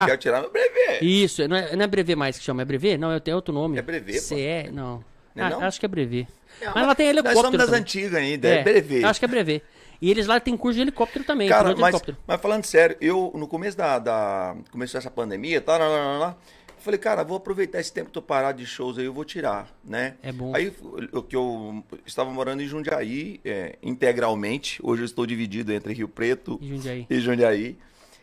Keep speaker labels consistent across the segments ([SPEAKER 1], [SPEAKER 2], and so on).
[SPEAKER 1] Ah.
[SPEAKER 2] Quero tirar meu brevet.
[SPEAKER 1] Isso, não é, não é brevet mais que chama, é brevet? Não, eu tenho outro nome.
[SPEAKER 2] É brevet, pô.
[SPEAKER 1] CE, não.
[SPEAKER 2] Não é
[SPEAKER 1] Ah,
[SPEAKER 2] não?
[SPEAKER 1] Acho que é brevet.
[SPEAKER 2] Não,
[SPEAKER 1] mas ela tem
[SPEAKER 2] nós
[SPEAKER 1] helicóptero.
[SPEAKER 2] somos das
[SPEAKER 1] também.
[SPEAKER 2] antigas ainda, é brevet.
[SPEAKER 1] Acho que é brevet. E eles lá têm curso de helicóptero também.
[SPEAKER 2] Cara,
[SPEAKER 1] piloto de
[SPEAKER 2] mas,
[SPEAKER 1] helicóptero.
[SPEAKER 2] mas falando sério, eu no começo da, da começou essa pandemia, tá, lá, lá, lá, lá, eu falei, cara, vou aproveitar esse tempo que eu tô parado de shows aí, eu vou tirar, né?
[SPEAKER 1] É bom.
[SPEAKER 2] Aí eu, que eu estava morando em Jundiaí é, integralmente, hoje eu estou dividido entre Rio Preto
[SPEAKER 1] E Jundiaí.
[SPEAKER 2] e Jundiaí.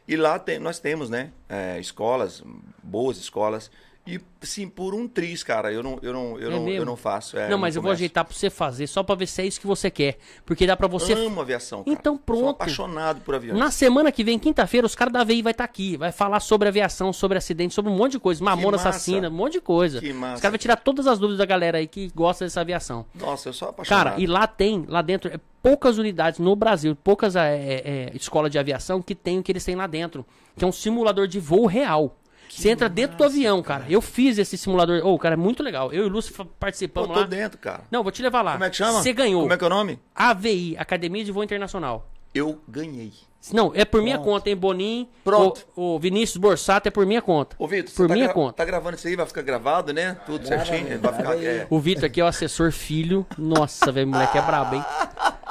[SPEAKER 2] E lá tem- nós temos, né, é, escolas, boas escolas. E, sim, por um triz, cara, eu não, eu não, eu
[SPEAKER 1] É
[SPEAKER 2] não, eu
[SPEAKER 1] mesmo?
[SPEAKER 2] não faço. é,
[SPEAKER 1] não, mas eu vou
[SPEAKER 2] começo.
[SPEAKER 1] ajeitar pra você fazer, só pra ver se é isso que você quer. Porque dá pra você.
[SPEAKER 2] Amo aviação, cara.
[SPEAKER 1] Então,
[SPEAKER 2] Sou
[SPEAKER 1] pronto.
[SPEAKER 2] apaixonado por avião.
[SPEAKER 1] Na semana que vem, quinta-feira, os caras da VI vai estar aqui. Vai falar sobre aviação, sobre acidente, sobre um monte de coisa. Mamona
[SPEAKER 2] massa.
[SPEAKER 1] assassina, um monte de coisa.
[SPEAKER 2] Que massa.
[SPEAKER 1] Os caras vão tirar todas as dúvidas da galera aí que gosta dessa aviação.
[SPEAKER 2] Nossa, eu sou apaixonado.
[SPEAKER 1] Cara, e lá tem, lá dentro, é, poucas unidades no Brasil, poucas é, é, é, escolas de aviação que tem o que eles têm lá dentro. Que é um simulador de voo real. Você entra dentro do avião, cara. Eu fiz esse simulador. Ô, cara, é muito legal. Eu e o Lúcio fa-
[SPEAKER 2] Pô,
[SPEAKER 1] participamos
[SPEAKER 2] tô
[SPEAKER 1] lá.
[SPEAKER 2] dentro, cara.
[SPEAKER 1] Não, vou te levar lá.
[SPEAKER 2] Como é que chama?
[SPEAKER 1] Você ganhou.
[SPEAKER 2] Como é que é o nome?
[SPEAKER 1] AVI, Academia de Voo Internacional.
[SPEAKER 2] Eu ganhei.
[SPEAKER 1] Não, é por minha conta, hein, Bonin.
[SPEAKER 2] Pronto.
[SPEAKER 1] O, o Vinícius Borsato é por minha conta.
[SPEAKER 2] Ô, Vitor,
[SPEAKER 1] por
[SPEAKER 2] você tá
[SPEAKER 1] minha
[SPEAKER 2] gra-
[SPEAKER 1] conta.
[SPEAKER 2] Tá gravando isso aí, vai ficar gravado, né? Tudo certinho. Vai
[SPEAKER 3] grava
[SPEAKER 2] ficar.
[SPEAKER 3] aí.
[SPEAKER 2] É.
[SPEAKER 1] O Vitor aqui é o assessor filho. Nossa, velho, moleque é brabo, hein?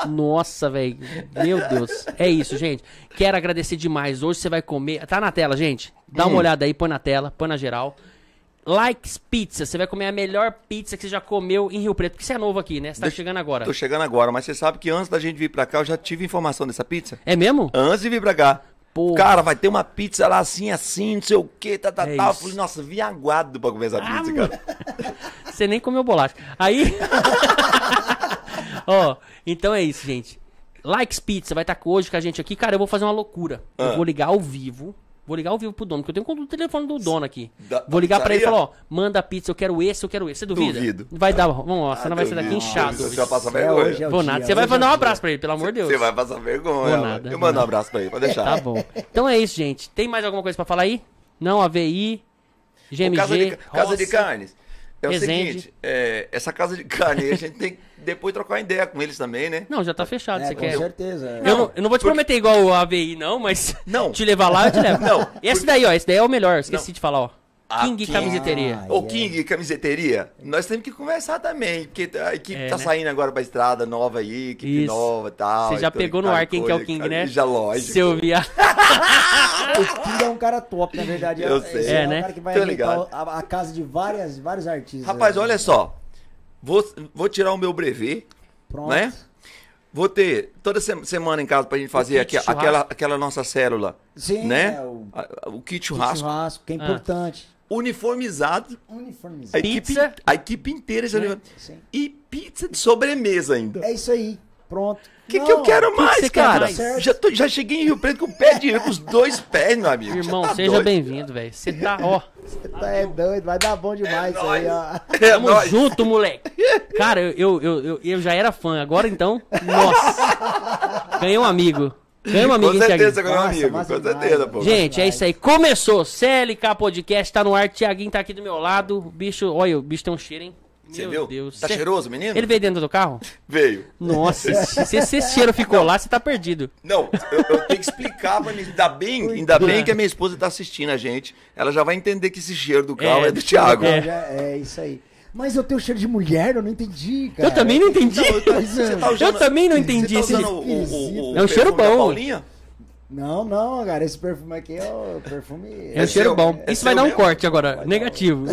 [SPEAKER 1] Nossa, velho. Meu Deus. É isso, gente. Quero agradecer demais. Hoje você vai comer. Tá na tela, gente. Dá uma olhada aí, põe na tela, põe na geral. Likes Pizza. Você vai comer a melhor pizza que você já comeu em Rio Preto. Porque você é novo aqui, né? Você tá chegando agora.
[SPEAKER 2] Tô chegando agora, mas você sabe que antes da gente vir pra cá, eu já tive informação dessa pizza.
[SPEAKER 1] É mesmo?
[SPEAKER 2] Antes de vir pra cá.
[SPEAKER 1] Pô.
[SPEAKER 2] Cara, vai ter uma pizza lá assim, assim, não sei o que, tá, tá,
[SPEAKER 1] É
[SPEAKER 2] tá. Eu
[SPEAKER 1] isso.
[SPEAKER 2] falei, nossa, vim aguado pra comer essa
[SPEAKER 1] Ah,
[SPEAKER 2] pizza, cara.
[SPEAKER 1] Você nem comeu bolacha. Aí. Ó, então é isso, gente. Likes Pizza vai estar hoje com a gente aqui. Cara, eu vou fazer uma loucura.
[SPEAKER 2] Ah.
[SPEAKER 1] Eu vou ligar ao vivo. Vou ligar ao vivo pro dono, porque eu tenho o telefone do dono aqui.
[SPEAKER 2] Da- da
[SPEAKER 1] vou ligar pra ele e falar,
[SPEAKER 2] pizzaria?
[SPEAKER 1] ó, manda a pizza, eu quero esse, eu quero esse. Você duvida?
[SPEAKER 2] Duvido. Ah,
[SPEAKER 1] Vai dar, vamos lá, você não vai sair daqui
[SPEAKER 2] Duvido,
[SPEAKER 1] inchado.
[SPEAKER 2] duvido, Você vai passar
[SPEAKER 3] É,
[SPEAKER 2] vergonha.
[SPEAKER 3] hoje é o
[SPEAKER 1] Vou
[SPEAKER 3] dia,
[SPEAKER 1] nada. Você vai
[SPEAKER 3] hoje é
[SPEAKER 1] mandar
[SPEAKER 3] o
[SPEAKER 1] um
[SPEAKER 3] dia.
[SPEAKER 1] abraço pra ele, pelo amor de Deus.
[SPEAKER 2] Você vai passar vergonha.
[SPEAKER 1] Vou nada,
[SPEAKER 2] Eu
[SPEAKER 1] vou
[SPEAKER 2] mando um
[SPEAKER 1] nada.
[SPEAKER 2] abraço pra ele, pode deixar.
[SPEAKER 1] Tá bom. Então é isso, gente. Tem mais alguma coisa pra falar aí? Não, AVI, GMG,
[SPEAKER 2] Ô, casa, de, casa de
[SPEAKER 1] Roça.
[SPEAKER 2] Carnes. É
[SPEAKER 1] Resende.
[SPEAKER 2] o seguinte, é, essa casa de carne aí a gente tem que depois trocar ideia com eles também, né?
[SPEAKER 1] Não, já tá fechado,
[SPEAKER 3] É,
[SPEAKER 1] você
[SPEAKER 3] com
[SPEAKER 1] quer.
[SPEAKER 3] certeza. é.
[SPEAKER 1] eu, não, eu não vou te prometer igual o AVI, não, mas.
[SPEAKER 2] Não.
[SPEAKER 1] Te levar lá, eu te levo.
[SPEAKER 2] Não,
[SPEAKER 1] Esse
[SPEAKER 2] porque-
[SPEAKER 1] daí, ó, esse daí é o melhor, esqueci
[SPEAKER 2] Não.
[SPEAKER 1] de falar, ó.
[SPEAKER 2] Ah,
[SPEAKER 1] King,
[SPEAKER 2] King.
[SPEAKER 1] Camiseteria.
[SPEAKER 3] Ah,
[SPEAKER 2] Ô, King, camiseteria, nós temos que conversar também, porque a equipe
[SPEAKER 1] É,
[SPEAKER 2] tá
[SPEAKER 1] né?
[SPEAKER 2] saindo agora pra estrada nova aí, equipe
[SPEAKER 1] Isso.
[SPEAKER 2] nova e tal.
[SPEAKER 1] Você já
[SPEAKER 2] e tudo,
[SPEAKER 1] pegou no
[SPEAKER 2] cada
[SPEAKER 1] ar quem que é o
[SPEAKER 2] coisa,
[SPEAKER 1] King,
[SPEAKER 2] cara,
[SPEAKER 1] né?
[SPEAKER 2] Já lógico.
[SPEAKER 1] Seu viado.
[SPEAKER 3] O King é um cara top, na verdade.
[SPEAKER 2] Eu
[SPEAKER 3] É,
[SPEAKER 2] sei.
[SPEAKER 3] esse
[SPEAKER 1] É,
[SPEAKER 3] um
[SPEAKER 1] né?
[SPEAKER 3] cara que vai
[SPEAKER 2] Tô
[SPEAKER 3] alimentar
[SPEAKER 2] ligado.
[SPEAKER 3] a, a casa de várias, vários artistas.
[SPEAKER 2] Rapaz,
[SPEAKER 3] né?
[SPEAKER 2] olha só, vou, vou tirar o meu brevet,
[SPEAKER 3] Pronto.
[SPEAKER 2] né? Vou ter toda se- semana em casa pra gente fazer
[SPEAKER 1] kit
[SPEAKER 2] aqui-
[SPEAKER 1] churrasco.
[SPEAKER 2] aquela, aquela nossa célula,
[SPEAKER 3] Sim,
[SPEAKER 2] né?
[SPEAKER 3] é, o-
[SPEAKER 2] A- o kit
[SPEAKER 3] Churrasco.
[SPEAKER 2] churrasco,
[SPEAKER 3] que
[SPEAKER 1] Ah.
[SPEAKER 3] é importante.
[SPEAKER 2] uniformizado, a
[SPEAKER 3] Uniformizar.
[SPEAKER 2] equipe,
[SPEAKER 1] Pizza. Né?
[SPEAKER 2] a equipe inteira já levou-
[SPEAKER 3] Sim.
[SPEAKER 2] E pizza de sobremesa ainda.
[SPEAKER 3] É isso aí. Pronto.
[SPEAKER 2] O que, que eu quero
[SPEAKER 1] é que
[SPEAKER 2] mais,
[SPEAKER 1] você quer
[SPEAKER 2] cara?
[SPEAKER 1] mais?
[SPEAKER 2] Já, tô- já cheguei em Rio Preto com o pé direito, com os dois pés, meu amigo.
[SPEAKER 1] Irmão,
[SPEAKER 2] Já tá
[SPEAKER 1] seja
[SPEAKER 2] doido.
[SPEAKER 1] bem-vindo, velho. Você tá, ó.
[SPEAKER 3] Tá, é doido, vai dar bom demais isso aí, ó.
[SPEAKER 2] É
[SPEAKER 1] Tamo
[SPEAKER 2] nóis.
[SPEAKER 1] junto, moleque. Cara, eu, eu, eu, eu, eu já era fã, agora então. Nossa. Ganhei um amigo. Ganhei um amigo,
[SPEAKER 2] Com
[SPEAKER 1] hein, Thiaguinho?
[SPEAKER 2] certeza, meu
[SPEAKER 3] Massa,
[SPEAKER 2] amigo.
[SPEAKER 3] massa
[SPEAKER 2] com
[SPEAKER 3] demais,
[SPEAKER 2] certeza,
[SPEAKER 3] mano.
[SPEAKER 2] pô.
[SPEAKER 1] Gente, é isso aí. Começou. CLK Podcast tá no ar. Tiaguinho tá aqui do meu lado. O bicho, olha, o bicho tem um cheiro, hein?
[SPEAKER 2] Você
[SPEAKER 1] meu
[SPEAKER 2] viu?
[SPEAKER 1] Deus.
[SPEAKER 2] Tá
[SPEAKER 1] Cê-
[SPEAKER 2] cheiroso, menino?
[SPEAKER 1] Ele veio dentro do carro?
[SPEAKER 2] Veio.
[SPEAKER 1] Nossa, se, se esse cheiro ficou lá, você tá perdido.
[SPEAKER 2] Não, eu, eu tenho que explicar pra mim. Ainda bem, ainda
[SPEAKER 1] Muito
[SPEAKER 2] bem
[SPEAKER 1] bom.
[SPEAKER 2] que a minha esposa tá assistindo a gente. Ela já vai entender que esse cheiro do carro
[SPEAKER 1] É,
[SPEAKER 2] é, do Thiago.
[SPEAKER 1] é.
[SPEAKER 3] Já- É isso aí. Mas eu tenho cheiro de mulher, eu não entendi, cara.
[SPEAKER 1] Eu também não entendi.
[SPEAKER 3] Você tá
[SPEAKER 1] Eu também não entendi
[SPEAKER 2] Você tá
[SPEAKER 1] esse.
[SPEAKER 2] usando o, o, o
[SPEAKER 1] É um cheiro
[SPEAKER 2] perfume da
[SPEAKER 1] bom.
[SPEAKER 2] Paulinha?
[SPEAKER 3] Não, não, cara, esse perfume aqui é o perfume.
[SPEAKER 1] É um
[SPEAKER 2] É
[SPEAKER 1] cheiro
[SPEAKER 2] seu?
[SPEAKER 1] bom.
[SPEAKER 2] É
[SPEAKER 1] Isso vai
[SPEAKER 2] seu
[SPEAKER 1] dar um
[SPEAKER 2] mesmo?
[SPEAKER 1] corte agora. Negativo.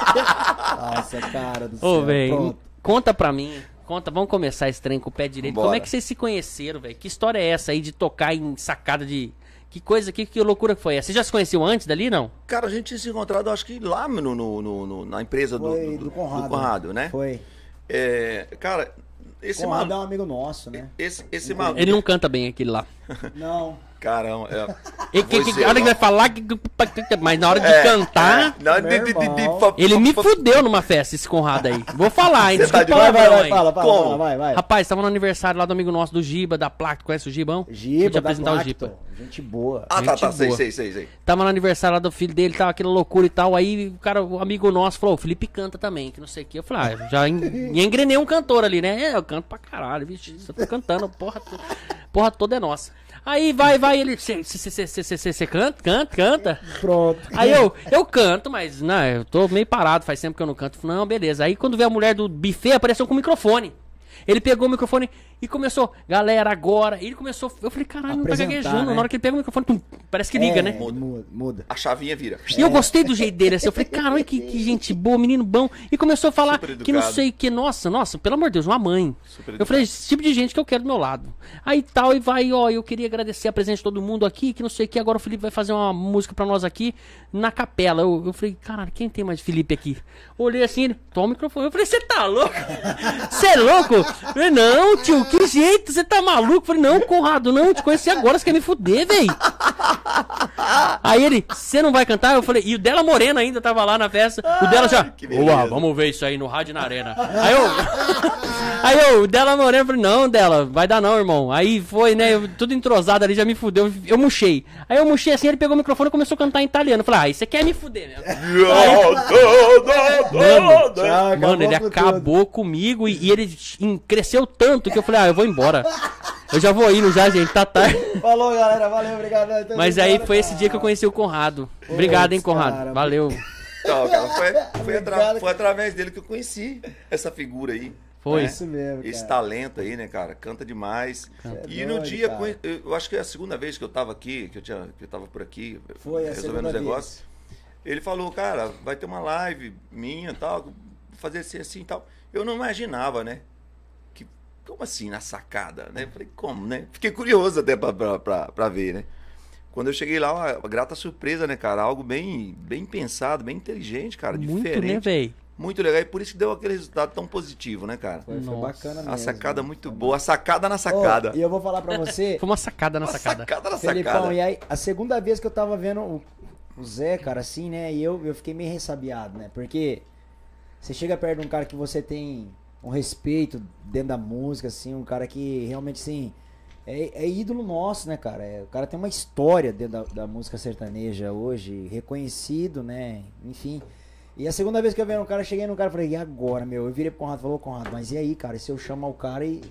[SPEAKER 2] Ah.
[SPEAKER 3] Nossa, cara do
[SPEAKER 1] Ô,
[SPEAKER 3] céu.
[SPEAKER 1] velho,
[SPEAKER 3] pronto.
[SPEAKER 1] conta pra mim. Conta, vamos começar esse trem com o pé direito. Como
[SPEAKER 2] Bora.
[SPEAKER 1] é que vocês se conheceram, velho? Que história é essa aí de tocar em sacada de. Que coisa, que, que loucura que foi essa? Vocês já se conheciam antes dali, não?
[SPEAKER 2] Cara, a gente tinha se encontrado, acho que lá no, no- no- no- na empresa do,
[SPEAKER 3] Foi
[SPEAKER 2] do, do Conrado, né?
[SPEAKER 3] Foi.
[SPEAKER 2] É, cara, esse
[SPEAKER 3] Conrado é
[SPEAKER 2] maluco.
[SPEAKER 3] um amigo nosso, né?
[SPEAKER 2] Esse, esse maluco.
[SPEAKER 1] Ele não canta bem aquele lá.
[SPEAKER 3] Não.
[SPEAKER 2] Caramba, é.
[SPEAKER 1] E que, que,
[SPEAKER 2] Pois é,
[SPEAKER 1] a hora que
[SPEAKER 2] não.
[SPEAKER 1] vai falar, que- mas na hora de
[SPEAKER 2] É,
[SPEAKER 1] cantar,
[SPEAKER 2] é, na hora de-
[SPEAKER 3] Meu
[SPEAKER 2] de- de- de-
[SPEAKER 3] irmão.
[SPEAKER 2] fa-
[SPEAKER 1] ele
[SPEAKER 2] fa-
[SPEAKER 1] me
[SPEAKER 2] fa-
[SPEAKER 1] fudeu numa festa, esse Conrado aí. Vou falar, hein?
[SPEAKER 2] Você tá
[SPEAKER 1] Desculpa
[SPEAKER 2] de-
[SPEAKER 1] o
[SPEAKER 3] Vai, vai,
[SPEAKER 1] palavrão,
[SPEAKER 3] vai,
[SPEAKER 1] hein?
[SPEAKER 3] fala, fala,
[SPEAKER 2] Como?
[SPEAKER 3] fala, vai, vai.
[SPEAKER 1] Rapaz, tava no aniversário lá do amigo nosso, do Giba, da Placa. Tu conhece o Gibão? Vou te
[SPEAKER 3] Giba, da
[SPEAKER 1] apresentar o
[SPEAKER 3] Lacto.
[SPEAKER 1] Giba.
[SPEAKER 3] Gente boa.
[SPEAKER 2] Ah, tá,
[SPEAKER 1] Gente
[SPEAKER 2] tá, sei,
[SPEAKER 1] boa.
[SPEAKER 2] sei, sei, sei.
[SPEAKER 1] Tava no aniversário lá do filho dele, tava aquela loucura e tal. Aí o cara, o amigo nosso, falou: o Felipe canta também, que não sei o que. Eu falei, ah, já en... engrenei um cantor ali, né? É, eu canto pra caralho, vixe, só tô cantando, porra, to- porra toda é nossa. Aí vai, vai, ele. Você canta, canta, canta.
[SPEAKER 3] Pronto.
[SPEAKER 1] Aí eu, eu canto, mas não, eu tô meio parado, faz tempo que eu não canto. Falei, Não, beleza. Aí quando veio a mulher do buffet, apareceu com o microfone. Ele pegou o microfone e começou, galera, agora. E ele começou, eu falei, caralho, não tá
[SPEAKER 3] Apresentar,
[SPEAKER 1] gaguejando.
[SPEAKER 3] né?
[SPEAKER 1] Na hora que ele pega o microfone, pum, parece que liga,
[SPEAKER 3] É,
[SPEAKER 1] né?
[SPEAKER 2] Muda.
[SPEAKER 3] Muda. muda.
[SPEAKER 2] A chavinha vira.
[SPEAKER 1] E eu gostei do jeito dele, assim, eu falei, caralho, que, que gente boa, menino bom. E começou a falar
[SPEAKER 2] Super
[SPEAKER 1] que não
[SPEAKER 2] educado.
[SPEAKER 1] sei o que, nossa, nossa, pelo amor de Deus, uma mãe.
[SPEAKER 2] Super
[SPEAKER 1] eu falei, esse tipo de gente que eu quero do meu lado. Aí tal, e vai, ó, eu queria agradecer a presença de todo mundo aqui, que não sei o que, agora o Felipe vai fazer uma música pra nós aqui na capela. Eu, eu falei, caralho, quem tem mais Felipe aqui? Olhei assim, ele, toma o microfone. Eu falei, você tá louco? Você é louco? Eu falei, não, tio, que jeito, você tá maluco? Eu falei, não, Conrado, não, eu te conheci agora, você quer me fuder, velho? Aí ele, você não vai cantar? Eu falei, e o dela morena ainda tava lá na festa. O dela já,
[SPEAKER 2] que beleza.
[SPEAKER 1] uau, vamos ver isso aí no rádio e na arena. Aí eu, aí eu, o dela morena, eu falei, não, dela, vai dar não, irmão. Aí foi, né, eu- tudo entrosado ali, já me fudeu, eu murchei. Aí eu murchei assim, ele pegou o microfone e começou a cantar em italiano. Eu falei, ah, você quer me fuder mesmo. Mano,
[SPEAKER 3] Tchau, acabou
[SPEAKER 1] mano, ele
[SPEAKER 3] com tudo.
[SPEAKER 1] acabou comigo e, e ele em- cresceu tanto que eu falei, ah, eu vou embora. Eu já vou indo já, gente, tá tarde.
[SPEAKER 3] Falou, galera. Valeu, obrigado. Então,
[SPEAKER 1] Mas aí
[SPEAKER 3] obrigado,
[SPEAKER 1] foi esse
[SPEAKER 3] cara.
[SPEAKER 1] dia que eu conheci o Conrado. Obrigado, hein, Conrado.
[SPEAKER 3] cara,
[SPEAKER 1] Valeu.
[SPEAKER 2] Não, cara, foi, foi,
[SPEAKER 3] Obrigado,
[SPEAKER 2] atra-
[SPEAKER 3] cara.
[SPEAKER 2] foi através dele que eu conheci essa figura aí.
[SPEAKER 1] Foi.
[SPEAKER 2] né?
[SPEAKER 3] Isso mesmo, cara.
[SPEAKER 2] Esse talento aí, né, cara? Canta demais. e
[SPEAKER 3] É
[SPEAKER 2] no
[SPEAKER 3] doido,
[SPEAKER 2] dia,
[SPEAKER 3] cara.
[SPEAKER 2] conhe- eu eu acho que é a segunda vez que eu tava aqui, que eu, tinha, que eu tava por aqui,
[SPEAKER 3] Foi a segunda vez.
[SPEAKER 2] Ele falou, cara, vai ter uma live minha e tal, vou fazer assim assim e tal. Eu não imaginava, né? Que, como assim, na sacada, né? Falei, como, né? Fiquei curioso até pra, pra, pra, pra ver, né? Quando eu cheguei lá, uma grata surpresa, né, cara? Algo bem, bem pensado, bem inteligente, cara.
[SPEAKER 1] Muito, né,
[SPEAKER 2] diferente.
[SPEAKER 1] velho?
[SPEAKER 2] muito legal. E por isso que deu aquele resultado tão positivo, né, cara?
[SPEAKER 3] Foi, foi
[SPEAKER 1] Nossa.
[SPEAKER 3] bacana mesmo. né?
[SPEAKER 2] A sacada muito boa. A sacada na
[SPEAKER 3] Ô,
[SPEAKER 2] sacada.
[SPEAKER 3] e eu vou falar pra você,
[SPEAKER 1] Foi uma sacada na
[SPEAKER 2] A
[SPEAKER 1] sacada.
[SPEAKER 2] sacada na
[SPEAKER 3] Felipão,
[SPEAKER 2] sacada.
[SPEAKER 3] e aí, a segunda vez que eu tava vendo o, o Zé, cara, assim, né? E eu, eu fiquei meio ressabiado, né? Porque você chega perto de um cara que você tem um respeito dentro da música, assim, um cara que realmente, assim, é, é ídolo nosso, né, cara? É, o cara tem uma história dentro da, da música sertaneja hoje, reconhecido, né? Enfim. E a segunda vez que eu vi um cara, eu cheguei no cara e falei, e agora, meu? Eu virei pro Conrado e falei, ô Conrado, mas e aí, cara? E se eu chamar o cara e.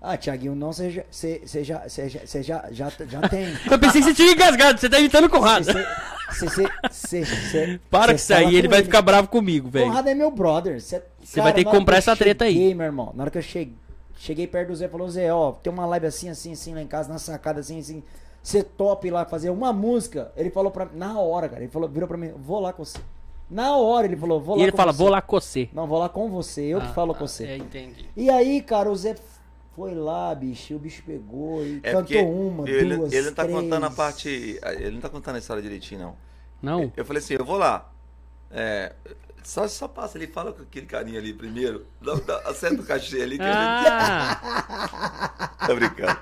[SPEAKER 3] Ah, Tiaguinho, não, você já, você, você já, você já, você já, já, já tem.
[SPEAKER 1] Eu pensei que você tinha engasgado, você tá imitando o Conrado.
[SPEAKER 3] Você, você, você, você,
[SPEAKER 1] Para
[SPEAKER 3] você
[SPEAKER 1] com isso
[SPEAKER 3] fala
[SPEAKER 1] aí, ele
[SPEAKER 3] com
[SPEAKER 1] vai ficar bravo comigo, velho.
[SPEAKER 3] Conrado é meu brother. Você
[SPEAKER 1] Você vai ter que comprar essa treta aí.
[SPEAKER 3] meu irmão. Na hora que eu cheguei, cheguei perto do Zé, falou: Zé, ó, tem uma live assim, assim, assim lá em casa, na sacada, assim, assim. Você top ir lá fazer uma música. Ele falou pra mim, na hora, cara. Ele falou, virou pra mim: vou lá com você. Na hora ele falou: vou lá
[SPEAKER 1] E ele
[SPEAKER 3] com
[SPEAKER 1] fala,
[SPEAKER 3] você.
[SPEAKER 1] vou lá cocer.
[SPEAKER 3] Não, vou lá com você. Eu que falo com você.
[SPEAKER 1] É, entendi.
[SPEAKER 3] E aí, cara, o Zé foi lá, bicho. e O bicho pegou e
[SPEAKER 2] É porque
[SPEAKER 3] cantou uma,
[SPEAKER 2] ele,
[SPEAKER 3] duas,
[SPEAKER 2] ele não tá
[SPEAKER 3] três.
[SPEAKER 2] contando a parte. Ele não tá contando a história direitinho, não.
[SPEAKER 3] Hum.
[SPEAKER 1] Não.
[SPEAKER 2] Eu falei assim, eu vou lá. É, só, só passa ali, fala com aquele carinha ali primeiro. Dá, dá, acerta o cachê ali que a
[SPEAKER 1] Ah,
[SPEAKER 2] gente tá brincando.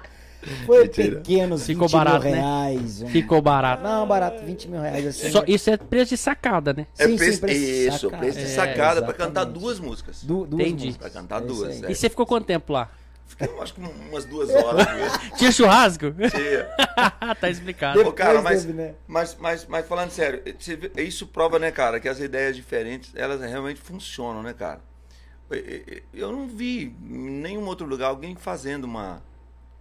[SPEAKER 3] Foi
[SPEAKER 2] Mentira.
[SPEAKER 3] pequenos
[SPEAKER 1] Ficou
[SPEAKER 3] 20 mil
[SPEAKER 1] barato, né?
[SPEAKER 3] reais. um-
[SPEAKER 1] ficou barato.
[SPEAKER 3] Não, barato, 20 mil reais assim.
[SPEAKER 1] Só- isso é preço de sacada, né?
[SPEAKER 2] É
[SPEAKER 3] Sim, sim,
[SPEAKER 2] preço,
[SPEAKER 3] preço de
[SPEAKER 2] isso,
[SPEAKER 3] sacada.
[SPEAKER 2] preço de
[SPEAKER 3] É,
[SPEAKER 2] sacada pra cantar
[SPEAKER 3] exatamente.
[SPEAKER 2] duas músicas.
[SPEAKER 3] Du- duas
[SPEAKER 1] Entendi.
[SPEAKER 3] músicas.
[SPEAKER 2] Pra cantar
[SPEAKER 3] É
[SPEAKER 2] duas,
[SPEAKER 3] isso aí.
[SPEAKER 2] é.
[SPEAKER 1] E você ficou quanto tempo lá?
[SPEAKER 2] Fiquei, eu acho que um, umas duas horas. mesmo.
[SPEAKER 1] Tinha churrasco?
[SPEAKER 2] Tinha.
[SPEAKER 1] tá explicado.
[SPEAKER 2] Ô, cara,
[SPEAKER 3] Depois
[SPEAKER 2] mas,
[SPEAKER 3] teve, né?
[SPEAKER 2] mas, mas, mas falando sério, você vê- isso prova, né, cara, que as ideias diferentes, elas realmente funcionam, né, cara? E- e- e- Eu não vi em nenhum outro lugar alguém fazendo uma.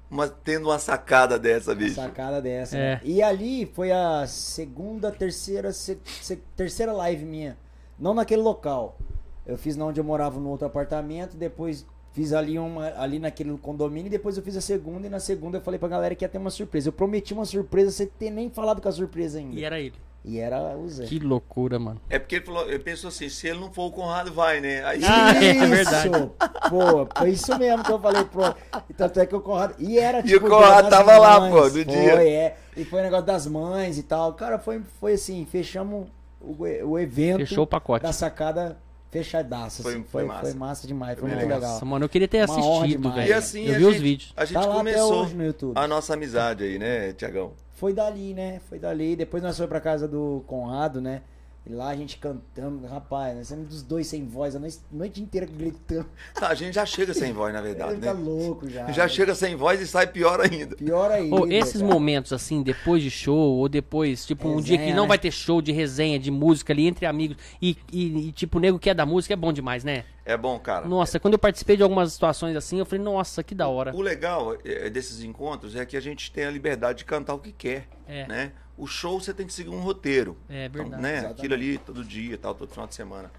[SPEAKER 2] uma tendo uma sacada dessa,
[SPEAKER 3] Uma
[SPEAKER 2] bicho.
[SPEAKER 3] sacada dessa.
[SPEAKER 1] É.
[SPEAKER 3] né? E ali foi a segunda, terceira, se- se- terceira live minha. Não naquele local. Eu fiz na onde eu morava no outro apartamento, depois fiz ali uma ali naquele condomínio, e depois eu fiz a segunda e na segunda eu falei pra galera que ia ter uma surpresa. Eu prometi uma surpresa sem ter nem falado com a surpresa ainda.
[SPEAKER 1] E era ele.
[SPEAKER 3] E era o Zé.
[SPEAKER 1] Que loucura, mano.
[SPEAKER 2] É porque ele falou, ele pensou assim, se ele não for o Conrado, vai, né? Aí
[SPEAKER 1] Ah, é verdade.
[SPEAKER 3] Isso, Pô, foi isso mesmo que eu falei, pô. E Tanto é que o Conrado. E era tipo.
[SPEAKER 2] o Conrado
[SPEAKER 3] Dia das
[SPEAKER 2] tava lá, pô, no
[SPEAKER 3] foi,
[SPEAKER 2] dia.
[SPEAKER 3] É. E foi o negócio das mães e tal. Cara, foi, foi assim, fechamos o, e- o evento.
[SPEAKER 1] Fechou o pacote.
[SPEAKER 3] Da sacada fechadaça.
[SPEAKER 2] Foi-
[SPEAKER 3] assim.
[SPEAKER 2] foi
[SPEAKER 3] Foi, foi,
[SPEAKER 2] massa.
[SPEAKER 3] massa demais, foi
[SPEAKER 2] Foi
[SPEAKER 3] muito legal.
[SPEAKER 1] Nossa, mano, eu queria ter
[SPEAKER 3] Uma honra
[SPEAKER 1] assistido,
[SPEAKER 3] demais.
[SPEAKER 1] velho.
[SPEAKER 2] e assim
[SPEAKER 1] eu
[SPEAKER 2] a
[SPEAKER 1] vi os
[SPEAKER 2] gente-
[SPEAKER 1] vídeos.
[SPEAKER 2] A gente
[SPEAKER 3] Tá lá até
[SPEAKER 2] começou
[SPEAKER 3] hoje no YouTube.
[SPEAKER 2] a nossa amizade aí, né, Tiagão?
[SPEAKER 3] Foi dali, né? Foi dali. Depois nós fomos pra casa do Conrado, né? E lá a gente cantando, rapaz, nós somos dos dois sem voz, a noite, noite inteira gritando.
[SPEAKER 2] Tá, a gente já chega sem voz, na verdade,
[SPEAKER 3] Ele tá
[SPEAKER 2] né?
[SPEAKER 3] louco já.
[SPEAKER 2] Já chega sem voz e sai pior ainda.
[SPEAKER 3] Pior ainda.
[SPEAKER 1] Ô, esses
[SPEAKER 3] cara.
[SPEAKER 1] momentos, assim, depois de show, ou depois, tipo, um dia que
[SPEAKER 3] Resenha,
[SPEAKER 1] não
[SPEAKER 3] né?
[SPEAKER 1] vai ter show de resenha, de música ali entre amigos, e, e- e, tipo, o nego que é da música é bom demais, né?
[SPEAKER 2] É bom, cara.
[SPEAKER 1] Nossa, quando eu participei de algumas situações assim, eu falei, nossa, que da hora.
[SPEAKER 2] O legal é, desses encontros é que a gente tem a liberdade de cantar o que quer,
[SPEAKER 1] É.
[SPEAKER 2] né? O show você tem que seguir um roteiro.
[SPEAKER 1] É
[SPEAKER 2] Então,
[SPEAKER 1] verdade.
[SPEAKER 2] né?
[SPEAKER 3] Exatamente.
[SPEAKER 2] Aquilo ali todo dia, tal, todo final de semana.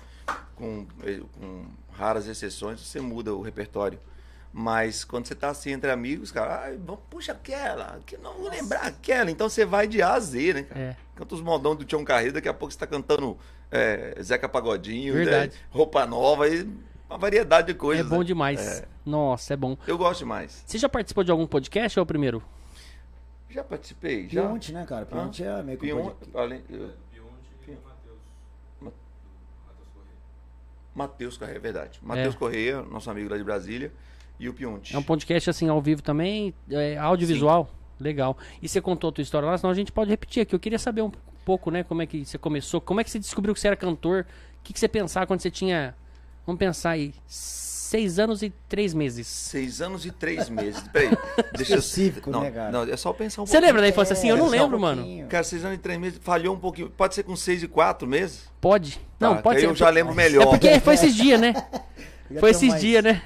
[SPEAKER 2] Com, eh, com raras exceções, você muda o repertório. Mas quando você tá assim entre amigos, cara, ai, vamos, puxa aquela, que não vou lembrar aquela. Então você vai de A a Z, né, cara?
[SPEAKER 1] É.
[SPEAKER 2] Canta os modão do Tião Carreiro, daqui a pouco você tá cantando eh, Zeca Pagodinho, né?
[SPEAKER 1] Verdade.
[SPEAKER 2] roupa nova, e uma variedade de
[SPEAKER 1] É
[SPEAKER 2] coisas.
[SPEAKER 1] bom
[SPEAKER 2] né?
[SPEAKER 1] demais. Nossa, é bom.
[SPEAKER 2] Eu gosto demais.
[SPEAKER 1] Você já participou de algum podcast ou é o primeiro?
[SPEAKER 2] Já participei, já.
[SPEAKER 3] Pionte, né, cara? Pionte é meio que. um
[SPEAKER 2] Pion-
[SPEAKER 3] podcast.
[SPEAKER 2] além- eu- Matheus Correia, é verdade. Matheus Correia, nosso amigo lá de Brasília, e o Pionte.
[SPEAKER 1] É um podcast assim, ao vivo também, é, audiovisual. Legal. E você contou a tua história lá, senão a gente pode repetir aqui. Eu queria saber um pouco, né, como é que você começou, como é que você descobriu que você era cantor, o que, que você pensava quando você tinha, vamos pensar aí, seis anos e três meses.
[SPEAKER 2] Seis anos e três meses. Peraí, deixa eu...
[SPEAKER 3] Específico,
[SPEAKER 2] não,
[SPEAKER 3] né, cara?
[SPEAKER 2] não, é só pensar um
[SPEAKER 1] Você lembra da
[SPEAKER 2] pouquinho.
[SPEAKER 1] infância assim? Eu não
[SPEAKER 2] só um
[SPEAKER 1] lembro, mano.
[SPEAKER 3] É, pouquinho.
[SPEAKER 2] Cara, seis anos e três meses, falhou um pouquinho. Pode ser com seis e quatro meses?
[SPEAKER 1] Pode? Não,
[SPEAKER 2] Tá,
[SPEAKER 1] pode
[SPEAKER 2] que
[SPEAKER 1] ser.
[SPEAKER 2] aí Eu já lembro melhor.
[SPEAKER 1] É porque foi esses dias, né?
[SPEAKER 3] Já
[SPEAKER 1] Foi
[SPEAKER 3] tem
[SPEAKER 1] esses
[SPEAKER 3] mais-
[SPEAKER 1] dias, né?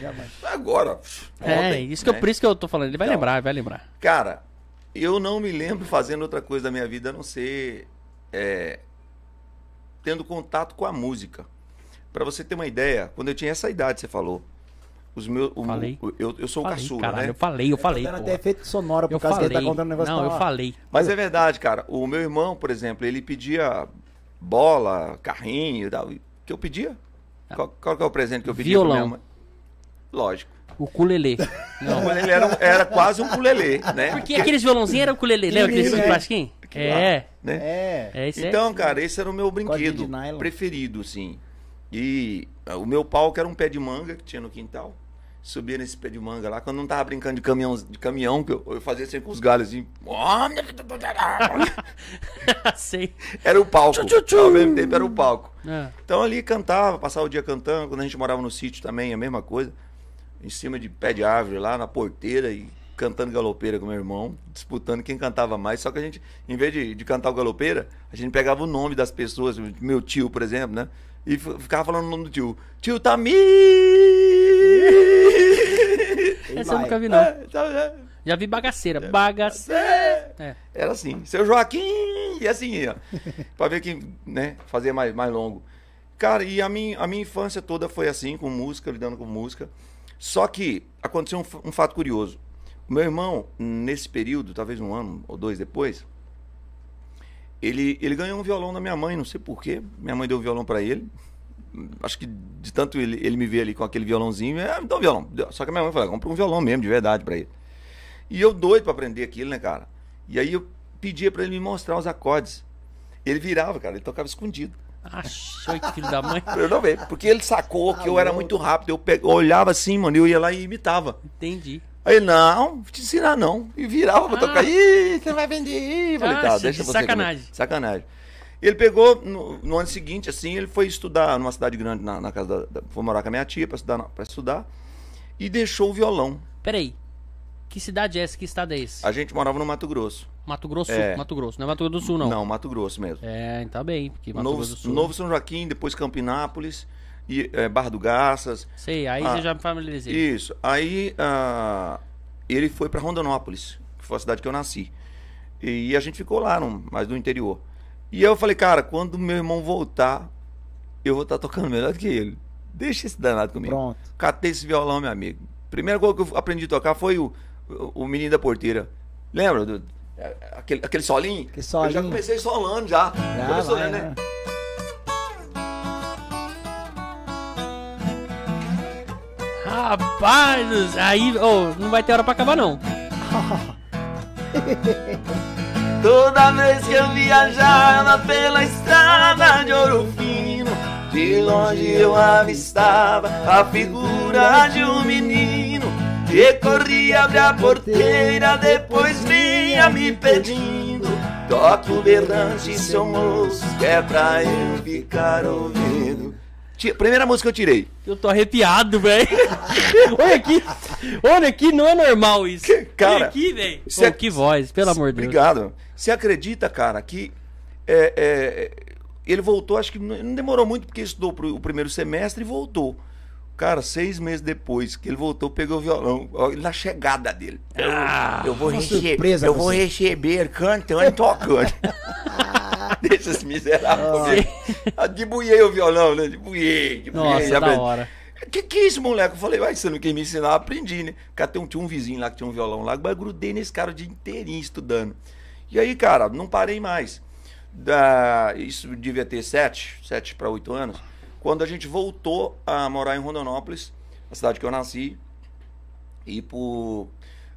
[SPEAKER 3] já mais.
[SPEAKER 2] Agora. pff,
[SPEAKER 1] é,
[SPEAKER 2] ontem,
[SPEAKER 1] isso que eu,
[SPEAKER 2] né?
[SPEAKER 1] por isso que eu tô falando. Ele vai
[SPEAKER 2] Então.
[SPEAKER 1] lembrar, vai lembrar.
[SPEAKER 2] Cara, eu não me lembro fazendo outra coisa da minha vida a não ser é, tendo contato com a música. Pra você ter uma ideia, quando eu tinha essa idade, você falou. Os meus, o-
[SPEAKER 1] Falei.
[SPEAKER 2] o- eu, eu sou o
[SPEAKER 1] falei,
[SPEAKER 2] caçula,
[SPEAKER 1] caralho,
[SPEAKER 2] né?
[SPEAKER 1] eu falei, eu falei.
[SPEAKER 3] Tá dando
[SPEAKER 1] porra.
[SPEAKER 3] até efeito sonoro por
[SPEAKER 1] Eu
[SPEAKER 3] causa
[SPEAKER 1] falei.
[SPEAKER 3] que ele tá contando um negócio
[SPEAKER 1] não,
[SPEAKER 3] da
[SPEAKER 1] eu
[SPEAKER 3] hora.
[SPEAKER 1] falei.
[SPEAKER 2] Mas é verdade, cara. O meu irmão, por exemplo, ele pedia bola, carrinho e tal. E O que eu pedia? Qual, qual que é o presente que eu pedi pra
[SPEAKER 1] Tá. Violão.
[SPEAKER 2] minha mãe? Lógico.
[SPEAKER 1] O culelê. Não.
[SPEAKER 2] Mas ele era, um- era quase um culelê, né?
[SPEAKER 1] Porque aqueles violãozinhos eram ukulele, lembra aqueles
[SPEAKER 3] Isso, é.
[SPEAKER 1] plastiquinhos? É,
[SPEAKER 2] Né?
[SPEAKER 3] É.
[SPEAKER 1] é isso aí.
[SPEAKER 2] Então, cara, esse era o meu
[SPEAKER 3] Cordinha de
[SPEAKER 2] brinquedo
[SPEAKER 3] nylon.
[SPEAKER 2] preferido, assim. E ah, o meu palco era um pé de manga que tinha no quintal. Subia nesse pé de manga lá. Quando não tava brincando de caminhão, de caminhão que eu, eu fazia assim com os galhos, assim.
[SPEAKER 1] sei.
[SPEAKER 2] Era o palco. Ao mesmo tempo era o palco.
[SPEAKER 1] Ah,
[SPEAKER 2] Então ali cantava, passava o dia cantando. Quando a gente morava no sítio também, a mesma coisa. Em cima de pé de árvore lá, na porteira e cantando galopeira com meu irmão, disputando quem cantava mais. Só que a gente, em vez de, de cantar o galopeira, a gente pegava o nome das pessoas, meu tio, por exemplo, né? E fi- ficava falando o nome do tio. Tio Tami!
[SPEAKER 1] Essa eu
[SPEAKER 3] vai.
[SPEAKER 1] nunca vi, não.
[SPEAKER 2] É, tá, é.
[SPEAKER 1] Já vi bagaceira. Bagaceira. É.
[SPEAKER 2] Era assim, seu Joaquim, e assim, ó, pra ver quem, né, fazia mais, mais longo. Cara, e a minha, a minha infância toda foi assim, com música, lidando com música. Só que aconteceu um, fa- um fato curioso. O meu irmão, nesse período, talvez um ano ou dois depois, ele, ele ganhou um violão da minha mãe, não sei porquê. Minha mãe deu um violão pra ele. Acho que de tanto ele, ele me ver ali com aquele violãozinho, é, me dá um violão. Só que a minha mãe falou, compra um violão mesmo, de verdade, pra ele. E eu doido pra aprender aquilo, né, cara? E aí eu pedia pra ele me mostrar os acordes. Ele virava, cara, ele tocava escondido.
[SPEAKER 1] Achou que filho da mãe.
[SPEAKER 2] Eu não vejo, porque ele sacou que eu era
[SPEAKER 1] Tá
[SPEAKER 2] muito rápido. Eu, pe- eu olhava assim, mano, e eu ia lá e imitava.
[SPEAKER 1] Entendi.
[SPEAKER 2] Aí ele, não, vou te ensinar não. E virava pra
[SPEAKER 1] Ah.
[SPEAKER 2] tocar. Ih, você não vai vender. Eu Falei,
[SPEAKER 1] Ah,
[SPEAKER 2] tá,
[SPEAKER 1] sim,
[SPEAKER 2] deixa
[SPEAKER 1] de
[SPEAKER 2] você
[SPEAKER 1] sacanagem.
[SPEAKER 2] comigo. Sacanagem. Ele pegou, no, no ano seguinte, assim, ele foi estudar numa cidade grande, na, na casa da, da- Foi morar com a minha tia pra estudar, na- pra estudar. E deixou o violão.
[SPEAKER 1] Peraí. Que cidade é essa? Que estado é esse?
[SPEAKER 2] A gente morava no Mato Grosso.
[SPEAKER 1] Mato Grosso
[SPEAKER 2] É.
[SPEAKER 1] Mato Grosso. Não é Mato Grosso do Sul, não.
[SPEAKER 2] Não, Mato Grosso mesmo.
[SPEAKER 1] É, tá bem. Porque Mato Grosso do
[SPEAKER 2] Novo,
[SPEAKER 1] Sul.
[SPEAKER 2] Novo São Joaquim, depois Campinápolis, e, eh, Barra do Garças.
[SPEAKER 1] Sei, aí
[SPEAKER 2] Ah.
[SPEAKER 1] você já me familiarizei.
[SPEAKER 2] Isso. Aí ah, ele foi para Rondonópolis, que foi a cidade que eu nasci. E, a gente ficou lá, num- mas no interior. E eu falei, cara, quando meu irmão voltar, eu vou estar tocando melhor do que ele. Deixa esse danado comigo.
[SPEAKER 3] Pronto.
[SPEAKER 2] Catei esse violão, meu amigo. Primeira coisa que eu aprendi a tocar foi o, o, o Menino da Porteira. Lembra? do- é, aquele, aquele solinho?
[SPEAKER 3] Aquele
[SPEAKER 2] Eu já
[SPEAKER 3] solinho.
[SPEAKER 2] comecei solando já.
[SPEAKER 3] Ah,
[SPEAKER 2] Começou,
[SPEAKER 3] vai,
[SPEAKER 2] né?
[SPEAKER 3] vai.
[SPEAKER 1] Rapaz, do céu, aí, ô, não vai ter hora pra acabar, não.
[SPEAKER 2] Toda vez que eu viajava pela estrada de ouro fino, de longe eu avistava a figura de um menino que corria abrir a porteira, depois vinha me pedindo. Toque o berrante, seu moço, que é pra eu ficar ouvindo. Ti- Primeira música que eu tirei.
[SPEAKER 1] Eu tô arrepiado, velho. olha aqui. Olha aqui, não é normal isso.
[SPEAKER 2] Que- cara,
[SPEAKER 1] olha aqui, velho.
[SPEAKER 2] isso é-
[SPEAKER 1] Ô, que voz, pelo amor de Deus.
[SPEAKER 2] Obrigado. Você acredita, cara, que é, é, é, ele voltou, acho que não não demorou muito, porque estudou pro- o primeiro semestre e voltou. Cara, seis meses depois que ele voltou, pegou o violão. ó, Na chegada dele. Eu, eu vou,
[SPEAKER 3] uma
[SPEAKER 2] receber-
[SPEAKER 3] surpresa
[SPEAKER 2] eu
[SPEAKER 3] pra
[SPEAKER 2] vou
[SPEAKER 3] você.
[SPEAKER 2] receber cantando e tocando. Deixa esse miserável comigo. Debuiei o violão, né? Debuiei, debuiei.
[SPEAKER 1] Nossa,
[SPEAKER 2] já
[SPEAKER 1] da
[SPEAKER 2] aprendi.
[SPEAKER 1] hora.
[SPEAKER 2] Que que é isso, moleque? Eu falei, vai, você não quer me ensinar? Eu aprendi, né? Cara, tem um, tinha um vizinho lá que tinha um violão lá, mas eu grudei nesse cara o dia inteirinho estudando. E aí, cara, não parei mais. Da, isso devia ter sete, sete para oito anos. Quando a gente voltou a morar em Rondonópolis, a cidade que eu nasci, e por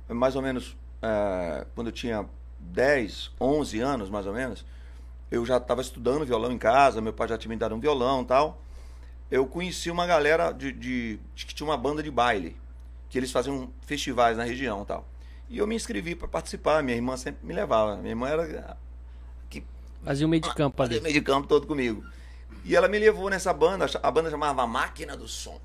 [SPEAKER 2] mais ou menos ah, quando eu tinha 10, 11 anos, mais ou menos, eu já estava estudando violão em casa, meu pai já tinha me dado um violão e tal. Eu conheci uma galera de, de- de que tinha uma banda de baile, que eles faziam festivais na região e tal. E eu me inscrevi para participar, minha irmã sempre me levava. Minha irmã era
[SPEAKER 1] Fazia um meio de campo
[SPEAKER 2] Fazia
[SPEAKER 1] ali.
[SPEAKER 2] meio de campo todo comigo. E ela me levou nessa banda, a banda chamava Máquina do Som.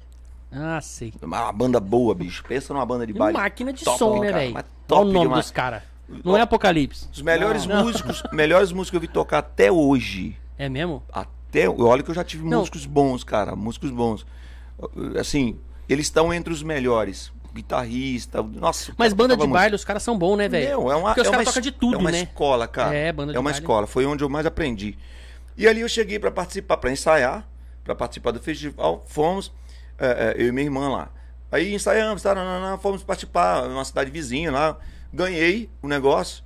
[SPEAKER 1] Ah, sei.
[SPEAKER 2] Uma banda boa, bicho. Pensa numa banda de
[SPEAKER 1] E
[SPEAKER 2] baile.
[SPEAKER 1] máquina de
[SPEAKER 2] top,
[SPEAKER 1] som, né,
[SPEAKER 2] cara?
[SPEAKER 1] velho?
[SPEAKER 2] Mas
[SPEAKER 1] Olha o
[SPEAKER 2] top
[SPEAKER 1] nome
[SPEAKER 2] demais.
[SPEAKER 1] dos caras. Não é Apocalipse.
[SPEAKER 2] Os melhores músicos, melhores músicos que eu vi tocar até hoje.
[SPEAKER 1] É mesmo?
[SPEAKER 2] Até, olha que eu já tive
[SPEAKER 1] Não.
[SPEAKER 2] músicos bons, cara, músicos bons. Assim, eles estão entre os melhores. Guitarrista, nossa. o
[SPEAKER 1] Mas
[SPEAKER 2] cara
[SPEAKER 1] banda
[SPEAKER 2] tocava
[SPEAKER 1] de
[SPEAKER 2] muito.
[SPEAKER 1] baile, os caras são bons, né, velho?
[SPEAKER 2] Não, é uma,
[SPEAKER 1] Porque os
[SPEAKER 2] é uma
[SPEAKER 1] caras tocam
[SPEAKER 2] es-
[SPEAKER 1] de tudo,
[SPEAKER 2] é uma
[SPEAKER 1] né?
[SPEAKER 2] escola, cara.
[SPEAKER 1] É, banda de
[SPEAKER 2] uma
[SPEAKER 1] baile.
[SPEAKER 2] escola. Foi onde eu mais aprendi. E ali eu cheguei para participar, para ensaiar, para participar do festival. Fomos, é, é, eu e minha irmã lá. Aí ensaiamos, tá, taranana, fomos participar, uma cidade vizinha lá. Ganhei o negócio.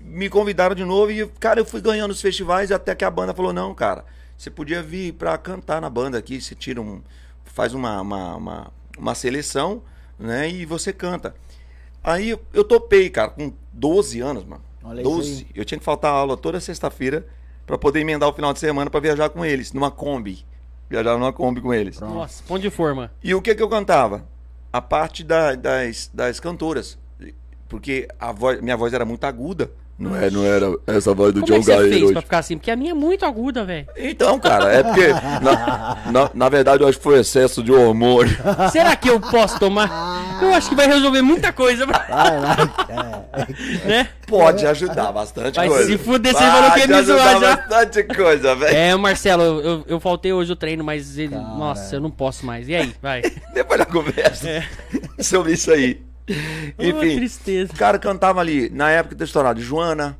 [SPEAKER 2] Me convidaram de novo e, cara, eu fui ganhando os festivais até que a banda falou: não, cara, você podia vir para cantar na banda aqui. Você tira um. faz uma, uma, uma, uma seleção, né? E você canta. Aí eu- eu topei, cara, com 12 anos, mano.
[SPEAKER 3] Olha isso
[SPEAKER 2] 12. Eu tinha que faltar aula toda sexta-feira pra poder emendar o final de semana pra viajar com eles, numa Kombi. Viajava numa Kombi com eles.
[SPEAKER 1] Nossa, pão de forma.
[SPEAKER 2] E o que que eu cantava? A parte da- das, das cantoras. Porque a voz- minha voz era muito aguda. Não, é, não era essa voz do
[SPEAKER 1] Como é que você fez pra ficar assim? Porque a minha é muito aguda, velho.
[SPEAKER 2] Então, cara, é porque. Na, na- na verdade, eu acho que foi excesso de hormônio.
[SPEAKER 1] Será que eu posso tomar? Eu acho que vai resolver muita coisa,
[SPEAKER 3] Ah. Vai lá. É.
[SPEAKER 1] né?
[SPEAKER 2] Pode ajudar bastante
[SPEAKER 1] Vai
[SPEAKER 2] coisa.
[SPEAKER 1] se fuder, você falou que ia me
[SPEAKER 2] Pode ajudar
[SPEAKER 1] zoar já.
[SPEAKER 2] bastante coisa, velho.
[SPEAKER 1] É, Marcelo, eu, eu- eu faltei hoje o treino, mas ele. Nossa, eu não posso mais. E aí, vai.
[SPEAKER 2] Depois da conversa sobre isso aí.
[SPEAKER 1] É. Ô,
[SPEAKER 2] Enfim,
[SPEAKER 1] tristeza.
[SPEAKER 2] o cara cantava ali, na época do estourado, Joana,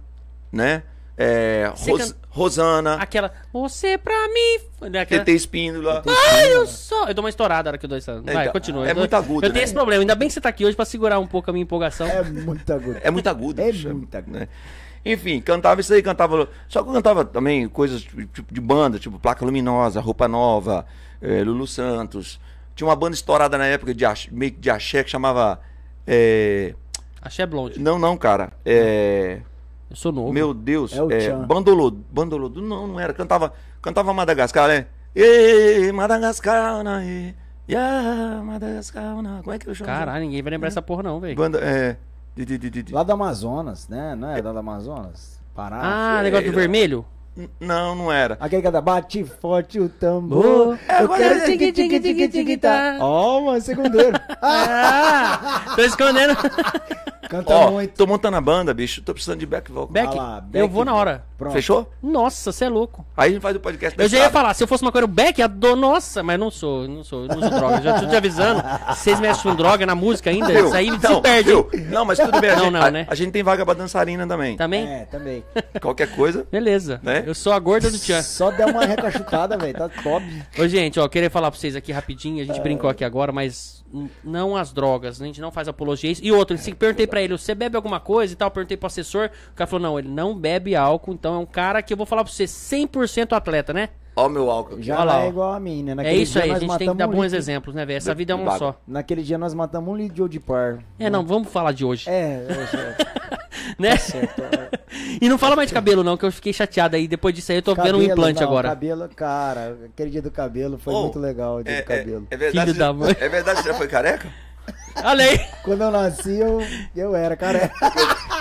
[SPEAKER 2] né? É,
[SPEAKER 1] Você
[SPEAKER 2] Ros-
[SPEAKER 1] can-
[SPEAKER 2] Rosana,
[SPEAKER 1] Aquela. Você pra mim. né, Aquela,
[SPEAKER 2] TT Espíndola.
[SPEAKER 1] Ai, eu só. Eu dou uma estourada na hora que eu dou essa. Vai,
[SPEAKER 2] então,
[SPEAKER 1] continua.
[SPEAKER 2] é
[SPEAKER 1] Eu dou-
[SPEAKER 2] muito agudo,
[SPEAKER 1] Eu tenho
[SPEAKER 2] né?
[SPEAKER 1] esse problema. Ainda bem que você tá aqui hoje pra segurar um pouco a minha empolgação.
[SPEAKER 3] É muito agudo.
[SPEAKER 2] É muito agudo.
[SPEAKER 3] É
[SPEAKER 2] bicho,
[SPEAKER 3] muito agudo.
[SPEAKER 2] né? Enfim, cantava isso aí, cantava. Só que eu cantava também coisas tipo tipo de banda, tipo Placa Luminosa, Roupa Nova, eh, Lulu Santos. Tinha uma banda estourada na época de ax- meio que de axé que chamava. eh,
[SPEAKER 1] Achei é blonde.
[SPEAKER 2] Não, não, cara. É.
[SPEAKER 1] Eu sou novo.
[SPEAKER 2] Meu Deus,
[SPEAKER 3] É o
[SPEAKER 2] é,
[SPEAKER 3] Tchan.
[SPEAKER 2] Bandolodo, Bandolodo, não, não era, cantava, cantava Madagascar, né? Ê, Madagascar, na e, ya, Madagascar, na, como é que eu chamo?
[SPEAKER 1] Caralho, ninguém vai
[SPEAKER 2] Hum.
[SPEAKER 1] lembrar essa porra, não, velho.
[SPEAKER 2] Banda, é, de, de, de, de, de.
[SPEAKER 3] Lá do Amazonas, né? Não é lá do Amazonas? Pará. assim.
[SPEAKER 1] Ah, negócio do vermelho?
[SPEAKER 2] N- não, não era.
[SPEAKER 3] Aquele que bate forte o tambor.
[SPEAKER 2] É, agora é
[SPEAKER 3] tingui, tingui, tingui, tingui, tá. Ó, mano, segundeiro.
[SPEAKER 1] Ah, tô escondendo.
[SPEAKER 3] Canta
[SPEAKER 2] Ó,
[SPEAKER 3] muito.
[SPEAKER 2] tô montando a banda, bicho, tô precisando de back vocal.
[SPEAKER 1] Beck,
[SPEAKER 3] Ah lá, Beck,
[SPEAKER 1] eu vou na hora.
[SPEAKER 3] Pronto.
[SPEAKER 2] Fechou?
[SPEAKER 1] Nossa, você é louco.
[SPEAKER 2] Aí a gente faz o podcast
[SPEAKER 1] Eu
[SPEAKER 2] da
[SPEAKER 1] já ia
[SPEAKER 2] estrada.
[SPEAKER 1] falar, se eu fosse maconheiro Beck, eu do... nossa, mas não sou, não sou, não sou droga. Já tô te avisando. Vocês mexem com droga na música ainda,
[SPEAKER 2] Viu?
[SPEAKER 1] isso aí se
[SPEAKER 2] Então,
[SPEAKER 1] perde.
[SPEAKER 2] viu? Não, mas tudo bem, a,
[SPEAKER 1] Não,
[SPEAKER 2] gente,
[SPEAKER 1] não,
[SPEAKER 2] a-
[SPEAKER 1] né? Tá.
[SPEAKER 2] a gente tem vaga pra dançarina também.
[SPEAKER 1] Também?
[SPEAKER 3] É, também.
[SPEAKER 2] Qualquer coisa.
[SPEAKER 1] Beleza.
[SPEAKER 2] Né?
[SPEAKER 1] Eu sou a gorda do Tchan.
[SPEAKER 3] Só der uma recachutada, velho. Tá top.
[SPEAKER 1] Ô, gente, ó, queria falar pra vocês aqui rapidinho, a gente brincou aqui agora, mas n- não as drogas, né? a gente não faz apologia a isso. E outro, eu perguntei pra ele, você bebe alguma coisa e tal? Perguntei pro assessor, o cara falou, não, ele não bebe álcool, então é um cara que eu vou falar pra você, 100% atleta, né?
[SPEAKER 2] Ó o meu álcool.
[SPEAKER 3] Já
[SPEAKER 1] Olha lá,
[SPEAKER 3] não
[SPEAKER 1] ó.
[SPEAKER 3] é igual a mim, né?
[SPEAKER 1] é isso
[SPEAKER 3] dia
[SPEAKER 1] aí, a
[SPEAKER 3] nós
[SPEAKER 1] gente tem que
[SPEAKER 3] matamos
[SPEAKER 1] dar
[SPEAKER 3] um
[SPEAKER 1] bons
[SPEAKER 3] litro-
[SPEAKER 1] exemplos, né, velho? Essa
[SPEAKER 2] Do-
[SPEAKER 1] vida é
[SPEAKER 2] do
[SPEAKER 1] uma
[SPEAKER 2] bago.
[SPEAKER 1] só.
[SPEAKER 3] Naquele dia nós matamos um litro de ouro de par.
[SPEAKER 1] É, não, vamos falar de hoje,
[SPEAKER 3] É, eu já-
[SPEAKER 1] né?
[SPEAKER 3] certo. é.
[SPEAKER 1] e não fala mais de cabelo, não, que eu fiquei chateado aí. Depois disso aí, eu tô vendo um implante
[SPEAKER 3] não,
[SPEAKER 1] agora.
[SPEAKER 3] Cabelo, cara, aquele dia do cabelo foi
[SPEAKER 2] Oh,
[SPEAKER 3] muito legal, o dia
[SPEAKER 2] É,
[SPEAKER 3] do cabelo.
[SPEAKER 2] é- é verdade,
[SPEAKER 1] Filho da mãe.
[SPEAKER 2] é verdade, você já foi careca?
[SPEAKER 1] Olha aí.
[SPEAKER 3] Quando eu nasci, eu, eu era careca.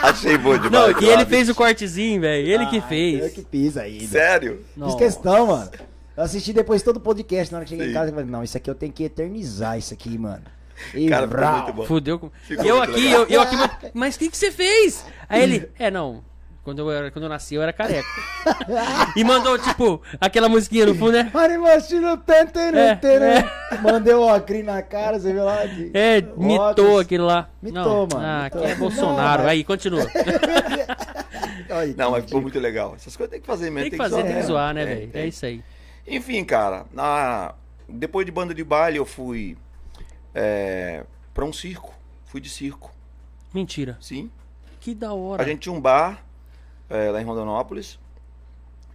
[SPEAKER 2] Achei bom demais.
[SPEAKER 1] Não, e ele
[SPEAKER 2] Flávio.
[SPEAKER 1] fez o cortezinho, velho. Ele que
[SPEAKER 3] Ah, Eu
[SPEAKER 1] fez.
[SPEAKER 3] que fiz aí. né?
[SPEAKER 2] Sério?
[SPEAKER 3] Fiz
[SPEAKER 1] Nossa.
[SPEAKER 3] questão, mano. Eu assisti depois todo o podcast, na hora que cheguei em
[SPEAKER 2] Sim.
[SPEAKER 3] casa, eu falei, não, isso aqui eu tenho que eternizar isso aqui, mano. E
[SPEAKER 2] Cara, foi
[SPEAKER 3] vrau.
[SPEAKER 2] muito bom.
[SPEAKER 1] Fudeu com.
[SPEAKER 2] Ficou
[SPEAKER 1] E eu
[SPEAKER 2] muito
[SPEAKER 1] aqui,
[SPEAKER 2] legal.
[SPEAKER 1] eu, eu aqui. Mas o que, que você fez? Aí ele. É, não. Quando eu, era- quando eu nasci, eu era careca. e mandou, tipo, aquela musiquinha no fundo, né?
[SPEAKER 3] Marimostino, tan, tan,
[SPEAKER 1] É,
[SPEAKER 3] tan, tan. Mandei o Ocri na cara, você viu lá? de-
[SPEAKER 1] É, mitou
[SPEAKER 3] óculos.
[SPEAKER 1] aquilo lá.
[SPEAKER 3] Mitou,
[SPEAKER 1] não.
[SPEAKER 3] mano,
[SPEAKER 1] Ah,
[SPEAKER 3] mitou.
[SPEAKER 1] que é
[SPEAKER 3] Não,
[SPEAKER 1] Bolsonaro.
[SPEAKER 3] mas-
[SPEAKER 1] Aí, continua.
[SPEAKER 3] Olha,
[SPEAKER 2] Não, mas ficou muito legal. Essas coisas tem que fazer mesmo.
[SPEAKER 1] Tem que fazer, tem que
[SPEAKER 2] mesmo.
[SPEAKER 1] zoar, né,
[SPEAKER 2] É,
[SPEAKER 1] velho?
[SPEAKER 2] tem.
[SPEAKER 1] É isso aí.
[SPEAKER 2] Enfim, cara, na- depois de banda de baile eu fui é, pra um circo. Fui de circo,
[SPEAKER 1] Mentira.
[SPEAKER 2] sim.
[SPEAKER 1] Que da
[SPEAKER 2] A
[SPEAKER 1] hora.
[SPEAKER 2] gente tinha um bar é, lá em Rondonópolis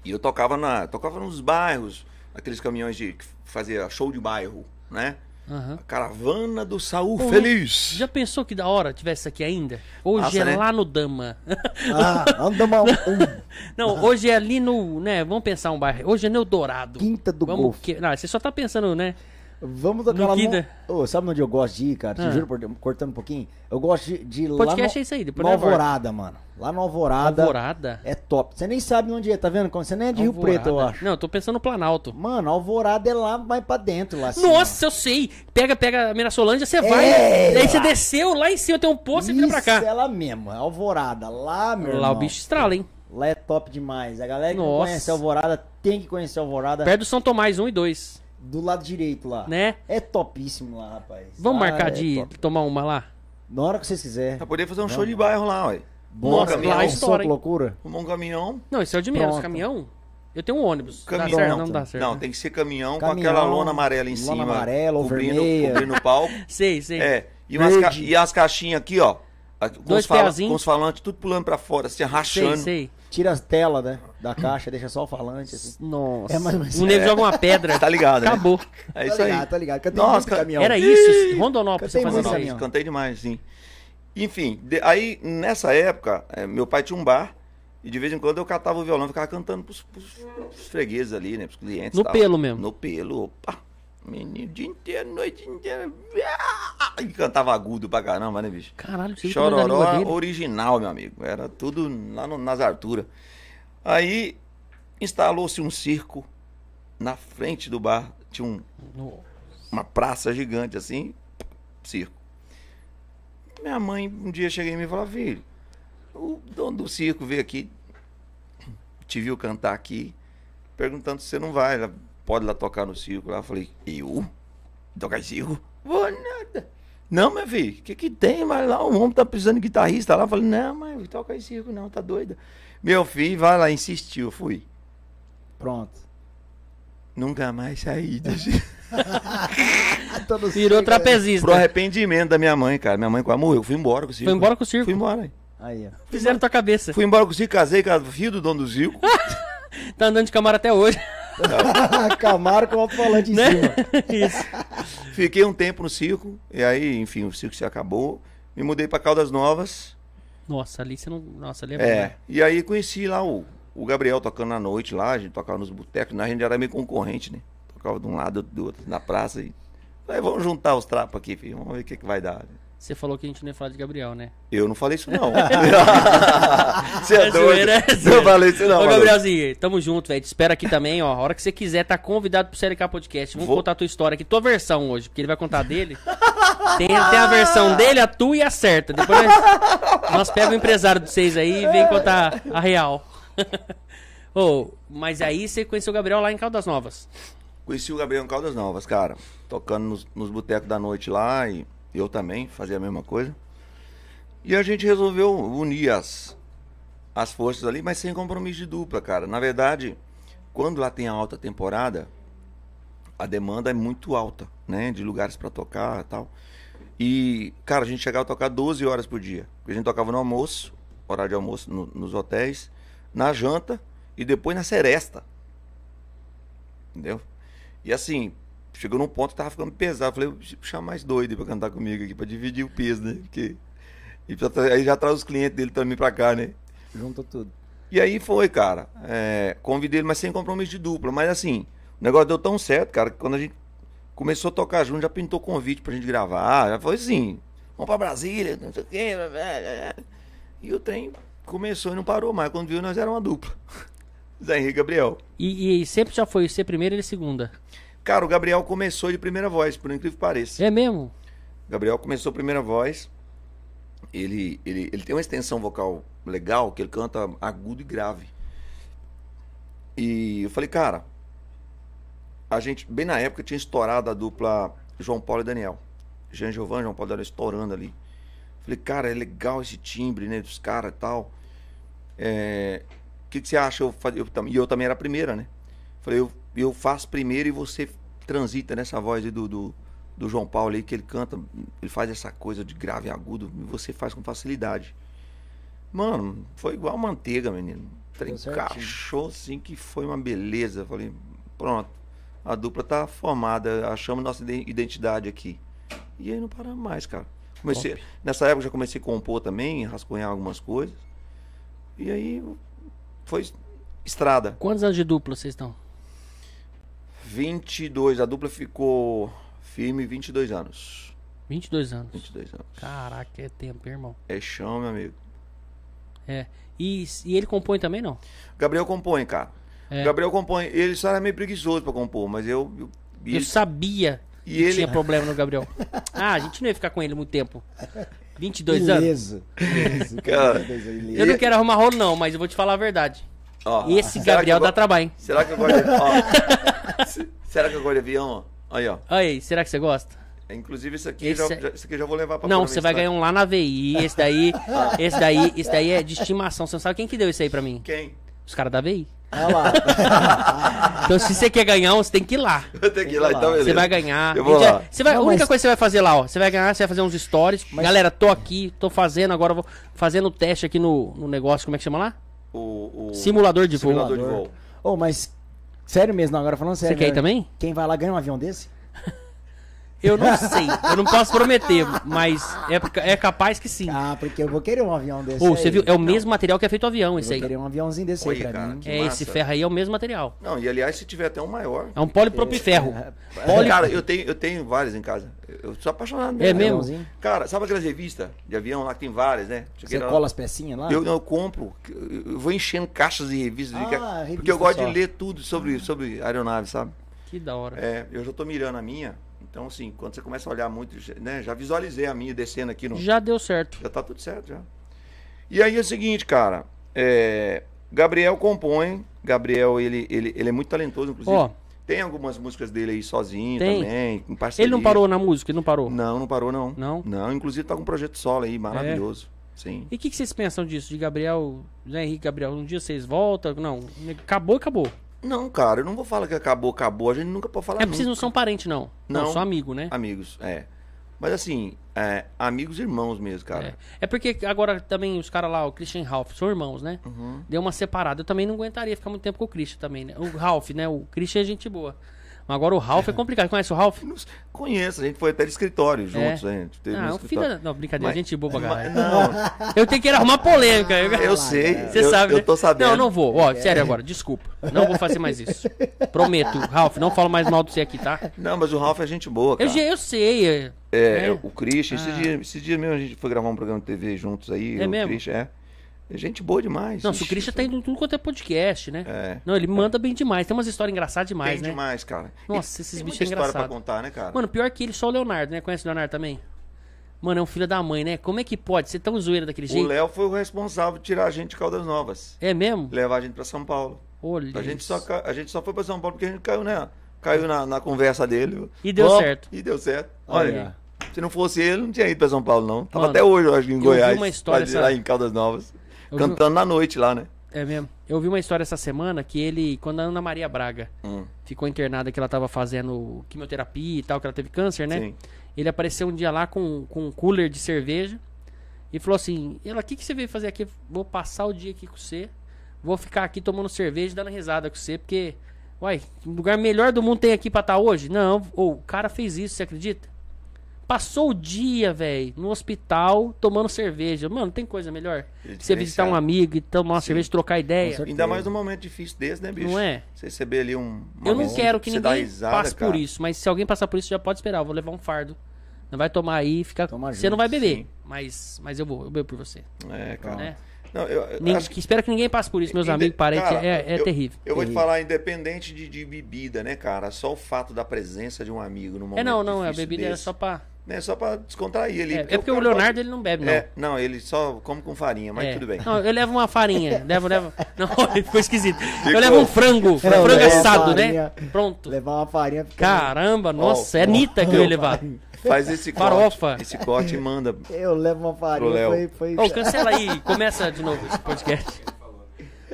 [SPEAKER 2] e eu tocava na, tocava nos bairros, aqueles caminhões de que fazia show de bairro, né?
[SPEAKER 1] Aham.
[SPEAKER 2] A caravana do Saul
[SPEAKER 1] Pô,
[SPEAKER 2] Feliz.
[SPEAKER 1] Já pensou que da hora tivesse aqui ainda? Hoje
[SPEAKER 2] Nossa,
[SPEAKER 1] é
[SPEAKER 2] né?
[SPEAKER 1] lá no Dama.
[SPEAKER 3] Ah, vamos dar uma um
[SPEAKER 1] Não, hoje é ali no, né, vamos pensar um bairro. Hoje é no Eldorado.
[SPEAKER 3] quinta do
[SPEAKER 1] Vamos
[SPEAKER 3] golfe.
[SPEAKER 1] que... Não, você só tá pensando, né?
[SPEAKER 3] Vamos tocar
[SPEAKER 1] No
[SPEAKER 3] lá
[SPEAKER 1] Kida.
[SPEAKER 3] no... Ô, sabe onde eu gosto de ir, cara? Te
[SPEAKER 1] Ah.
[SPEAKER 3] juro, por Deus, cortando um pouquinho. Eu gosto de, de ir lá
[SPEAKER 1] Podcast
[SPEAKER 3] no...
[SPEAKER 1] é isso aí, depois
[SPEAKER 3] no
[SPEAKER 1] nós volta.
[SPEAKER 3] Alvorada, mano. Lá no Alvorada,
[SPEAKER 1] Alvorada.
[SPEAKER 3] é top. Você nem sabe onde é, tá vendo? Como- Você nem é de Rio
[SPEAKER 1] Alvorada.
[SPEAKER 3] Preto, eu acho.
[SPEAKER 1] Não, eu tô pensando no Planalto.
[SPEAKER 3] Mano, Alvorada é lá, vai pra dentro lá. assim,
[SPEAKER 1] Nossa, eu sei. Pega, pega a Mirassolândia, você vai.
[SPEAKER 3] É.
[SPEAKER 1] Aí você desceu lá em cima, tem um
[SPEAKER 3] ó.
[SPEAKER 1] poço e vira pra
[SPEAKER 3] Isso,
[SPEAKER 1] cá.
[SPEAKER 3] é lá mesmo, é Alvorada. Lá, meu
[SPEAKER 1] Lá
[SPEAKER 3] irmão,
[SPEAKER 1] o bicho estrala, hein?
[SPEAKER 3] Lá é top demais. A galera que não
[SPEAKER 1] Nossa.
[SPEAKER 3] conhece Alvorada tem que conhecer Alvorada
[SPEAKER 1] Perto do São Tomás 1 e 2,
[SPEAKER 3] do lado direito lá.
[SPEAKER 1] né?
[SPEAKER 3] É topíssimo lá, rapaz.
[SPEAKER 1] Vamos
[SPEAKER 3] Lá
[SPEAKER 1] marcar
[SPEAKER 3] é
[SPEAKER 1] de Tá
[SPEAKER 3] top.
[SPEAKER 1] tomar uma lá?
[SPEAKER 3] Na hora que vocês quiserem. assim,
[SPEAKER 2] Pra poder fazer um show de bairro lá, ué. Arrumar um
[SPEAKER 1] Nossa, lá
[SPEAKER 2] caminhão,
[SPEAKER 1] é estoura, hein?
[SPEAKER 3] loucura.
[SPEAKER 2] arrumar um caminhão,
[SPEAKER 1] Não, isso é o de menos.
[SPEAKER 3] Pronto.
[SPEAKER 1] Caminhão? Eu tenho um ônibus.
[SPEAKER 2] Caminhão.
[SPEAKER 1] Dá certo?
[SPEAKER 2] Não,
[SPEAKER 1] Não dá certo.
[SPEAKER 2] Não,
[SPEAKER 1] né?
[SPEAKER 2] tem que ser caminhão, com
[SPEAKER 3] Caminhão,
[SPEAKER 2] aquela lona amarela em
[SPEAKER 3] lona
[SPEAKER 2] cima.
[SPEAKER 3] amarela ou
[SPEAKER 2] cobrindo,
[SPEAKER 3] vermelha.
[SPEAKER 2] cobrindo o palco.
[SPEAKER 1] Sei, sei.
[SPEAKER 2] É. E, umas
[SPEAKER 3] Verde.
[SPEAKER 2] ca- e as caixinhas aqui, ó. a- Com
[SPEAKER 1] Dois
[SPEAKER 2] os, fala-
[SPEAKER 1] pezinhos.
[SPEAKER 2] com os falantes tudo pulando pra fora, assim,
[SPEAKER 1] sei,
[SPEAKER 2] rachando.
[SPEAKER 1] sei.
[SPEAKER 3] Tira as telas né, da caixa, deixa só o falante. Assim.
[SPEAKER 1] Nossa.
[SPEAKER 3] É, mas- mas-
[SPEAKER 1] O Um nego joga uma pedra.
[SPEAKER 2] Tá ligado, né?
[SPEAKER 1] Acabou.
[SPEAKER 2] É
[SPEAKER 3] tá
[SPEAKER 2] isso
[SPEAKER 3] ligado,
[SPEAKER 2] aí.
[SPEAKER 3] tá ligado. Cadê
[SPEAKER 2] Nossa,
[SPEAKER 3] muito
[SPEAKER 2] cara,
[SPEAKER 3] caminhão?
[SPEAKER 1] Era isso. Rondonópolis você
[SPEAKER 2] Mas não,
[SPEAKER 1] fazia
[SPEAKER 3] Cantei muito
[SPEAKER 1] isso
[SPEAKER 3] caminhão.
[SPEAKER 1] aí.
[SPEAKER 2] isso, cantei demais, sim. Enfim, de- aí nessa época, eh, meu pai tinha um bar e de vez em quando eu catava o violão e ficava cantando pros, pros, pros fregueses ali, né? Pros clientes. e
[SPEAKER 1] No
[SPEAKER 2] tal.
[SPEAKER 1] pelo mesmo.
[SPEAKER 2] No pelo, opa. Menino, o dia inteiro, noite inteira. ah, E cantava agudo pra caramba, né, bicho?
[SPEAKER 1] Caralho, você viu como é da língua
[SPEAKER 2] Chororó
[SPEAKER 1] dele?
[SPEAKER 2] original, meu amigo. Era tudo lá no- nas Arturas. Aí instalou-se um circo na frente do bar. Tinha um,
[SPEAKER 1] No-
[SPEAKER 2] uma praça gigante assim, circo. Minha mãe um dia cheguei em mim e falou: filho, o dono do circo veio aqui, te viu cantar aqui, perguntando se você não vai, lá- pode lá tocar no circo. Lá eu falei: eu? Tocar em circo? Vou nada. Não, meu filho, o que que tem? Mas lá o homem tá precisando de guitarrista lá. Eu falei: não, mas toca em circo não, tá doida. Meu filho, vai lá, insistiu, fui.
[SPEAKER 3] Pronto.
[SPEAKER 2] Nunca mais saí do circo. Tá
[SPEAKER 1] Virou
[SPEAKER 2] né?
[SPEAKER 1] trapezista.
[SPEAKER 2] Pro arrependimento da minha mãe, cara. Minha mãe quase morreu. Fui embora com o circo.
[SPEAKER 1] né? Foi embora com o circo.
[SPEAKER 2] Fui embora. hein.
[SPEAKER 3] Aí, ó.
[SPEAKER 1] Fizeram tua cabeça.
[SPEAKER 2] Fui embora com o circo, casei com a filha do dono do circo.
[SPEAKER 1] Tá andando de camaro até hoje.
[SPEAKER 2] Tá.
[SPEAKER 3] Camaro com o falante em
[SPEAKER 1] Né?
[SPEAKER 3] cima.
[SPEAKER 1] Isso.
[SPEAKER 2] Fiquei um tempo no circo. E aí, enfim, o circo se acabou. Me mudei pra Caldas Novas.
[SPEAKER 1] Nossa, ali você não. Nossa, ali é. bom,
[SPEAKER 2] É.
[SPEAKER 1] né?
[SPEAKER 2] E aí conheci lá o, o Gabriel tocando à noite lá. A gente tocava nos botecos. né? A gente era meio concorrente, né? Tocava de um lado, outro do outro, na praça. E... Falei, vamos juntar os trapos aqui, filho. Vamos ver o que, que vai dar.
[SPEAKER 1] Você falou que a gente não ia falar de Gabriel, né?
[SPEAKER 2] Eu não falei isso, não. Você é, doido.
[SPEAKER 1] zoeira, é
[SPEAKER 2] não
[SPEAKER 1] zoeira.
[SPEAKER 2] falei isso, não.
[SPEAKER 1] Ô,
[SPEAKER 2] maluco.
[SPEAKER 1] Gabrielzinho, tamo junto, velho. Te espero aqui também, ó. A hora que você quiser, tá convidado pro CLK Podcast. Vamos
[SPEAKER 2] Vou.
[SPEAKER 1] contar a tua história aqui, tua versão hoje, porque ele vai contar a dele. Tem, tem a versão dele, a tua e a certa. Depois nós, nós pega o empresário de vocês aí e vem contar a real. Ô, mas aí você conheceu o Gabriel lá em Caldas Novas.
[SPEAKER 2] Conheci o Gabriel em Caldas Novas, cara. Tocando nos, nos botecos da noite lá e eu também fazia a mesma coisa. E a gente resolveu unir as, as forças ali, mas sem compromisso de dupla, cara. Na verdade, quando lá tem a alta temporada, a demanda é muito alta, né? De lugares pra tocar e tal. E, cara, a gente chegava a tocar 12 horas por dia. Porque a gente tocava no almoço, horário de almoço no- nos hotéis, na janta e depois na seresta. Entendeu? E assim, chegou num ponto que tava ficando pesado. Falei, "Deixa eu chamar mais doido aí pra cantar comigo aqui, pra dividir o peso, né? Porque... E pra tra- aí já traz os clientes dele também pra cá, né?
[SPEAKER 3] Junta tudo.
[SPEAKER 2] E aí foi, cara. É, convidei ele, mas sem compromisso de dupla. Mas assim, o negócio deu tão certo, cara, que quando a gente começou a tocar junto, já pintou convite pra gente gravar. Já foi assim, vamos pra Brasília, não sei o quê. blá, blá, blá. E o trem começou e não parou mais. Quando viu, nós era uma dupla. Zé Henrique e Gabriel.
[SPEAKER 1] E, e sempre já foi ser primeira e ele segunda.
[SPEAKER 2] Cara, o Gabriel começou de primeira voz, por incrível que pareça.
[SPEAKER 1] É mesmo?
[SPEAKER 2] Gabriel começou a primeira voz. ele, ele, ele tem uma extensão vocal legal que ele canta agudo e grave. E eu falei, cara, a gente, bem na época, tinha estourado a dupla João Paulo e Daniel. Jean Giovanni, João Paulo e Daniel estourando ali. Falei, cara, é legal esse timbre, né, dos caras e tal. É, O que, que você acha? Eu, faz- eu, tam- e eu também era a primeira, né? Falei, eu, eu faço primeiro e você transita nessa voz aí do, do, do João Paulo aí, que ele canta, ele faz essa coisa de grave e agudo, e você faz com facilidade. Mano, foi igual manteiga, menino. Falei,
[SPEAKER 3] Deu certinho.
[SPEAKER 2] encaixou assim que foi uma beleza. Falei, pronto, a dupla tá formada, achamos nossa iden- identidade aqui. E aí não paramos mais, cara. Comecei, nessa época eu já comecei a compor também, rascunhar algumas coisas. E aí foi estrada.
[SPEAKER 1] Quantos anos de dupla vocês estão?
[SPEAKER 2] 22, a dupla ficou firme 22 anos.
[SPEAKER 1] 22 anos.
[SPEAKER 2] 22 anos.
[SPEAKER 1] Caraca, é tempo, hein, irmão.
[SPEAKER 2] É chão, meu amigo.
[SPEAKER 1] É. E, e ele compõe também, não?
[SPEAKER 2] Gabriel compõe, cara.
[SPEAKER 1] É.
[SPEAKER 2] Gabriel compõe. Ele só era meio preguiçoso pra compor, mas eu. eu- e
[SPEAKER 1] Eu sabia que
[SPEAKER 2] e ele-
[SPEAKER 1] tinha problema no Gabriel. Ah, a gente não ia ficar com ele muito tempo. 22 anos.
[SPEAKER 3] Ileso. Ileso, cara,
[SPEAKER 2] Cara,
[SPEAKER 3] ileso, ileso.
[SPEAKER 1] Eu não quero arrumar rolo, não, mas eu vou te falar a verdade.
[SPEAKER 2] ó,
[SPEAKER 1] Esse
[SPEAKER 2] Ah, será que
[SPEAKER 1] Gabriel
[SPEAKER 2] eu go-
[SPEAKER 1] dá trabalho, hein?
[SPEAKER 2] Será que eu gosto de. ó, se- será que eu gosto de avião? ó? Aí, ó.
[SPEAKER 1] Olha aí, será que você gosta?
[SPEAKER 2] Inclusive, isso aqui,
[SPEAKER 1] Esse
[SPEAKER 2] já,
[SPEAKER 1] é-
[SPEAKER 2] já- isso aqui eu já vou levar pra
[SPEAKER 1] Não,
[SPEAKER 2] fora
[SPEAKER 1] você
[SPEAKER 2] minha
[SPEAKER 1] vai
[SPEAKER 2] estante.
[SPEAKER 1] ganhar um lá na VI. Esse daí,
[SPEAKER 2] Ah.
[SPEAKER 1] esse daí, esse daí é de estimação. Você não sabe quem que deu isso aí pra mim?
[SPEAKER 2] Quem?
[SPEAKER 1] Os caras da VI.
[SPEAKER 3] Olha lá.
[SPEAKER 2] Tá
[SPEAKER 1] Então, se você quer ganhar, um, você tem que ir lá.
[SPEAKER 2] Eu tenho que ir lá, então, beleza.
[SPEAKER 1] Você vai ganhar.
[SPEAKER 2] Eu vou
[SPEAKER 1] Gente,
[SPEAKER 2] lá.
[SPEAKER 1] é- Você vai,
[SPEAKER 3] Não,
[SPEAKER 1] a única
[SPEAKER 3] mas-
[SPEAKER 1] coisa que você vai fazer lá, ó. Você vai ganhar, você vai fazer uns stories.
[SPEAKER 3] Mas-
[SPEAKER 1] Galera, tô aqui, tô fazendo, agora eu vou fazendo o teste aqui no, no negócio, como é que chama lá?
[SPEAKER 2] O, o-
[SPEAKER 1] Simulador de voo.
[SPEAKER 2] Simulador de voo.
[SPEAKER 3] Ô, mas. Sério mesmo, não, agora falando
[SPEAKER 1] Você
[SPEAKER 3] sério.
[SPEAKER 1] quer ir
[SPEAKER 3] né?
[SPEAKER 1] também?
[SPEAKER 3] Quem vai lá ganha um avião desse?
[SPEAKER 1] Eu não sei, eu não posso prometer, mas é, é capaz que sim.
[SPEAKER 3] Ah, porque eu vou querer um avião desse.
[SPEAKER 1] Ô,
[SPEAKER 3] aí.
[SPEAKER 1] você viu? É o mesmo material que é feito o avião,
[SPEAKER 3] Eu
[SPEAKER 1] esse
[SPEAKER 3] vou
[SPEAKER 1] aí.
[SPEAKER 3] querer um aviãozinho desse aí
[SPEAKER 2] Olha,
[SPEAKER 3] pra
[SPEAKER 2] cara,
[SPEAKER 3] mim.
[SPEAKER 2] que-
[SPEAKER 1] É,
[SPEAKER 2] massa.
[SPEAKER 1] esse ferro aí é o mesmo material.
[SPEAKER 2] Não, e aliás, se tiver até um maior.
[SPEAKER 1] É um polipropiferro.
[SPEAKER 3] é.
[SPEAKER 2] Cara, eu tenho, eu tenho vários em casa. Eu sou apaixonado né?
[SPEAKER 1] É mesmo?
[SPEAKER 3] Aviãozinho.
[SPEAKER 2] Cara, sabe aquelas revistas de avião lá que tem várias, né? Sei
[SPEAKER 3] Você
[SPEAKER 2] que lá-
[SPEAKER 3] cola assim? as pecinhas lá?
[SPEAKER 2] Eu, eu compro, eu vou enchendo caixas de revistas, de
[SPEAKER 3] Ah,
[SPEAKER 2] ca-
[SPEAKER 3] revista
[SPEAKER 2] porque eu gosto
[SPEAKER 3] só. Ah.
[SPEAKER 2] de ler tudo sobre, sobre aeronave, sabe?
[SPEAKER 1] Que da hora.
[SPEAKER 2] É, eu já tô mirando a minha, então assim, quando você começa a olhar muito, né, já visualizei a minha descendo aqui no...
[SPEAKER 1] Já deu certo.
[SPEAKER 2] Já tá tudo certo, já. E aí é o seguinte, cara, é, Gabriel compõe, Gabriel, ele, ele, ele é muito talentoso, inclusive.
[SPEAKER 1] Ó.
[SPEAKER 2] Tem algumas músicas dele aí sozinho
[SPEAKER 1] Tem.
[SPEAKER 2] também, com parceria.
[SPEAKER 1] Ele não parou na música, ele não parou.
[SPEAKER 2] Não, não parou não.
[SPEAKER 1] Não? É.
[SPEAKER 2] Não, inclusive tá com um projeto solo aí, maravilhoso. Sim.
[SPEAKER 1] E o que, que vocês pensam disso? De Gabriel, Zé Henrique Gabriel, um dia vocês voltam? Não, acabou, acabou.
[SPEAKER 2] Não, cara, eu não vou falar que acabou, acabou. A gente nunca pode falar
[SPEAKER 1] É porque vocês não
[SPEAKER 2] nunca.
[SPEAKER 1] são parentes, não. Não,
[SPEAKER 2] Não.
[SPEAKER 1] só amigo, né?
[SPEAKER 2] Amigos, é. Mas assim, é, amigos e irmãos mesmo,
[SPEAKER 1] É.
[SPEAKER 2] cara.
[SPEAKER 1] É porque agora também os caras lá, o Christian e Ralph, são irmãos, né?
[SPEAKER 2] Uhum.
[SPEAKER 1] Deu uma separada. Eu também não aguentaria ficar muito tempo com o Christian também, né? O Ralph, né? O Christian é gente boa. Mas agora o Ralph é complicado. Conhece o Ralph?
[SPEAKER 2] Nos- Conheço, a gente foi até de escritório juntos, a gente teve um
[SPEAKER 1] É. Ah, o filho
[SPEAKER 2] escritório.
[SPEAKER 1] da... Não, brincadeira,
[SPEAKER 2] Mas- é,
[SPEAKER 1] gente boa pra
[SPEAKER 2] Mas-
[SPEAKER 1] caralho.
[SPEAKER 2] Não,
[SPEAKER 1] Eu tenho que ir arrumar polêmica.
[SPEAKER 2] eu sei.
[SPEAKER 1] Você
[SPEAKER 2] eu,
[SPEAKER 1] sabe, né?
[SPEAKER 2] Eu tô sabendo. É.
[SPEAKER 1] Não, não vou. Ó, sério agora, desculpa. Não vou fazer mais isso. Prometo, Ralph, não falo mais mal de você aqui, tá?
[SPEAKER 2] Não, mas o Ralph é gente boa,
[SPEAKER 1] Eu,
[SPEAKER 2] cara.
[SPEAKER 1] já- eu sei. é-
[SPEAKER 2] É,
[SPEAKER 1] é.
[SPEAKER 2] o Christian, esse, dia, esse dia mesmo a gente foi gravar um programa de TV juntos aí.
[SPEAKER 1] É
[SPEAKER 2] o
[SPEAKER 1] mesmo?
[SPEAKER 2] Christian, é. É gente boa demais.
[SPEAKER 1] Não, se o
[SPEAKER 2] Ixi,
[SPEAKER 1] Christian tá indo em tudo quanto é podcast, né?
[SPEAKER 2] É.
[SPEAKER 1] Não, ele manda bem demais. Tem umas histórias engraçadas demais,
[SPEAKER 2] Tem
[SPEAKER 1] né?
[SPEAKER 2] demais, cara.
[SPEAKER 1] Nossa, esses
[SPEAKER 2] tem
[SPEAKER 1] bichos
[SPEAKER 2] muita
[SPEAKER 1] é
[SPEAKER 2] história pra
[SPEAKER 1] engraçado.
[SPEAKER 2] contar, né, cara?
[SPEAKER 1] Mano, pior que ele, só o Leonardo, né? Conhece o Leonardo também? Mano, é um filho da mãe, né? Como é que pode ser tão zoeira daquele
[SPEAKER 2] o
[SPEAKER 1] jeito?
[SPEAKER 2] Léo foi o responsável de tirar a gente de Caldas Novas.
[SPEAKER 1] É mesmo?
[SPEAKER 2] Levar a gente pra São Paulo.
[SPEAKER 1] Olha.
[SPEAKER 2] A gente, só,
[SPEAKER 1] isso.
[SPEAKER 2] ca- a gente só foi pra São Paulo porque a gente caiu, né? Caiu na, na conversa dele.
[SPEAKER 1] E deu
[SPEAKER 2] Ó,
[SPEAKER 1] certo.
[SPEAKER 2] E deu certo.
[SPEAKER 3] Olha.
[SPEAKER 2] Olha, se não fosse ele, não tinha ido pra São Paulo, não. Tava
[SPEAKER 1] Mano,
[SPEAKER 2] até hoje, eu acho, em
[SPEAKER 1] vi
[SPEAKER 2] Goiás.
[SPEAKER 1] uma
[SPEAKER 2] lá,
[SPEAKER 1] história essa-
[SPEAKER 2] lá em Caldas Novas.
[SPEAKER 1] Eu vi-
[SPEAKER 2] Cantando na noite lá, né?
[SPEAKER 1] É mesmo. Eu vi uma história essa semana que ele, quando a Ana Maria Braga
[SPEAKER 2] Hum.
[SPEAKER 1] ficou internada, que ela tava fazendo quimioterapia e tal, que ela teve câncer, né?
[SPEAKER 2] Sim.
[SPEAKER 1] Ele apareceu um dia lá com, com um cooler de cerveja e falou assim: Ela, o que, que você veio fazer aqui? Vou passar o dia aqui com você, vou ficar aqui tomando cerveja e dando risada com você, porque, uai, que lugar melhor do mundo tem aqui pra estar hoje? Não, ou, o cara fez isso, você acredita? Passou o dia, velho, no hospital tomando cerveja. Mano, tem coisa melhor?
[SPEAKER 2] É
[SPEAKER 1] Você visitar um
[SPEAKER 2] diferenciado.
[SPEAKER 1] amigo e tomar uma cerveja, trocar ideia.
[SPEAKER 3] certeza.
[SPEAKER 2] Ainda mais num momento difícil desse, né, bicho?
[SPEAKER 1] Não é?
[SPEAKER 2] Você receber ali um. uma
[SPEAKER 1] Eu não
[SPEAKER 2] música
[SPEAKER 1] quero que
[SPEAKER 2] você dá
[SPEAKER 1] ninguém
[SPEAKER 2] risada,
[SPEAKER 1] passe por
[SPEAKER 2] cara.
[SPEAKER 1] isso, mas se alguém passar por isso, já pode esperar. Eu vou levar um fardo. Não vai tomar aí e ficar.
[SPEAKER 3] Toma
[SPEAKER 1] Você
[SPEAKER 3] junto,
[SPEAKER 1] não vai beber,
[SPEAKER 2] sim.
[SPEAKER 1] mas, mas eu vou, eu bebo por você.
[SPEAKER 2] É, cara.
[SPEAKER 1] né?
[SPEAKER 2] Não, eu, eu
[SPEAKER 1] Nem-
[SPEAKER 2] acho que.
[SPEAKER 1] que... Espero que ninguém passe por isso, meus
[SPEAKER 2] Inde-
[SPEAKER 1] amigos, parentes.
[SPEAKER 2] cara,
[SPEAKER 1] é é
[SPEAKER 2] eu-
[SPEAKER 1] terrível.
[SPEAKER 2] Eu vou te
[SPEAKER 3] Terrível.
[SPEAKER 2] falar, independente de, de bebida, né, cara? Só o fato da presença de um amigo no momento.
[SPEAKER 1] É não, não, a
[SPEAKER 2] difícil
[SPEAKER 1] bebida é
[SPEAKER 2] desse.
[SPEAKER 1] só pra.
[SPEAKER 2] né? Só pra descontrair ele.
[SPEAKER 1] É, é porque o
[SPEAKER 2] cara
[SPEAKER 1] Leonardo
[SPEAKER 2] pode-
[SPEAKER 1] ele não bebe, não.
[SPEAKER 2] É, não, ele só come com farinha, mas
[SPEAKER 1] É.
[SPEAKER 2] tudo bem.
[SPEAKER 1] Não, eu levo uma farinha. levo, levo. Não, ficou esquisito. Eu
[SPEAKER 2] Ficou.
[SPEAKER 1] levo um frango.
[SPEAKER 3] Não,
[SPEAKER 1] frango
[SPEAKER 3] leva
[SPEAKER 1] assado,
[SPEAKER 3] farinha.
[SPEAKER 1] né? Pronto.
[SPEAKER 3] Levar uma farinha. fica-
[SPEAKER 1] Caramba, nossa, é Anitta que eu ia levar.
[SPEAKER 2] Faz esse corte.
[SPEAKER 1] Farofa.
[SPEAKER 2] Esse corte e manda.
[SPEAKER 3] Eu levo uma
[SPEAKER 2] Pro
[SPEAKER 3] farinha.
[SPEAKER 2] Léo.
[SPEAKER 3] Foi, foi...
[SPEAKER 1] Ô, cancela aí, começa de novo esse podcast.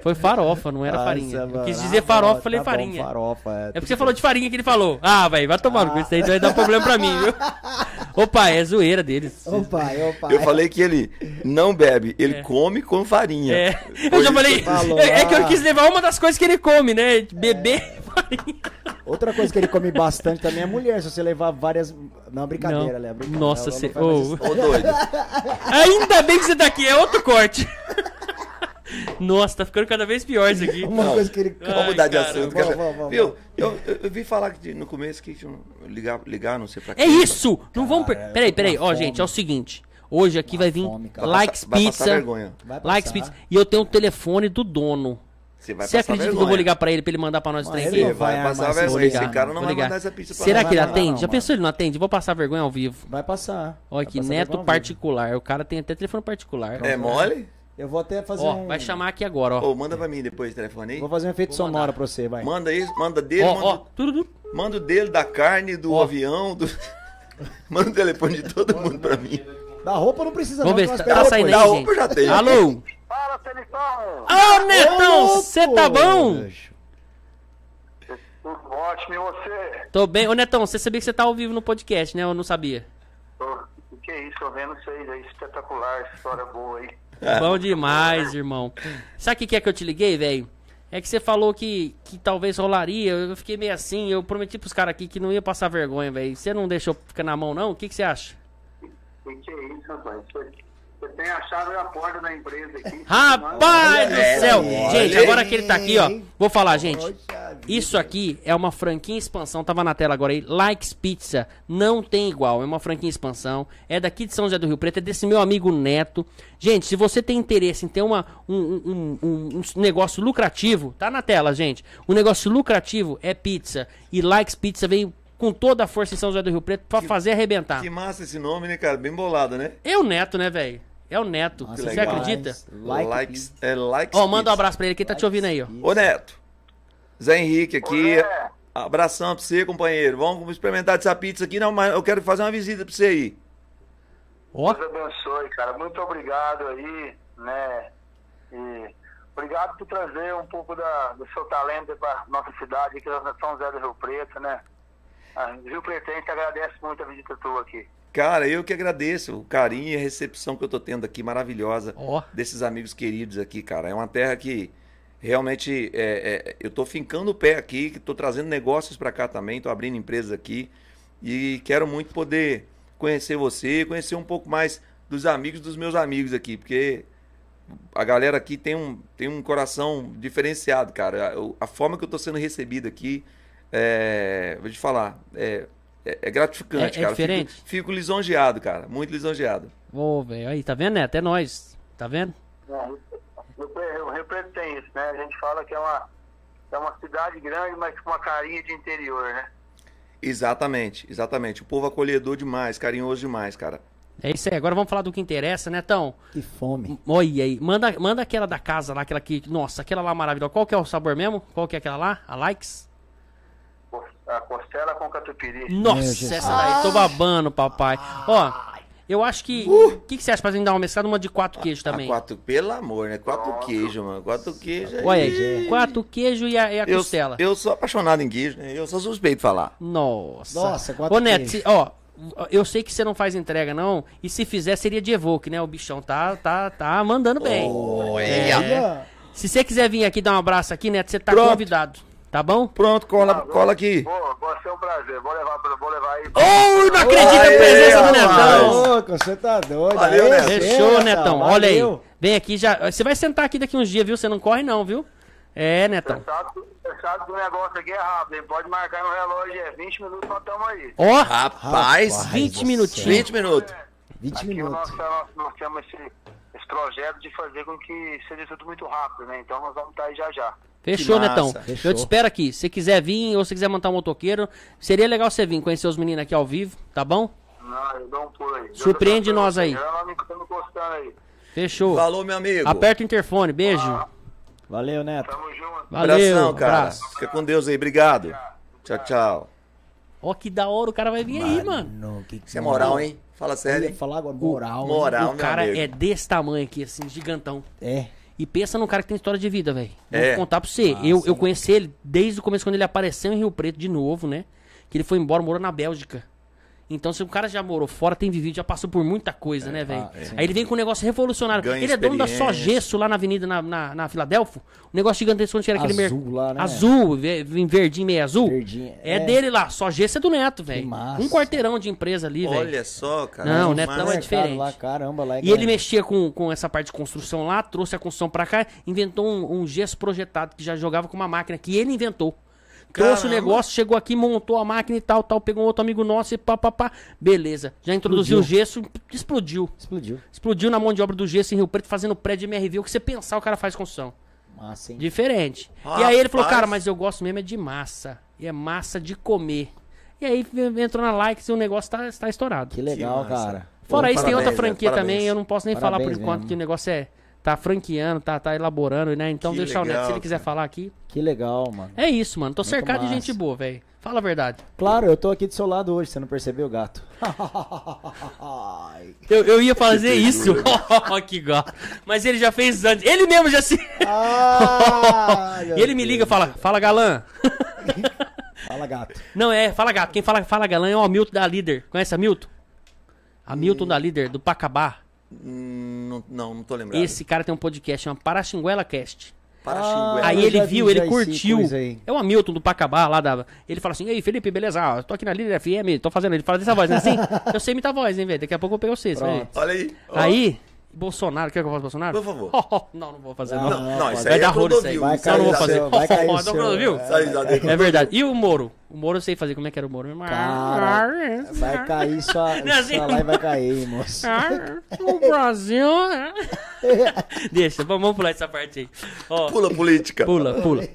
[SPEAKER 1] Foi farofa, não era
[SPEAKER 3] Nossa,
[SPEAKER 1] farinha. Eu
[SPEAKER 3] mano.
[SPEAKER 1] quis
[SPEAKER 3] Ah,
[SPEAKER 1] dizer
[SPEAKER 3] tá
[SPEAKER 1] farofa,
[SPEAKER 3] bom,
[SPEAKER 1] falei
[SPEAKER 3] tá bom,
[SPEAKER 1] farinha.
[SPEAKER 3] farofa, é.
[SPEAKER 1] É porque você falou de farinha que ele falou. Ah, velho, vai tomar no cu, isso daí vai dar problema pra mim, viu? Opa, é zoeira deles.
[SPEAKER 3] Opa, opa.
[SPEAKER 2] Eu falei que ele não bebe, ele come com farinha.
[SPEAKER 1] É,
[SPEAKER 2] Foi
[SPEAKER 1] eu já
[SPEAKER 2] isso
[SPEAKER 1] falei.
[SPEAKER 2] que
[SPEAKER 3] falou. Ah.
[SPEAKER 1] É, é que eu quis levar uma das coisas que ele come, né? Beber farinha.
[SPEAKER 3] Outra coisa que ele come bastante também é mulher. Se você levar várias. Não, é brincadeira,
[SPEAKER 1] Não.
[SPEAKER 3] Léo. brincadeira.
[SPEAKER 1] Nossa,
[SPEAKER 3] Léo não
[SPEAKER 1] você-
[SPEAKER 3] faz mais
[SPEAKER 1] ô.
[SPEAKER 3] isso.
[SPEAKER 2] Ô, doido.
[SPEAKER 1] Ainda bem que você tá aqui, é outro corte. Nossa, tá ficando cada vez pior isso aqui.
[SPEAKER 3] Uma
[SPEAKER 2] Não.
[SPEAKER 3] coisa que ele
[SPEAKER 2] Vamos
[SPEAKER 1] Ai,
[SPEAKER 3] come.
[SPEAKER 2] mudar de
[SPEAKER 1] cara,
[SPEAKER 2] assunto.
[SPEAKER 3] vamos,
[SPEAKER 2] cara.
[SPEAKER 3] vamos, vamos.
[SPEAKER 2] Viu? Eu, eu- eu vi falar que de- no começo que tinha um- ligar, ligar, não sei pra quê.
[SPEAKER 1] É isso! Não vamos.
[SPEAKER 3] eu
[SPEAKER 1] Per...
[SPEAKER 3] tô
[SPEAKER 1] Peraí,
[SPEAKER 3] com
[SPEAKER 1] peraí.
[SPEAKER 3] uma
[SPEAKER 1] Ó,
[SPEAKER 3] fome.
[SPEAKER 1] gente, é o seguinte. Hoje aqui vai vir
[SPEAKER 3] fome, cara.
[SPEAKER 2] Vai
[SPEAKER 1] likes
[SPEAKER 2] passar- vai passar
[SPEAKER 1] pizza.
[SPEAKER 2] vergonha.
[SPEAKER 3] Vai
[SPEAKER 1] Likes
[SPEAKER 3] passar.
[SPEAKER 1] pizza. E eu tenho o telefone do dono.
[SPEAKER 2] Você vai
[SPEAKER 1] Você
[SPEAKER 2] passar
[SPEAKER 1] é acredita que eu
[SPEAKER 2] vergonha.
[SPEAKER 1] vou ligar pra ele pra ele mandar pra nós o trem
[SPEAKER 3] Mas
[SPEAKER 1] aqui?
[SPEAKER 2] Você
[SPEAKER 3] Não vai
[SPEAKER 2] vai
[SPEAKER 3] armar
[SPEAKER 2] passar
[SPEAKER 3] esse
[SPEAKER 2] vergonha. Esse
[SPEAKER 3] ligar,
[SPEAKER 2] cara não
[SPEAKER 1] vou
[SPEAKER 2] vai
[SPEAKER 1] ligar.
[SPEAKER 2] mandar essa pizza pra
[SPEAKER 1] Será
[SPEAKER 2] nós,
[SPEAKER 1] que ele
[SPEAKER 2] não.
[SPEAKER 1] atende?
[SPEAKER 3] não,
[SPEAKER 1] Já
[SPEAKER 3] mano.
[SPEAKER 1] pensou ele não atende? Vou passar vergonha ao vivo.
[SPEAKER 3] Vai passar.
[SPEAKER 1] Olha
[SPEAKER 3] Vai
[SPEAKER 1] que
[SPEAKER 3] passar
[SPEAKER 1] neto
[SPEAKER 3] vergonha.
[SPEAKER 1] particular. O cara tem até telefone particular.
[SPEAKER 2] É mole?
[SPEAKER 3] Eu vou até fazer
[SPEAKER 1] Ó,
[SPEAKER 3] um.
[SPEAKER 1] vai chamar aqui agora,
[SPEAKER 2] Ô,
[SPEAKER 1] ó.
[SPEAKER 2] manda pra mim depois o telefone aí.
[SPEAKER 3] Vou fazer um efeito
[SPEAKER 1] Vou mandar.
[SPEAKER 3] sonoro pra você, vai.
[SPEAKER 2] Manda isso, manda dele,
[SPEAKER 1] Ó,
[SPEAKER 2] manda,
[SPEAKER 1] ó. Tudo, tudo.
[SPEAKER 2] manda o dele da carne, do
[SPEAKER 1] Ó.
[SPEAKER 2] avião, do. Manda o telefone de todo mundo pra mim.
[SPEAKER 3] Da roupa não precisa
[SPEAKER 1] Vamos
[SPEAKER 3] não.
[SPEAKER 1] ver se
[SPEAKER 3] que
[SPEAKER 1] tá,
[SPEAKER 3] nós
[SPEAKER 1] tá saindo
[SPEAKER 3] pegamos
[SPEAKER 2] Da
[SPEAKER 1] aí,
[SPEAKER 2] roupa
[SPEAKER 1] gente.
[SPEAKER 2] já tem.
[SPEAKER 1] Alô?
[SPEAKER 4] Fala, Felipão!
[SPEAKER 1] Ô,
[SPEAKER 3] depois.
[SPEAKER 1] Netão,
[SPEAKER 3] Ô,
[SPEAKER 1] você
[SPEAKER 3] louco,
[SPEAKER 1] tá bom?
[SPEAKER 3] bicho.
[SPEAKER 4] Tudo ótimo, e você?
[SPEAKER 1] Tô bem. Ô, Netão, você sabia que você tá ao vivo no podcast, né? Eu não sabia.
[SPEAKER 4] Ô, O que é isso? Eu vendo vocês aí, espetacular, história boa aí.
[SPEAKER 1] Bom demais, irmão. Sabe o que que é que eu te liguei, velho? É que você falou que, que talvez rolaria. Eu fiquei meio assim. Eu prometi pros caras aqui que não ia passar vergonha, velho. Você não deixou ficar na mão, não? O que, que você acha?
[SPEAKER 4] O que é isso, rapaz? Você, você tem a chave da porta da empresa aqui.
[SPEAKER 1] Rapaz do céu!
[SPEAKER 2] olha
[SPEAKER 1] Gente,
[SPEAKER 2] aí.
[SPEAKER 1] agora que ele tá aqui, ó. Vou falar, gente.
[SPEAKER 3] Poxa vida.
[SPEAKER 1] Isso aqui é uma franquia em expansão, tava na tela agora aí. Likes Pizza não tem igual, é uma franquia em expansão. É daqui de São José do Rio Preto, é desse meu amigo Neto. Gente, se você tem interesse em ter uma, um, um- um- um negócio lucrativo, tá na tela, gente. O negócio lucrativo é pizza. E Likes Pizza veio com toda a força em São José do Rio Preto pra fazer arrebentar.
[SPEAKER 2] Que massa esse nome, né, cara? Bem bolado, né?
[SPEAKER 1] É o Neto, né, velho? É o Neto.
[SPEAKER 3] Nossa,
[SPEAKER 1] Você
[SPEAKER 2] legal.
[SPEAKER 1] acredita?
[SPEAKER 3] Like
[SPEAKER 2] likes.
[SPEAKER 3] pizza.
[SPEAKER 2] É likes.
[SPEAKER 1] Ó, manda um
[SPEAKER 2] pizza.
[SPEAKER 1] abraço pra ele, que ele tá te ouvindo aí, ó.
[SPEAKER 2] Ô Neto, Zé Henrique aqui.
[SPEAKER 4] Ô, Zé.
[SPEAKER 2] Abração pra você, companheiro. Vamos experimentar essa pizza aqui, não, mas eu quero fazer uma visita pra você aí.
[SPEAKER 1] Ó,
[SPEAKER 4] Deus abençoe, cara. Muito obrigado aí, né? E obrigado por trazer um pouco da, do seu talento para nossa cidade, aqui na São José do Rio Preto, né? A Rio Pretense agradece muito a visita tua aqui.
[SPEAKER 2] Cara, eu que agradeço o carinho e a recepção que eu tô tendo aqui, maravilhosa,
[SPEAKER 1] Ó.
[SPEAKER 2] desses amigos queridos aqui, cara. É uma terra que realmente é, é, eu tô fincando o pé aqui, que tô trazendo negócios pra cá também, tô abrindo empresas aqui e quero muito poder conhecer você, conhecer um pouco mais dos amigos dos meus amigos aqui, porque a galera aqui tem um, tem um coração diferenciado, cara. A- o- A, forma que eu tô sendo recebido aqui, é, vou te falar, é, é- é gratificante,
[SPEAKER 1] É- é
[SPEAKER 2] cara. Fico-
[SPEAKER 1] diferente?
[SPEAKER 2] Fico, lisonjeado, cara. Muito lisonjeado.
[SPEAKER 1] Ô, velho, aí, tá vendo, Neto? É nós. Tá vendo?
[SPEAKER 4] O Rio Preto tem isso, né? A gente fala que é uma, é uma cidade grande, mas com uma carinha de interior, né?
[SPEAKER 2] Exatamente, exatamente. O povo acolhedor demais, carinhoso demais, cara.
[SPEAKER 1] É isso aí, agora vamos falar do que interessa, Netão.
[SPEAKER 3] Que fome.
[SPEAKER 1] Olha aí, manda, manda aquela da casa lá, aquela que. Nossa, aquela lá maravilhosa. Qual que é o sabor mesmo? Qual que é aquela lá? A Likes?
[SPEAKER 4] A costela com catupiry.
[SPEAKER 3] Meu
[SPEAKER 1] Nossa,
[SPEAKER 3] Jesus.
[SPEAKER 1] essa daí, tô babando, papai. Ó, eu acho que. O que, que você acha pra gente dar uma mescada? Uma de quatro queijos
[SPEAKER 2] Uh! A
[SPEAKER 1] também.
[SPEAKER 2] quatro, pelo amor, né? Quatro queijo, mano. Quatro queijo. aí-
[SPEAKER 1] Olha aí, quatro queijo e a, e a
[SPEAKER 2] eu,
[SPEAKER 1] costela.
[SPEAKER 2] eu sou apaixonado em queijo, né? Eu sou suspeito de falar.
[SPEAKER 1] Nossa.
[SPEAKER 3] Nossa, quatro
[SPEAKER 1] Ô, Neto,
[SPEAKER 3] queijos.
[SPEAKER 1] se- ó, eu sei que você não faz entrega, não. E se fizer, seria de evoque, né? O bichão tá, tá, tá mandando bem.
[SPEAKER 2] É.
[SPEAKER 3] Olha.
[SPEAKER 1] Se você quiser vir aqui dar um abraço aqui, Neto, você tá
[SPEAKER 2] Pronto.
[SPEAKER 1] convidado. Tá bom?
[SPEAKER 2] Pronto,
[SPEAKER 4] Ah,
[SPEAKER 2] cola, cola aqui.
[SPEAKER 4] Vou, vou ser um prazer. Vou levar, pra- vou levar aí.
[SPEAKER 1] Oh, não acredita
[SPEAKER 2] Aê,
[SPEAKER 1] a presença do
[SPEAKER 2] rapaz.
[SPEAKER 3] Tá
[SPEAKER 1] Netão.
[SPEAKER 3] louco, você tá doido.
[SPEAKER 2] Valeu,
[SPEAKER 3] Aê,
[SPEAKER 2] Neto.
[SPEAKER 1] Fechou,
[SPEAKER 3] Neto,
[SPEAKER 1] Netão.
[SPEAKER 3] valeu.
[SPEAKER 1] Olha aí. Vem aqui já. Você vai sentar aqui daqui uns dias, viu? Você não corre, não, viu? É, Netão.
[SPEAKER 4] Você sabe, que- você sabe que o negócio aqui é rápido, hein? Pode marcar no relógio, é 20 minutos nós estamos aí.
[SPEAKER 1] Ó,
[SPEAKER 2] Ah, Rapaz,
[SPEAKER 3] Rapaz,
[SPEAKER 1] 20
[SPEAKER 3] você-
[SPEAKER 1] minutinhos.
[SPEAKER 2] 20 minutos.
[SPEAKER 3] 20
[SPEAKER 4] Aqui é o
[SPEAKER 3] minutos.
[SPEAKER 4] nosso, nós, nós temos esse, esse projeto de fazer com que seja tudo muito rápido, né? Então nós vamos estar aí já já.
[SPEAKER 1] Fechou,
[SPEAKER 2] Que massa.
[SPEAKER 1] Netão.
[SPEAKER 3] Fechou.
[SPEAKER 1] Eu te espero aqui. Se você quiser vir ou se quiser montar um motoqueiro, seria legal você vir conhecer os meninos aqui ao vivo, tá bom?
[SPEAKER 4] Não, eu dou um pulo aí.
[SPEAKER 1] Surpreende nós aí.
[SPEAKER 4] Eu não tá me tô gostando aí.
[SPEAKER 1] Fechou.
[SPEAKER 2] Falou, meu amigo.
[SPEAKER 1] Aperta o interfone. Beijo.
[SPEAKER 3] Valeu, Neto.
[SPEAKER 4] Tamo junto.
[SPEAKER 1] Valeu.
[SPEAKER 2] Ah, Abração, cara.
[SPEAKER 1] abraço.
[SPEAKER 2] Fica com Deus aí. Obrigado. Tchau, tchau.
[SPEAKER 1] Ó, que da hora. O cara vai vir aí, mano.
[SPEAKER 3] Não, que que
[SPEAKER 2] Isso é moral, hein? Fala
[SPEAKER 3] Eu
[SPEAKER 2] sério.
[SPEAKER 3] ia
[SPEAKER 2] hein?
[SPEAKER 3] falar agora, moral. né?
[SPEAKER 2] Moral,
[SPEAKER 1] o
[SPEAKER 2] meu
[SPEAKER 1] cara
[SPEAKER 2] amigo.
[SPEAKER 1] é desse tamanho aqui, assim, gigantão.
[SPEAKER 3] É.
[SPEAKER 1] E pensa num cara que tem história de vida, velho. Vou
[SPEAKER 2] É.
[SPEAKER 1] contar pra
[SPEAKER 3] Ah,
[SPEAKER 1] você. eu, eu conheci ele desde o começo, quando ele apareceu em Rio Preto de novo, né? Que ele foi embora, morou na Bélgica. Então, se o cara já morou fora, tem vivido, já passou por muita coisa, né, velho?
[SPEAKER 3] é.
[SPEAKER 1] Aí ele vem com um negócio revolucionário.
[SPEAKER 2] Ganha
[SPEAKER 1] ele é dono da Só
[SPEAKER 2] experiência.
[SPEAKER 1] Gesso lá na avenida, na, na, na Filadélfia. Um negócio gigantesco onde era aquele
[SPEAKER 3] Azul lá, né?
[SPEAKER 1] Azul, ve- em verdinho, meio azul.
[SPEAKER 3] Verdinho,
[SPEAKER 1] É,
[SPEAKER 3] é.
[SPEAKER 1] dele lá. Só Gesso é do Neto,
[SPEAKER 3] Que
[SPEAKER 1] velho.
[SPEAKER 3] massa.
[SPEAKER 1] Um quarteirão de empresa ali, velho.
[SPEAKER 2] Olha só, cara.
[SPEAKER 1] Não,
[SPEAKER 2] Que
[SPEAKER 1] né? Não
[SPEAKER 2] massa.
[SPEAKER 1] é
[SPEAKER 3] Mercado
[SPEAKER 1] diferente.
[SPEAKER 3] Lá, caramba, lá é
[SPEAKER 1] E ele
[SPEAKER 3] grande.
[SPEAKER 1] mexia com, com essa parte de construção lá, trouxe a construção pra cá, inventou um, um gesso projetado que já jogava com uma máquina que ele inventou. Trouxe o
[SPEAKER 2] Caramba.
[SPEAKER 1] negócio, chegou aqui, montou a máquina e tal, tal, pegou um outro amigo nosso e pá, pá, pá. Beleza. Já introduziu o gesso, explodiu.
[SPEAKER 3] Explodiu.
[SPEAKER 1] Explodiu na mão de obra do gesso em Rio Preto, fazendo prédio MRV. O que você pensar, o cara faz construção.
[SPEAKER 3] Massa, hein?
[SPEAKER 1] Diferente. E aí
[SPEAKER 2] Rapaz.
[SPEAKER 1] ele falou, cara, mas eu gosto mesmo é de massa. E é massa de comer. E aí entrou na likes e o negócio tá, tá estourado.
[SPEAKER 3] Que legal,
[SPEAKER 2] massa.
[SPEAKER 3] cara.
[SPEAKER 1] Fora
[SPEAKER 2] Pô,
[SPEAKER 1] isso, tem outra
[SPEAKER 2] parabéns,
[SPEAKER 1] franquia
[SPEAKER 2] né?
[SPEAKER 1] também,
[SPEAKER 2] Parabéns.
[SPEAKER 1] eu não posso nem
[SPEAKER 3] Parabéns
[SPEAKER 1] falar por enquanto,
[SPEAKER 3] mesmo.
[SPEAKER 1] que o negócio é. Tá franqueando, tá, tá elaborando, né? Então
[SPEAKER 2] Que
[SPEAKER 1] deixa o
[SPEAKER 2] legal,
[SPEAKER 1] Neto, se ele quiser falar aqui.
[SPEAKER 3] Que legal, mano.
[SPEAKER 1] É isso, mano. Tô
[SPEAKER 3] Muito
[SPEAKER 1] cercado de
[SPEAKER 3] massa.
[SPEAKER 1] gente boa, velho. Fala a verdade.
[SPEAKER 3] Claro, eu tô aqui do seu lado hoje, você não percebeu, gato?
[SPEAKER 1] Eu, eu ia fazer isso. Oh, que gato. Mas ele já fez antes. Ele mesmo já se.
[SPEAKER 3] Ai, meu
[SPEAKER 1] e ele me
[SPEAKER 3] Deus.
[SPEAKER 1] liga e fala: Fala galã.
[SPEAKER 3] Fala, gato.
[SPEAKER 1] não, é, fala gato. Quem fala, fala galã é o Hamilton da líder. Conhece a Hamilton? Hamilton da líder, do Pacabá.
[SPEAKER 2] Hum, Não, não, não tô lembrado.
[SPEAKER 1] Esse cara tem um podcast, chama Paraxinguela Cast.
[SPEAKER 2] Para é
[SPEAKER 3] Ah,
[SPEAKER 2] xinguela.
[SPEAKER 1] Aí
[SPEAKER 3] eu
[SPEAKER 1] ele
[SPEAKER 3] já
[SPEAKER 1] viu,
[SPEAKER 3] vi já
[SPEAKER 1] ele
[SPEAKER 3] esse
[SPEAKER 1] curtiu.
[SPEAKER 3] coisa aí.
[SPEAKER 1] É o Hamilton do Pacabá lá da. Ele fala assim: Ei, Felipe, beleza? Ah, eu tô aqui na Líder FM, tô fazendo. Ele fala dessa voz, né? Assim, eu sei imitar a voz, hein, velho? Daqui a pouco eu pego vocês,
[SPEAKER 3] Pronto.
[SPEAKER 1] velho.
[SPEAKER 2] Olha aí. Ó.
[SPEAKER 1] Aí, Bolsonaro, quer que eu faça Bolsonaro? Oh,
[SPEAKER 2] Por favor.
[SPEAKER 1] não, não vou fazer,
[SPEAKER 3] Não,
[SPEAKER 1] não.
[SPEAKER 2] Não, não, isso
[SPEAKER 1] Vai
[SPEAKER 2] aí é
[SPEAKER 1] dar rolo isso aí.
[SPEAKER 2] Clodovil.
[SPEAKER 3] Vai
[SPEAKER 2] Isso aí
[SPEAKER 1] não vou
[SPEAKER 3] cair
[SPEAKER 2] dá-
[SPEAKER 3] o
[SPEAKER 1] fazer.
[SPEAKER 3] seu, vai cair o
[SPEAKER 1] Não, Clodovil.
[SPEAKER 3] seu.
[SPEAKER 2] Isso aí dá-
[SPEAKER 1] É verdade. E o Moro? O Moro eu sei fazer. Como é que era o Moro?
[SPEAKER 3] Cara, Vai cair sua,
[SPEAKER 1] Não, assim-
[SPEAKER 3] sua live, vai cair, hein, moço.
[SPEAKER 1] Ah, O Brasil. né? Deixa, vamos vamos pular essa parte aí. Ó,
[SPEAKER 2] Pula política.
[SPEAKER 1] é Pula, pula.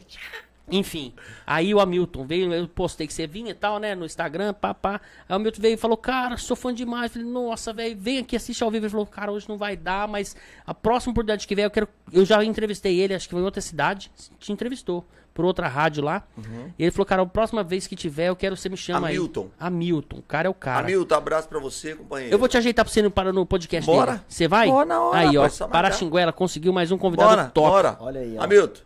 [SPEAKER 1] Enfim, aí o Hamilton veio, eu postei que você vinha e tal, né, no Instagram, papá. Aí o Hamilton veio e falou, cara, sou fã demais. Falei, nossa, velho, vem aqui assiste ao vivo. Ele falou, cara, hoje não vai dar, mas a próxima oportunidade que vier, eu quero. Eu já entrevistei ele, acho que foi em outra cidade, te entrevistou, por outra rádio lá. E ele falou, cara, a próxima vez que tiver, eu quero que você me chama
[SPEAKER 2] Uhum. Hamilton.
[SPEAKER 1] aí. Hamilton. o cara é o cara.
[SPEAKER 2] Hamilton, abraço pra você, companheiro.
[SPEAKER 1] Eu vou te ajeitar pra você no, para no podcast
[SPEAKER 2] Bora.
[SPEAKER 1] dele. Você vai?
[SPEAKER 2] Bora na hora,
[SPEAKER 1] aí, ó,
[SPEAKER 2] rapaz, só marcar.
[SPEAKER 1] Paraxinguela conseguiu mais um convidado
[SPEAKER 2] Bora,
[SPEAKER 1] top.
[SPEAKER 2] bora.
[SPEAKER 3] Olha aí, ó.
[SPEAKER 2] Hamilton,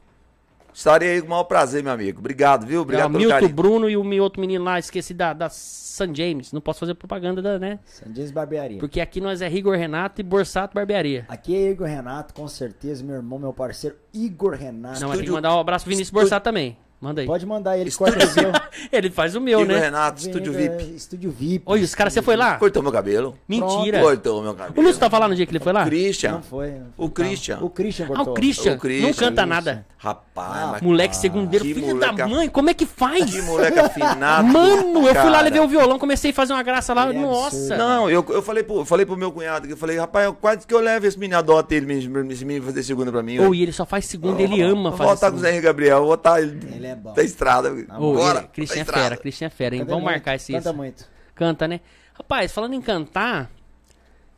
[SPEAKER 2] estarei aí com o maior prazer, meu amigo. Obrigado, viu?
[SPEAKER 1] É, o
[SPEAKER 2] Obrigado pelo
[SPEAKER 1] Milton
[SPEAKER 2] carinho.
[SPEAKER 1] Bruno e o mi- outro menino lá, esqueci da, da San James. Não posso fazer propaganda, da, né?
[SPEAKER 3] San Dias Barbearia.
[SPEAKER 1] Porque aqui nós é Rigor Renato e Borsato Barbearia.
[SPEAKER 3] Aqui é Igor Renato, com certeza, meu irmão, meu parceiro, Igor Renato.
[SPEAKER 1] Não, é. mas tem que
[SPEAKER 2] Estúdio-
[SPEAKER 1] mandar um abraço pro Vinícius
[SPEAKER 2] Estúdio-
[SPEAKER 1] Borsato também. Manda aí.
[SPEAKER 3] Pode mandar ele,
[SPEAKER 2] Estúdio
[SPEAKER 3] corta o seu.
[SPEAKER 1] Ele faz o meu,
[SPEAKER 2] Igor
[SPEAKER 1] né?
[SPEAKER 2] Renato, Estúdio
[SPEAKER 3] Venda,
[SPEAKER 2] VIP.
[SPEAKER 3] Estúdio VIP.
[SPEAKER 1] Olha, os caras, você foi lá?
[SPEAKER 2] Cortou meu cabelo.
[SPEAKER 1] Mentira.
[SPEAKER 2] Cortou meu
[SPEAKER 1] O
[SPEAKER 2] cabelo.
[SPEAKER 1] Lúcio tava lá no dia que ele foi lá?
[SPEAKER 2] Christian.
[SPEAKER 3] Não foi. não foi.
[SPEAKER 2] O Christian.
[SPEAKER 3] O Christian
[SPEAKER 1] Ah, o
[SPEAKER 3] cortou.
[SPEAKER 1] Christian.
[SPEAKER 2] O Christian,
[SPEAKER 1] Não canta
[SPEAKER 2] isso.
[SPEAKER 1] nada.
[SPEAKER 2] Rapaz, mas
[SPEAKER 1] Ah, Moleque
[SPEAKER 3] Ah,
[SPEAKER 1] segundeiro,
[SPEAKER 2] que
[SPEAKER 1] filho da
[SPEAKER 2] moleca-
[SPEAKER 1] mãe, como é que faz?
[SPEAKER 2] que moleque afinado.
[SPEAKER 1] Mano, eu fui lá,
[SPEAKER 2] cara.
[SPEAKER 1] levei o violão, comecei a fazer uma graça lá.
[SPEAKER 3] Ele é
[SPEAKER 1] Nossa.
[SPEAKER 3] absurdo.
[SPEAKER 2] Não, eu, eu falei, pro, eu falei pro meu cunhado, que eu falei, rapaz, eu quase que eu levo esse menino, adota ele, mesmo, esse menino fazer segunda pra mim.
[SPEAKER 1] Ou e ele só faz segunda, ele ama
[SPEAKER 2] Vou
[SPEAKER 1] fazer
[SPEAKER 2] voltar com o
[SPEAKER 1] segunda.
[SPEAKER 2] Zé Henrique Gabriel, vou botar ele,
[SPEAKER 3] Ele é bom.
[SPEAKER 2] da estrada.
[SPEAKER 1] Ô,
[SPEAKER 2] Bora,
[SPEAKER 1] ele-
[SPEAKER 2] da
[SPEAKER 1] Christian é
[SPEAKER 2] estrada.
[SPEAKER 1] fera, Christian é fera, hein?
[SPEAKER 3] Canta
[SPEAKER 1] Vamos
[SPEAKER 3] muito,
[SPEAKER 1] marcar esse
[SPEAKER 3] Canta
[SPEAKER 1] isso.
[SPEAKER 3] muito.
[SPEAKER 1] Canta, né? Rapaz, falando em cantar,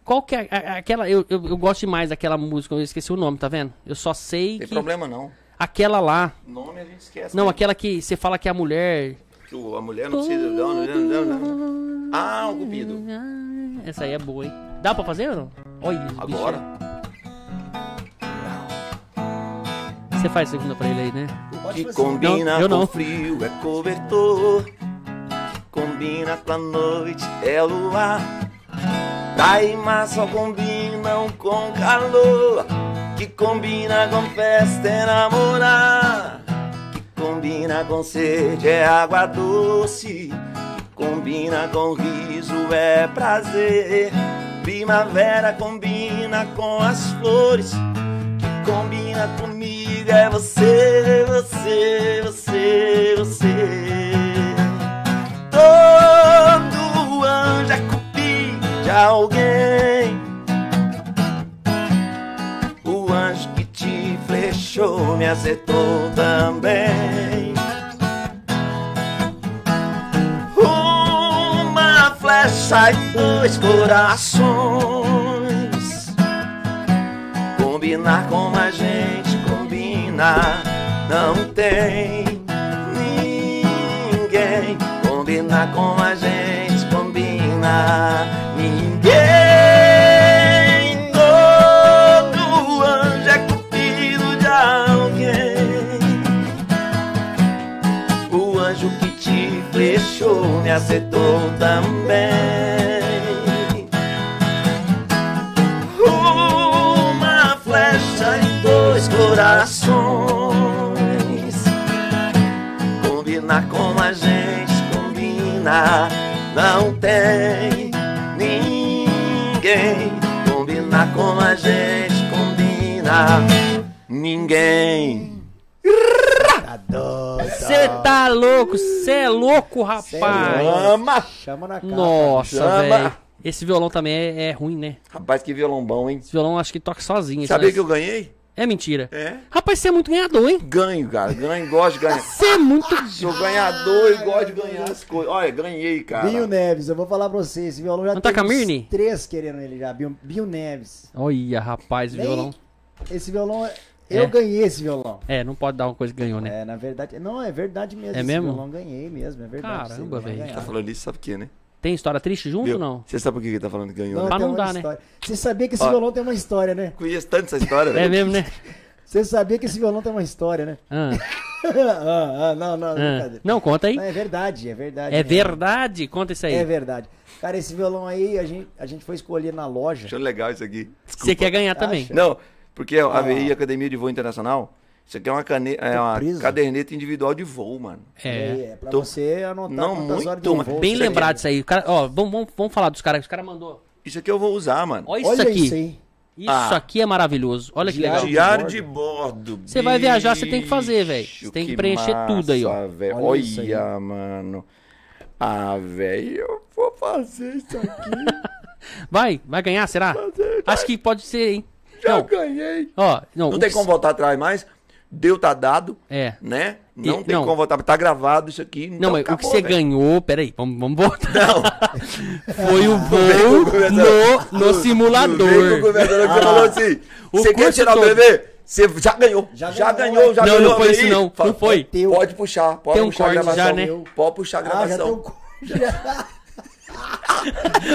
[SPEAKER 1] qual que é a- a- aquela. Eu, eu, eu gosto demais daquela música, eu esqueci o nome, tá vendo? Eu só sei
[SPEAKER 2] Tem
[SPEAKER 1] que.
[SPEAKER 2] problema não.
[SPEAKER 1] Aquela lá.
[SPEAKER 2] Nome a gente esquece.
[SPEAKER 1] Não,
[SPEAKER 2] né?
[SPEAKER 1] aquela que você fala que é a mulher.
[SPEAKER 2] Que o- a mulher não precisa. Não, não, não, não. Ah, o cupido.
[SPEAKER 1] Essa aí é boa, hein? Dá pra fazer ou não? Olha, bicho.
[SPEAKER 2] Agora?
[SPEAKER 1] Você faz segunda pra ele aí, né?
[SPEAKER 3] Pode
[SPEAKER 2] Que
[SPEAKER 3] fazer. um
[SPEAKER 2] combina
[SPEAKER 1] Não, eu não.
[SPEAKER 2] com frio é cobertor. Combina com a noite é luar. Daí mas só combinam com calor. Que combina com festa é namorar. Que combina com sede é água doce. Que combina com riso é prazer. Primavera combina com as flores que combina comigo é você, você, você, você. Todo anjo é cupido de alguém. O anjo que te flechou me acertou também. Uma flecha sai dois corações. Combinar como a gente combina, não tem ninguém. Combinar como a gente combina, ninguém. Outro anjo é cupido de alguém. O anjo que te flechou me acertou também. Uma flecha e dois corações. Combinar como a gente combina, não tem ninguém. Combinar como a gente combina, ninguém.
[SPEAKER 1] Você tá louco, você é louco,
[SPEAKER 3] Cê
[SPEAKER 1] rapaz.
[SPEAKER 3] é louco.
[SPEAKER 2] Ama!
[SPEAKER 3] Chama na cara.
[SPEAKER 1] Nossa,
[SPEAKER 2] Chama.
[SPEAKER 1] velho. Esse violão também é, é ruim, né?
[SPEAKER 2] Rapaz, que violão bom, hein?
[SPEAKER 1] Esse violão acho que toca sozinho. isso
[SPEAKER 2] Sabia
[SPEAKER 1] não é-
[SPEAKER 2] que eu ganhei?
[SPEAKER 1] É mentira.
[SPEAKER 2] É?
[SPEAKER 1] Rapaz, você é muito ganhador, hein?
[SPEAKER 2] Ganho, cara. Ganho, gosto de ganhar.
[SPEAKER 1] Você é muito.
[SPEAKER 2] Sou ganhador e gosto de ganhar as coisas. Olha, ganhei, cara.
[SPEAKER 3] Binho
[SPEAKER 1] né?
[SPEAKER 3] Neves, eu vou falar pra vocês. Esse violão já
[SPEAKER 1] Não tá
[SPEAKER 3] tem
[SPEAKER 1] com a
[SPEAKER 3] uns
[SPEAKER 1] Mirny?
[SPEAKER 3] três querendo ele já. Binho, Binho Neves.
[SPEAKER 1] Olha, rapaz,
[SPEAKER 3] Nem-
[SPEAKER 1] violão.
[SPEAKER 3] Esse violão, eu
[SPEAKER 1] É.
[SPEAKER 3] ganhei esse violão.
[SPEAKER 1] É, não pode dar uma coisa que ganhou, né?
[SPEAKER 3] É, na verdade, não, é verdade mesmo.
[SPEAKER 1] É
[SPEAKER 3] esse
[SPEAKER 1] mesmo?
[SPEAKER 3] violão ganhei mesmo, é verdade.
[SPEAKER 1] Caramba,
[SPEAKER 3] esse violão
[SPEAKER 1] velho.
[SPEAKER 2] Tá
[SPEAKER 3] ganhei.
[SPEAKER 2] falando isso, sabe o quê, né?
[SPEAKER 1] Tem história triste junto ou não?
[SPEAKER 2] Você sabe por que ele tá falando que ganhou, né?
[SPEAKER 1] Pra
[SPEAKER 3] tem
[SPEAKER 1] não
[SPEAKER 3] uma
[SPEAKER 1] dar, né?
[SPEAKER 3] história. Você sabia que esse
[SPEAKER 2] Ó.
[SPEAKER 3] violão tem uma história, né?
[SPEAKER 2] Conheço tanto essa história,
[SPEAKER 1] É
[SPEAKER 2] velho.
[SPEAKER 1] mesmo, né?
[SPEAKER 3] Você sabia que esse violão tem uma história, né?
[SPEAKER 1] Ah,
[SPEAKER 3] ah, ah, não, não,
[SPEAKER 1] ah.
[SPEAKER 3] brincadeira.
[SPEAKER 1] Não, conta aí.
[SPEAKER 3] Não, é verdade, é verdade.
[SPEAKER 1] É
[SPEAKER 3] mesmo.
[SPEAKER 1] verdade? Conta isso aí.
[SPEAKER 3] É verdade. Cara, esse violão aí, a gente, a gente foi escolher na loja.
[SPEAKER 2] Achando legal isso aqui.
[SPEAKER 1] Você quer ganhar
[SPEAKER 3] Acha?
[SPEAKER 1] também.
[SPEAKER 2] Não, porque
[SPEAKER 1] Ah.
[SPEAKER 2] a AVI, Academia de Voo Internacional, isso aqui é uma, cane... é
[SPEAKER 3] Tô
[SPEAKER 2] uma
[SPEAKER 3] preso.
[SPEAKER 2] caderneta individual de voo, mano.
[SPEAKER 1] É.
[SPEAKER 3] É, pra
[SPEAKER 2] Tô-
[SPEAKER 3] você anotar
[SPEAKER 2] Não,
[SPEAKER 3] quantas
[SPEAKER 2] muito,
[SPEAKER 3] horas de um
[SPEAKER 2] mas
[SPEAKER 3] voo.
[SPEAKER 1] Bem
[SPEAKER 2] Você
[SPEAKER 1] lembrado isso aí. O cara- ó, vamos, vamos, vamos falar dos caras. Os caras mandou.
[SPEAKER 2] Isso aqui eu vou usar, mano.
[SPEAKER 1] Olha isso
[SPEAKER 3] Olha
[SPEAKER 1] aqui.
[SPEAKER 3] isso aí.
[SPEAKER 1] Isso
[SPEAKER 2] Ah.
[SPEAKER 1] aqui é maravilhoso. Olha que legal.
[SPEAKER 3] Diário.
[SPEAKER 2] Diário de bordo.
[SPEAKER 1] Você vai viajar, você tem que fazer, velho.
[SPEAKER 2] bicho,
[SPEAKER 1] Você tem que preencher tudo aí, ó.
[SPEAKER 2] massa, velho.
[SPEAKER 3] Olha isso aí.
[SPEAKER 2] Olha, mano. Ah, velho, eu vou fazer isso aqui.
[SPEAKER 1] Vai, vai ganhar, será? Acho que pode ser, hein?
[SPEAKER 2] Já
[SPEAKER 1] Não,
[SPEAKER 2] ganhei.
[SPEAKER 1] ó, não.
[SPEAKER 2] Não
[SPEAKER 1] o
[SPEAKER 2] tem
[SPEAKER 1] que-
[SPEAKER 2] como voltar atrás mais. Deu tá dado,
[SPEAKER 1] É.
[SPEAKER 2] né? Não
[SPEAKER 1] E-
[SPEAKER 2] tem
[SPEAKER 1] não.
[SPEAKER 2] como voltar. Tá gravado isso aqui.
[SPEAKER 1] Não,
[SPEAKER 2] então
[SPEAKER 1] mas o que
[SPEAKER 2] acabou,
[SPEAKER 1] você
[SPEAKER 2] velho.
[SPEAKER 1] ganhou, peraí, vamos, vamos voltar.
[SPEAKER 2] Não,
[SPEAKER 1] Foi o
[SPEAKER 2] vem com
[SPEAKER 1] voo
[SPEAKER 2] conversa-
[SPEAKER 1] no, no
[SPEAKER 2] Vem com o
[SPEAKER 1] simulador. Ah.
[SPEAKER 2] governador que você falou assim.
[SPEAKER 1] O
[SPEAKER 2] Você quer
[SPEAKER 1] curso
[SPEAKER 2] tirar o
[SPEAKER 1] todo.
[SPEAKER 2] bebê? Você já ganhou. Já,
[SPEAKER 3] Já
[SPEAKER 2] ganhou,
[SPEAKER 3] ganhou,
[SPEAKER 2] já
[SPEAKER 1] Não,
[SPEAKER 2] ganhou.
[SPEAKER 1] não foi
[SPEAKER 2] aí.
[SPEAKER 1] isso não.
[SPEAKER 2] Fala-
[SPEAKER 1] Não foi.
[SPEAKER 3] Teu.
[SPEAKER 2] Pode puxar, pode
[SPEAKER 1] Tem um
[SPEAKER 2] puxar a
[SPEAKER 1] corte
[SPEAKER 2] gravação.
[SPEAKER 1] já, né?
[SPEAKER 2] Pode puxar a
[SPEAKER 3] Ah, já tem
[SPEAKER 2] gravação.
[SPEAKER 3] um... já-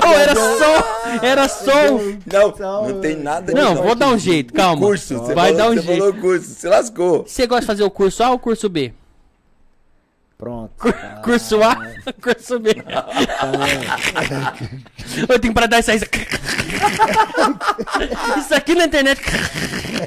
[SPEAKER 1] Oh, era só, era só um...
[SPEAKER 2] Não,
[SPEAKER 3] Então,
[SPEAKER 2] não tem nada
[SPEAKER 3] Não,
[SPEAKER 2] disso,
[SPEAKER 1] vou dar um jeito, calma.
[SPEAKER 2] Curso, você
[SPEAKER 1] Vai
[SPEAKER 2] falou,
[SPEAKER 1] dar um
[SPEAKER 2] você
[SPEAKER 1] jeito.
[SPEAKER 2] falou curso, você lascou.
[SPEAKER 1] Você gosta de fazer o curso A ou o curso B?
[SPEAKER 3] Pronto.
[SPEAKER 2] Ah.
[SPEAKER 1] Curso A, curso B. Eu tenho para dar isso aí. Isso aqui na internet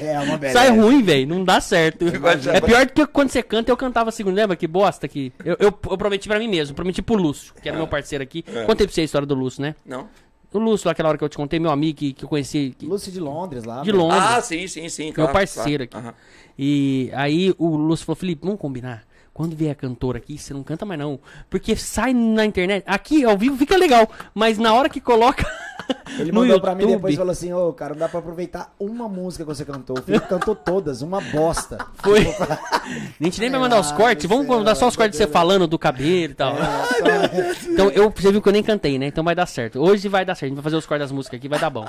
[SPEAKER 3] É uma beleza.
[SPEAKER 1] sai ruim, velho. Não dá certo.
[SPEAKER 2] gosto de-
[SPEAKER 1] É pior do que quando você canta, eu cantava segundo. Lembra que bosta que. Eu, eu- eu prometi pra mim mesmo, prometi pro Lúcio, que era meu parceiro aqui. Contei pra você a história do Lúcio, né?
[SPEAKER 2] Ah. É. Não.
[SPEAKER 1] O Lúcio, lá, aquela hora que eu te contei, meu amigo que, que eu conheci que-
[SPEAKER 3] Lúcio de Londres lá.
[SPEAKER 1] de
[SPEAKER 3] mano.
[SPEAKER 1] Londres.
[SPEAKER 2] Ah, sim, sim, sim.
[SPEAKER 1] meu
[SPEAKER 2] claro,
[SPEAKER 1] parceiro aqui.
[SPEAKER 2] claro. Aham.
[SPEAKER 1] E aí o Lúcio falou, Felipe, vamos combinar. Quando vier a cantora aqui, você não canta mais não. Porque sai na internet. Aqui, ao vivo, fica legal. Mas na hora que coloca
[SPEAKER 3] Ele
[SPEAKER 1] no
[SPEAKER 3] mandou
[SPEAKER 1] YouTube...
[SPEAKER 3] pra mim depois e falou assim, ô, cara, não dá pra aproveitar uma música que você cantou. O Felipe cantou todas, uma bosta.
[SPEAKER 1] Foi. A gente nem vai mandar os
[SPEAKER 3] Ah,
[SPEAKER 1] cortes. Vamos
[SPEAKER 3] sei lá,
[SPEAKER 1] mandar só os cortes de você falando do cabelo e tal.
[SPEAKER 3] É.
[SPEAKER 1] Então, eu, você viu que eu nem cantei, né? Então vai dar certo. Hoje vai dar certo. A gente vai fazer os cortes das músicas aqui, vai dar bom.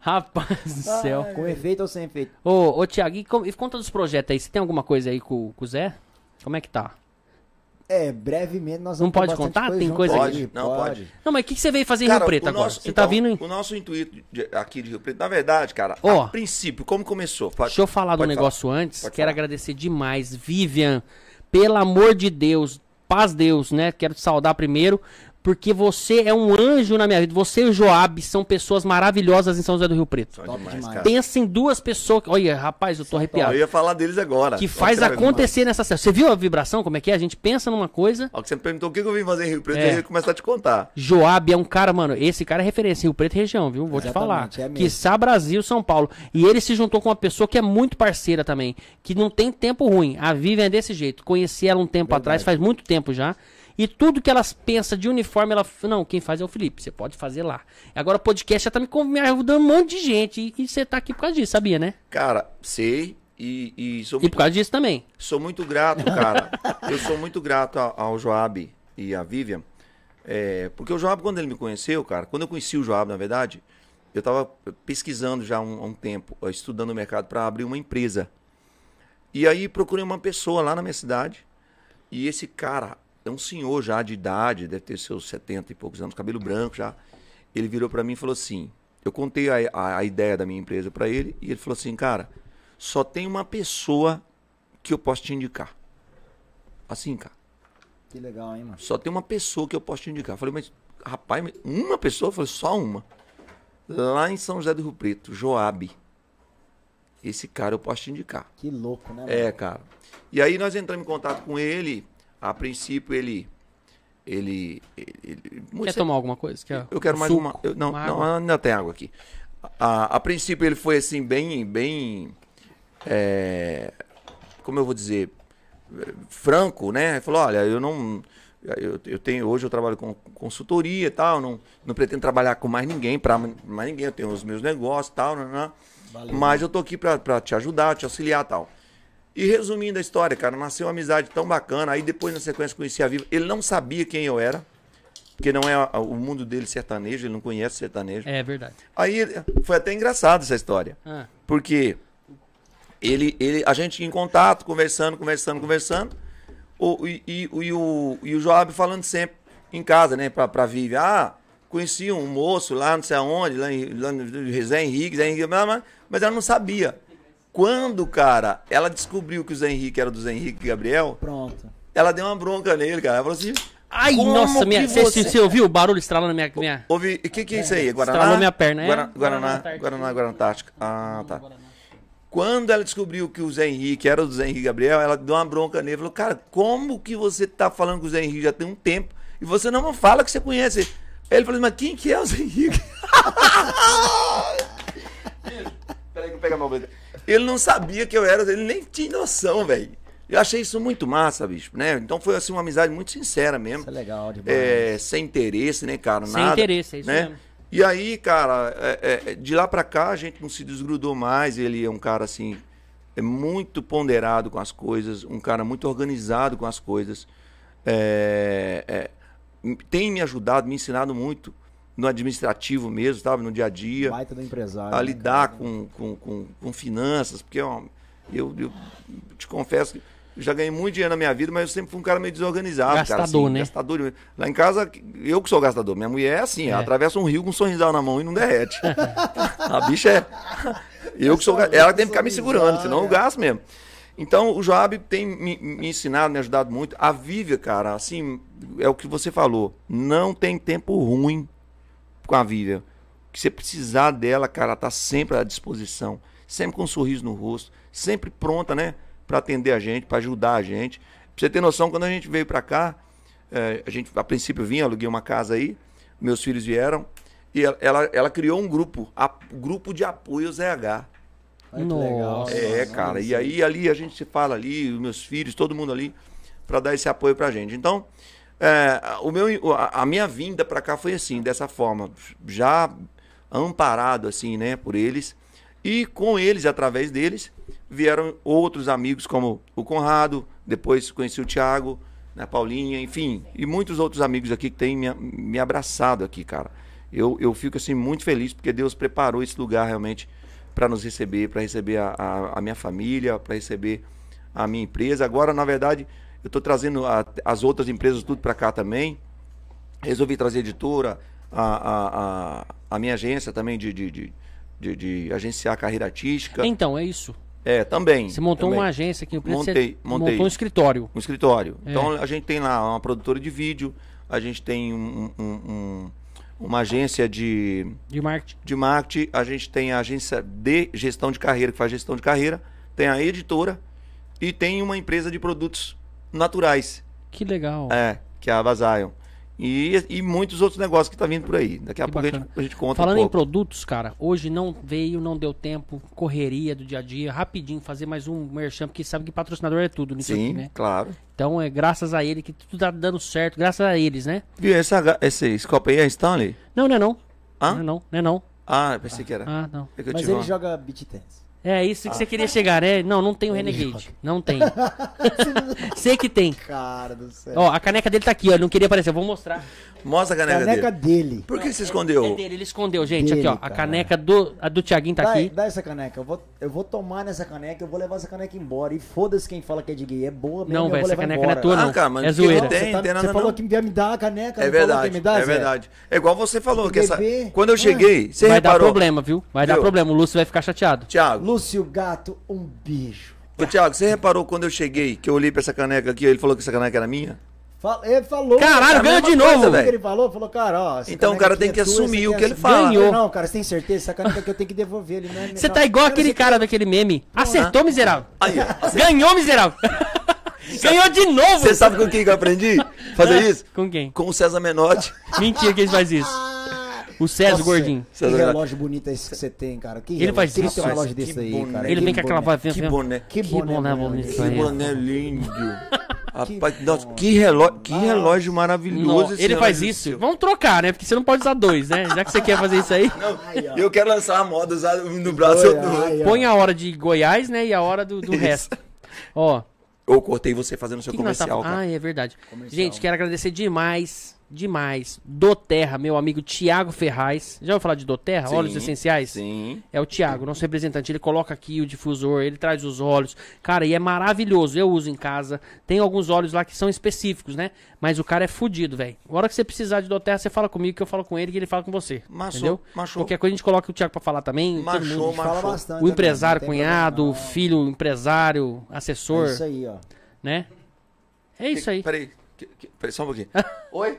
[SPEAKER 1] Rapaz do céu.
[SPEAKER 3] Com efeito ou sem efeito?
[SPEAKER 1] Ô, ô Tiago, e, com- e conta dos projetos aí. Você tem alguma coisa aí com, com o Zé? Como é que tá?
[SPEAKER 3] É, brevemente nós
[SPEAKER 1] Não
[SPEAKER 3] vamos ter
[SPEAKER 1] pode
[SPEAKER 3] bastante
[SPEAKER 1] contar? Tem
[SPEAKER 3] junto
[SPEAKER 1] coisa
[SPEAKER 3] aí,
[SPEAKER 2] aqui? Não, pode.
[SPEAKER 1] Não, mas o que, que você veio fazer em
[SPEAKER 2] Cara,
[SPEAKER 1] Rio Preto
[SPEAKER 2] o
[SPEAKER 1] agora?
[SPEAKER 2] nosso-
[SPEAKER 1] você tá
[SPEAKER 2] então,
[SPEAKER 1] vindo em...
[SPEAKER 2] O nosso intuito de- aqui de Rio Preto, na verdade, cara,
[SPEAKER 1] Ó.
[SPEAKER 2] a princípio, como começou? Pode-
[SPEAKER 1] Deixa eu falar do
[SPEAKER 2] pode
[SPEAKER 1] negócio antes.
[SPEAKER 2] Pode
[SPEAKER 1] Quero
[SPEAKER 2] falar.
[SPEAKER 1] agradecer demais, Vivian. Pelo amor de Deus, paz Deus, né? Quero te saudar primeiro, porque você é um anjo na minha vida. Você e o Joab são pessoas maravilhosas em São José do Rio Preto.
[SPEAKER 2] Só
[SPEAKER 3] Top
[SPEAKER 2] demais,
[SPEAKER 3] demais.
[SPEAKER 2] cara.
[SPEAKER 1] Pensa em duas pessoas. que- Olha, rapaz, eu tô
[SPEAKER 2] Eu
[SPEAKER 1] arrepiado.
[SPEAKER 2] ia falar deles agora.
[SPEAKER 1] Que
[SPEAKER 2] Só
[SPEAKER 1] faz
[SPEAKER 2] você vai-
[SPEAKER 1] acontecer nessa série. Você viu a vibração? Como é que é? A gente pensa numa coisa.
[SPEAKER 2] Ó, que você me perguntou o que que eu vim fazer em Rio Preto,
[SPEAKER 1] É.
[SPEAKER 2] aí eu ia começar a te contar.
[SPEAKER 1] Joab é um cara, mano, esse cara é referência em Rio Preto e região, viu? Vou te falar.
[SPEAKER 3] Exatamente, é mesmo.
[SPEAKER 1] que está Brasil, São Paulo. E ele se juntou com uma pessoa que é muito parceira também, que não tem tempo ruim. A Vivian é desse jeito. Conheci ela um tempo atrás, faz muito tempo já. E tudo que elas pensam de uniforme, ela. f- Não, quem faz é o Felipe, você pode fazer lá. Agora o podcast já tá me, con- me ajudando um monte de gente. E, e você tá aqui por causa disso, sabia, né?
[SPEAKER 2] Cara, sei e, e sou
[SPEAKER 1] E
[SPEAKER 2] muito
[SPEAKER 1] por causa disso também.
[SPEAKER 2] Sou muito grato, cara. Eu sou muito grato a- ao Joab e à Vivian É, porque o Joab, quando ele me conheceu, cara, quando eu conheci o Joab, na verdade, eu estava pesquisando já há um, há um tempo, ó, estudando o mercado para abrir uma empresa. E aí procurei uma pessoa lá na minha cidade. E esse cara é um senhor já de idade, deve ter seus 70 e poucos anos, cabelo branco já. Ele virou para mim e falou assim: Eu contei a, a, a ideia da minha empresa para ele. E ele falou assim: Cara, só tem uma pessoa que eu posso te indicar. Assim, cara.
[SPEAKER 3] Que legal, hein, mano?
[SPEAKER 2] Só tem uma pessoa que eu posso te indicar. Eu falei, mas, rapaz, mas uma pessoa? Eu falei, só uma. Lá em São José do Rio Preto, Joab. Esse cara eu posso te indicar.
[SPEAKER 3] Que louco, né?
[SPEAKER 2] É, cara. E aí nós entramos em contato com ele. A princípio, ele. Ele. ele- ele-
[SPEAKER 1] Quer
[SPEAKER 2] Você-
[SPEAKER 1] tomar alguma coisa? Quer
[SPEAKER 2] é. Eu quero
[SPEAKER 1] um
[SPEAKER 2] mais
[SPEAKER 1] suco,
[SPEAKER 2] uma. eu- não,
[SPEAKER 1] uma
[SPEAKER 2] não,
[SPEAKER 1] água?
[SPEAKER 2] ainda tem água aqui. A, a princípio, ele foi assim, bem. bem é, como eu vou dizer? eh, Franco, né? Ele falou: olha, eu não. Eu, eu tenho, hoje eu trabalho com consultoria e tal, não, não pretendo trabalhar com mais ninguém, para mais ninguém, eu tenho os meus negócios e tal, nananã. mas eu tô aqui para te ajudar, te auxiliar e tal. E resumindo a história, cara, nasceu uma amizade tão bacana. Aí depois, na sequência, conheci a Viva. Ele não sabia quem eu era, porque não é a- o mundo dele sertanejo, ele não conhece sertanejo.
[SPEAKER 1] É verdade.
[SPEAKER 2] Aí ele- foi até engraçado essa história,
[SPEAKER 1] Ah,
[SPEAKER 2] porque ele, ele, a gente em contato, conversando, conversando, conversando, o, e, e- e o, e o Joab falando sempre em casa, né, pra, pra Vivi. Ah, conheci um moço lá, não sei aonde, lá em, lá em Zé Henrique, Zé Henrique, mas- mas- mas ela não sabia. Quando, cara, ela descobriu que o Zé Henrique era do Zé Henrique e Gabriel,
[SPEAKER 3] Pronto.
[SPEAKER 2] ela deu uma bronca nele, cara. Ela falou assim:
[SPEAKER 1] Ai,
[SPEAKER 2] Como
[SPEAKER 1] nossa, minha,
[SPEAKER 2] que
[SPEAKER 1] você...
[SPEAKER 2] você-
[SPEAKER 1] você ouviu o barulho estralando na minha, minha...
[SPEAKER 2] Ouve, o que, que é isso aí? Guaraná?
[SPEAKER 1] Estralou minha perna, é?
[SPEAKER 2] Guara- Guaraná,
[SPEAKER 1] Guaraná,
[SPEAKER 2] Guaraná, Guaraná Antártica. Ah, tá. Quando ela descobriu que o Zé Henrique era o Zé Henrique Gabriel, ela deu uma bronca nele. Falou, cara, como que você tá falando com o Zé Henrique já tem um tempo e você não fala que você conhece? Ele falou, mas quem que é o Zé Henrique? Peraí que eu pego a mão pra ele. Ele não sabia que eu era, ele nem tinha noção, velho. Eu achei isso muito massa, bicho, né? Então foi assim uma amizade muito sincera mesmo
[SPEAKER 3] Isso é legal demais.
[SPEAKER 2] é, sem interesse, né, cara?
[SPEAKER 1] Sem
[SPEAKER 2] nada,
[SPEAKER 1] interesse, é isso
[SPEAKER 2] né?
[SPEAKER 1] mesmo.
[SPEAKER 2] E aí, cara, é, é, de lá pra cá a gente não se desgrudou mais. Ele é um cara assim, é muito ponderado com as coisas, um cara muito organizado com as coisas. É, é, m- tem me ajudado, me ensinado muito no administrativo mesmo, sabe? No dia a dia
[SPEAKER 3] Baita do empresário.
[SPEAKER 2] a
[SPEAKER 3] né,
[SPEAKER 2] lidar
[SPEAKER 3] cara?
[SPEAKER 2] com, com, com, com finanças, porque ó, eu, eu te confesso que já ganhei muito dinheiro na minha vida, mas eu sempre fui um cara meio desorganizado. cara, assim,
[SPEAKER 1] Gastador, né?
[SPEAKER 2] Gastador. de- Lá em casa, eu que sou gastador. Minha mulher é assim, ela atravessa um rio com um sorrisal na mão e não derrete. a bicha é... Eu que sou... ga- Ela tem que ficar me segurando, senão eu gasto mesmo. Então, o Joab tem me, me ensinado, me ajudado muito. A Vívia, cara, assim, é o que você falou. Não tem tempo ruim com a Vivian. Que você precisar dela, cara, ela tá sempre à disposição, sempre com um sorriso no rosto, sempre pronta, né, para atender a gente, para ajudar a gente. Pra você ter noção, quando a gente veio para cá, eh, a gente a princípio vinha, aluguei uma casa aí, meus filhos vieram e ela, ela, ela criou um grupo, a, grupo de apoio ZH.
[SPEAKER 3] Olha que legal.
[SPEAKER 1] Nossa.
[SPEAKER 2] É,
[SPEAKER 3] mano.
[SPEAKER 2] cara. E aí ali a gente se fala ali, os meus filhos, todo mundo ali, pra dar esse apoio pra gente. Então, é, o meu, a, a minha vinda pra cá foi assim, dessa forma, já amparado assim, né, por eles. E com eles, através deles, vieram outros amigos como o Conrado, depois conheci o Thiago, né, Paulinha, enfim, e muitos outros amigos aqui que têm me, me abraçado aqui, cara. Eu, eu fico assim muito feliz porque Deus preparou esse lugar realmente para nos receber, para receber a, a- a minha família, para receber a minha empresa. Agora, na verdade, eu estou trazendo a- as outras empresas tudo para cá também. Resolvi trazer a editora, a, a, a, a minha agência também de, de, de, de- de agenciar a carreira artística.
[SPEAKER 1] Então, é isso.
[SPEAKER 2] É, também.
[SPEAKER 1] Você montou
[SPEAKER 2] também.
[SPEAKER 1] uma agência aqui no Preto,
[SPEAKER 2] Montei,
[SPEAKER 1] você
[SPEAKER 2] montei.
[SPEAKER 1] montou um escritório.
[SPEAKER 2] Um escritório.
[SPEAKER 1] É.
[SPEAKER 2] Então a gente tem lá uma produtora de vídeo, a gente tem um- um- um- uma agência de
[SPEAKER 1] De marketing.
[SPEAKER 2] de marketing, a gente tem a agência de gestão de carreira, que faz gestão de carreira, tem a editora e tem uma empresa de produtos naturais,
[SPEAKER 1] Que legal.
[SPEAKER 2] é, que é a Avazion. E, e muitos outros negócios que tá vindo por aí. Daqui a
[SPEAKER 1] Que
[SPEAKER 2] pouco a gente,
[SPEAKER 1] bacana.
[SPEAKER 2] a gente conta
[SPEAKER 1] Falando
[SPEAKER 2] um
[SPEAKER 1] em
[SPEAKER 2] pouco.
[SPEAKER 1] produtos, cara, hoje não veio, não deu tempo, correria do dia a dia, rapidinho fazer mais um merchan, porque sabe que patrocinador é tudo nisso
[SPEAKER 2] Sim,
[SPEAKER 1] aqui, né?
[SPEAKER 2] claro.
[SPEAKER 1] Então é graças a ele que tudo tá dando certo, graças a eles, né?
[SPEAKER 2] E essa, ga- esse, esse copo aí é Stanley?
[SPEAKER 1] Não, não é não.
[SPEAKER 2] Hã?
[SPEAKER 1] Não é não, não é não.
[SPEAKER 2] Ah, pensei que era.
[SPEAKER 1] Ah, não.
[SPEAKER 2] É que eu
[SPEAKER 3] Mas
[SPEAKER 2] tive
[SPEAKER 3] ele
[SPEAKER 2] uma-
[SPEAKER 3] joga beat tennis.
[SPEAKER 1] É isso
[SPEAKER 2] Ah.
[SPEAKER 1] que você queria chegar, né? Não, não
[SPEAKER 3] É
[SPEAKER 1] tem o Renegade. Não tem. Sei que tem.
[SPEAKER 3] Cara do céu.
[SPEAKER 1] Ó, a caneca dele tá aqui, ó. Ele não queria aparecer. Eu vou mostrar.
[SPEAKER 2] Mostra a caneca,
[SPEAKER 3] Caneca
[SPEAKER 2] dele.
[SPEAKER 3] dele.
[SPEAKER 2] Por que você
[SPEAKER 1] É
[SPEAKER 2] escondeu?
[SPEAKER 1] dele, ele escondeu, gente.
[SPEAKER 3] Dele,
[SPEAKER 1] aqui, ó. A
[SPEAKER 3] cara.
[SPEAKER 1] caneca do, a do Thiaguinho tá
[SPEAKER 3] Dá,
[SPEAKER 1] aqui.
[SPEAKER 3] dá essa caneca. Eu vou, eu vou tomar nessa caneca, eu vou levar essa caneca embora. E foda-se quem fala que é de gay. É boa mesmo.
[SPEAKER 1] Não, velho,
[SPEAKER 3] eu vou
[SPEAKER 1] essa
[SPEAKER 3] levar
[SPEAKER 1] caneca
[SPEAKER 3] embora.
[SPEAKER 1] não é tua,
[SPEAKER 2] Ah,
[SPEAKER 1] não.
[SPEAKER 2] cara, mas
[SPEAKER 1] é
[SPEAKER 2] que não
[SPEAKER 1] zoeira.
[SPEAKER 2] tem.
[SPEAKER 3] você
[SPEAKER 2] nada,
[SPEAKER 3] falou
[SPEAKER 2] não.
[SPEAKER 3] que ia me dar a
[SPEAKER 1] Então,
[SPEAKER 3] caneca.
[SPEAKER 2] É
[SPEAKER 3] não falou que
[SPEAKER 2] verdade,
[SPEAKER 3] ia me dar,
[SPEAKER 2] é
[SPEAKER 3] Zé?
[SPEAKER 2] verdade. É igual você falou, que essa...
[SPEAKER 3] Bebê.
[SPEAKER 2] quando eu cheguei, você
[SPEAKER 1] Ah, Vai dar
[SPEAKER 2] reparou...
[SPEAKER 1] problema, viu? Vai dar
[SPEAKER 2] Viu?
[SPEAKER 1] problema. O Lúcio vai ficar chateado.
[SPEAKER 2] Tiago,
[SPEAKER 3] Lúcio Gato, um beijo.
[SPEAKER 2] ô, Tiago, você reparou quando eu cheguei, que eu olhei pra essa caneca aqui, ele falou que essa caneca era minha?
[SPEAKER 3] Fala- ele falou.
[SPEAKER 2] É
[SPEAKER 1] Caralho,
[SPEAKER 2] a
[SPEAKER 1] ganhou
[SPEAKER 2] mesma coisa,
[SPEAKER 1] de novo.
[SPEAKER 3] Sabe o que
[SPEAKER 2] velho.
[SPEAKER 3] ele falou? Falou, cara, ó. essa
[SPEAKER 2] Então o
[SPEAKER 3] caneca
[SPEAKER 2] cara
[SPEAKER 3] aqui
[SPEAKER 2] tem
[SPEAKER 3] é
[SPEAKER 2] que
[SPEAKER 3] tua,
[SPEAKER 2] assumir
[SPEAKER 3] essa aqui
[SPEAKER 2] o que
[SPEAKER 3] é
[SPEAKER 2] ele
[SPEAKER 3] sua.
[SPEAKER 2] fala.
[SPEAKER 1] Ganhou.
[SPEAKER 3] Não, cara, você tem certeza? Essa caneca que eu tenho que devolver. Ele não é
[SPEAKER 1] Você
[SPEAKER 3] não, é
[SPEAKER 1] tá igual
[SPEAKER 3] cara,
[SPEAKER 1] aquele
[SPEAKER 3] você-
[SPEAKER 1] cara daquele meme. Acertou, miserável.
[SPEAKER 2] Aí, ó, você-
[SPEAKER 1] Ganhou, miserável. Ganhou de novo. Ah,
[SPEAKER 2] você sabe com quem que eu aprendi fazer isso?
[SPEAKER 1] Com quem?
[SPEAKER 2] Com o César Menotti.
[SPEAKER 1] Mentira que ele faz isso. O César
[SPEAKER 3] Nossa,
[SPEAKER 1] Gordinho.
[SPEAKER 3] Que
[SPEAKER 2] César-
[SPEAKER 3] relógio bonito é esse que você tem, cara. Que relógio?
[SPEAKER 1] faz
[SPEAKER 3] Queria
[SPEAKER 1] isso.
[SPEAKER 3] ter um
[SPEAKER 2] Rapaz,
[SPEAKER 3] relógio
[SPEAKER 2] que
[SPEAKER 3] desse aí,
[SPEAKER 2] boné.
[SPEAKER 3] cara.
[SPEAKER 1] Ele
[SPEAKER 3] Que
[SPEAKER 1] vem com aquela
[SPEAKER 3] boné.
[SPEAKER 1] vavinha.
[SPEAKER 2] Que boné. Que
[SPEAKER 3] Que
[SPEAKER 1] Que boné
[SPEAKER 3] boné
[SPEAKER 1] bonito isso
[SPEAKER 2] Que
[SPEAKER 1] aí.
[SPEAKER 2] boné lindo. Rapaz, nossa, que relógio, que relógio maravilhoso
[SPEAKER 1] Não,
[SPEAKER 2] esse
[SPEAKER 1] ele faz
[SPEAKER 2] relógio
[SPEAKER 1] isso.
[SPEAKER 2] seu.
[SPEAKER 1] Vamos trocar, né? Porque você não pode usar dois, né? Já que você quer fazer isso aí,
[SPEAKER 3] Aí, ó.
[SPEAKER 2] Eu quero lançar a moda usar um no braço e
[SPEAKER 3] Olha,
[SPEAKER 2] outro no outro.
[SPEAKER 3] aí, ó.
[SPEAKER 1] põe a hora de Goiás, né? E a hora do, do resto. Ó, o
[SPEAKER 2] Eu cortei você fazendo seu
[SPEAKER 1] que, que nós tá
[SPEAKER 2] comercial,
[SPEAKER 1] falando?
[SPEAKER 2] cara.
[SPEAKER 1] Ah, é verdade. Gente, quero agradecer demais, demais. Do Terra, meu amigo Tiago Ferraz. Já ouviu falar de Do Terra?
[SPEAKER 2] Sim,
[SPEAKER 1] Óleos essenciais?
[SPEAKER 2] Sim.
[SPEAKER 1] É o Thiago, nosso representante. Ele coloca aqui o difusor, ele traz os óleos. Cara, e é maravilhoso. Eu uso em casa. Tem alguns óleos lá que são específicos, né? Mas o cara é fudido, velho. A hora que você precisar de Doterra, você fala comigo, que eu falo com ele, que ele fala com você.
[SPEAKER 2] Machou,
[SPEAKER 1] entendeu?
[SPEAKER 2] machou.
[SPEAKER 1] Qualquer coisa a gente coloca o Thiago pra falar também. todo
[SPEAKER 2] Machou,
[SPEAKER 1] mundo.
[SPEAKER 2] machou.
[SPEAKER 3] Fala bastante.
[SPEAKER 1] O
[SPEAKER 3] né,
[SPEAKER 1] empresário,
[SPEAKER 3] cara? Não tem problema,
[SPEAKER 1] cunhado,
[SPEAKER 3] não.
[SPEAKER 1] filho, empresário, assessor,
[SPEAKER 3] É Isso aí, ó.
[SPEAKER 1] né? É isso aí.
[SPEAKER 2] Peraí, que- que- peraí, só um pouquinho. Oi?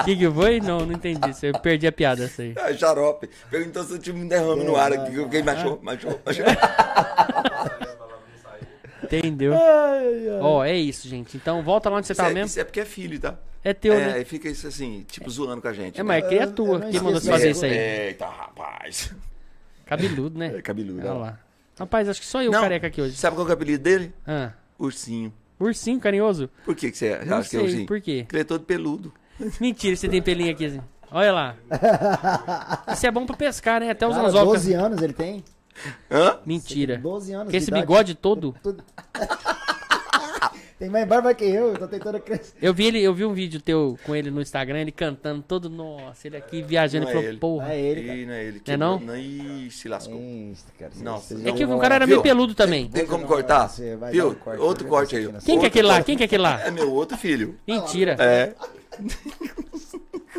[SPEAKER 1] O que, que foi? Não, não entendi. isso. Eu perdi a piada essa aí.
[SPEAKER 2] É, xarope. Perguntou se eu tive um derrame no ar aqui. Quem machou, machou, machou.
[SPEAKER 1] Tá Entendeu? Ó, é isso, gente. Então volta lá onde você
[SPEAKER 2] Isso
[SPEAKER 1] tá
[SPEAKER 2] é,
[SPEAKER 1] mesmo.
[SPEAKER 2] isso é porque é filho, tá?
[SPEAKER 1] É teu,
[SPEAKER 2] é,
[SPEAKER 1] né?
[SPEAKER 2] aí fica isso assim, tipo, zoando com a gente.
[SPEAKER 1] É, mas é cria
[SPEAKER 3] Eu- eu
[SPEAKER 1] tua.
[SPEAKER 3] não
[SPEAKER 1] Quem mandou você
[SPEAKER 3] esqueço
[SPEAKER 1] fazer
[SPEAKER 2] é,
[SPEAKER 1] isso
[SPEAKER 3] mesmo.
[SPEAKER 1] aí?
[SPEAKER 2] Eita, rapaz.
[SPEAKER 1] Cabeludo, né?
[SPEAKER 2] É cabeludo.
[SPEAKER 1] Olha
[SPEAKER 2] ó.
[SPEAKER 1] lá. Rapaz, acho que só eu
[SPEAKER 2] Não,
[SPEAKER 1] careca aqui hoje.
[SPEAKER 2] Sabe qual que é o apelido dele?
[SPEAKER 1] Ah,
[SPEAKER 2] Ursinho.
[SPEAKER 1] ursinho carinhoso?
[SPEAKER 2] Por que, que você acha
[SPEAKER 1] Não
[SPEAKER 2] que é ursinho?
[SPEAKER 1] sei, por quê?
[SPEAKER 2] Porque ele é todo peludo.
[SPEAKER 1] Mentira, você tem pelinho aqui assim. Olha lá. Isso é bom pra pescar, né? Até os
[SPEAKER 3] Cara,
[SPEAKER 1] anzol.
[SPEAKER 3] 12 anos ele tem.
[SPEAKER 2] Hã?
[SPEAKER 1] Mentira.
[SPEAKER 3] 12 anos
[SPEAKER 1] Com É. esse
[SPEAKER 3] de idade.
[SPEAKER 1] bigode todo.
[SPEAKER 3] Tudo- Tem mais barba que eu, eu tô tentando crescer.
[SPEAKER 1] Eu vi, ele, eu vi um vídeo teu com ele no Instagram, ele cantando todo. Nossa, ele aqui viajando.
[SPEAKER 2] Não
[SPEAKER 1] Ele
[SPEAKER 2] é
[SPEAKER 1] falou,
[SPEAKER 2] ele.
[SPEAKER 1] porra.
[SPEAKER 3] É ele, cara.
[SPEAKER 2] Ih, não é ele.
[SPEAKER 1] É não?
[SPEAKER 2] Ih, se lascou.
[SPEAKER 3] Isso, cara. você-
[SPEAKER 2] Nossa.
[SPEAKER 3] você
[SPEAKER 1] É que
[SPEAKER 3] jogou
[SPEAKER 1] o cara era
[SPEAKER 3] lá.
[SPEAKER 2] Viu?
[SPEAKER 1] meio peludo também.
[SPEAKER 2] Tem como
[SPEAKER 3] Hum, Não,
[SPEAKER 2] cortar?
[SPEAKER 3] você vai
[SPEAKER 2] Viu?
[SPEAKER 3] dar um corte,
[SPEAKER 2] Outro
[SPEAKER 3] vai
[SPEAKER 2] corte
[SPEAKER 3] ver
[SPEAKER 2] aí.
[SPEAKER 3] isso aqui
[SPEAKER 1] Quem que é
[SPEAKER 2] Outro
[SPEAKER 1] aquele lá?
[SPEAKER 2] corte.
[SPEAKER 1] Quem que é aquele lá?
[SPEAKER 2] É meu outro filho.
[SPEAKER 1] Mentira.
[SPEAKER 2] É.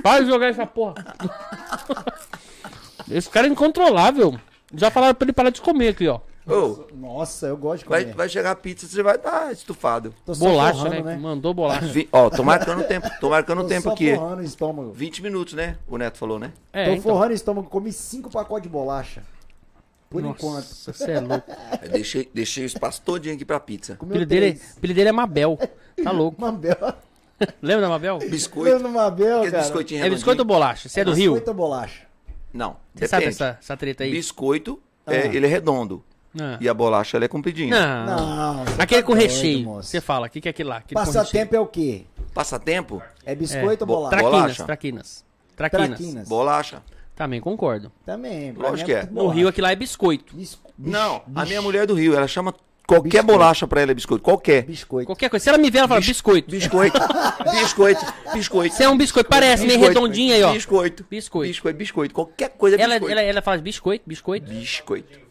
[SPEAKER 1] Para de jogar essa porra. Esse cara é incontrolável. Já falaram pra ele parar de comer aqui,
[SPEAKER 3] Tá
[SPEAKER 1] ó.
[SPEAKER 2] Ô,
[SPEAKER 3] Nossa, eu gosto de
[SPEAKER 2] vai,
[SPEAKER 3] comer.
[SPEAKER 2] vai chegar a pizza, você vai estar estufado.
[SPEAKER 3] Tô só
[SPEAKER 1] Bolacha,
[SPEAKER 3] forrando,
[SPEAKER 1] né? Mandou bolacha.
[SPEAKER 2] Vi- Ó, tô marcando tempo. Tô marcando
[SPEAKER 3] Tô
[SPEAKER 2] tempo
[SPEAKER 3] só
[SPEAKER 2] aqui.
[SPEAKER 3] forrando o estômago.
[SPEAKER 2] 20 minutos, né? O Neto falou, né?
[SPEAKER 1] É,
[SPEAKER 3] Tô
[SPEAKER 1] então.
[SPEAKER 3] forrando o estômago, comi cinco pacotes de bolacha. Por
[SPEAKER 1] Nossa,
[SPEAKER 3] enquanto.
[SPEAKER 1] Você é louco.
[SPEAKER 2] Aí deixei, deixei o espaço todinho aqui pra pizza.
[SPEAKER 1] O
[SPEAKER 3] Comeu
[SPEAKER 1] apelido dele,
[SPEAKER 3] três.
[SPEAKER 1] o apelido dele é Mabel. Tá louco.
[SPEAKER 3] Mabel.
[SPEAKER 1] Lembra da Mabel?
[SPEAKER 2] Biscoito.
[SPEAKER 3] Comendo Mabel,
[SPEAKER 2] Aquele
[SPEAKER 3] cara.
[SPEAKER 2] biscoitinho
[SPEAKER 1] É biscoito
[SPEAKER 2] redondinho.
[SPEAKER 1] ou bolacha? Você é do Rio?
[SPEAKER 3] Biscoito ou bolacha?
[SPEAKER 2] Não,
[SPEAKER 1] Você sabe
[SPEAKER 2] depende.
[SPEAKER 1] essa, essa treta aí?
[SPEAKER 2] Biscoito, é,
[SPEAKER 3] Ah.
[SPEAKER 2] ele é redondo.
[SPEAKER 1] Não.
[SPEAKER 2] E a bolacha, ela é compridinha.
[SPEAKER 1] Não.
[SPEAKER 3] Não. você
[SPEAKER 1] Ah. Aquele
[SPEAKER 3] tá
[SPEAKER 1] com
[SPEAKER 3] doido,
[SPEAKER 1] recheio.
[SPEAKER 3] moço.
[SPEAKER 1] Você fala, o que, que é aquele lá? Aquele com recheio.
[SPEAKER 3] Passatempo é o quê?
[SPEAKER 1] Ah.
[SPEAKER 2] Passatempo,
[SPEAKER 3] É
[SPEAKER 1] É,
[SPEAKER 3] biscoito ou bolacha?
[SPEAKER 2] tra-
[SPEAKER 1] Traquinas,
[SPEAKER 2] Bolacha.
[SPEAKER 1] traquinas. Traquinas.
[SPEAKER 3] Traquinas.
[SPEAKER 2] bolacha.
[SPEAKER 1] Também concordo.
[SPEAKER 3] Também. pra
[SPEAKER 2] Lógico que
[SPEAKER 3] mim
[SPEAKER 2] é.
[SPEAKER 3] muito
[SPEAKER 1] No
[SPEAKER 3] bolacha.
[SPEAKER 1] Rio, aquilo lá é biscoito.
[SPEAKER 3] Bisco-
[SPEAKER 2] Não,
[SPEAKER 3] bis-
[SPEAKER 2] a
[SPEAKER 3] bis-
[SPEAKER 2] minha mulher é do Rio, ela chama qualquer bolacha pra ela é biscoito, qualquer.
[SPEAKER 3] Biscoito.
[SPEAKER 1] Qualquer coisa. Se ela me ver, ela fala biscoito.
[SPEAKER 2] Biscoito, biscoito, biscoito.
[SPEAKER 1] Você é um biscoito. Parece, meio
[SPEAKER 2] Biscoito,
[SPEAKER 1] redondinho aí, ó.
[SPEAKER 2] Biscoito.
[SPEAKER 1] Biscoito.
[SPEAKER 2] Biscoito, biscoito. Qualquer coisa é
[SPEAKER 1] Ela,
[SPEAKER 2] biscoito.
[SPEAKER 1] ela, ela fala biscoito, biscoito.
[SPEAKER 2] Biscoito.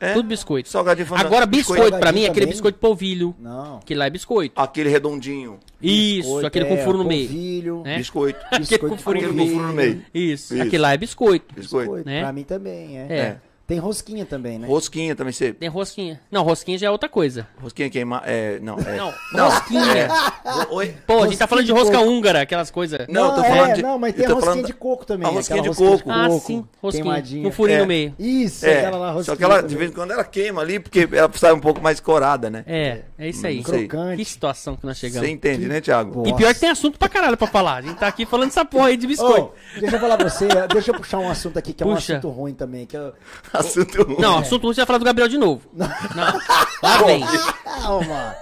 [SPEAKER 2] É?
[SPEAKER 1] Tudo biscoito.
[SPEAKER 2] Salgadinho falando-
[SPEAKER 1] Agora, biscoito, pra mim, é
[SPEAKER 3] Salgadinho
[SPEAKER 1] aquele
[SPEAKER 3] também.
[SPEAKER 1] biscoito polvilho.
[SPEAKER 3] Não.
[SPEAKER 1] Que lá é biscoito.
[SPEAKER 2] Aquele redondinho.
[SPEAKER 1] Isso,
[SPEAKER 3] Biscoito,
[SPEAKER 1] aquele com
[SPEAKER 3] é,
[SPEAKER 1] furo no
[SPEAKER 3] o
[SPEAKER 1] meio.
[SPEAKER 3] polvilho,
[SPEAKER 1] né?
[SPEAKER 2] Biscoito.
[SPEAKER 1] Aquele com
[SPEAKER 3] biscoito
[SPEAKER 1] furo
[SPEAKER 2] Aquele
[SPEAKER 1] no
[SPEAKER 2] com
[SPEAKER 1] meio.
[SPEAKER 2] furo no meio.
[SPEAKER 1] Isso.
[SPEAKER 2] Isso.
[SPEAKER 1] Aquele lá é biscoito.
[SPEAKER 2] Biscoito.
[SPEAKER 3] biscoito.
[SPEAKER 1] né?
[SPEAKER 3] Pra mim também, é.
[SPEAKER 1] É.
[SPEAKER 2] É.
[SPEAKER 3] Tem rosquinha também, né?
[SPEAKER 2] Rosquinha também, você.
[SPEAKER 1] Tem rosquinha. Não, rosquinha já é outra coisa.
[SPEAKER 2] Rosquinha queimada. É, não, é.
[SPEAKER 1] Não,
[SPEAKER 2] É.
[SPEAKER 1] rosquinha.
[SPEAKER 2] Ro- Oi.
[SPEAKER 1] Pô, a gente tá falando de
[SPEAKER 3] Rosquinha de
[SPEAKER 1] rosca
[SPEAKER 3] coco.
[SPEAKER 1] húngara, aquelas coisas.
[SPEAKER 2] Não, eu tô
[SPEAKER 3] é,
[SPEAKER 2] falando de-
[SPEAKER 3] Não, mas
[SPEAKER 2] eu
[SPEAKER 3] tem a
[SPEAKER 2] tô
[SPEAKER 3] rosquinha
[SPEAKER 2] falando-
[SPEAKER 3] de coco também.
[SPEAKER 2] a rosquinha
[SPEAKER 3] aquela
[SPEAKER 2] de coco.
[SPEAKER 1] Ah,
[SPEAKER 3] coco,
[SPEAKER 1] sim, rosquinha.
[SPEAKER 3] queimadinha.
[SPEAKER 1] Com furinho
[SPEAKER 2] É.
[SPEAKER 1] no meio.
[SPEAKER 3] Isso,
[SPEAKER 2] É,
[SPEAKER 3] aquela lá,
[SPEAKER 2] só
[SPEAKER 3] rosquinha.
[SPEAKER 2] que ela, de
[SPEAKER 3] também.
[SPEAKER 2] vez em quando, ela queima ali, porque ela sai um pouco mais corada, né?
[SPEAKER 1] É, é isso aí.
[SPEAKER 2] Não sei.
[SPEAKER 1] Que
[SPEAKER 3] Hum, Crocante.
[SPEAKER 1] situação que nós
[SPEAKER 2] Você
[SPEAKER 1] chegamos.
[SPEAKER 2] entende, né, Thiago?
[SPEAKER 3] Pô.
[SPEAKER 1] E pior que tem assunto pra caralho pra falar. A gente tá aqui falando essa porra aí de biscoito.
[SPEAKER 3] Ô, deixa eu falar pra você, deixa eu puxar um assunto aqui que é um
[SPEAKER 1] Puxa.
[SPEAKER 3] assunto ruim também. Que é eu...
[SPEAKER 2] Assunto ruim.
[SPEAKER 3] É.
[SPEAKER 1] Não, assunto ruim, você vai falar do Gabriel de novo. Não, lá vem.
[SPEAKER 3] Calma!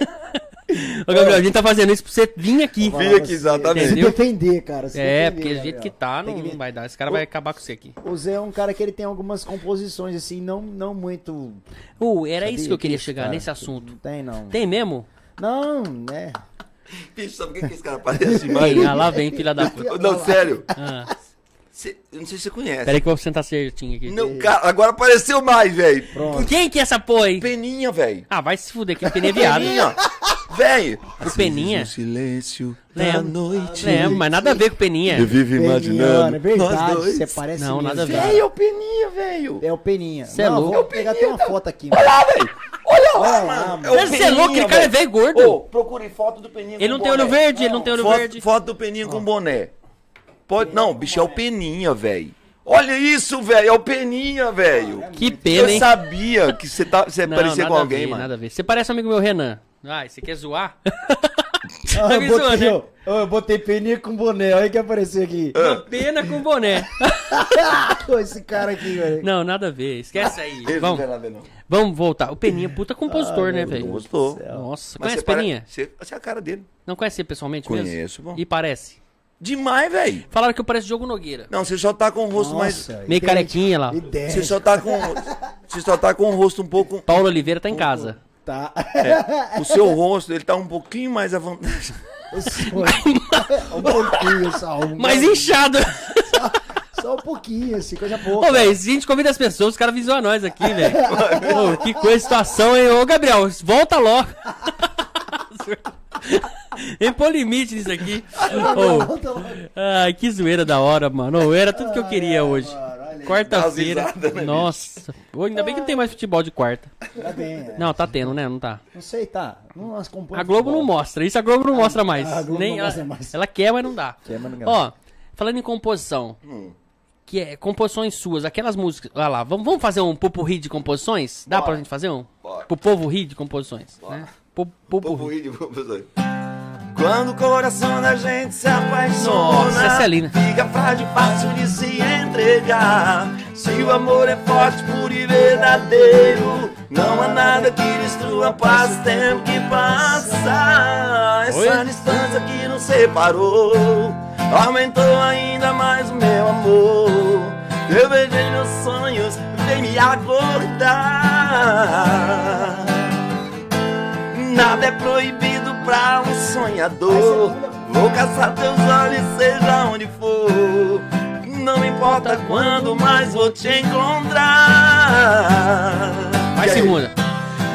[SPEAKER 1] Ô, Gabriel, a gente tá fazendo isso pra você vir aqui.
[SPEAKER 2] Vim aqui, exatamente.
[SPEAKER 1] Entendeu?
[SPEAKER 3] Se defender, cara. se
[SPEAKER 1] É,
[SPEAKER 3] defender,
[SPEAKER 1] porque do
[SPEAKER 3] Gabriel.
[SPEAKER 1] jeito que tá, não,
[SPEAKER 3] Tem que
[SPEAKER 1] não vai dar. Esse cara vai acabar com você aqui.
[SPEAKER 3] O Zé é um cara que ele tem algumas composições, assim, não, não muito.
[SPEAKER 1] Uh, era
[SPEAKER 3] Sabia
[SPEAKER 1] isso que eu queria
[SPEAKER 3] disso,
[SPEAKER 1] chegar,
[SPEAKER 3] cara?
[SPEAKER 1] nesse assunto.
[SPEAKER 3] Não tem, não.
[SPEAKER 1] Hum. Tem mesmo?
[SPEAKER 3] Não, né?
[SPEAKER 2] Bicho, sabe o que, que esse cara parece mais?
[SPEAKER 1] Tem, ah, lá vem, filha da puta.
[SPEAKER 2] Não, sério.
[SPEAKER 1] Ah,
[SPEAKER 2] Cê- eu não sei se você conhece.
[SPEAKER 1] peraí que eu vou sentar certinho aqui.
[SPEAKER 2] Não, cara, agora apareceu mais, velho.
[SPEAKER 3] Pronto.
[SPEAKER 1] Quem que é essa porra aí?
[SPEAKER 2] Peninha, velho.
[SPEAKER 1] Ah, vai se fuder, que o Peninha é viado.
[SPEAKER 2] Peninha. Velho.
[SPEAKER 1] Peninha?
[SPEAKER 2] O silêncio da
[SPEAKER 1] Lembro.
[SPEAKER 2] noite.
[SPEAKER 1] Lembro, mas nada a ver com o Peninha.
[SPEAKER 2] Eu vivo imaginando.
[SPEAKER 3] Peninha, é verdade,
[SPEAKER 2] nós dois.
[SPEAKER 3] você parece
[SPEAKER 1] Não,
[SPEAKER 3] mesmo.
[SPEAKER 1] nada a ver.
[SPEAKER 2] Véi, é o Peninha, velho.
[SPEAKER 3] É o Peninha.
[SPEAKER 1] Cê é louco.
[SPEAKER 3] Vou pegar até
[SPEAKER 2] então.
[SPEAKER 3] uma foto aqui. mano.
[SPEAKER 2] Olha lá, velho. Olha lá,
[SPEAKER 3] Olha lá,
[SPEAKER 2] mano.
[SPEAKER 3] mano.
[SPEAKER 2] É o
[SPEAKER 1] Mas você é louco,
[SPEAKER 2] Peninha,
[SPEAKER 1] aquele cara é velho gordo.
[SPEAKER 2] Ô, procure foto do Peninha
[SPEAKER 1] Ele não
[SPEAKER 2] com
[SPEAKER 1] tem olho
[SPEAKER 2] boné.
[SPEAKER 1] verde, ele não tem olho
[SPEAKER 2] foto,
[SPEAKER 1] verde.
[SPEAKER 2] foto do Peninha com boné. Pode, não, bicho, é o Peninha, velho. Olha isso, velho. É o Peninha, velho.
[SPEAKER 1] Que
[SPEAKER 2] Eu
[SPEAKER 1] pena, é hein?
[SPEAKER 2] sabia que você tá, você
[SPEAKER 1] Não,
[SPEAKER 2] parecia
[SPEAKER 1] nada
[SPEAKER 2] com
[SPEAKER 1] a
[SPEAKER 2] alguém,
[SPEAKER 1] ver,
[SPEAKER 2] mano.
[SPEAKER 1] Nada a ver. Você parece um amigo meu, Renan. Ai, você quer zoar?
[SPEAKER 3] Ah,
[SPEAKER 1] Tá
[SPEAKER 3] eu,
[SPEAKER 1] me
[SPEAKER 3] botei,
[SPEAKER 1] zoando, né?
[SPEAKER 3] ó, ó, eu botei Peninha com boné. Olha que apareceu aqui.
[SPEAKER 2] É.
[SPEAKER 1] Uma pena com boné.
[SPEAKER 3] Ó, Esse cara aqui, velho.
[SPEAKER 1] Não, nada a ver. Esquece aí.
[SPEAKER 2] Ele não tem
[SPEAKER 1] Vamos,
[SPEAKER 2] nada a ver, não.
[SPEAKER 1] vamos voltar. O Peninha, puta
[SPEAKER 2] Ah,
[SPEAKER 1] compositor, né, velho?
[SPEAKER 2] Gostou.
[SPEAKER 1] Nossa,
[SPEAKER 2] Mas
[SPEAKER 1] conhece
[SPEAKER 2] você
[SPEAKER 1] o
[SPEAKER 2] pare-
[SPEAKER 1] Peninha?
[SPEAKER 2] Você, você é a cara dele.
[SPEAKER 1] Não conhece ele pessoalmente
[SPEAKER 2] Conheço,
[SPEAKER 1] mesmo?
[SPEAKER 2] pô.
[SPEAKER 1] E parece.
[SPEAKER 2] Demais, velho.
[SPEAKER 1] Falaram que eu pareço Diogo Nogueira.
[SPEAKER 2] Não, você só tá com o rosto mais.
[SPEAKER 3] Nossa,
[SPEAKER 1] Meio
[SPEAKER 3] idêntico,
[SPEAKER 1] carequinha lá.
[SPEAKER 3] idêntico.
[SPEAKER 2] Você só tá com. Você só tá com o rosto um pouco.
[SPEAKER 1] Paulo Oliveira tá em casa.
[SPEAKER 3] Tá.
[SPEAKER 2] O seu rosto, ele tá um pouquinho mais avançado.
[SPEAKER 3] Esse foi- um pouquinho só. Um
[SPEAKER 1] Mas
[SPEAKER 3] pouquinho,
[SPEAKER 1] inchado!
[SPEAKER 3] Só um pouquinho, assim, coisa pouca.
[SPEAKER 1] Ô, velho, a gente convida as pessoas, os caras visuam nós aqui, velho. Ô, que coisa, situação, hein? Ô, Gabriel, volta logo. Tem pôr limite nisso aqui. Ô,
[SPEAKER 3] Volta lá.
[SPEAKER 1] ai, que zoeira da hora, mano. Ô, era tudo que eu queria hoje.
[SPEAKER 3] Mano, olha aí.
[SPEAKER 2] Dá
[SPEAKER 1] Quarta-feira.
[SPEAKER 2] as risadas, né,
[SPEAKER 1] Nossa. Ô, ainda bem que não tem mais futebol de quarta.
[SPEAKER 3] Tá bem, né?
[SPEAKER 1] Não, tá tendo, né? Não tá.
[SPEAKER 3] Não sei, tá. Não as acompanha
[SPEAKER 1] A Globo não
[SPEAKER 3] futebol.
[SPEAKER 1] mostra. Isso a Globo não mostra mais.
[SPEAKER 3] a Globo
[SPEAKER 1] Nem
[SPEAKER 3] não
[SPEAKER 1] ela,
[SPEAKER 3] mostra mais.
[SPEAKER 1] ela quer, mas não dá.
[SPEAKER 3] Quer, mas não dá.
[SPEAKER 1] Ó, falando em composição.
[SPEAKER 2] Hum.
[SPEAKER 1] Que é composições suas, aquelas músicas. Olha lá, vamos, vamos fazer um pupurri de composições? Dá pra gente fazer um?
[SPEAKER 2] Bora.
[SPEAKER 1] Pro povo rir de composições. Né? Pu- Pupurri.
[SPEAKER 2] Popurrí de professor. Quando o coração da gente se apaixona,
[SPEAKER 1] Nossa, essa é linda.
[SPEAKER 2] fica frágil, fácil de se entregar. Se o amor é forte, puro e verdadeiro, não há nada que destrua a paz do tempo que passa. Essa
[SPEAKER 1] Oi?
[SPEAKER 2] distância que nos separou aumentou ainda mais o meu amor. Eu vejo meus sonhos, vem me acordar. Nada é proibido pra um sonhador. Vou caçar teus olhos, seja onde for. Não importa quando, mas vou te encontrar.
[SPEAKER 1] Vai,
[SPEAKER 2] E aí?
[SPEAKER 1] segunda.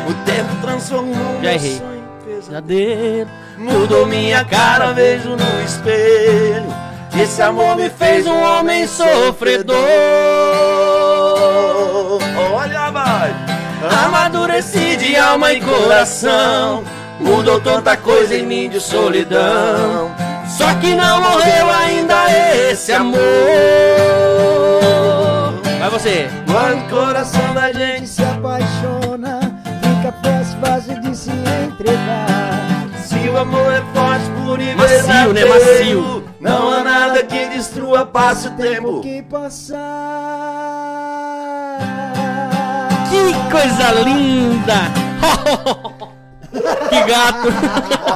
[SPEAKER 2] O tempo transformou
[SPEAKER 1] Já
[SPEAKER 2] meu
[SPEAKER 1] errei.
[SPEAKER 2] sonho em pesadelo.
[SPEAKER 1] Verdadeiro.
[SPEAKER 2] Mudou minha cara, vejo no espelho. Esse amor me fez um homem sofredor. Olha, vai! Amadureci de alma e coração. Mudou tanta coisa em mim de solidão. Só que não morreu ainda esse amor.
[SPEAKER 1] Vai você.
[SPEAKER 2] Quando o coração da gente
[SPEAKER 3] se apaixona, fica fácil, fácil de se entregar.
[SPEAKER 2] Se o amor é forte, puro e
[SPEAKER 1] Macio, né?
[SPEAKER 2] verdadeiro,
[SPEAKER 1] Macio.
[SPEAKER 2] Não há nada que destrua, passa o
[SPEAKER 3] Tempo
[SPEAKER 2] tempo.
[SPEAKER 3] que passar.
[SPEAKER 1] Que coisa linda! que gato!
[SPEAKER 2] Ó,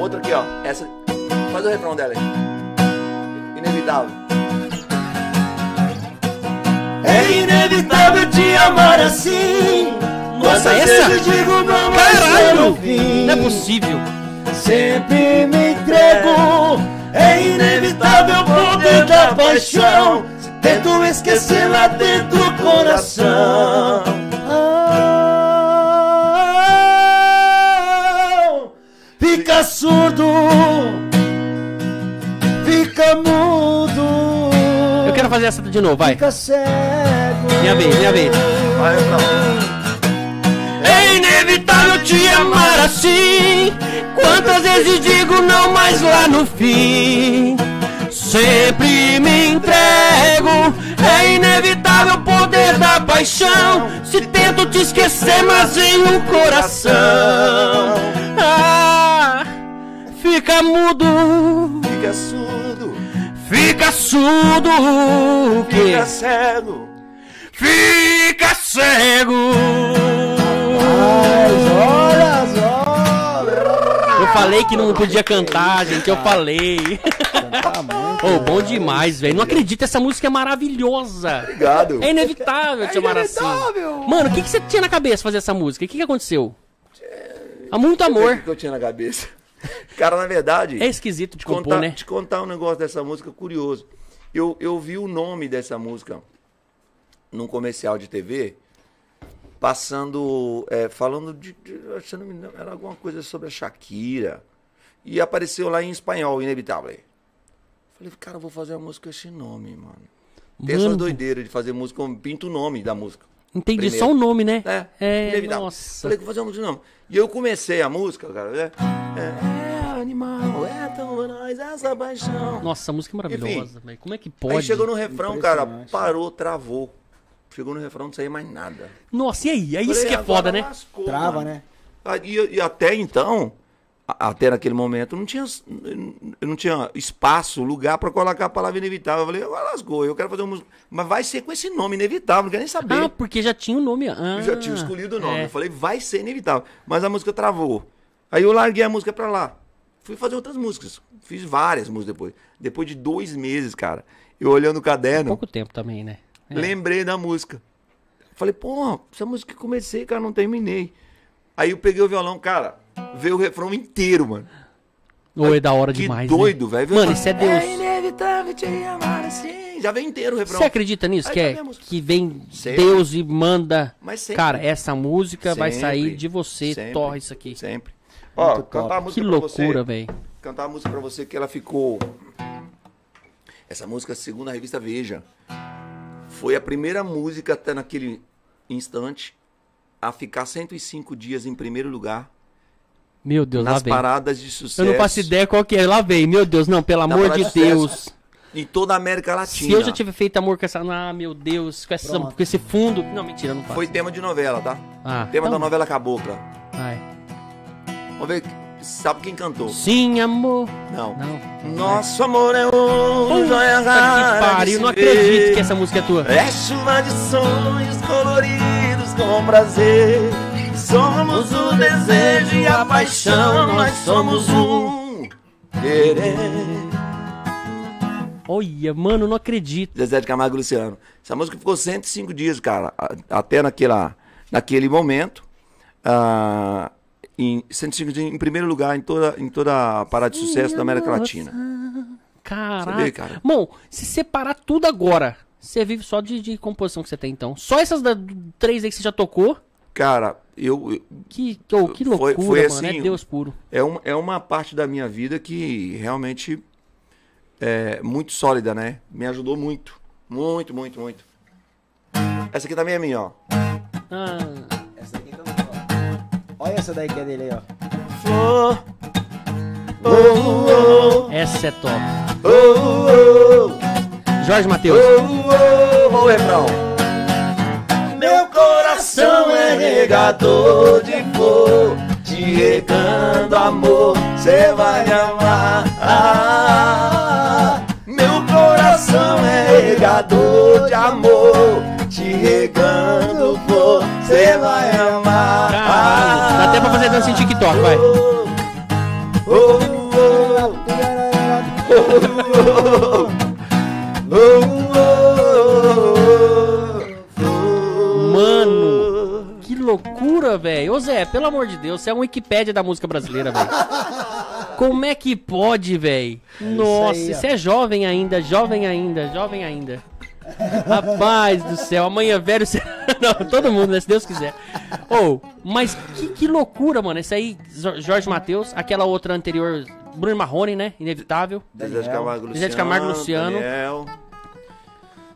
[SPEAKER 2] outra aqui, ó. Essa. Faz o refrão dela aí. Inevitável. É inevitável te amar assim.
[SPEAKER 1] Nossa, essa?
[SPEAKER 2] digo não, é
[SPEAKER 1] Caralho!
[SPEAKER 3] fim.
[SPEAKER 1] Não é possível.
[SPEAKER 3] Sempre me entrego.
[SPEAKER 2] É inevitável o
[SPEAKER 1] É.
[SPEAKER 2] poder da paixão. Tento esquecer lá dentro do coração.
[SPEAKER 3] Ah, fica surdo. Fica mudo.
[SPEAKER 1] Eu quero fazer essa de novo, vai.
[SPEAKER 3] Fica cego.
[SPEAKER 1] Minha vez, minha vez.
[SPEAKER 2] Vai, refrão.
[SPEAKER 1] É inevitável te amar assim. Quantas vezes digo não, mas lá no fim. Sempre me entrego. É inevitável o poder da paixão. Se tento te esquecer, mas em um coração. Ah, fica mudo,
[SPEAKER 2] Fica surdo,
[SPEAKER 1] fica surdo. Que
[SPEAKER 2] fica cego.
[SPEAKER 1] fica cego.
[SPEAKER 3] As horas, horas.
[SPEAKER 1] Eu falei que não podia cantar, gente. Eu falei.
[SPEAKER 3] Cantar muito.
[SPEAKER 1] Ô, bom demais, velho. Não acredito, essa música é maravilhosa.
[SPEAKER 2] Obrigado.
[SPEAKER 1] É inevitável te chamar assim.
[SPEAKER 2] inevitável.
[SPEAKER 1] Mano, o que, que você tinha na cabeça fazer essa música? O que, que aconteceu? Há muito
[SPEAKER 2] O
[SPEAKER 1] amor.
[SPEAKER 2] que que eu tinha na cabeça? Cara, na verdade.
[SPEAKER 1] É esquisito de
[SPEAKER 2] te
[SPEAKER 1] compor,
[SPEAKER 2] contar,
[SPEAKER 1] né?
[SPEAKER 2] te contar um negócio dessa música curioso. Eu, eu vi o nome dessa música num comercial de TV, passando, é, falando de, de- se eu não me engano, era alguma coisa sobre a Shakira. E apareceu lá em espanhol, inevitável. Falei, cara, eu vou fazer uma música com esse nome, mano. Tem essas
[SPEAKER 1] Mano.
[SPEAKER 2] doideiras de fazer música, eu pinto o nome da música.
[SPEAKER 1] Entendi
[SPEAKER 2] Primeiro.
[SPEAKER 1] só o nome, né?
[SPEAKER 2] É,
[SPEAKER 1] É,
[SPEAKER 2] inevitável.
[SPEAKER 1] nossa.
[SPEAKER 2] Falei que vou fazer um uma música não. E eu comecei a música, cara. É, é, é animal, é tão nós, essa paixão.
[SPEAKER 1] Nossa, a música é maravilhosa, velho. Como é que pode?
[SPEAKER 2] Aí chegou no refrão, cara,
[SPEAKER 3] Impressionante.
[SPEAKER 2] parou, travou. Chegou no refrão, não saiu mais nada.
[SPEAKER 1] Nossa, e aí? É isso
[SPEAKER 2] Falei, "Ah,
[SPEAKER 1] que é
[SPEAKER 2] agora
[SPEAKER 1] foda, né?
[SPEAKER 2] lascou,
[SPEAKER 3] Trava,
[SPEAKER 2] mano.
[SPEAKER 3] né?
[SPEAKER 2] Ah, E, e até então, a- até naquele momento, não tinha, eu não tinha espaço, lugar pra colocar a palavra inevitável. Eu falei, agora lascou, eu quero fazer uma música. Mas vai ser com esse nome, inevitável, não quero nem saber.
[SPEAKER 1] Ah, porque já tinha o nome. Ah,
[SPEAKER 2] Eu já tinha escolhido o nome.
[SPEAKER 1] é.
[SPEAKER 2] Eu falei, vai ser inevitável. Mas a música travou. Aí eu larguei a música pra lá. Fui fazer outras músicas. Fiz várias músicas depois. Depois de dois meses, cara, eu olhando o caderno,
[SPEAKER 1] Pouco tempo também, né? É.
[SPEAKER 2] lembrei da música. Falei, pô, essa música que comecei, cara, não terminei. Aí eu peguei o violão, cara, veio o refrão inteiro, mano.
[SPEAKER 1] Ou é da hora
[SPEAKER 2] Que
[SPEAKER 1] demais. né?
[SPEAKER 2] doido, velho.
[SPEAKER 1] Mano, isso é
[SPEAKER 2] É
[SPEAKER 1] Deus.
[SPEAKER 2] inevitável te amar assim. Já veio inteiro o refrão.
[SPEAKER 1] Você acredita nisso?
[SPEAKER 2] Aí
[SPEAKER 1] Que, é,
[SPEAKER 2] tá mesmo.
[SPEAKER 1] que vem
[SPEAKER 2] Sempre.
[SPEAKER 1] Deus e manda.
[SPEAKER 2] Mas sempre.
[SPEAKER 1] Cara, essa música vai
[SPEAKER 2] Sempre,
[SPEAKER 1] sair de você.
[SPEAKER 2] sempre,
[SPEAKER 1] Torre isso aqui.
[SPEAKER 2] Sempre. Ó,
[SPEAKER 3] Muito
[SPEAKER 2] cantar
[SPEAKER 3] top.
[SPEAKER 2] a música
[SPEAKER 1] Que
[SPEAKER 2] pra você.
[SPEAKER 1] loucura, velho.
[SPEAKER 2] cantar uma música pra você que ela ficou. Essa música, segundo a revista Veja, foi a primeira música até naquele instante a ficar 105 dias em primeiro lugar
[SPEAKER 1] Meu Deus, lá
[SPEAKER 2] nas
[SPEAKER 1] vem.
[SPEAKER 2] paradas de sucesso.
[SPEAKER 1] Eu não faço ideia qual que é. Lá vem. Meu Deus, não, pelo
[SPEAKER 2] Na é
[SPEAKER 1] amor
[SPEAKER 2] parada
[SPEAKER 1] de
[SPEAKER 2] de sucesso.
[SPEAKER 1] Deus.
[SPEAKER 2] Em toda a América Latina.
[SPEAKER 1] Se eu já tiver feito amor com essa. Ah, meu Deus, com, essa,
[SPEAKER 3] Pronto.
[SPEAKER 1] com esse fundo. Não, mentira, não faço.
[SPEAKER 2] Foi tema de novela, tá?
[SPEAKER 1] Ah,
[SPEAKER 2] tema
[SPEAKER 1] então-
[SPEAKER 2] da novela Cabocla.
[SPEAKER 1] Ai.
[SPEAKER 2] Vamos ver, sabe quem cantou?
[SPEAKER 1] Sim, amor.
[SPEAKER 2] Não.
[SPEAKER 1] Não.
[SPEAKER 2] Nosso amor é ouro,
[SPEAKER 1] Puta
[SPEAKER 2] joia
[SPEAKER 1] que
[SPEAKER 2] rara de
[SPEAKER 1] pariu,
[SPEAKER 2] se
[SPEAKER 1] não
[SPEAKER 2] ver.
[SPEAKER 1] acredito que essa música é tua.
[SPEAKER 2] É chuva de sonhos coloridos com prazer. Somos o desejo e a paixão, nós somos um querer.
[SPEAKER 1] Olha, mano, não acredito.
[SPEAKER 2] Zezé de Camargo e Luciano. Essa música ficou 105 dias, cara. a- Até naquela, naquele momento. ah, em 105 dias, em primeiro lugar, em toda, em toda a parada de sucesso da América Latina. Você vê, cara?
[SPEAKER 1] Caraca. Bom, se separar tudo agora, você vive só de, de composição que você tem então. Só essas da- três aí que você já tocou.
[SPEAKER 2] Cara, eu, eu-
[SPEAKER 1] Que, que, oh, que
[SPEAKER 2] Foi-
[SPEAKER 1] loucura,
[SPEAKER 2] foi
[SPEAKER 1] mano.
[SPEAKER 2] assim,
[SPEAKER 1] é Deus puro.
[SPEAKER 2] É, um, é uma parte da minha vida que realmente é muito sólida, né? Me ajudou muito. Muito, muito, muito. Essa aqui também é minha, ó.
[SPEAKER 1] Ah,
[SPEAKER 3] Essa daqui que eu vou falar. Olha essa daí que é dele aí, ó.
[SPEAKER 2] Flor. Oh, oh,
[SPEAKER 1] essa é top.
[SPEAKER 2] oh, oh,
[SPEAKER 1] Jorge
[SPEAKER 2] oh,
[SPEAKER 1] Matheus.
[SPEAKER 2] oh, oh, refrão. Meu coração é regador de flor, te regando amor, cê vai me amar. Ah, meu coração é regador de amor, te regando flor, cê vai amar. Ah.
[SPEAKER 1] Caralho. Dá até pra fazer dança em TikTok, vai.
[SPEAKER 2] Oh, oh, oh, oh, oh, oh, oh, oh.
[SPEAKER 1] Mano. Que loucura, velho. Ô Zé, pelo amor de Deus, você é um Wikipédia da música brasileira, velho. Como é que pode, velho? Nossa,
[SPEAKER 3] aí, ó.
[SPEAKER 1] você é jovem ainda, jovem ainda, jovem ainda. Rapaz do céu, amanhã velho você... Não, todo mundo, né? Se Deus quiser. Ou, mas que, que loucura, mano. Esse aí, Jo- Jorge Matheus, aquela outra anterior, Bruno Marrone, né? Inevitável.
[SPEAKER 2] Zezé de Camargo Luciano.
[SPEAKER 1] Zezé de Camargo Luciano.
[SPEAKER 2] Daniel.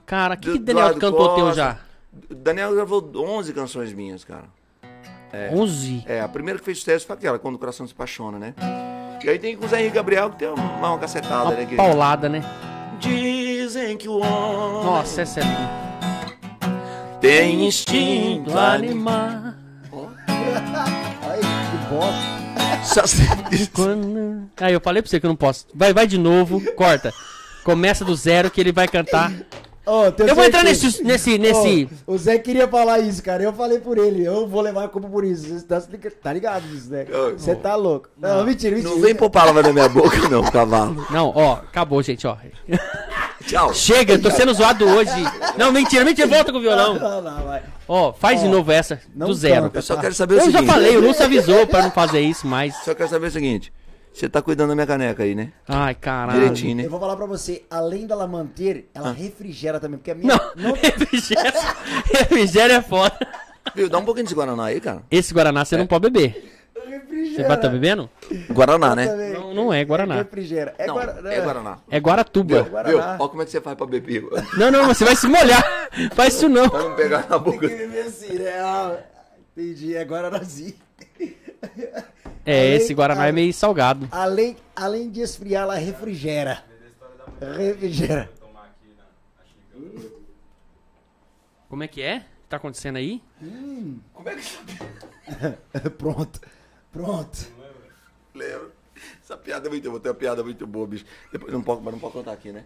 [SPEAKER 1] Cara, que, que
[SPEAKER 2] Du-
[SPEAKER 1] Daniel
[SPEAKER 2] Eduardo
[SPEAKER 1] cantou teu
[SPEAKER 2] Costa.
[SPEAKER 1] já?
[SPEAKER 2] Daniel gravou 11 canções minhas, cara.
[SPEAKER 1] 11.
[SPEAKER 2] É, a primeira que fez sucesso foi aquela, Quando o Coração se Apaixona, né? E aí tem com o Zé Henrique Gabriel, que tem uma, uma cacetada, né?
[SPEAKER 1] Uma
[SPEAKER 2] que-
[SPEAKER 1] paulada, né?
[SPEAKER 2] Dizem que o homem
[SPEAKER 1] Nossa, essa é linda.
[SPEAKER 2] tem instinto animal.
[SPEAKER 3] Olha que bosta.
[SPEAKER 2] Só se-
[SPEAKER 1] Quando... Ah, eu falei pra você que eu não posso. Vai, vai de novo, corta. Começa do zero que ele vai cantar.
[SPEAKER 3] Ó, tenho
[SPEAKER 1] Eu vou entrar
[SPEAKER 3] certeza.
[SPEAKER 1] nesse- nesse- nesse-
[SPEAKER 3] Ó, o Zé queria falar isso, cara. Eu falei por ele. Eu vou levar a culpa por isso. Você tá, se liga- tá ligado disso, né?
[SPEAKER 5] Eu-
[SPEAKER 3] Você tá louco. Não, mentira, mentira.
[SPEAKER 5] Não vem pôr palavra na minha boca, não, cavalo.
[SPEAKER 1] Não, ó, acabou, gente, ó.
[SPEAKER 5] Tchau.
[SPEAKER 1] Chega, eu tô sendo zoado hoje. Não, mentira, mentira, volta com o
[SPEAKER 3] Não,
[SPEAKER 1] violão.
[SPEAKER 3] não, não, vai.
[SPEAKER 1] Ó, faz de novo essa,
[SPEAKER 3] não tá?
[SPEAKER 1] do zero.
[SPEAKER 3] canta.
[SPEAKER 5] Eu é só quero saber o
[SPEAKER 1] Eu
[SPEAKER 5] seguinte.
[SPEAKER 1] já falei, o Lúcio avisou pra não fazer isso, mas.
[SPEAKER 5] Só quero saber o seguinte. Você tá cuidando da minha caneca aí, né?
[SPEAKER 1] Ai, caralho.
[SPEAKER 5] Direitinho, né?
[SPEAKER 3] Eu vou falar pra você, além dela manter, ela refrigera também, porque a minha...
[SPEAKER 1] Não, refrigério, refrigério é foda.
[SPEAKER 5] Viu? Dá um pouquinho desse Guaraná aí, cara.
[SPEAKER 1] Esse Guaraná você não pode beber. Você
[SPEAKER 3] refrigera.
[SPEAKER 1] vai tá bebendo?
[SPEAKER 5] Guaraná, né?
[SPEAKER 3] também.
[SPEAKER 1] Não, não é Guaraná.
[SPEAKER 3] Refrigera. É,
[SPEAKER 5] Não,
[SPEAKER 3] Guaraná.
[SPEAKER 5] é Guaraná.
[SPEAKER 1] É
[SPEAKER 5] Viu?
[SPEAKER 1] Guaratuba.
[SPEAKER 5] Viu?
[SPEAKER 3] Guaraná.
[SPEAKER 5] Olha como é que você faz pra beber.
[SPEAKER 1] Não, não, você vai se molhar. Faz isso não.
[SPEAKER 5] Pra não pegar na boca.
[SPEAKER 3] Tem que beber assim, né? Ah, entendi, é Guaranazinho.
[SPEAKER 1] É, esse Guaraná é meio salgado.
[SPEAKER 3] Além, além de esfriar, ela refrigera. Refrigera.
[SPEAKER 1] Como é que é? que Tá acontecendo aí?
[SPEAKER 5] Como é que você
[SPEAKER 3] Pronto. Pronto.
[SPEAKER 5] lembra? Essa piada é muito boa. Tem uma piada muito boa, bicho. Depois, não pode, mas não pode contar aqui, né?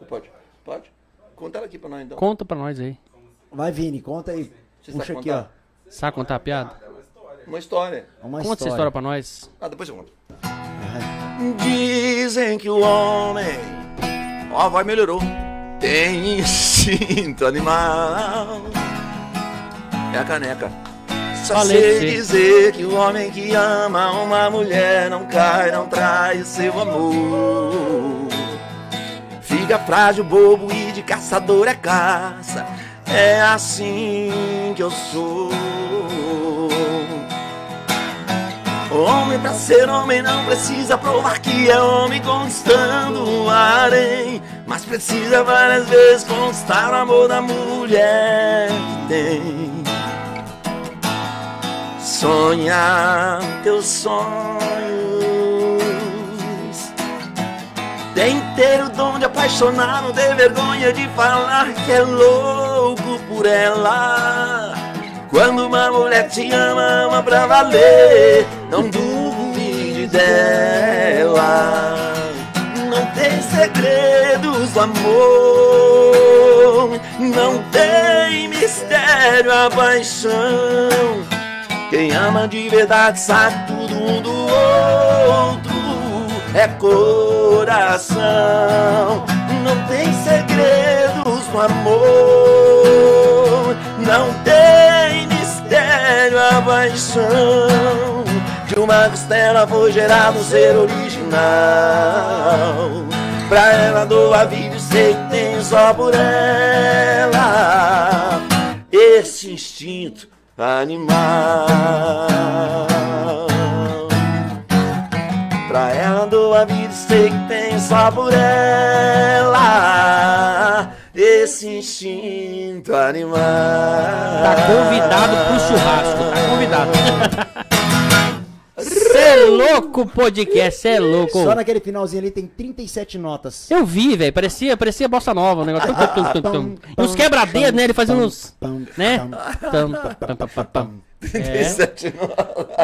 [SPEAKER 5] Ou Pode? Pode? Conta ela aqui pra nós, então.
[SPEAKER 1] Conta pra nós aí.
[SPEAKER 3] Vai, Vini, conta aí.
[SPEAKER 5] Você
[SPEAKER 3] Puxa
[SPEAKER 5] sabe
[SPEAKER 3] aqui, ó.
[SPEAKER 5] contar?
[SPEAKER 1] Sabe contar a piada?
[SPEAKER 5] Uma história.
[SPEAKER 3] Uma
[SPEAKER 1] Conta essa história pra nós.
[SPEAKER 5] Ah, depois eu conto. Dizem que o homem. Ó, a voz melhorou. Tem instinto animal. É a caneca. Só
[SPEAKER 1] Falei
[SPEAKER 5] sei
[SPEAKER 1] pra você.
[SPEAKER 5] dizer que o homem que ama uma mulher não cai, não trai o seu amor. Fica frágil, bobo e de caçador é caça. É assim que eu sou. Homem pra ser homem não precisa provar que é homem conquistando o harém Mas precisa várias vezes conquistar o amor da mulher que tem Sonhar teus sonhos Tem que ter o dom de apaixonar, não ter vergonha de falar que é louco por ela. Quando uma mulher te ama, ama pra valer, não duvide dela. Não tem segredos do amor, não tem mistério a paixão. Quem ama de verdade sabe tudo um do outro. É coração, não tem segredos no amor, não tem mistério a paixão. De uma costela foi gerado um ser original. Pra ela dou a vida e sei que tem só por ela esse instinto
[SPEAKER 1] É?
[SPEAKER 5] animal. Pra ela dou a vida, sei que tem só por ela esse instinto animal.
[SPEAKER 1] Tá convidado pro churrasco, tá
[SPEAKER 3] Ah.
[SPEAKER 1] convidado. Cê é louco podcast, cê é louco.
[SPEAKER 3] Só naquele finalzinho ali tem 37 notas.
[SPEAKER 1] Eu vi, velho, parecia, parecia bossa nova, um negócio. Tum, tum, tum, tum, tum. Uns quebradeiros, né? Ele fazendo uns. Né? Tam, tam, tam, tam, tam. É.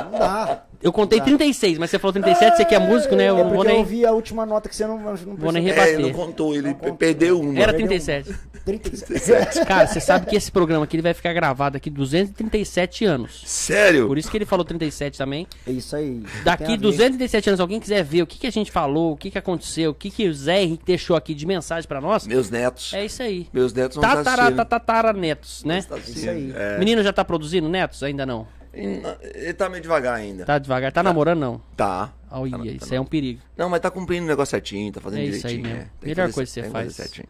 [SPEAKER 3] Não dá.
[SPEAKER 1] Eu contei 36, mas você falou 37, você que é músico, né?
[SPEAKER 3] é
[SPEAKER 1] Eu não vou
[SPEAKER 3] porque eu
[SPEAKER 1] nem.
[SPEAKER 3] ouvi a última nota que você não, não
[SPEAKER 1] Vou nem
[SPEAKER 3] percebeu.
[SPEAKER 5] É, ele não
[SPEAKER 1] rebater.
[SPEAKER 5] contou, ele perdeu uma.
[SPEAKER 1] Era 37.
[SPEAKER 3] 37.
[SPEAKER 1] Cara, você sabe que esse programa aqui ele vai ficar gravado aqui 237 anos.
[SPEAKER 5] Sério?
[SPEAKER 1] Por isso que ele falou 37 também.
[SPEAKER 3] É isso aí. Tem
[SPEAKER 1] Daqui
[SPEAKER 3] a ver.
[SPEAKER 1] 237 anos, alguém quiser ver o que, que a gente falou, o que, que aconteceu, o que, que o Zé Henrique deixou aqui de mensagem pra nós,
[SPEAKER 5] Meus netos.
[SPEAKER 1] é isso aí.
[SPEAKER 5] Meus netos não tá
[SPEAKER 1] Tatara,
[SPEAKER 5] assistindo.
[SPEAKER 1] tatara netos, né?
[SPEAKER 5] Tá assistindo,
[SPEAKER 3] Isso aí.
[SPEAKER 5] é.
[SPEAKER 1] Menino já tá produzindo netos? Ainda não.
[SPEAKER 5] Ele tá meio devagar ainda.
[SPEAKER 1] Tá devagar, tá namorando não.
[SPEAKER 5] Tá.
[SPEAKER 1] Olha,
[SPEAKER 5] Tá na- tá
[SPEAKER 1] isso
[SPEAKER 5] na-
[SPEAKER 1] aí é um perigo.
[SPEAKER 5] Não, mas tá cumprindo o negócio certinho, tá fazendo
[SPEAKER 1] É isso aí
[SPEAKER 5] direitinho.
[SPEAKER 1] mesmo.
[SPEAKER 5] Tem que
[SPEAKER 1] Melhor
[SPEAKER 5] fazer-
[SPEAKER 1] coisa que você
[SPEAKER 5] tem fazer
[SPEAKER 1] faz.
[SPEAKER 5] certinho.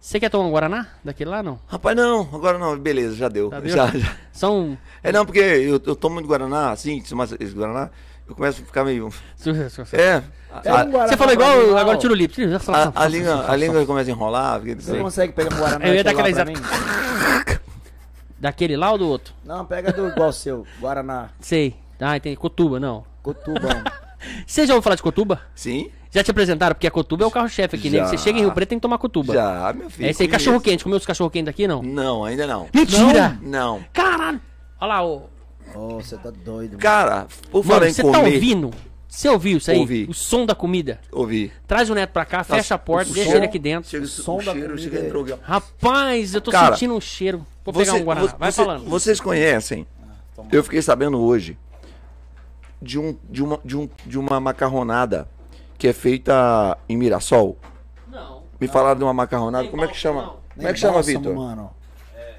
[SPEAKER 1] Você quer tomar um Guaraná? Daquele lá não?
[SPEAKER 5] Rapaz, não, agora não, beleza, já deu.
[SPEAKER 1] Tá vendo?
[SPEAKER 5] já, já.
[SPEAKER 1] São. um
[SPEAKER 5] É não, porque eu, eu tomo muito Guaraná, assim, mas esse Guaraná, eu começo a ficar meio. É.
[SPEAKER 3] Pega um
[SPEAKER 5] A,
[SPEAKER 3] Guaraná
[SPEAKER 1] Você falou
[SPEAKER 3] pra mim,
[SPEAKER 1] igual
[SPEAKER 3] ó.
[SPEAKER 1] agora tira o lipo.
[SPEAKER 5] a, a língua, a língua começa a enrolar. fica-
[SPEAKER 3] Você consegue pegar um Guaraná
[SPEAKER 1] Eu ia
[SPEAKER 3] e
[SPEAKER 1] dar
[SPEAKER 3] colar
[SPEAKER 1] aquela
[SPEAKER 3] pra mim?
[SPEAKER 1] Daquele lá ou do outro?
[SPEAKER 3] Não, pega do igual seu. Guaraná.
[SPEAKER 1] Sei. Ah, tem Cotuba, não.
[SPEAKER 3] Cotubão.
[SPEAKER 1] Você já ouviu falar de Cotuba?
[SPEAKER 5] Sim?
[SPEAKER 1] Já te apresentaram? Porque a Cotuba é o carro-chefe aqui, né?
[SPEAKER 5] Já.
[SPEAKER 1] Você chega em Rio Preto tem que tomar Cotuba.
[SPEAKER 5] Já, meu filho.
[SPEAKER 1] É isso aí,
[SPEAKER 5] conheço.
[SPEAKER 1] cachorro quente. Comeu os cachorro quente daqui, não?
[SPEAKER 5] Não, ainda não.
[SPEAKER 1] Mentira!
[SPEAKER 5] Não. não.
[SPEAKER 1] Caralho! Olha lá, ô.
[SPEAKER 3] Ô, você tá doido. mano.
[SPEAKER 5] Cara, por
[SPEAKER 1] Mano,
[SPEAKER 5] falar em
[SPEAKER 1] você tá
[SPEAKER 5] comer.
[SPEAKER 1] ouvindo? Você ouviu isso aí?
[SPEAKER 2] Ouvi.
[SPEAKER 1] O som da comida.
[SPEAKER 2] Ouvi.
[SPEAKER 1] Traz o neto pra cá, fecha a porta,
[SPEAKER 2] o
[SPEAKER 1] deixa
[SPEAKER 2] som-
[SPEAKER 1] ele aqui dentro.
[SPEAKER 2] Chega o
[SPEAKER 3] som da
[SPEAKER 2] cheiro,
[SPEAKER 3] comida
[SPEAKER 2] chega
[SPEAKER 3] é-
[SPEAKER 2] entrou o galo.
[SPEAKER 1] Rapaz, eu tô
[SPEAKER 2] Cara,
[SPEAKER 1] sentindo um cheiro. Vou
[SPEAKER 2] Você-
[SPEAKER 1] pegar um Guaraná.
[SPEAKER 2] vo-
[SPEAKER 1] Vai
[SPEAKER 2] você-
[SPEAKER 1] falando.
[SPEAKER 2] Vocês conhecem? Eu fiquei sabendo hoje de, um, de, uma, de, um, de uma macarronada que é feita em Mirassol.
[SPEAKER 1] Não.
[SPEAKER 2] Me falaram de uma macarronada.
[SPEAKER 1] Nem
[SPEAKER 2] Como é que
[SPEAKER 1] bálsamo,
[SPEAKER 2] chama?
[SPEAKER 1] não.
[SPEAKER 2] Como é que chama,
[SPEAKER 3] Bálsamo,
[SPEAKER 2] Vitor?
[SPEAKER 3] mano.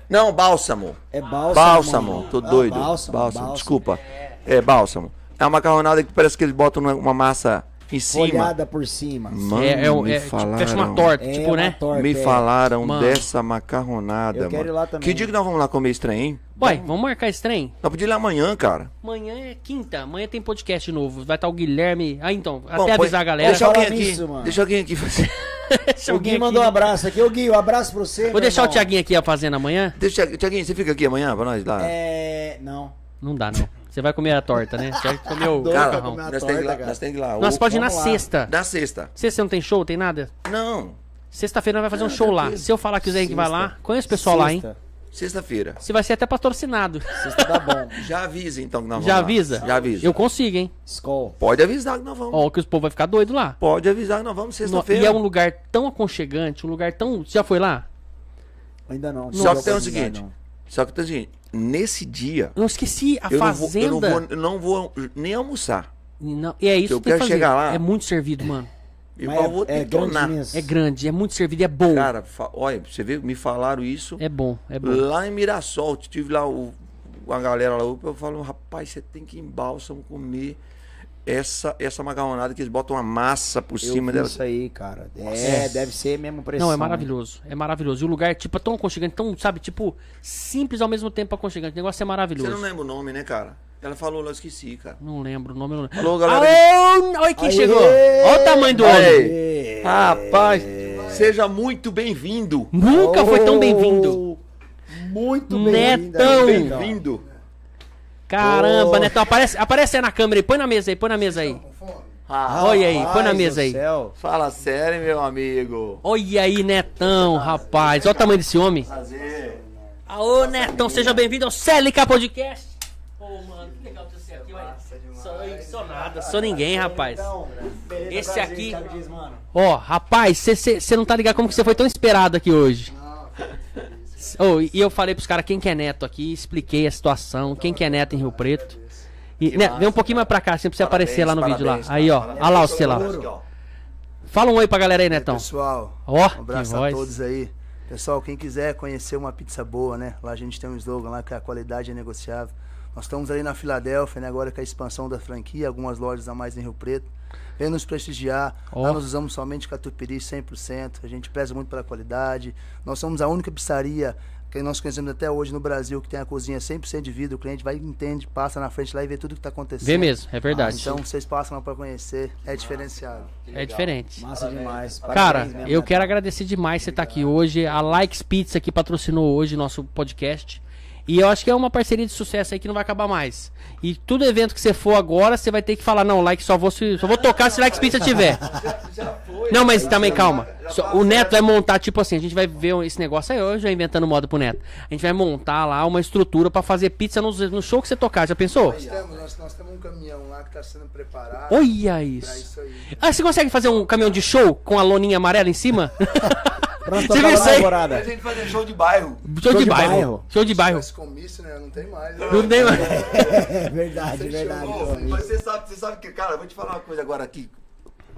[SPEAKER 2] Não, bálsamo.
[SPEAKER 3] É bálsamo.
[SPEAKER 2] Bálsamo,
[SPEAKER 3] mano.
[SPEAKER 2] tô
[SPEAKER 3] Ah,
[SPEAKER 2] doido. bálsamo, desculpa. É, bálsamo. É uma macarronada que parece que eles botam uma- uma massa em cima.
[SPEAKER 3] Folhada por cima.
[SPEAKER 2] Mano,
[SPEAKER 1] é, é, um-
[SPEAKER 2] me
[SPEAKER 1] é, tipo,
[SPEAKER 2] falaram.
[SPEAKER 1] fecha uma torta,
[SPEAKER 3] É
[SPEAKER 1] tipo,
[SPEAKER 3] uma
[SPEAKER 1] né?
[SPEAKER 3] torta,
[SPEAKER 2] Me
[SPEAKER 3] é.
[SPEAKER 2] falaram
[SPEAKER 1] Mano.
[SPEAKER 2] dessa macarronada,
[SPEAKER 3] Eu quero
[SPEAKER 2] mano.
[SPEAKER 3] ir lá também.
[SPEAKER 2] Que dia que nós vamos lá comer esse trem, hein?
[SPEAKER 1] Ué, vamos marcar esse trem?
[SPEAKER 2] Nós podíamos ir lá amanhã, cara.
[SPEAKER 1] Amanhã é quinta, amanhã tem podcast novo. Vai estar o Guilherme. Ah, então,
[SPEAKER 2] Bom,
[SPEAKER 1] até
[SPEAKER 2] põe-
[SPEAKER 1] avisar a galera.
[SPEAKER 2] Deixa alguém
[SPEAKER 3] Fala
[SPEAKER 2] aqui.
[SPEAKER 3] nisso, mano.
[SPEAKER 2] deixa alguém aqui fazer.
[SPEAKER 1] Deixa
[SPEAKER 3] O
[SPEAKER 1] alguém
[SPEAKER 3] Gui
[SPEAKER 1] aqui.
[SPEAKER 3] mandou um abraço aqui. Ô Gui, um abraço pra você.
[SPEAKER 1] Vou
[SPEAKER 3] meu
[SPEAKER 1] deixar o
[SPEAKER 3] irmão.
[SPEAKER 1] Tiaguinho aqui a fazenda amanhã?
[SPEAKER 2] Deixa, Tiaguinho, você fica aqui amanhã pra nós lá?
[SPEAKER 3] É. Não.
[SPEAKER 1] Não dá, não. Você vai comer a torta, né? Você vai comer o
[SPEAKER 3] Cara,
[SPEAKER 2] cara,
[SPEAKER 1] macarrão.
[SPEAKER 3] comer a
[SPEAKER 2] nós temos que ir lá.
[SPEAKER 3] torta,
[SPEAKER 2] Nós temos que ir lá.
[SPEAKER 1] Nós
[SPEAKER 2] Ô,
[SPEAKER 1] pode ir na
[SPEAKER 3] vamos lá.
[SPEAKER 1] sexta.
[SPEAKER 2] Da sexta.
[SPEAKER 1] Sexta não tem show, tem nada?
[SPEAKER 2] Não,
[SPEAKER 1] Sexta-feira nós vai fazer um show lá.
[SPEAKER 2] tranquilo.
[SPEAKER 1] Se eu falar que o Zé Henrique vai lá,
[SPEAKER 3] Sexta.
[SPEAKER 1] conhece o pessoal lá, hein?
[SPEAKER 3] Sexta.
[SPEAKER 2] sexta-feira.
[SPEAKER 1] Você vai ser até patrocinado.
[SPEAKER 3] Sexta tá bom.
[SPEAKER 2] Já avisa então que nós vamos
[SPEAKER 1] Já
[SPEAKER 2] lá.
[SPEAKER 1] avisa?
[SPEAKER 2] Já avisa.
[SPEAKER 1] Eu consigo, hein?
[SPEAKER 3] Skol.
[SPEAKER 2] Pode avisar que nós vamos.
[SPEAKER 1] Ó, que os povos vai ficar doido lá.
[SPEAKER 2] Pode avisar que nós vamos
[SPEAKER 1] No- e
[SPEAKER 2] sexta-feira.
[SPEAKER 1] é um lugar tão aconchegante, um lugar tão. Você já foi lá?
[SPEAKER 3] Ainda não.
[SPEAKER 2] Só
[SPEAKER 3] Não
[SPEAKER 2] que tem o
[SPEAKER 1] né?
[SPEAKER 3] deu
[SPEAKER 2] seguinte.
[SPEAKER 3] oportunidade,
[SPEAKER 2] Só que tem o seguinte. Nesse dia,
[SPEAKER 1] Eu não esqueci, a
[SPEAKER 2] eu, não vou,
[SPEAKER 1] fazenda.
[SPEAKER 2] eu, não vou, eu não vou nem almoçar.
[SPEAKER 1] Não, e é isso
[SPEAKER 2] Eu
[SPEAKER 1] que tem
[SPEAKER 2] quero
[SPEAKER 1] que fazer.
[SPEAKER 2] chegar lá.
[SPEAKER 1] É muito servido, mano.
[SPEAKER 2] Eu
[SPEAKER 3] Mas é-
[SPEAKER 2] vou
[SPEAKER 3] é
[SPEAKER 2] ter que
[SPEAKER 3] grande
[SPEAKER 2] tornar.
[SPEAKER 3] mesmo.
[SPEAKER 1] É grande, é muito servido, e é bom.
[SPEAKER 2] Cara, fa- olha, você vê, me falaram isso
[SPEAKER 1] é bom, é bom.
[SPEAKER 2] lá em Mirassol. Tive lá o, a galera lá, eu falo, rapaz, você tem que ir em Bálsamo comer essa, essa macarronada que eles botam uma massa por
[SPEAKER 3] Eu
[SPEAKER 2] cima
[SPEAKER 3] vi
[SPEAKER 2] dela.
[SPEAKER 3] Isso aí, cara. É, deve ser mesmo pressão.
[SPEAKER 1] Não,
[SPEAKER 3] né?
[SPEAKER 2] né?
[SPEAKER 1] é
[SPEAKER 3] hein?
[SPEAKER 1] maravilhoso. É maravilhoso. E o lugar, tipo, é tão aconchegante, tão, sabe, tipo, simples ao mesmo tempo aconchegante. O negócio é
[SPEAKER 2] Você
[SPEAKER 1] maravilhoso.
[SPEAKER 2] não lembra o nome, né, cara? Ela falou, lá, eu esqueci, cara.
[SPEAKER 1] Não lembro o nome. eu Não... lembro.
[SPEAKER 2] Alô, galera.
[SPEAKER 1] Aô, olha quem
[SPEAKER 3] Aê!
[SPEAKER 1] chegou. Olha o tamanho do homem.
[SPEAKER 2] Ei, rapaz,
[SPEAKER 3] É.
[SPEAKER 2] seja muito bem-vindo.
[SPEAKER 1] Nunca foi tão bem-vindo.
[SPEAKER 3] Muito
[SPEAKER 1] Netão.
[SPEAKER 3] bem-vindo.
[SPEAKER 2] Bem-vindo.
[SPEAKER 1] Caramba,
[SPEAKER 3] Oh.
[SPEAKER 1] Netão, aparece, aparece aí na câmera aí. Põe na mesa aí, põe na mesa aí.
[SPEAKER 2] Ah,
[SPEAKER 1] Olha aí, põe na
[SPEAKER 3] Rapaz
[SPEAKER 1] mesa
[SPEAKER 3] do
[SPEAKER 1] aí.
[SPEAKER 3] céu.
[SPEAKER 2] fala sério, meu amigo.
[SPEAKER 1] Olha aí, Netão, rapaz. Olha o tamanho desse homem.
[SPEAKER 2] Prazer.
[SPEAKER 1] Aô, Netão, seja bem-vindo ao CLK Podcast. Ô, mano, que legal ter você aqui, olha. Sou eu, sou nada, sou ninguém, rapaz.
[SPEAKER 3] beleza,
[SPEAKER 1] Esse aqui-
[SPEAKER 3] Thiago Dias, mano.
[SPEAKER 1] Ó, rapaz, você não tá ligado como que você foi tão esperado aqui hoje. Ô, e eu falei pros caras quem que é neto aqui, expliquei a situação, quem que é neto em Rio Preto. E, né, vem um pouquinho mais pra cá, assim, pra você aparecer lá no vídeo lá. Aí, ó, olha lá você lá. Fala um oi pra galera aí,
[SPEAKER 4] É
[SPEAKER 1] Netão.
[SPEAKER 6] Pessoal,
[SPEAKER 1] Ó,
[SPEAKER 6] um abraço
[SPEAKER 1] que
[SPEAKER 6] a
[SPEAKER 1] voz.
[SPEAKER 6] todos aí. Pessoal, quem quiser conhecer uma pizza boa, né? Lá a gente tem um slogan lá que a qualidade é negociável. Nós estamos ali na Filadélfia, né? Agora com a expansão da franquia, algumas lojas a mais em Rio Preto. Vem nos prestigiar.
[SPEAKER 1] Ó.
[SPEAKER 6] Lá nós usamos somente catupiry 100%. A gente preza muito pela qualidade. Nós somos a única pizzaria que nós conhecemos até hoje no Brasil que tem a cozinha 100% de vidro. O cliente vai, entende, passa na frente lá e vê tudo que está acontecendo.
[SPEAKER 1] Vê mesmo, é
[SPEAKER 3] Ah,
[SPEAKER 1] verdade.
[SPEAKER 6] Então vocês passam lá para conhecer. É diferenciado.
[SPEAKER 1] É diferente.
[SPEAKER 3] Massa demais.
[SPEAKER 1] Cara,
[SPEAKER 3] Parabéns mesmo, né?
[SPEAKER 1] eu
[SPEAKER 3] Netão.
[SPEAKER 1] quero agradecer demais você estar aqui hoje. A Likes Pizza que patrocinou hoje nosso podcast. E eu acho que é uma parceria de sucesso aí que não vai acabar mais. E todo evento que você for agora, você vai ter que falar, não, like só vou, se- só vou tocar se Likes Pizza tiver. Não, mas também calma. Só- o Neto vai montar, tipo assim, a gente vai ver esse negócio aí, eu já inventando moda pro Neto. A gente vai montar lá uma estrutura pra fazer pizza nos- no, show que você tocar, já pensou?
[SPEAKER 6] Nós temos, nós, nós temos um caminhão lá que está sendo preparado.
[SPEAKER 1] Olha
[SPEAKER 6] pra
[SPEAKER 1] isso.
[SPEAKER 6] isso aí.
[SPEAKER 1] Ah, você consegue fazer um caminhão de show com a loninha amarela em cima?
[SPEAKER 3] Pronto,
[SPEAKER 1] Você
[SPEAKER 3] você
[SPEAKER 1] viu isso aí?
[SPEAKER 2] A gente fazer show de bairro.
[SPEAKER 1] Show, de,
[SPEAKER 3] de
[SPEAKER 1] bairro.
[SPEAKER 3] bairro.
[SPEAKER 1] Show de bairro.
[SPEAKER 6] Esse comício, né? Não tem mais.
[SPEAKER 1] Não tem mais.
[SPEAKER 3] É verdade, verdade.
[SPEAKER 6] Fechou.
[SPEAKER 3] meu amigo.
[SPEAKER 2] Mas você sabe, você sabe que, cara, eu vou te falar uma coisa agora aqui.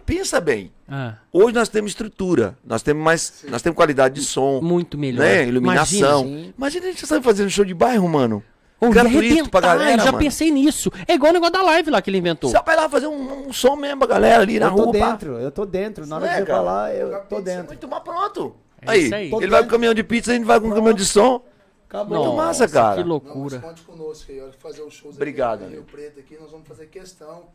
[SPEAKER 2] Pensa bem.
[SPEAKER 1] Ah,
[SPEAKER 2] Hoje nós temos estrutura, nós temos mais, nós temos qualidade de som,
[SPEAKER 1] muito melhor.
[SPEAKER 2] né, iluminação.
[SPEAKER 1] Imagina,
[SPEAKER 2] Imagina, a gente sabe fazer um show de bairro, mano.
[SPEAKER 1] Ou de
[SPEAKER 2] Gratuito pra
[SPEAKER 1] arrebentar,
[SPEAKER 2] galera,
[SPEAKER 1] eu Ah, já
[SPEAKER 2] mano.
[SPEAKER 1] pensei nisso. É igual o negócio da live lá que ele inventou.
[SPEAKER 2] Só vai lá fazer um, um som mesmo pra galera ali na
[SPEAKER 3] Eu tô
[SPEAKER 2] rua. pá.
[SPEAKER 3] dentro, eu tô dentro. Na hora
[SPEAKER 2] Não é,
[SPEAKER 3] de você
[SPEAKER 2] cara?
[SPEAKER 3] falar, eu tô
[SPEAKER 2] Vai
[SPEAKER 3] dentro.
[SPEAKER 2] tomar pronto.
[SPEAKER 1] É
[SPEAKER 2] aí,
[SPEAKER 1] isso aí.
[SPEAKER 2] ele
[SPEAKER 1] Tô
[SPEAKER 2] vai
[SPEAKER 3] dentro.
[SPEAKER 2] com caminhão de pizza, a gente vai com caminhão de som.
[SPEAKER 3] Acabou.
[SPEAKER 1] Nossa,
[SPEAKER 2] muito massa, cara.
[SPEAKER 1] Que loucura.
[SPEAKER 6] Não, responde conosco aí, olha, fazer o show
[SPEAKER 2] Obrigado,
[SPEAKER 6] aqui, no Rio
[SPEAKER 2] amigo.
[SPEAKER 6] Preto aqui, nós vamos fazer questão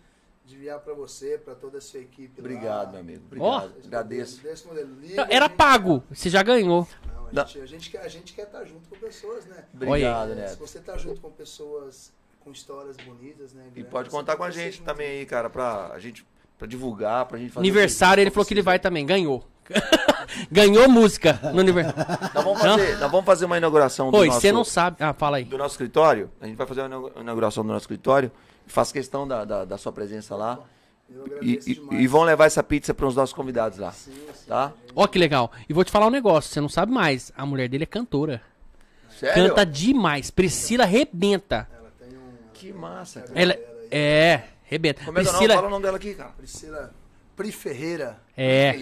[SPEAKER 6] de enviar pra você, pra toda a sua equipe lá.
[SPEAKER 2] Obrigado, meu amigo. Obrigado.
[SPEAKER 1] Ó.
[SPEAKER 2] Agradeço.
[SPEAKER 6] Desse modelo. Liga,
[SPEAKER 1] Não, Era
[SPEAKER 6] a gente-
[SPEAKER 1] pago, você já ganhou.
[SPEAKER 6] Não, a,
[SPEAKER 2] Não.
[SPEAKER 6] gente, a, gente quer, a gente quer estar junto com pessoas, né?
[SPEAKER 2] Obrigado,
[SPEAKER 6] É, Se
[SPEAKER 2] Neto.
[SPEAKER 6] você tá junto com pessoas com histórias bonitas, né?
[SPEAKER 2] E
[SPEAKER 6] grandes,
[SPEAKER 2] pode contar com a
[SPEAKER 6] você
[SPEAKER 2] gente
[SPEAKER 6] junto.
[SPEAKER 2] também aí, cara, pra a gente pra divulgar, pra gente fazer.
[SPEAKER 1] Aniversário, ele falou que ele vai também. Ganhou. ganhou música no aniversário.
[SPEAKER 2] Nós Então vamos fazer, nós vamos fazer uma inauguração do
[SPEAKER 1] Oi,
[SPEAKER 2] nosso-
[SPEAKER 1] você não sabe. Ah, fala aí.
[SPEAKER 2] do nosso escritório, a gente vai fazer uma inau- inauguração do nosso escritório. Faço questão da, da, da sua presença lá.
[SPEAKER 6] Eu
[SPEAKER 2] E,
[SPEAKER 6] agradeço
[SPEAKER 2] e-
[SPEAKER 6] demais.
[SPEAKER 2] e vão levar essa pizza para os nossos convidados lá. Tá?
[SPEAKER 1] Ó, que legal. E vou te falar um negócio, você não sabe mais. A mulher dele é cantora.
[SPEAKER 2] Sério?
[SPEAKER 1] Canta demais. Priscila rebenta.
[SPEAKER 2] Que massa, cara.
[SPEAKER 1] Ela é, rebenta.
[SPEAKER 2] Como é que é o nome? Fala o
[SPEAKER 1] Priscila
[SPEAKER 2] nome dela aqui, cara.
[SPEAKER 6] Priscila Pri Ferreira.
[SPEAKER 1] é.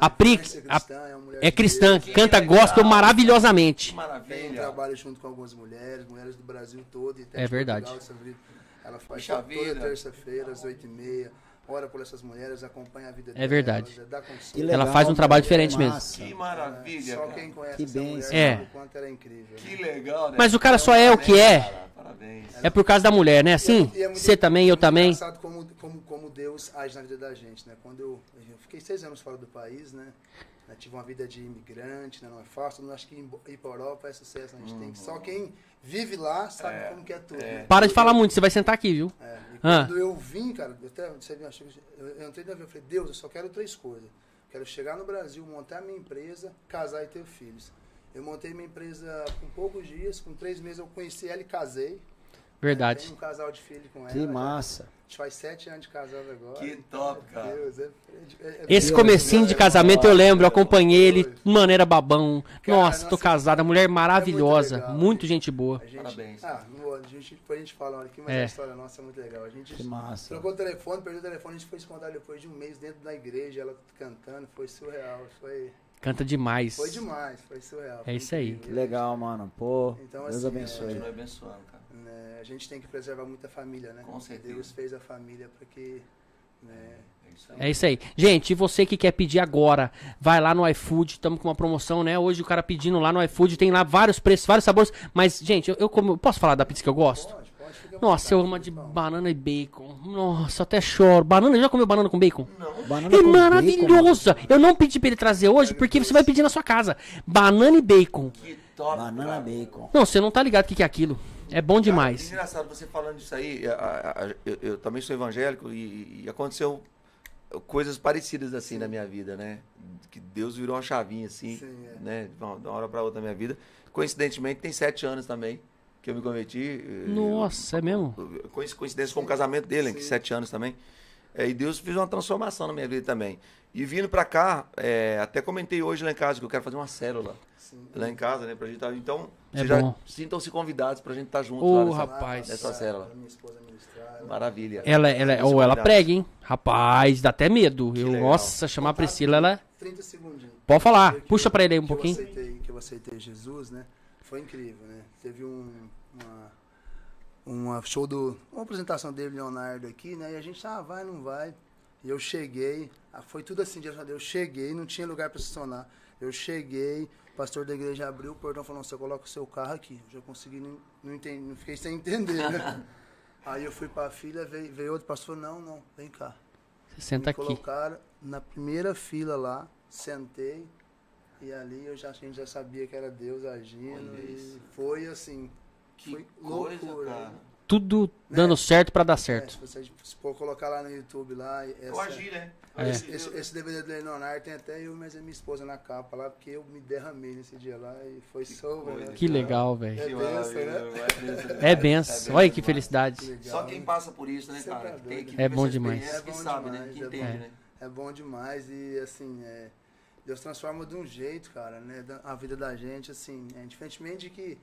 [SPEAKER 1] A Pri
[SPEAKER 6] Influência
[SPEAKER 1] a-
[SPEAKER 6] cristã, é uma mulher
[SPEAKER 1] é
[SPEAKER 6] de
[SPEAKER 1] cristã, canta gospel maravilhosamente.
[SPEAKER 2] tá
[SPEAKER 6] Tem um
[SPEAKER 2] Maravilha.
[SPEAKER 6] trabalho junto com algumas mulheres, mulheres do Brasil todo. E até
[SPEAKER 1] É
[SPEAKER 6] de
[SPEAKER 1] verdade.
[SPEAKER 6] Portugal, essa vida. Ela faz
[SPEAKER 2] Puxa vida.
[SPEAKER 6] toda terça-feira, às oito e meia. Ora por essas mulheres, acompanha a vida delas.
[SPEAKER 1] É verdade.
[SPEAKER 6] Dá
[SPEAKER 3] Que
[SPEAKER 6] conselho.
[SPEAKER 3] legal,
[SPEAKER 1] faz um
[SPEAKER 3] mano,
[SPEAKER 1] trabalho
[SPEAKER 3] que
[SPEAKER 1] diferente mesmo.
[SPEAKER 3] massa.
[SPEAKER 2] Que maravilha,
[SPEAKER 6] Só
[SPEAKER 2] cara.
[SPEAKER 6] quem conhece
[SPEAKER 3] Que
[SPEAKER 6] essa mulher
[SPEAKER 3] bênção.
[SPEAKER 1] É.
[SPEAKER 6] sabe o quanto ela é incrível. né?
[SPEAKER 2] Que legal, né?
[SPEAKER 1] Mas o cara só é o que é.
[SPEAKER 2] Cara, Parabéns.
[SPEAKER 1] É por causa da mulher, né? Assim?
[SPEAKER 6] E é muito-
[SPEAKER 1] Você também,
[SPEAKER 6] é
[SPEAKER 1] eu
[SPEAKER 6] muito
[SPEAKER 1] também.
[SPEAKER 6] engraçado como, como, como Deus age na vida da gente, né? Quando eu, eu fiquei seis anos fora do país, né? Eu tive uma vida de imigrante, né? Não é fácil. Não acho que ir para Europa é sucesso. né? A gente tem que, só quem vive lá sabe como que é tudo. né?
[SPEAKER 1] Para de falar muito, você vai sentar aqui, viu?
[SPEAKER 6] É, e
[SPEAKER 1] Ah.
[SPEAKER 6] quando eu vim, cara, eu até você viu, achei que- eu, eu entrei no avião e falei, Deus, eu só quero três coisas. Quero chegar no Brasil, montar minha empresa, casar e ter filhos. Eu montei minha empresa com poucos dias, com três meses eu conheci ela e casei. Tenho
[SPEAKER 1] Verdade.
[SPEAKER 6] um casal de filho com ela.
[SPEAKER 3] Que
[SPEAKER 6] já-
[SPEAKER 3] massa.
[SPEAKER 6] a gente faz sete anos de casado agora.
[SPEAKER 2] Que top, cara.
[SPEAKER 6] Deus, é, é- é-
[SPEAKER 1] Esse
[SPEAKER 6] Deus,
[SPEAKER 1] comecinho de
[SPEAKER 6] é-
[SPEAKER 1] casamento eu lembro, eu acompanhei ele, mano, era babão.
[SPEAKER 6] Cara,
[SPEAKER 1] Nossa, tô
[SPEAKER 6] nossa,
[SPEAKER 1] casada, mulher maravilhosa,
[SPEAKER 6] legal.
[SPEAKER 1] muito gente boa.
[SPEAKER 6] A gente,
[SPEAKER 2] Parabéns.
[SPEAKER 6] Ah, não vou- a gente, depois a gente fala aqui, mas
[SPEAKER 1] É.
[SPEAKER 6] a história nossa é muito legal. A gente
[SPEAKER 3] Que massa.
[SPEAKER 6] trocou o telefone, perdeu o telefone, a gente foi se encontrar depois de um mês dentro da igreja, ela cantando, foi surreal, foi,
[SPEAKER 1] Canta demais.
[SPEAKER 6] foi demais, foi surreal. foi
[SPEAKER 1] É isso aí.
[SPEAKER 3] Que
[SPEAKER 6] incrível.
[SPEAKER 3] legal, mano. Pô,
[SPEAKER 6] Então,
[SPEAKER 3] Deus
[SPEAKER 6] assim,
[SPEAKER 3] abençoe.
[SPEAKER 5] é,
[SPEAKER 2] Continua abençoando, cara.
[SPEAKER 6] Né, a gente tem que preservar muito a família, né?
[SPEAKER 2] Com certeza.
[SPEAKER 6] Deus fez a família para que... Né,
[SPEAKER 2] É isso aí.
[SPEAKER 1] É isso aí. Gente, e você que quer pedir agora, vai lá no iFood, estamos com uma promoção, né? Hoje o cara pedindo lá no iFood, tem lá vários preços, vários sabores. Mas, gente, eu, eu como. Posso falar da pizza que eu gosto?
[SPEAKER 6] pode, pode ficar à
[SPEAKER 1] Nossa, eu
[SPEAKER 6] vontade,
[SPEAKER 1] amo a de
[SPEAKER 6] pessoal.
[SPEAKER 1] banana e bacon. Nossa, até choro. Banana, já comeu banana com bacon?
[SPEAKER 3] Banana
[SPEAKER 1] É
[SPEAKER 3] com bacon, mano.
[SPEAKER 1] maravilhosa! Eu não pedi pra ele trazer hoje, porque você vai pedir na sua casa. Banana e bacon.
[SPEAKER 2] Que top,
[SPEAKER 3] Banana
[SPEAKER 2] cara.
[SPEAKER 3] bacon.
[SPEAKER 1] Não, você não tá ligado o que, que é aquilo. É bom demais.
[SPEAKER 2] Engraçado, você falando disso aí, a- a- a- eu, eu também sou evangélico e, e aconteceu coisas parecidas assim na minha vida, né? Que Deus virou uma chavinha assim,
[SPEAKER 6] Sim, é.
[SPEAKER 2] né? De uma, de uma hora para outra na minha vida. Coincidentemente, tem sete anos também que eu me converti. eh,
[SPEAKER 1] Nossa, é mesmo?
[SPEAKER 2] coinc- coincidência com o casamento dele, né, que sete anos também. É, e Deus fez uma transformação na minha vida também. E vindo pra cá, é, até comentei hoje lá em casa que eu quero fazer uma célula lá em casa, né? Pra gente tá, então,
[SPEAKER 1] É
[SPEAKER 2] vocês já
[SPEAKER 1] bom.
[SPEAKER 2] sintam-se convidados pra gente estar junto
[SPEAKER 1] Ô,
[SPEAKER 2] lá nessa,
[SPEAKER 1] rapaz.
[SPEAKER 2] nessa célula.
[SPEAKER 6] Pra minha esposa ministrar, ela-
[SPEAKER 2] Maravilha.
[SPEAKER 1] Ela, ela, ou ela
[SPEAKER 2] Sintam-se convidados.
[SPEAKER 1] prega, hein? Rapaz, dá até medo. Eu,
[SPEAKER 2] legal.
[SPEAKER 1] nossa, chamar a Priscila, ela. é-
[SPEAKER 6] 30 Tá, segundinhos.
[SPEAKER 1] Pode falar,
[SPEAKER 6] Eu que-
[SPEAKER 1] puxa pra ele aí um
[SPEAKER 6] que eu
[SPEAKER 1] pouquinho.
[SPEAKER 6] aceitei- que eu aceitei Jesus, né? Foi incrível, né? Teve um, uma, uma show do. Uma apresentação dele, Leonardo, aqui, né? E a gente, ah, vai, não vai. E eu cheguei, ah, foi tudo assim, de eu cheguei, não tinha lugar para estacionar. Eu cheguei, o pastor da igreja abriu o portão e falou, você coloca o seu carro aqui. Eu já consegui, não, não, entendi, não fiquei sem entender, né? Aí eu fui para a filha, veio, veio outro pastor, não, não, vem cá.
[SPEAKER 1] Você senta
[SPEAKER 6] Me
[SPEAKER 1] aqui.
[SPEAKER 6] colocaram na primeira fila lá, sentei, e ali eu já, a gente já sabia que era Deus agindo.
[SPEAKER 2] Olha isso.
[SPEAKER 6] E foi assim,
[SPEAKER 2] Que
[SPEAKER 6] foi
[SPEAKER 2] coisa,
[SPEAKER 6] loucura.
[SPEAKER 2] cara.
[SPEAKER 6] né?
[SPEAKER 1] Tudo dando certo pra dar
[SPEAKER 6] É, se
[SPEAKER 1] certo.
[SPEAKER 6] você se for colocar lá no YouTube lá, e
[SPEAKER 2] Eu
[SPEAKER 6] essa-
[SPEAKER 2] agi, né?
[SPEAKER 1] É.
[SPEAKER 2] Esse-
[SPEAKER 6] esse, esse DVD do Leonardo tem até eu, mas a minha esposa na capa lá, porque eu me derramei nesse dia lá e foi sobre.
[SPEAKER 2] coisa,
[SPEAKER 6] né?
[SPEAKER 1] Que legal, velho.
[SPEAKER 6] É benção, né?
[SPEAKER 1] É benção. Olha que felicidade.
[SPEAKER 6] Legal,
[SPEAKER 2] Só quem
[SPEAKER 6] né?
[SPEAKER 2] passa por isso, né,
[SPEAKER 6] Você tá
[SPEAKER 2] cara? Que tem,
[SPEAKER 6] doido.
[SPEAKER 2] que
[SPEAKER 6] É
[SPEAKER 2] vive
[SPEAKER 1] bom
[SPEAKER 2] essa
[SPEAKER 1] demais.
[SPEAKER 2] experiência,
[SPEAKER 6] É
[SPEAKER 2] Que
[SPEAKER 6] bom
[SPEAKER 2] sabe, né?
[SPEAKER 6] demais,
[SPEAKER 2] Que
[SPEAKER 6] é bom
[SPEAKER 2] entende, né?
[SPEAKER 6] É bom demais e assim, é, Deus transforma de um jeito, cara, né? da- A vida da gente, assim, é, diferentemente de que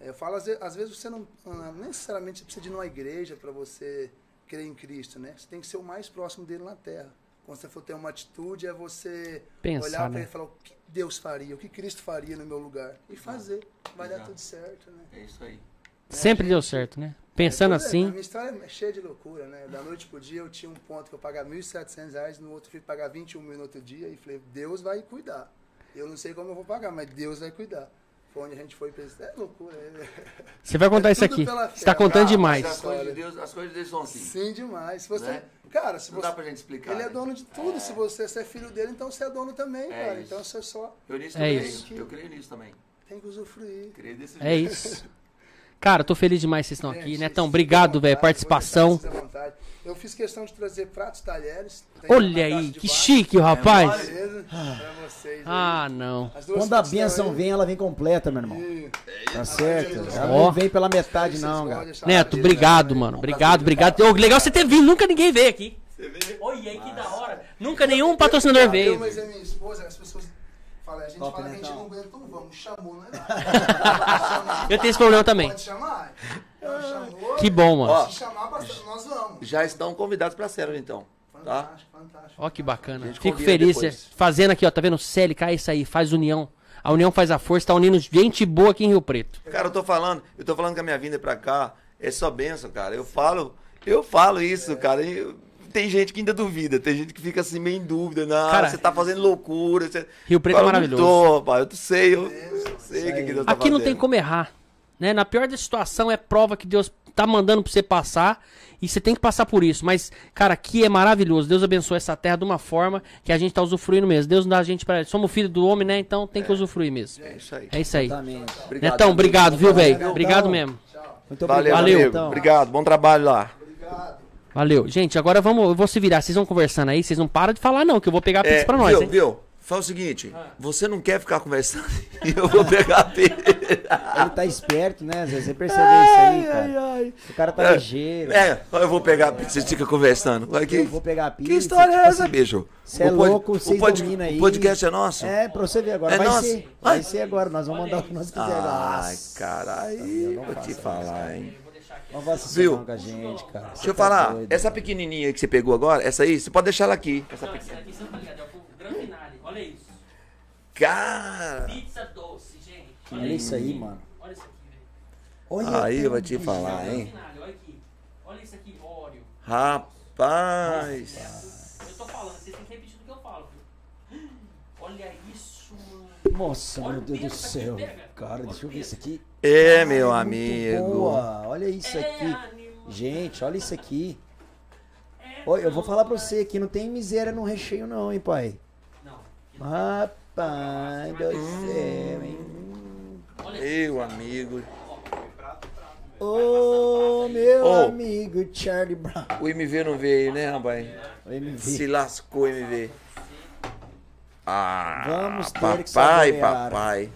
[SPEAKER 6] é, eu falo, às ve- às vezes você não ah, nem necessariamente você precisa de ir numa igreja para você crer em Cristo, né? Você tem que ser o mais próximo dele na terra. Quando você for ter uma atitude, é você
[SPEAKER 1] Pensar,
[SPEAKER 6] olhar para
[SPEAKER 1] né?
[SPEAKER 6] ele e falar o que Deus faria, o que Cristo faria no meu lugar. E fazer. Vai dar
[SPEAKER 2] Exato.
[SPEAKER 6] tudo certo, né?
[SPEAKER 2] É isso aí.
[SPEAKER 1] Sempre deu certo, né? Pensando
[SPEAKER 6] É, tudo é- A
[SPEAKER 1] assim,
[SPEAKER 6] minha história é cheia de loucura, né? Da noite pro dia eu tinha um ponto que eu pagava 1.700 reais, no outro fui pagar 21 mil no outro dia e falei, Deus vai cuidar. Eu não sei como eu vou pagar, mas Deus vai cuidar. Foi onde a gente foi pensar, é loucura. é-
[SPEAKER 1] você vai contar
[SPEAKER 6] é
[SPEAKER 1] isso
[SPEAKER 6] tudo
[SPEAKER 1] aqui.
[SPEAKER 6] pela
[SPEAKER 1] Você tá
[SPEAKER 6] fé. Ah,
[SPEAKER 1] contando
[SPEAKER 2] Cara, mas
[SPEAKER 1] demais.
[SPEAKER 2] As coisas de Deus, as coisas de Deus são assim.
[SPEAKER 6] Sim, demais. Se você,
[SPEAKER 2] Né?
[SPEAKER 6] Cara, se
[SPEAKER 2] Não
[SPEAKER 6] você...
[SPEAKER 2] dá pra gente explicar.
[SPEAKER 6] Ele é
[SPEAKER 2] né?
[SPEAKER 6] dono de tudo. Se você se é filho dele, então você é dono também,
[SPEAKER 2] É
[SPEAKER 6] cara.
[SPEAKER 2] isso.
[SPEAKER 6] Então você só
[SPEAKER 2] Eu nisso
[SPEAKER 1] É
[SPEAKER 2] eu creio.
[SPEAKER 1] isso.
[SPEAKER 2] Eu creio nisso também.
[SPEAKER 6] tem que usufruir.
[SPEAKER 2] Creio desse
[SPEAKER 1] É
[SPEAKER 2] jeito.
[SPEAKER 1] isso. Cara, eu tô feliz demais que vocês estão aqui,
[SPEAKER 6] Gente,
[SPEAKER 1] né? Então,
[SPEAKER 6] fica à
[SPEAKER 1] obrigado,
[SPEAKER 6] vontade,
[SPEAKER 1] velho,
[SPEAKER 6] pode
[SPEAKER 1] participação.
[SPEAKER 6] deixar, fica à vontade. Eu fiz questão de trazer pratos, talheres. tem na
[SPEAKER 1] Olha
[SPEAKER 6] caixa
[SPEAKER 1] aí,
[SPEAKER 6] um de
[SPEAKER 1] que
[SPEAKER 6] baixo.
[SPEAKER 1] chique, rapaz.
[SPEAKER 6] Beleza? Pra vocês.
[SPEAKER 1] Ah, não.
[SPEAKER 3] Quando a benção vem, ela vem completa, meu irmão. Tá certo? Ela
[SPEAKER 1] Ó.
[SPEAKER 3] não vem pela metade, não, cara.
[SPEAKER 1] Neto, obrigado, mano.
[SPEAKER 2] Um prazer,
[SPEAKER 1] Obrigado, obrigado. Ô, legal você ter vindo, nunca ninguém veio aqui.
[SPEAKER 2] Você vê?
[SPEAKER 1] Olha aí que da hora. Nunca nenhum patrocinador
[SPEAKER 6] Eu,
[SPEAKER 1] veio.
[SPEAKER 6] mas é minha esposa, as pessoas falam, a gente
[SPEAKER 3] Top,
[SPEAKER 6] fala
[SPEAKER 3] né,
[SPEAKER 6] que a gente
[SPEAKER 3] então?
[SPEAKER 6] não aguenta, então vamos, chamou, não é nada.
[SPEAKER 1] Eu tenho esse problema também.
[SPEAKER 6] Pode chamar.
[SPEAKER 3] Ah,
[SPEAKER 6] Então, chamou,
[SPEAKER 1] Que bom,
[SPEAKER 2] Ó.
[SPEAKER 1] mano.
[SPEAKER 6] Se chamar, basta- nós vamos.
[SPEAKER 2] Já estão convidados pra Célula, então. Tá?
[SPEAKER 6] Fantástico, fantástico.
[SPEAKER 1] Ó, que bacana.
[SPEAKER 2] gente
[SPEAKER 1] Fico
[SPEAKER 2] combina
[SPEAKER 1] feliz.
[SPEAKER 2] depois.
[SPEAKER 1] é, Fazendo aqui, ó. Tá vendo? CLK é isso aí. Faz união. A união faz a força. Tá unindo gente boa aqui em Rio Preto.
[SPEAKER 2] Cara, eu tô falando, eu tô falando que a minha vinda pra cá é só benção, cara. Eu falo, eu falo isso, cara. e eu- tem gente que ainda duvida, tem gente que fica assim meio em dúvida. Não,
[SPEAKER 1] Cara,
[SPEAKER 2] você tá fazendo loucura. Você...
[SPEAKER 1] Rio Preto é
[SPEAKER 2] Fala, não
[SPEAKER 1] maravilhoso.
[SPEAKER 2] Tô, rapaz, eu sei, eu sei o que, que Deus tá
[SPEAKER 1] Aqui não tem
[SPEAKER 2] fazendo.
[SPEAKER 1] como errar. Né? Na pior da situação é prova que Deus tá mandando pra você passar e você tem que passar por isso. Mas, cara, aqui é maravilhoso. Deus abençoe essa terra de uma forma que a gente tá usufruindo mesmo. Deus não dá a gente pra. Somos filho do homem, né? Então tem que usufruir mesmo.
[SPEAKER 2] É isso aí.
[SPEAKER 1] É isso aí.
[SPEAKER 3] Exatamente.
[SPEAKER 2] Obrigado,
[SPEAKER 1] Netão,
[SPEAKER 2] amigo.
[SPEAKER 1] obrigado, viu, velho?
[SPEAKER 3] Netão.
[SPEAKER 1] Obrigado mesmo.
[SPEAKER 3] Muito
[SPEAKER 2] Valeu,
[SPEAKER 1] Valeu.
[SPEAKER 2] amigo.
[SPEAKER 3] então.
[SPEAKER 2] Obrigado, bom trabalho lá.
[SPEAKER 1] Valeu. Gente, agora vamos, eu vou se virar. Vocês vão conversando aí, vocês não param de falar, não, que eu vou pegar a pizza pra nós,
[SPEAKER 2] É, viu,
[SPEAKER 1] hein?
[SPEAKER 2] viu? Fala o seguinte, você não quer ficar conversando e eu vou pegar a pizza.
[SPEAKER 3] Ele tá esperto, né? Zé? Você percebeu isso aí, cara. O cara tá ligeiro.
[SPEAKER 2] É, eu vou pegar a pizza, você fica conversando. Vai que-
[SPEAKER 3] Eu vou pegar a pizza,
[SPEAKER 2] Que história
[SPEAKER 3] tipo
[SPEAKER 2] é essa,
[SPEAKER 3] assim,
[SPEAKER 2] bicho?
[SPEAKER 3] Você é
[SPEAKER 2] O pod-
[SPEAKER 3] louco, vocês
[SPEAKER 2] o pod-
[SPEAKER 3] dominam aí.
[SPEAKER 2] O podcast é nosso?
[SPEAKER 3] É, pra você ver agora.
[SPEAKER 2] É
[SPEAKER 3] vai
[SPEAKER 2] nosso.
[SPEAKER 3] ser. Vai
[SPEAKER 2] Ai.
[SPEAKER 3] ser agora. Nós vamos mandar o que nós quisermos.
[SPEAKER 2] Ai,
[SPEAKER 3] Tá
[SPEAKER 2] caralho, vou te falar, hein.
[SPEAKER 3] Não vai se
[SPEAKER 2] Viu?
[SPEAKER 3] não com a gente, cara. Você
[SPEAKER 2] Deixa eu
[SPEAKER 3] tá
[SPEAKER 2] falar,
[SPEAKER 3] doido.
[SPEAKER 2] essa pequenininha que você pegou agora, essa aí, você pode deixar ela aqui. Essa pe-
[SPEAKER 1] Olha isso.
[SPEAKER 2] Cara,
[SPEAKER 1] Pizza doce, gente.
[SPEAKER 3] Olha É isso aí, mano.
[SPEAKER 1] Olha isso aqui, velho.
[SPEAKER 3] Olha
[SPEAKER 2] aí eu
[SPEAKER 3] eu
[SPEAKER 2] vou te falar, hein.
[SPEAKER 1] Olha aqui. Olha isso aqui, óleo.
[SPEAKER 2] Rapaz,
[SPEAKER 1] Eu tô falando, vocês têm que repetir o que eu falo, Olha isso, mano.
[SPEAKER 3] Nossa,
[SPEAKER 1] Olha
[SPEAKER 3] meu
[SPEAKER 1] o
[SPEAKER 3] Deus do
[SPEAKER 1] peso, tá aqui,
[SPEAKER 3] céu.
[SPEAKER 1] pega.
[SPEAKER 3] Cara, deixa eu ver isso aqui.
[SPEAKER 2] é meu
[SPEAKER 3] Cara, é muito
[SPEAKER 2] amigo.
[SPEAKER 3] Boa. Olha isso aqui.
[SPEAKER 1] animal.
[SPEAKER 3] Gente, olha isso aqui. Oi, eu vou falar pra você aqui, não tem miséria no recheio não, hein, pai.
[SPEAKER 1] Não.
[SPEAKER 3] Rapaz, meu Deus do céu, hein.
[SPEAKER 2] Meu amigo.
[SPEAKER 3] Ô, meu
[SPEAKER 2] Ô.
[SPEAKER 3] amigo Charlie Brown.
[SPEAKER 2] O MV não veio, né, rapaz?
[SPEAKER 3] O MV.
[SPEAKER 2] Se lascou, MV. Ah,
[SPEAKER 3] Vamos ter que
[SPEAKER 2] papai,
[SPEAKER 3] saborear.
[SPEAKER 2] papai.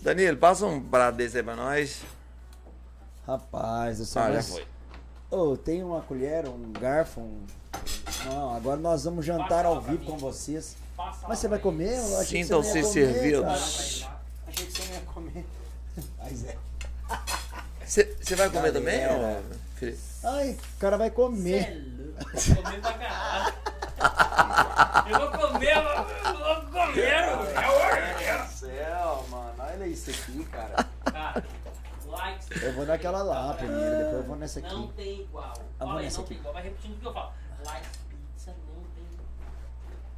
[SPEAKER 2] Danilo, passa um prato desse aí pra nós.
[SPEAKER 3] Rapaz, do céu.
[SPEAKER 2] Ah, já
[SPEAKER 3] mas-
[SPEAKER 2] foi.
[SPEAKER 3] Ô, tem uma colher, um garfo, um... Não, agora nós vamos jantar ao vivo com vocês. Mas você vai comer? Eu achei que
[SPEAKER 2] Sintam-se
[SPEAKER 3] você não ia comer,
[SPEAKER 2] servidos.
[SPEAKER 3] cara. Achei que você não ia comer. Mas é.
[SPEAKER 2] Você vai comer também?
[SPEAKER 3] Galera.
[SPEAKER 2] ô, Felipe?
[SPEAKER 3] Ai, o cara vai comer.
[SPEAKER 1] Vou comer pra caralho. Eu vou comer, eu vou comer.
[SPEAKER 3] céu, mano. Olha isso aqui, cara.
[SPEAKER 1] Cara, likes
[SPEAKER 3] Eu vou naquela lá primeiro, depois eu vou nessa
[SPEAKER 1] não
[SPEAKER 3] aqui.
[SPEAKER 1] tem igual.
[SPEAKER 3] vou
[SPEAKER 1] Olha aí,
[SPEAKER 3] nessa
[SPEAKER 1] não
[SPEAKER 3] aqui.
[SPEAKER 1] tem igual. Vai repetindo o que eu falo. Likes pizza não tem igual.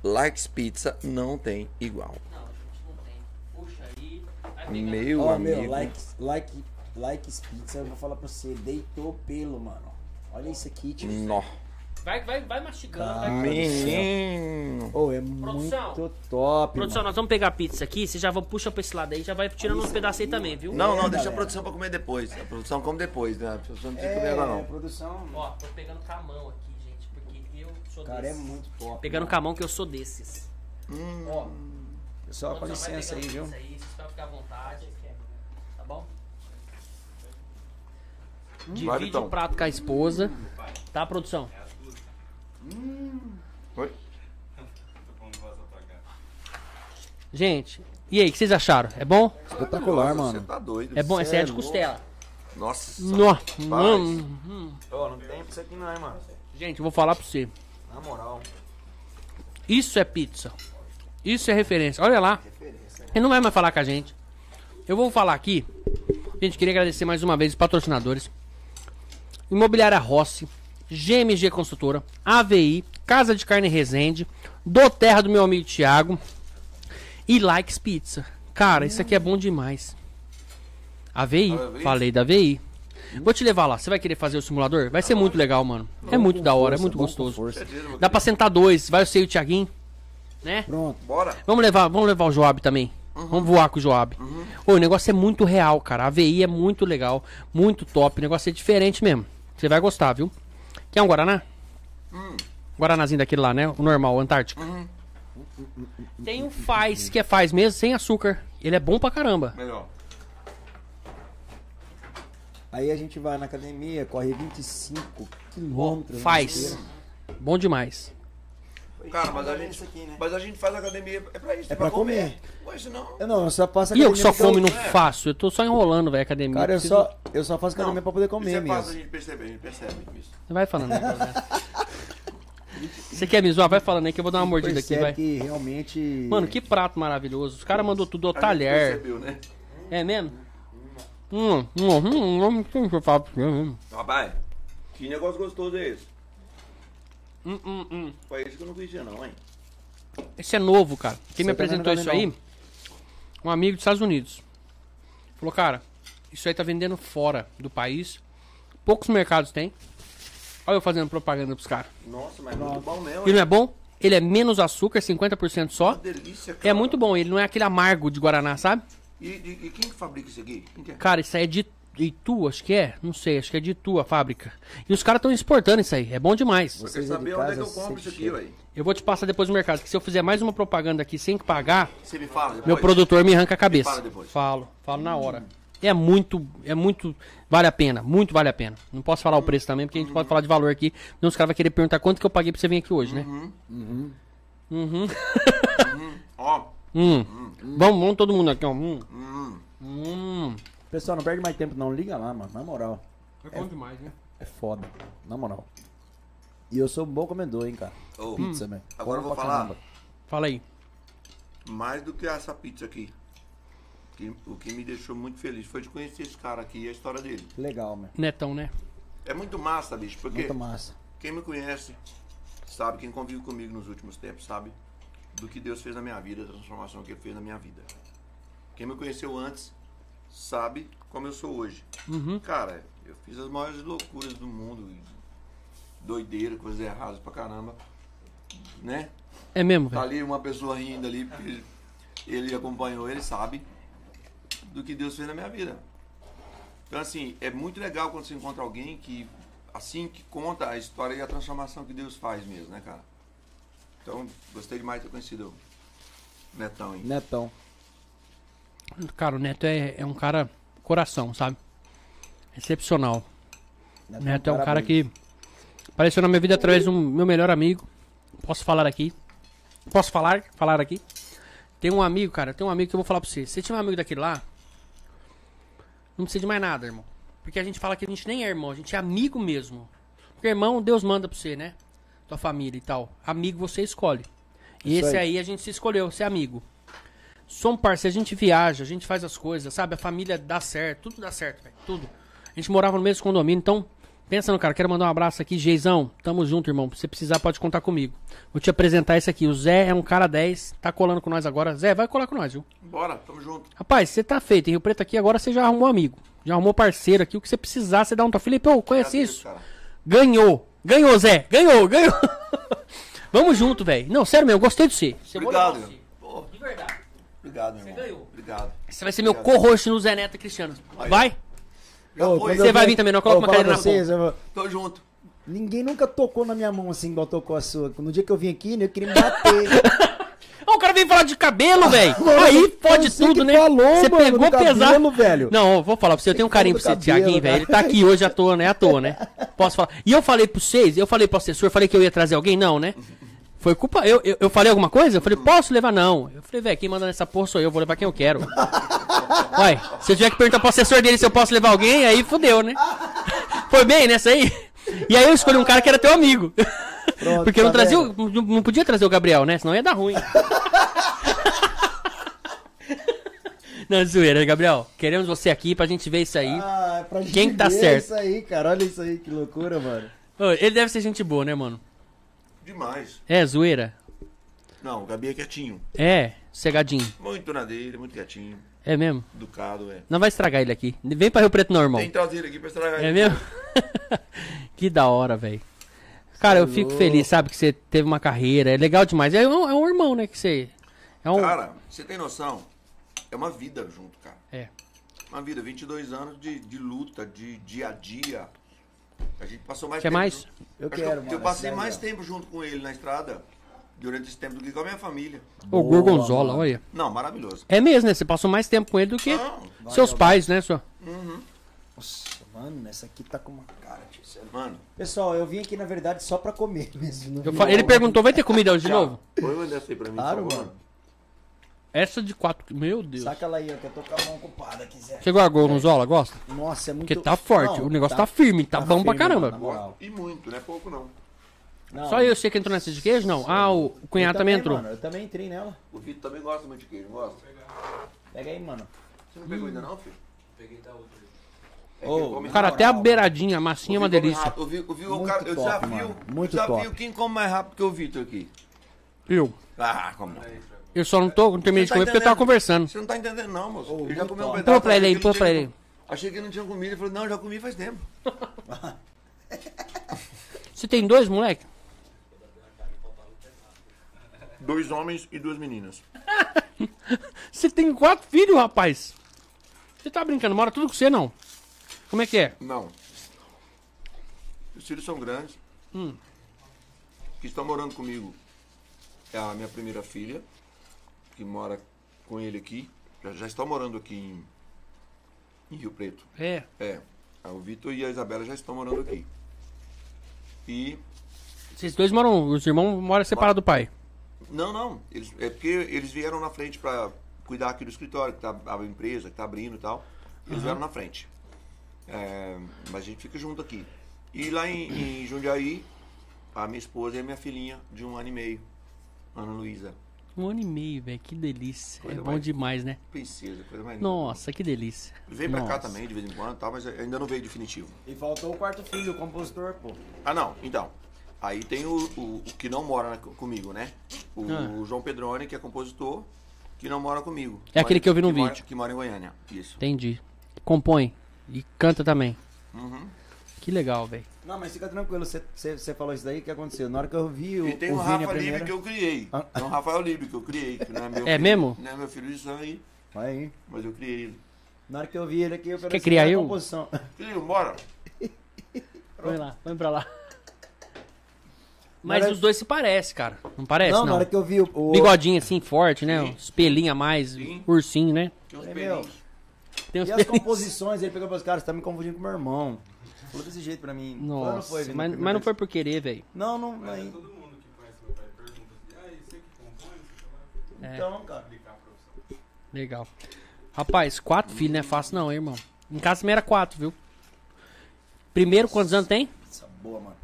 [SPEAKER 2] Likes Pizza não tem igual.
[SPEAKER 1] Não, gente, não tem. Puxa aí. Vai pegando.
[SPEAKER 2] Meu
[SPEAKER 3] Ó,
[SPEAKER 2] amigo.
[SPEAKER 3] meu, like, like, likes pizza, eu vou falar pra você. Deitou pelo, mano. Olha isso aqui, tio.
[SPEAKER 1] Hum.
[SPEAKER 2] Nó.
[SPEAKER 1] Vai, vai, vai mastigando. vai
[SPEAKER 3] Cara.
[SPEAKER 2] Menino.
[SPEAKER 3] Oh, é
[SPEAKER 1] Produção.
[SPEAKER 3] muito top,
[SPEAKER 1] Produção,
[SPEAKER 3] mano.
[SPEAKER 1] nós vamos pegar a pizza aqui, você já vai- puxa pra esse lado aí, já vai tirando uns pedaços aí também, viu?
[SPEAKER 2] Não, não, deixa a
[SPEAKER 3] galera.
[SPEAKER 2] produção pra comer depois. A produção come depois, né? A produção não precisa comer
[SPEAKER 3] É,
[SPEAKER 2] agora, não.
[SPEAKER 3] produção.
[SPEAKER 1] Ó, tô pegando com a mão aqui, gente, porque eu sou
[SPEAKER 3] Cara, é
[SPEAKER 1] desses.
[SPEAKER 3] muito top.
[SPEAKER 1] Pegando com a mão que eu sou desses. Ó,
[SPEAKER 3] Pessoal, com
[SPEAKER 1] produção, vai
[SPEAKER 3] licença aí,
[SPEAKER 1] pegando
[SPEAKER 3] viu?
[SPEAKER 1] pizza aí, vocês podem ficar à vontade, tá bom? Hum. Divide
[SPEAKER 2] Vai, Vitão.
[SPEAKER 1] o prato com a esposa, tá, produção?
[SPEAKER 2] Hum. Oi?
[SPEAKER 1] Gente, e aí, o que vocês acharam? É bom?
[SPEAKER 3] Espetacular,
[SPEAKER 2] Você
[SPEAKER 3] mano.
[SPEAKER 2] tá doido.
[SPEAKER 1] É bom,
[SPEAKER 2] Cê
[SPEAKER 1] essa é de
[SPEAKER 2] louco.
[SPEAKER 1] costela.
[SPEAKER 2] Nossa.
[SPEAKER 1] Nossa,
[SPEAKER 2] Rapaz.
[SPEAKER 1] hum.
[SPEAKER 7] Ó, não tem pra isso aqui não, hein, mano.
[SPEAKER 1] Gente, eu vou falar pra você.
[SPEAKER 7] Na moral.
[SPEAKER 1] Isso é pizza. Isso é referência. Olha lá. Ele não vai mais falar com a gente. Eu vou falar aqui. Gente, queria agradecer mais uma vez os patrocinadores. Imobiliária Rossi, GMG Construtora, AVI, Casa de Carne Resende, Do Terra do meu amigo Thiago e Likes Pizza. Cara, isso aqui é bom demais. AVI, falei da AVI. Vou te levar lá. Você vai querer fazer o simulador? Vai ser muito legal, mano. É muito da hora, é
[SPEAKER 3] Força,
[SPEAKER 1] muito
[SPEAKER 3] bom com
[SPEAKER 1] gostoso.
[SPEAKER 3] força.
[SPEAKER 1] Dá pra sentar dois, vai você e o Thiaguinho, né?
[SPEAKER 3] Pronto.
[SPEAKER 2] Bora.
[SPEAKER 1] Vamos levar, vamos levar o Joab também. Vamos voar com o Joab. Ô, o negócio é muito real, cara. A AVI é muito legal, muito top. O negócio é diferente mesmo. Você vai gostar, viu? Quer um Guaraná? Guaranazinho daquele lá, né? O normal, o Antártico. Tem um Faz, que é Faz mesmo, sem açúcar. Ele é bom pra caramba.
[SPEAKER 2] Melhor.
[SPEAKER 3] Aí a gente vai na academia, corre 25
[SPEAKER 1] Ó,
[SPEAKER 3] quilômetros.
[SPEAKER 1] faz. Bom demais.
[SPEAKER 2] Cara, mas a
[SPEAKER 6] Olha
[SPEAKER 2] gente,
[SPEAKER 6] isso aqui, né?
[SPEAKER 2] mas a gente faz academia é pra isso,
[SPEAKER 3] É pra
[SPEAKER 2] Mas não.
[SPEAKER 3] Eu não, eu só faço
[SPEAKER 1] E eu que só
[SPEAKER 3] porque eu-
[SPEAKER 1] fome não
[SPEAKER 2] é.
[SPEAKER 1] faço. Eu tô só enrolando, velho, academia.
[SPEAKER 3] Cara, eu
[SPEAKER 1] Preciso-
[SPEAKER 3] só, eu só faço academia pra poder comer
[SPEAKER 2] isso é
[SPEAKER 3] mesmo.
[SPEAKER 2] fácil a gente perceber, a gente percebe isso.
[SPEAKER 1] Você vai falando aí, Rogério. Você quer me zoar? Vai falando aí que eu vou dar uma mordida aqui,
[SPEAKER 3] Percebe
[SPEAKER 1] vai.
[SPEAKER 3] é que realmente...
[SPEAKER 1] Mano, que prato maravilhoso. Os caras mandou tudo ao
[SPEAKER 2] A
[SPEAKER 1] talher.
[SPEAKER 2] gente percebeu, né?
[SPEAKER 1] É mesmo? Hum, hum, hum, hum, hum, eu falo pra você mesmo.
[SPEAKER 2] Rapaz, que negócio gostoso é esse?
[SPEAKER 1] Hum, hum, hum.
[SPEAKER 2] Foi isso que eu não conhecia não, hein?
[SPEAKER 1] Isso é novo, cara. Quem me
[SPEAKER 3] Você tá
[SPEAKER 1] apresentou
[SPEAKER 3] vendo
[SPEAKER 1] isso
[SPEAKER 3] também
[SPEAKER 1] aí, um amigo dos Estados Unidos. Falou, cara, isso aí tá vendendo fora do país. Poucos mercados tem. Olha eu fazendo propaganda pros caras.
[SPEAKER 2] Nossa, mas muito bom mesmo.
[SPEAKER 1] E
[SPEAKER 2] hein?
[SPEAKER 1] não é bom? Ele é menos açúcar, 50%
[SPEAKER 2] Que
[SPEAKER 1] só.
[SPEAKER 2] delícia, cara.
[SPEAKER 1] É muito bom, ele não é aquele amargo de Guaraná, sabe?
[SPEAKER 2] E, e- e quem que fabrica isso aqui? Quem que é?
[SPEAKER 1] Cara, isso aí é de Itu, acho que é. Não sei, acho que é de Itu a fábrica. E os caras estão exportando isso aí, é bom demais.
[SPEAKER 2] Eu quero saber onde é que eu compro isso aqui, velho.
[SPEAKER 1] Eu vou te passar depois no mercado, que se eu fizer mais uma propaganda aqui sem pagar,
[SPEAKER 2] Você me fala depois?
[SPEAKER 1] meu produtor me arranca a cabeça.
[SPEAKER 2] fala depois.
[SPEAKER 1] Falo, falo na hora. É muito, é muito, vale a pena, muito vale a pena. Não posso falar o preço também, porque a gente pode falar de valor aqui, senão os caras vão querer perguntar quanto que eu paguei pra você vir aqui hoje, né?
[SPEAKER 2] Uhum.
[SPEAKER 1] Uhum.
[SPEAKER 2] Ó,
[SPEAKER 1] Hum. Vamos, vamos todo mundo aqui, ó. Hum. Hum.
[SPEAKER 3] Pessoal, não perde mais tempo não, liga lá, mano, na moral.
[SPEAKER 1] É bom demais, né?
[SPEAKER 3] É foda, na moral. E eu sou um bom comedor, hein, cara.
[SPEAKER 2] Ô, hum,
[SPEAKER 3] Pizza, velho.
[SPEAKER 2] agora eu vou
[SPEAKER 3] Como pra
[SPEAKER 2] falar
[SPEAKER 3] caramba.
[SPEAKER 1] Fala aí.
[SPEAKER 2] mais do que essa pizza aqui. Que- o que me deixou muito feliz foi de conhecer esse cara aqui e a história dele.
[SPEAKER 3] Que Legal, meu.
[SPEAKER 1] Netão, né?
[SPEAKER 2] É muito massa, bicho, porque
[SPEAKER 3] Muito massa.
[SPEAKER 2] quem me conhece sabe, quem convive comigo nos últimos tempos sabe do que Deus fez na minha vida, da transformação que ele fez na minha vida. Quem me conheceu antes sabe como eu sou hoje. Cara, eu fiz as maiores loucuras do mundo, doideira, coisas erradas pra caramba, né?
[SPEAKER 1] É mesmo,
[SPEAKER 2] Tá
[SPEAKER 1] velho.
[SPEAKER 2] ali uma pessoa rindo ali, porque ele- ele acompanhou, ele sabe do que Deus fez na minha vida. Então, assim, é muito legal quando você encontra alguém que, assim, que conta a história e a transformação que Deus faz mesmo, né, cara? Então, gostei demais de ter conhecido o Netão, hein?
[SPEAKER 3] Netão.
[SPEAKER 1] Cara, o Neto é, é um cara coração, sabe? Excepcional. O Neto é um cara
[SPEAKER 3] Né, tá parabéns.
[SPEAKER 1] que apareceu na minha vida através do meu melhor amigo. Posso falar aqui? Posso falar? Falar aqui? Tem um amigo, cara, tem um amigo que eu vou falar pra você. Se você tiver um amigo daquele lá, não precisa de mais nada, irmão. Porque a gente fala que a gente nem é irmão, a gente é amigo mesmo. Porque irmão, Deus manda pra você, né? Tua família e tal. Amigo você escolhe. E
[SPEAKER 3] Isso
[SPEAKER 1] esse
[SPEAKER 3] aí.
[SPEAKER 1] aí a gente se escolheu, ser amigo. Somos parceiros, a gente viaja, a gente faz as coisas, sabe? A família dá certo, tudo dá certo, velho. Tudo. A gente morava no mesmo condomínio, então, pensa no cara, quero mandar um abraço aqui, Geizão. Tamo junto, irmão. Se você precisar, pode contar comigo. Vou te apresentar esse aqui. O Zé é um cara 10, tá colando com nós agora. Zé, vai colar com nós, viu?
[SPEAKER 2] Bora, tamo junto.
[SPEAKER 1] Rapaz, você tá feito em Rio Preto aqui, agora você já arrumou amigo. Já arrumou parceiro aqui, o que você precisar, você dá um toque. Felipe, eu conheço
[SPEAKER 2] Agradeço,
[SPEAKER 1] isso.
[SPEAKER 2] cara.
[SPEAKER 1] Ganhou. Ganhou, Zé. Ganhou, ganhou. Vamos junto, velho. Não, sério mesmo, eu gostei de você. Você
[SPEAKER 2] Obrigado.
[SPEAKER 1] morou
[SPEAKER 2] meu. Pô,
[SPEAKER 1] De verdade.
[SPEAKER 2] obrigado, meu irmão.
[SPEAKER 1] ganhou.
[SPEAKER 2] Obrigado.
[SPEAKER 1] Você vai ser meu co-host no Zé Neto Cristiano. Vai?
[SPEAKER 2] Já
[SPEAKER 3] Ô,
[SPEAKER 2] foi.
[SPEAKER 3] quando
[SPEAKER 1] Você
[SPEAKER 3] eu
[SPEAKER 1] vai
[SPEAKER 3] vi-
[SPEAKER 1] vir também, não? Coloca
[SPEAKER 3] Ô,
[SPEAKER 1] uma
[SPEAKER 3] fala
[SPEAKER 1] cadeira na
[SPEAKER 3] vocês, eu-
[SPEAKER 2] Tô junto.
[SPEAKER 3] Ninguém nunca tocou na minha mão assim, igual tocou a sua. No dia que eu vim aqui, né, eu queria me bater.
[SPEAKER 1] Ó, o cara vem falar de cabelo, velho.
[SPEAKER 3] Ah, Mano,
[SPEAKER 1] Aí pode
[SPEAKER 3] você
[SPEAKER 1] tudo,
[SPEAKER 3] que
[SPEAKER 1] né?
[SPEAKER 3] falou,
[SPEAKER 1] Você
[SPEAKER 3] mano,
[SPEAKER 1] pegou
[SPEAKER 3] do
[SPEAKER 1] pesado.
[SPEAKER 3] cabelo, velho.
[SPEAKER 1] Não, ó, vou falar pra você. Eu tenho um carinho pra
[SPEAKER 3] falou
[SPEAKER 1] você,
[SPEAKER 3] do cabelo,
[SPEAKER 1] Tiaguinho, velho. Ele
[SPEAKER 3] cara.
[SPEAKER 1] tá aqui hoje à toa, né? À toa, né? Posso falar. E eu falei pra vocês, eu falei pro assessor, falei que eu ia trazer alguém? Não, né? Foi culpa. Eu, eu, eu falei alguma coisa? Eu falei, posso levar? Não. Eu falei, velho, quem manda nessa porra sou eu, vou levar quem eu quero. Vai, se eu tiver que perguntar pro assessor dele se eu posso levar alguém, aí fudeu, né? Foi bem nessa aí? E aí eu escolhi um cara que era teu amigo.
[SPEAKER 3] Pronto,
[SPEAKER 1] Porque eu não
[SPEAKER 3] tá
[SPEAKER 1] trazia, o- não não podia trazer o Gabriel, né? Senão ia dar ruim. Não, é zoeira, Gabriel. Queremos você aqui pra gente ver isso aí.
[SPEAKER 3] Ah, pra gente
[SPEAKER 1] Quem tá
[SPEAKER 3] ver
[SPEAKER 1] certo?
[SPEAKER 3] isso aí, cara. Olha isso aí, que loucura, mano.
[SPEAKER 1] Ô, Ele deve ser gente boa, né, mano?
[SPEAKER 2] Demais.
[SPEAKER 1] É, zoeira.
[SPEAKER 2] Não, o Gabi é quietinho.
[SPEAKER 1] É, cegadinho.
[SPEAKER 2] Muito na dele, muito quietinho.
[SPEAKER 1] É mesmo.
[SPEAKER 2] Educado, é.
[SPEAKER 1] Não vai estragar ele aqui. Vem pra Rio Preto normal.
[SPEAKER 2] Tem que trazer ele aqui pra estragar
[SPEAKER 1] É
[SPEAKER 2] ele.
[SPEAKER 1] mesmo? que da hora, velho. Cara, eu fico feliz, sabe, que você teve uma carreira. É legal demais. É um, é um irmão, né, que você... É um...
[SPEAKER 2] Cara, você tem noção? É uma vida junto, cara.
[SPEAKER 1] É.
[SPEAKER 2] Uma vida, 22 anos de, de luta, de dia a dia. A gente passou mais
[SPEAKER 1] Quer mais?
[SPEAKER 2] junto.
[SPEAKER 3] Eu
[SPEAKER 2] Acho
[SPEAKER 3] quero,
[SPEAKER 2] que eu,
[SPEAKER 3] mano,
[SPEAKER 2] eu passei
[SPEAKER 3] sério,
[SPEAKER 2] mais
[SPEAKER 3] ó.
[SPEAKER 2] tempo junto com ele na estrada durante esse tempo do que com a minha família.
[SPEAKER 1] O Gorgonzola, olha.
[SPEAKER 2] Não, maravilhoso.
[SPEAKER 1] É mesmo, né? Você passou mais tempo com ele do que
[SPEAKER 2] Não,
[SPEAKER 1] seus pais, né, só?
[SPEAKER 3] Nossa, Mano, essa aqui tá com uma cara, tio. cê é louco.
[SPEAKER 5] Mano,
[SPEAKER 3] Pessoal, eu vim aqui, na verdade, só pra comer mesmo. não
[SPEAKER 1] Eu
[SPEAKER 3] vim-
[SPEAKER 1] fa- Ele perguntou, vai ter comida hoje de
[SPEAKER 5] Tchau.
[SPEAKER 1] novo?
[SPEAKER 2] Põe uma dessa aí pra mim,
[SPEAKER 3] Claro,
[SPEAKER 2] por favor.
[SPEAKER 3] mano.
[SPEAKER 1] Essa de quatro. Meu Deus.
[SPEAKER 3] Saca ela aí, ó, que eu tô com a mão ocupada aqui, Zé.
[SPEAKER 1] Chegou a gorgonzola, gosta?
[SPEAKER 3] Nossa, é muito...
[SPEAKER 1] Porque tá forte,
[SPEAKER 3] Não,
[SPEAKER 1] o negócio tá, firme, tá, bom pra
[SPEAKER 3] firme,
[SPEAKER 1] caramba.
[SPEAKER 3] mano, na moral.
[SPEAKER 2] Gosto. E muito, não é pouco não.
[SPEAKER 3] Não,
[SPEAKER 1] Só eu sei que entrou nessa de queijo, não? Ah, o o
[SPEAKER 3] eu
[SPEAKER 1] cunhado também entrou.
[SPEAKER 3] Mano, eu também entrei nela.
[SPEAKER 2] O Vitor também gosta muito de queijo, não gosta?
[SPEAKER 3] Pega aí, mano.
[SPEAKER 2] Você não pegou ainda não, filho? Peguei da outra. É
[SPEAKER 3] Ô,
[SPEAKER 2] que ele come
[SPEAKER 1] Cara,
[SPEAKER 2] rápido.
[SPEAKER 1] até a beiradinha, a massinha é
[SPEAKER 2] O
[SPEAKER 1] uma
[SPEAKER 2] Vitor come
[SPEAKER 1] delícia.
[SPEAKER 2] rápido. Eu, vi, eu, vi o
[SPEAKER 3] Muito
[SPEAKER 2] cara, eu
[SPEAKER 3] top,
[SPEAKER 2] já vi,
[SPEAKER 3] mano.
[SPEAKER 2] o-
[SPEAKER 3] Muito
[SPEAKER 5] já
[SPEAKER 3] top.
[SPEAKER 5] viu quem come mais rápido que o Vitor aqui?
[SPEAKER 1] Eu.
[SPEAKER 5] Ah, como não?
[SPEAKER 1] Eu só não tô, não terminei de
[SPEAKER 5] Você tá
[SPEAKER 1] comer porque eu tava
[SPEAKER 5] entendendo?
[SPEAKER 1] conversando.
[SPEAKER 5] Você não tá entendendo, não, moço. ele já
[SPEAKER 3] muito
[SPEAKER 5] comeu um
[SPEAKER 3] top.
[SPEAKER 5] pedaço.
[SPEAKER 1] Pô pra ele
[SPEAKER 5] achei
[SPEAKER 1] aí,
[SPEAKER 5] que não
[SPEAKER 1] pô pra
[SPEAKER 5] tinha-
[SPEAKER 1] ele.
[SPEAKER 5] Achei que não tinha comido. Ele falou, não, já comi faz tempo.
[SPEAKER 1] Você tem dois, moleque?
[SPEAKER 2] Dois homens e duas meninas.
[SPEAKER 1] Você tem quatro filhos, rapaz. Você tá brincando, mora tudo com você, não? Como é que é?
[SPEAKER 2] Não. Os filhos são grandes. Que estão morando comigo. É a minha primeira filha, que mora com ele aqui. Já, já estão morando aqui em, em Rio Preto.
[SPEAKER 1] É.
[SPEAKER 2] É. O Vitor e a Isabela já estão morando aqui. E.
[SPEAKER 1] Vocês dois moram, os irmãos moram separados do pai.
[SPEAKER 2] Não, não. Eles, é porque eles vieram na frente para cuidar aqui do escritório, que tá, a empresa que tá abrindo e tal. Eles vieram na frente. É, mas a gente fica junto aqui. E lá em, em Jundiaí, a minha esposa e a minha filhinha de um ano e meio, Ana Luísa.
[SPEAKER 1] Um ano e meio, velho, que delícia.
[SPEAKER 2] Coisa
[SPEAKER 1] é bom
[SPEAKER 2] mais-
[SPEAKER 1] demais, né?
[SPEAKER 2] Princesa, coisa mais linda.
[SPEAKER 1] Nossa, que delícia.
[SPEAKER 2] Vem pra cá
[SPEAKER 1] Nossa.
[SPEAKER 2] também de vez em quando, tal, mas ainda não veio definitivo.
[SPEAKER 3] E faltou o quarto filho, o compositor, pô.
[SPEAKER 2] Ah, não. Então, aí tem o, o- o que não mora co- comigo, né? O,
[SPEAKER 1] Ah.
[SPEAKER 2] João Pedrone, que é compositor, que não mora comigo.
[SPEAKER 1] É aquele que eu vi no
[SPEAKER 2] mora-
[SPEAKER 1] vídeo.
[SPEAKER 2] que mora em Goiânia. Isso.
[SPEAKER 1] Entendi. Compõe e canta também.
[SPEAKER 2] Uhum.
[SPEAKER 1] Que legal, velho.
[SPEAKER 3] Não, mas fica tranquilo, você falou isso daí, o que aconteceu? Na hora que eu vi o,
[SPEAKER 2] E tem
[SPEAKER 3] o
[SPEAKER 2] um
[SPEAKER 3] Vini é a
[SPEAKER 2] Rafa
[SPEAKER 3] primeira...
[SPEAKER 2] Libre que eu criei.
[SPEAKER 3] Ah.
[SPEAKER 2] Tem um Rafael Libre que eu criei. Que não é meu
[SPEAKER 1] É
[SPEAKER 2] filho,
[SPEAKER 1] mesmo?
[SPEAKER 2] Não é meu filho de sangue,
[SPEAKER 3] Vai aí.
[SPEAKER 2] mas eu criei ele.
[SPEAKER 3] Na hora que eu vi ele aqui, eu falei
[SPEAKER 1] Quer criar
[SPEAKER 3] "Isso é
[SPEAKER 1] eu?"
[SPEAKER 3] composição.
[SPEAKER 2] Filho, um, bora.
[SPEAKER 1] Põe lá, põe pra lá. Mas
[SPEAKER 3] Parece-
[SPEAKER 1] os dois se parecem, cara. Não parece,
[SPEAKER 3] não,
[SPEAKER 1] não?
[SPEAKER 3] na hora que eu vi o... o...
[SPEAKER 1] Bigodinho assim, forte, né?
[SPEAKER 2] Sim.
[SPEAKER 1] Os pelinhos a mais,
[SPEAKER 2] Sim.
[SPEAKER 1] ursinho, né?
[SPEAKER 2] Tem uns
[SPEAKER 3] Falei,
[SPEAKER 2] pelinhos.
[SPEAKER 3] É meu,
[SPEAKER 1] Tem os
[SPEAKER 3] E as
[SPEAKER 1] pelinhos.
[SPEAKER 3] composições, ele pegou pros caras, você tá me confundindo com meu irmão. Falou desse jeito pra mim. Falou,
[SPEAKER 1] Nossa,
[SPEAKER 3] não foi, Vini,
[SPEAKER 1] mas,
[SPEAKER 3] primeira
[SPEAKER 1] mas não
[SPEAKER 3] vez.
[SPEAKER 1] foi por querer, velho.
[SPEAKER 3] Não, não, aí-
[SPEAKER 8] Todo mundo que conhece meu pai pergunta assim, ah, e você que compõe? Você vai
[SPEAKER 1] É.
[SPEAKER 3] Então, cara.
[SPEAKER 8] aplicar a profissão.
[SPEAKER 1] Legal. Rapaz, quatro filhos não é fácil não, hein, irmão. Em casa também era quatro, viu? Primeiro, quantos anos tem?
[SPEAKER 3] Essa boa, mano.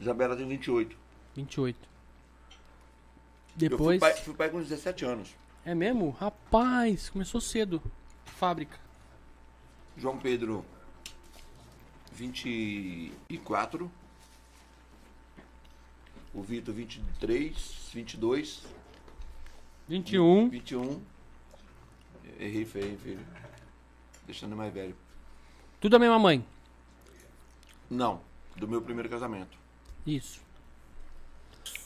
[SPEAKER 2] Isabela tem 28.
[SPEAKER 1] 28.
[SPEAKER 2] Eu fui
[SPEAKER 1] Depois...
[SPEAKER 2] pai, fui pai com 17 anos.
[SPEAKER 1] É mesmo? Rapaz, começou cedo. Fábrica.
[SPEAKER 2] João Pedro, 24. O Vitor, 23, 22,
[SPEAKER 1] 21.
[SPEAKER 2] 21. Errei feio, filho. Deixando mais velho.
[SPEAKER 1] Tudo a mesma mãe.
[SPEAKER 2] Não, do meu primeiro casamento.
[SPEAKER 1] Isso.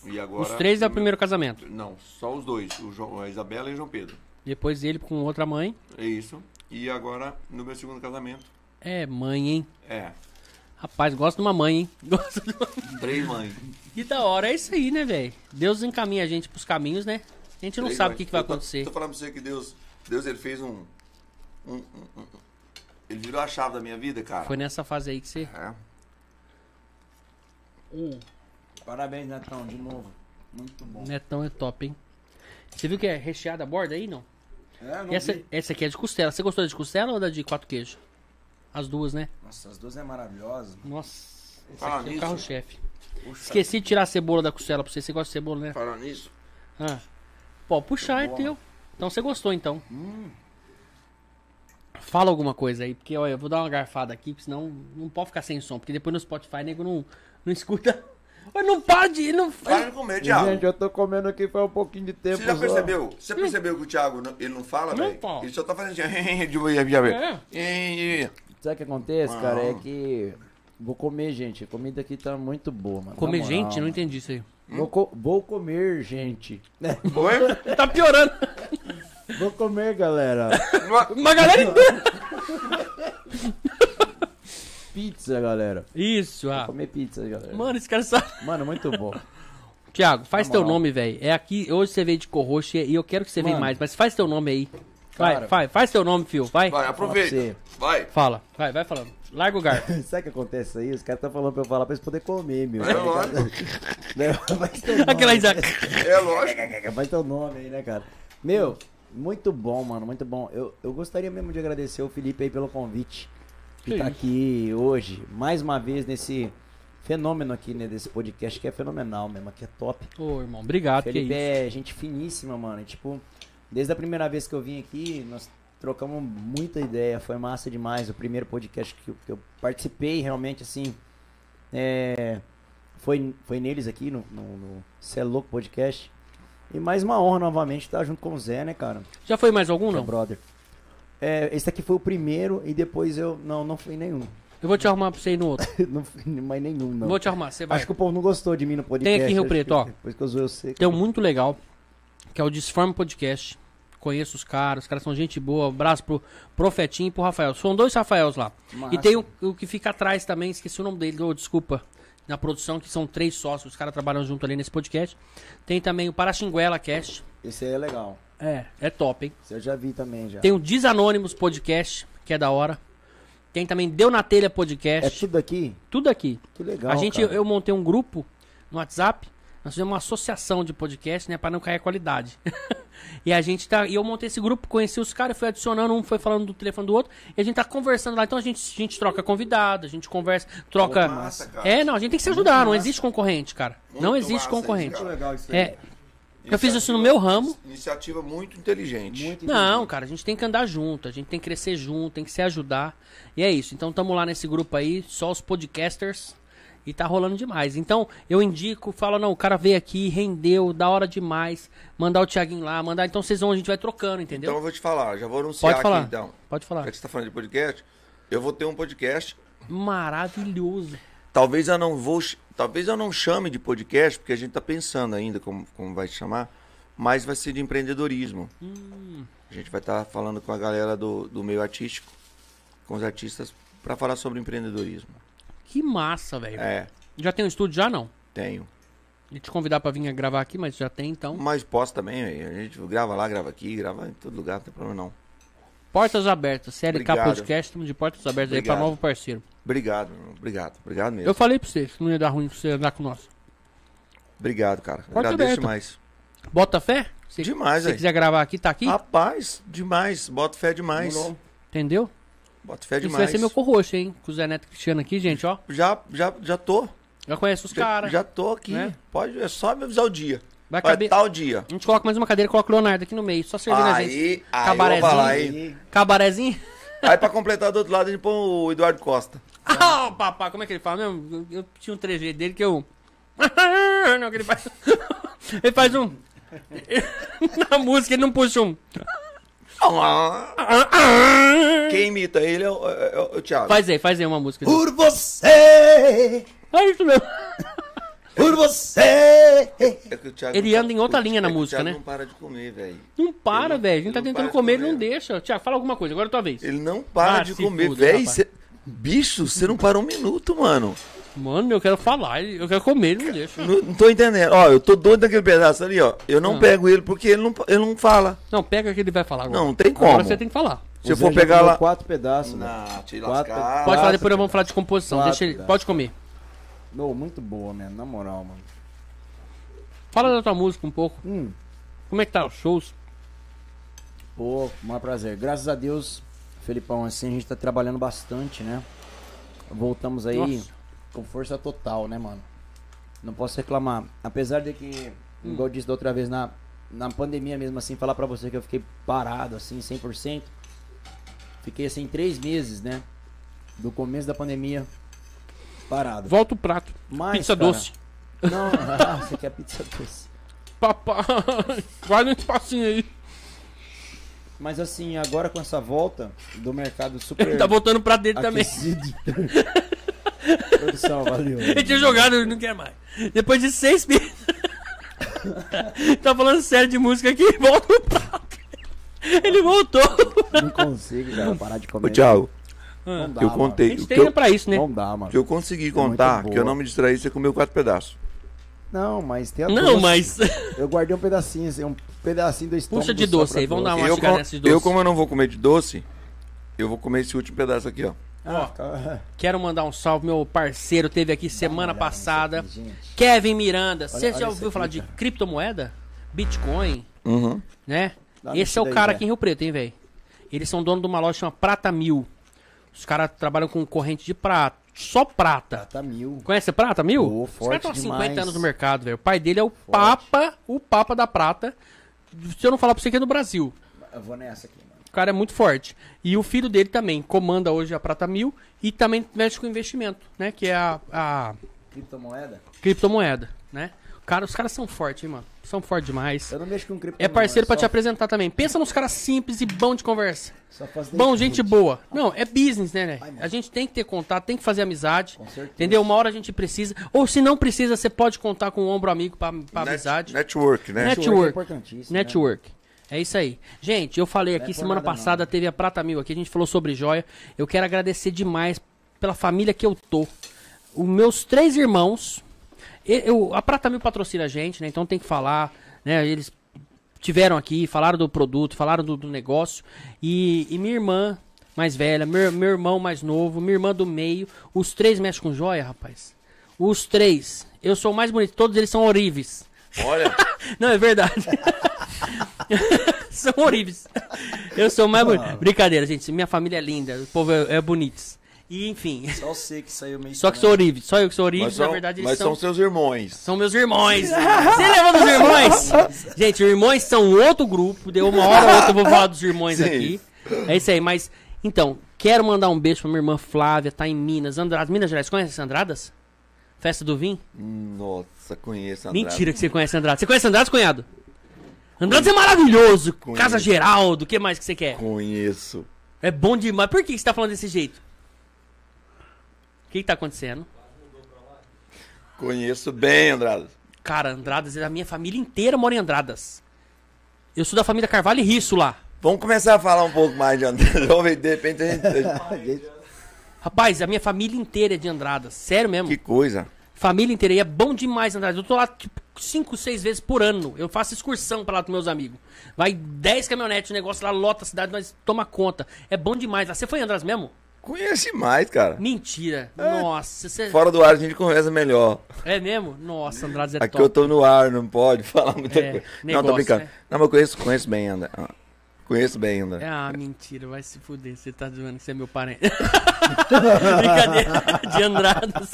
[SPEAKER 2] E agora.
[SPEAKER 1] Os três é o
[SPEAKER 2] do meu-
[SPEAKER 1] primeiro casamento.
[SPEAKER 2] Não, só os dois, o João, a Isabela e o João Pedro.
[SPEAKER 1] Depois ele com outra mãe.
[SPEAKER 2] É isso. E agora, no meu segundo casamento,
[SPEAKER 1] É mãe, hein?
[SPEAKER 2] é.
[SPEAKER 1] Rapaz, gosto de uma mãe, hein? Gosto de uma
[SPEAKER 2] Três mães.
[SPEAKER 1] E da hora é isso aí, né, velho? Deus encaminha a gente pros caminhos, né? A gente não
[SPEAKER 2] Três
[SPEAKER 1] sabe
[SPEAKER 2] mães.
[SPEAKER 1] o que, que vai
[SPEAKER 2] Eu tô-
[SPEAKER 1] acontecer.
[SPEAKER 2] Tô falando pra você que Deus, Deus ele fez um, um, um- um- Ele virou a chave da minha vida, cara.
[SPEAKER 1] Foi nessa fase aí que você.
[SPEAKER 2] É.
[SPEAKER 3] Parabéns, Netão, de novo. Muito bom.
[SPEAKER 1] Netão é top, hein? Você viu que é recheada a borda aí, não?
[SPEAKER 3] É, não
[SPEAKER 1] E essa,
[SPEAKER 3] vi.
[SPEAKER 1] essa aqui é de costela. Você gostou da de costela ou da de quatro queijos? As duas, né?
[SPEAKER 3] Nossa, as duas é maravilhosa.
[SPEAKER 1] Nossa, essa
[SPEAKER 2] Fala
[SPEAKER 1] aqui é o
[SPEAKER 2] nisso.
[SPEAKER 1] carro-chefe. Esqueci de tirar a cebola da costela pra você. Você gosta de cebola, né?
[SPEAKER 2] Falando nisso,
[SPEAKER 1] Ah. Pode puxar, é teu. Então você gostou, então.
[SPEAKER 2] Hum.
[SPEAKER 1] Fala alguma coisa aí, porque olha, eu vou dar uma garfada aqui, porque senão não pode ficar sem som, porque depois no Spotify nego não, não escuta. Mas não pode, ele não
[SPEAKER 2] para
[SPEAKER 1] faz.
[SPEAKER 2] de comer, Thiago.
[SPEAKER 3] eu tô comendo aqui faz um pouquinho de tempo.
[SPEAKER 2] Você já percebeu? Você
[SPEAKER 1] hum.
[SPEAKER 2] percebeu que o Thiago não- ele não fala,
[SPEAKER 1] Não
[SPEAKER 2] velho?
[SPEAKER 1] fala.
[SPEAKER 2] Ele só tá fazendo assim. de boa, de boa.
[SPEAKER 1] É.
[SPEAKER 2] É.
[SPEAKER 3] Sabe o que acontece, cara? É que. Vou comer, gente. A comida aqui tá muito boa, mano.
[SPEAKER 1] Comer
[SPEAKER 3] Na moral,
[SPEAKER 1] gente, né? não
[SPEAKER 3] mano.
[SPEAKER 1] entendi isso aí.
[SPEAKER 3] Vou, co- vou comer, gente.
[SPEAKER 2] Oi?
[SPEAKER 1] Tá piorando.
[SPEAKER 3] vou comer, galera.
[SPEAKER 1] Uma galera inteira.
[SPEAKER 3] Pizza, galera.
[SPEAKER 1] Isso, ah.
[SPEAKER 3] Comer pizza, galera. Mano,
[SPEAKER 1] Mano, esse cara sabe.
[SPEAKER 3] muito bom.
[SPEAKER 1] Tiago, faz
[SPEAKER 3] Na
[SPEAKER 1] teu
[SPEAKER 3] moral.
[SPEAKER 1] nome, velho. É aqui, hoje você veio de Corroxo e eu quero que você venha
[SPEAKER 3] Mano.
[SPEAKER 1] mais, mas faz teu nome aí. Vai,
[SPEAKER 3] Cara.
[SPEAKER 1] vai, faz seu nome, fio. Vai.
[SPEAKER 2] Vai, aproveita.
[SPEAKER 3] pra
[SPEAKER 2] Vai.
[SPEAKER 1] Fala. Vai, vai falando. Larga o garfo.
[SPEAKER 3] Sabe o que acontece aí? Os caras estão falando pra eu falar pra eles poderem comer, meu.
[SPEAKER 2] É
[SPEAKER 3] tá ligado?
[SPEAKER 2] lógico.
[SPEAKER 3] Não, mas tem um nome,
[SPEAKER 1] Aquela risada.
[SPEAKER 2] É lógico.
[SPEAKER 3] né? Mas tem um nome aí, né, cara? Meu, muito bom, mano, muito bom. Eu, eu gostaria mesmo de agradecer o Felipe aí pelo convite. De
[SPEAKER 1] Que
[SPEAKER 3] estar
[SPEAKER 1] isso.
[SPEAKER 3] aqui hoje, mais uma vez, nesse fenômeno aqui, né, desse podcast, que é fenomenal mesmo, que é top.
[SPEAKER 1] Ô, irmão, obrigado. Que isso.
[SPEAKER 3] Felipe é gente finíssima, mano. E, tipo, desde a primeira vez que eu vim aqui, nós trocamos muita ideia. Foi massa demais. O primeiro podcast que eu, que eu participei, realmente, assim. é, foi, foi neles aqui, no, no, no Cê é Louco Podcast. E mais uma honra novamente estar junto com o Zé, né, cara?
[SPEAKER 1] Já foi mais algum,
[SPEAKER 3] Que é
[SPEAKER 1] não?
[SPEAKER 3] brother. É, esse aqui foi o primeiro e depois eu. Não, não fui em nenhum.
[SPEAKER 1] Eu vou te arrumar pra você ir no outro.
[SPEAKER 3] não fui em mais nenhum, não.
[SPEAKER 1] Vou te arrumar, você vai.
[SPEAKER 3] Acho que o povo não gostou de mim no podcast.
[SPEAKER 1] Tem aqui em Rio
[SPEAKER 3] acho
[SPEAKER 1] Preto,
[SPEAKER 3] que-
[SPEAKER 1] ó.
[SPEAKER 3] Depois que eu zoei, eu sei.
[SPEAKER 1] Tem um muito legal, que é o Disforme Podcast. Conheço os caras, os caras são gente boa. Abraço pro Profetinho e pro Rafael. São dois Rafaels lá.
[SPEAKER 3] Massa.
[SPEAKER 1] E tem o, o que fica atrás também, esqueci o nome dele, ô, desculpa. Na produção, que são três sócios, os caras trabalham junto ali nesse podcast. Tem também o Paraxinguela Cast.
[SPEAKER 3] Esse aí é legal.
[SPEAKER 1] É, é top, hein?
[SPEAKER 3] Esse eu já vi também, já.
[SPEAKER 1] Tem um o Desanônimos Podcast, que é da hora. Tem também Deu na Telha
[SPEAKER 3] É
[SPEAKER 1] Podcast.
[SPEAKER 3] tudo aqui?
[SPEAKER 1] tudo aqui.
[SPEAKER 3] Que legal,
[SPEAKER 1] A gente,
[SPEAKER 3] cara.
[SPEAKER 1] eu montei um grupo no WhatsApp, nós fizemos uma associação de podcast, né, Pra não cair a qualidade. e a gente tá, e eu montei esse grupo, conheci os caras, fui adicionando, um foi falando do telefone do outro, e a gente tá conversando lá, então a gente, a gente troca convidado, a gente conversa, troca...
[SPEAKER 2] massa, cara.
[SPEAKER 1] é, não, a gente tem que se ajudar, não existe concorrente, cara. não
[SPEAKER 2] Muito massa
[SPEAKER 1] existe
[SPEAKER 2] é isso,
[SPEAKER 1] concorrente.
[SPEAKER 2] cara.
[SPEAKER 3] legal isso
[SPEAKER 1] É, eu fiz isso no meu ramo.
[SPEAKER 2] Iniciativa muito inteligente.
[SPEAKER 3] Muito
[SPEAKER 1] Não, cara, a gente tem que andar junto, a gente tem que crescer junto, tem que se ajudar. E é isso. Então tamo lá nesse grupo aí, só os podcasters. E tá rolando demais. Então, eu indico, falo, não, o cara veio aqui, rendeu, da hora demais. Mandar o Thiaguinho lá, mandar. Então vocês vão, a gente vai trocando, entendeu?
[SPEAKER 2] Então eu vou te falar, já vou anunciar
[SPEAKER 1] Pode falar.
[SPEAKER 2] aqui então.
[SPEAKER 1] Pode
[SPEAKER 2] Já
[SPEAKER 1] falar.
[SPEAKER 2] que você está falando de podcast, eu vou ter um podcast.
[SPEAKER 1] Maravilhoso.
[SPEAKER 2] Talvez eu não vou, ch- talvez eu não chame de podcast, porque a gente está pensando ainda como, como vai chamar, mas vai ser de empreendedorismo.
[SPEAKER 1] Hum.
[SPEAKER 2] A gente vai estar falando com a galera do, do meio artístico, com os artistas, para falar sobre empreendedorismo.
[SPEAKER 1] Que massa, velho.
[SPEAKER 2] É,
[SPEAKER 1] Já tem um estúdio? Já não.
[SPEAKER 2] tenho.
[SPEAKER 1] Ia te convidar pra vir gravar aqui, mas já tem, então.
[SPEAKER 2] Mas posso também, a gente grava lá, grava aqui, grava em todo lugar, não tem problema não.
[SPEAKER 1] Portas abertas. CLK
[SPEAKER 2] Obrigado.
[SPEAKER 1] Podcast, tamo de portas abertas aí pra
[SPEAKER 2] Obrigado.
[SPEAKER 1] novo parceiro.
[SPEAKER 2] Obrigado, meu irmão, obrigado, obrigado mesmo.
[SPEAKER 1] Eu falei pra vocês que não ia dar ruim pra você andar com nós.
[SPEAKER 2] Obrigado, cara.
[SPEAKER 1] Porta
[SPEAKER 2] Agradeço
[SPEAKER 1] aberta.
[SPEAKER 2] demais.
[SPEAKER 1] Bota fé? Se-
[SPEAKER 2] Demais, Ah,
[SPEAKER 1] Se
[SPEAKER 2] aí.
[SPEAKER 1] quiser gravar aqui, tá aqui.
[SPEAKER 2] Rapaz, demais. Boto fé demais.
[SPEAKER 1] Entendeu?
[SPEAKER 2] Boto fé
[SPEAKER 1] Isso
[SPEAKER 2] demais.
[SPEAKER 1] vai ser meu corroxo, hein? Com o Zé Neto Cristiano aqui, gente, ó.
[SPEAKER 2] Já, já, já tô.
[SPEAKER 1] Já conhece os
[SPEAKER 2] Já-
[SPEAKER 1] caras.
[SPEAKER 2] Já tô aqui.
[SPEAKER 1] Né?
[SPEAKER 2] Pode, é só me avisar o dia.
[SPEAKER 1] Vai
[SPEAKER 2] Vai
[SPEAKER 1] caber-
[SPEAKER 2] tal dia.
[SPEAKER 1] A gente coloca mais uma cadeira e coloca o Leonardo aqui no meio. Só servindo a né, gente.
[SPEAKER 2] Aí, aí, eu vou falar, aí.
[SPEAKER 1] Cabarezinho?
[SPEAKER 2] aí pra completar do outro lado, a gente põe o Eduardo Costa.
[SPEAKER 1] Ah, oh, papá, como é que ele fala mesmo? Eu, eu tinha um trejeito dele que eu. Não, que ele faz. ele faz um. Na música ele não puxa um.
[SPEAKER 2] Ah, Quem imita ele é o, é o- é o Thiago.
[SPEAKER 1] Faz aí, faz aí uma música.
[SPEAKER 9] Por você,
[SPEAKER 1] É isso mesmo.
[SPEAKER 9] por você.
[SPEAKER 2] É que o Thiago
[SPEAKER 1] Ele
[SPEAKER 2] não-
[SPEAKER 1] anda em outra
[SPEAKER 2] o-
[SPEAKER 1] linha na
[SPEAKER 2] é que o
[SPEAKER 1] música,
[SPEAKER 2] Thiago
[SPEAKER 1] né?
[SPEAKER 2] não para de comer, velho.
[SPEAKER 1] Não para,
[SPEAKER 2] Ele-
[SPEAKER 1] velho. A gente
[SPEAKER 2] ele
[SPEAKER 1] tá
[SPEAKER 2] não
[SPEAKER 1] tentando
[SPEAKER 2] para de
[SPEAKER 1] comer, ele
[SPEAKER 2] comer.
[SPEAKER 1] não deixa. Tiago, fala alguma coisa, agora é tua vez.
[SPEAKER 2] Ele não para
[SPEAKER 1] Ah,
[SPEAKER 2] de
[SPEAKER 1] se
[SPEAKER 2] comer,
[SPEAKER 1] fuda,
[SPEAKER 2] velho.
[SPEAKER 1] rapaz.
[SPEAKER 2] Cê- Bicho, você não para um minuto, mano.
[SPEAKER 1] Mano, eu quero falar, ele- eu quero comer, ele não deixa.
[SPEAKER 2] Não, não tô entendendo. Ó, eu tô doido daquele pedaço ali, ó. Eu
[SPEAKER 1] Ah.
[SPEAKER 2] não pego ele porque ele não, ele não fala.
[SPEAKER 1] Não, pega que ele vai falar agora.
[SPEAKER 2] Não, não tem
[SPEAKER 1] Agora
[SPEAKER 2] como.
[SPEAKER 1] você tem que falar.
[SPEAKER 2] Se eu for pegar lá.
[SPEAKER 3] quatro pedaços, né?
[SPEAKER 2] Não, Ah, te
[SPEAKER 3] Quatro-
[SPEAKER 2] lascar.
[SPEAKER 1] Pode
[SPEAKER 3] Quatro-
[SPEAKER 1] falar, depois nós vamos falar de composição.
[SPEAKER 3] Quatro,
[SPEAKER 1] Deixa ele,
[SPEAKER 3] cara.
[SPEAKER 1] pode comer.
[SPEAKER 3] Meu, muito boa, né? Na moral, mano.
[SPEAKER 1] Fala da tua música um pouco.
[SPEAKER 3] Hum.
[SPEAKER 1] Como é que tá os shows?
[SPEAKER 3] Pô, maior prazer. Graças a Deus, Felipão, assim, a gente tá trabalhando bastante, né? Voltamos aí
[SPEAKER 1] Nossa.
[SPEAKER 3] com força total, né, mano? Não posso reclamar. Apesar de que,
[SPEAKER 1] Hum.
[SPEAKER 3] igual eu disse da outra vez, na, na pandemia mesmo, assim, falar pra você que eu fiquei parado, assim, 100%. Fiquei, assim, três meses, né? Do começo da pandemia, parado.
[SPEAKER 1] Volta o prato.
[SPEAKER 3] Mas,
[SPEAKER 1] Pizza
[SPEAKER 3] cara,
[SPEAKER 1] doce.
[SPEAKER 3] Não, ah, você quer pizza doce.
[SPEAKER 1] Papai, vai no espacinho aí.
[SPEAKER 3] Mas assim, agora com essa volta do mercado super
[SPEAKER 2] É.
[SPEAKER 1] Ele tá voltando pra dele também.
[SPEAKER 3] aquecido. Produção, valeu.
[SPEAKER 1] Ele tinha jogado, ele não quer mais. Depois de seis meses. tá falando sério de música aqui, volta o prato. Ele voltou.
[SPEAKER 3] Não consigo, cara, parar de comer.
[SPEAKER 2] Ô, Thiago,
[SPEAKER 3] Não dá,
[SPEAKER 2] eu
[SPEAKER 3] mano.
[SPEAKER 1] Tá, A
[SPEAKER 2] contei.
[SPEAKER 1] gente
[SPEAKER 2] O que
[SPEAKER 1] treina
[SPEAKER 2] eu,
[SPEAKER 1] pra isso, né?
[SPEAKER 3] Não dá, mano.
[SPEAKER 2] que eu consegui
[SPEAKER 3] muito
[SPEAKER 2] contar,
[SPEAKER 3] boa.
[SPEAKER 2] que eu não me distraí, você comeu quatro pedaços.
[SPEAKER 3] Não, mas tem a
[SPEAKER 1] Não,
[SPEAKER 3] doce.
[SPEAKER 1] mas.
[SPEAKER 2] assim?
[SPEAKER 3] Eu guardei um pedacinho, assim, um pedacinho do estômago.
[SPEAKER 1] Puxa de
[SPEAKER 3] só
[SPEAKER 1] doce
[SPEAKER 3] pra
[SPEAKER 1] aí, vamos dar uma
[SPEAKER 2] Eu,
[SPEAKER 1] mastigada
[SPEAKER 2] com-
[SPEAKER 1] Tá, nessa de doce.
[SPEAKER 2] eu, como eu não vou comer de doce, eu vou comer esse último pedaço aqui, ó.
[SPEAKER 1] Ó,
[SPEAKER 3] Tá.
[SPEAKER 1] quero mandar um salve, meu parceiro teve aqui semana
[SPEAKER 3] olhada nisso
[SPEAKER 1] passada.
[SPEAKER 3] aqui, gente.
[SPEAKER 1] Kevin Miranda, você já
[SPEAKER 3] olha isso
[SPEAKER 1] ouviu
[SPEAKER 3] aqui,
[SPEAKER 1] falar de
[SPEAKER 3] cara.
[SPEAKER 1] criptomoeda? Bitcoin,
[SPEAKER 2] Uhum.
[SPEAKER 1] né?
[SPEAKER 3] Dá uma
[SPEAKER 1] Esse é o
[SPEAKER 3] mexida aí,
[SPEAKER 1] cara
[SPEAKER 3] Zé.
[SPEAKER 1] aqui em Rio Preto, hein, velho? Eles são dono de uma loja chamada Prata Mil. Os caras trabalham com corrente de prata, só prata.
[SPEAKER 3] Tá mil.
[SPEAKER 1] Conhece Prata Mil?
[SPEAKER 3] Ô,
[SPEAKER 1] Os
[SPEAKER 3] forte
[SPEAKER 1] caras estão há 50
[SPEAKER 3] demais.
[SPEAKER 1] anos no mercado, velho. O pai dele é o Papa, o Papa da Prata. Se eu não falar pra você que é do Brasil.
[SPEAKER 3] Eu vou nessa aqui, mano.
[SPEAKER 1] O cara é muito forte. E o filho dele também comanda hoje a Prata Mil e também mexe com investimento, né? Que é a, a
[SPEAKER 3] Criptomoeda?
[SPEAKER 1] criptomoeda, né? Cara, os caras são fortes, hein, mano? São fortes demais.
[SPEAKER 3] Eu não mexo com criptomoeda.
[SPEAKER 1] É parceiro pra te
[SPEAKER 3] só-
[SPEAKER 1] apresentar também. Pensa nos caras simples e bom de conversa.
[SPEAKER 3] Só faço
[SPEAKER 1] Bom,
[SPEAKER 3] desse
[SPEAKER 1] gente
[SPEAKER 3] jeito.
[SPEAKER 1] boa. Não, é business, né, né?
[SPEAKER 3] Ai, mano.
[SPEAKER 1] A gente tem que ter contato, tem que fazer amizade.
[SPEAKER 3] Com certeza.
[SPEAKER 1] Entendeu? Uma hora a gente precisa. Ou se não precisa, você pode contar com o ombro amigo pra, pra
[SPEAKER 2] Net-
[SPEAKER 1] amizade.
[SPEAKER 2] Network, né?
[SPEAKER 1] Net-
[SPEAKER 3] Network.
[SPEAKER 1] Network.
[SPEAKER 3] É importantíssimo, né?
[SPEAKER 1] Network. É isso aí. Gente, eu falei
[SPEAKER 3] Não é
[SPEAKER 1] aqui
[SPEAKER 3] por
[SPEAKER 1] semana
[SPEAKER 3] nada,
[SPEAKER 1] passada, teve a Prata Mil aqui, a gente falou sobre joia. Eu quero agradecer demais pela família que eu tô. Os meus três irmãos. e- Eu, a Prata Mil patrocina a gente, né? Então tem que falar, né? Eles tiveram aqui, falaram do produto, falaram do, do negócio. E, e minha irmã mais velha, meu, meu irmão mais novo, minha irmã do meio, os três mexem com joia, rapaz. Os três. Eu sou o mais bonito, todos eles são orives.
[SPEAKER 2] Olha,
[SPEAKER 1] Não, é verdade. São horríveis. Eu sou mais bonito. Brincadeira, gente. Minha família é linda. O povo é, é bonito. E, enfim.
[SPEAKER 7] Só você que saiu meio.
[SPEAKER 1] Só que sou horrível. Só eu que sou horrível.
[SPEAKER 2] mas,
[SPEAKER 1] Na
[SPEAKER 2] são,
[SPEAKER 1] verdade, eles
[SPEAKER 2] mas são
[SPEAKER 1] são...
[SPEAKER 2] seus irmãos.
[SPEAKER 1] São meus irmãos. Você levou dos irmãos? Gente, irmãos são um outro grupo. Deu uma hora ou outra eu vou falar dos irmãos
[SPEAKER 2] Sim.
[SPEAKER 1] aqui. É isso aí, mas. Então, quero mandar um beijo pra minha irmã Flávia, tá em Minas, Andradas. Minas Gerais, conhece Andradas? Festa do Vinho?
[SPEAKER 2] Nossa, conheço Andrade.
[SPEAKER 1] Mentira que você conhece Andrade. Você conhece Andrade, cunhado? Andrade é maravilhoso.
[SPEAKER 2] Conheço.
[SPEAKER 1] Casa Geraldo, o que mais que você quer?
[SPEAKER 2] Conheço.
[SPEAKER 1] É bom demais. Por que que você tá falando desse jeito? O que, que tá acontecendo?
[SPEAKER 2] Conheço bem, Andrade.
[SPEAKER 1] Cara, Andradas, a minha família inteira mora em Andradas. Eu sou da família Carvalho e Risso lá.
[SPEAKER 2] Vamos começar a falar um pouco mais de Andrade. Vamos ver, de repente a gente...
[SPEAKER 1] Rapaz, a minha família inteira é de Andradas. Sério mesmo.
[SPEAKER 2] Que coisa.
[SPEAKER 1] Família inteira. E é bom demais, Andradas. Eu tô lá, tipo, cinco, seis vezes por ano. Eu faço excursão pra lá com meus amigos. Vai 10 caminhonetes, o negócio lá lota a cidade, nós toma conta. É bom demais. lá. Você foi em Andradas mesmo?
[SPEAKER 2] Conheço mais,
[SPEAKER 1] Hum.
[SPEAKER 2] cara.
[SPEAKER 1] Mentira.
[SPEAKER 2] É.
[SPEAKER 1] Nossa, você...
[SPEAKER 2] Fora do ar a gente conversa melhor.
[SPEAKER 1] É mesmo? Nossa, Andradas é
[SPEAKER 2] Aqui
[SPEAKER 1] top.
[SPEAKER 2] eu tô no ar, não pode falar muita
[SPEAKER 1] É,
[SPEAKER 2] coisa. não,
[SPEAKER 1] negócio,
[SPEAKER 2] tô brincando.
[SPEAKER 1] né?
[SPEAKER 2] Não, mas conheço, conheço bem, André. Ah, Conheço bem, André.
[SPEAKER 1] Ah, mentira, vai se fuder. Você tá zoando que você é meu parente. Brincadeira de Andradas.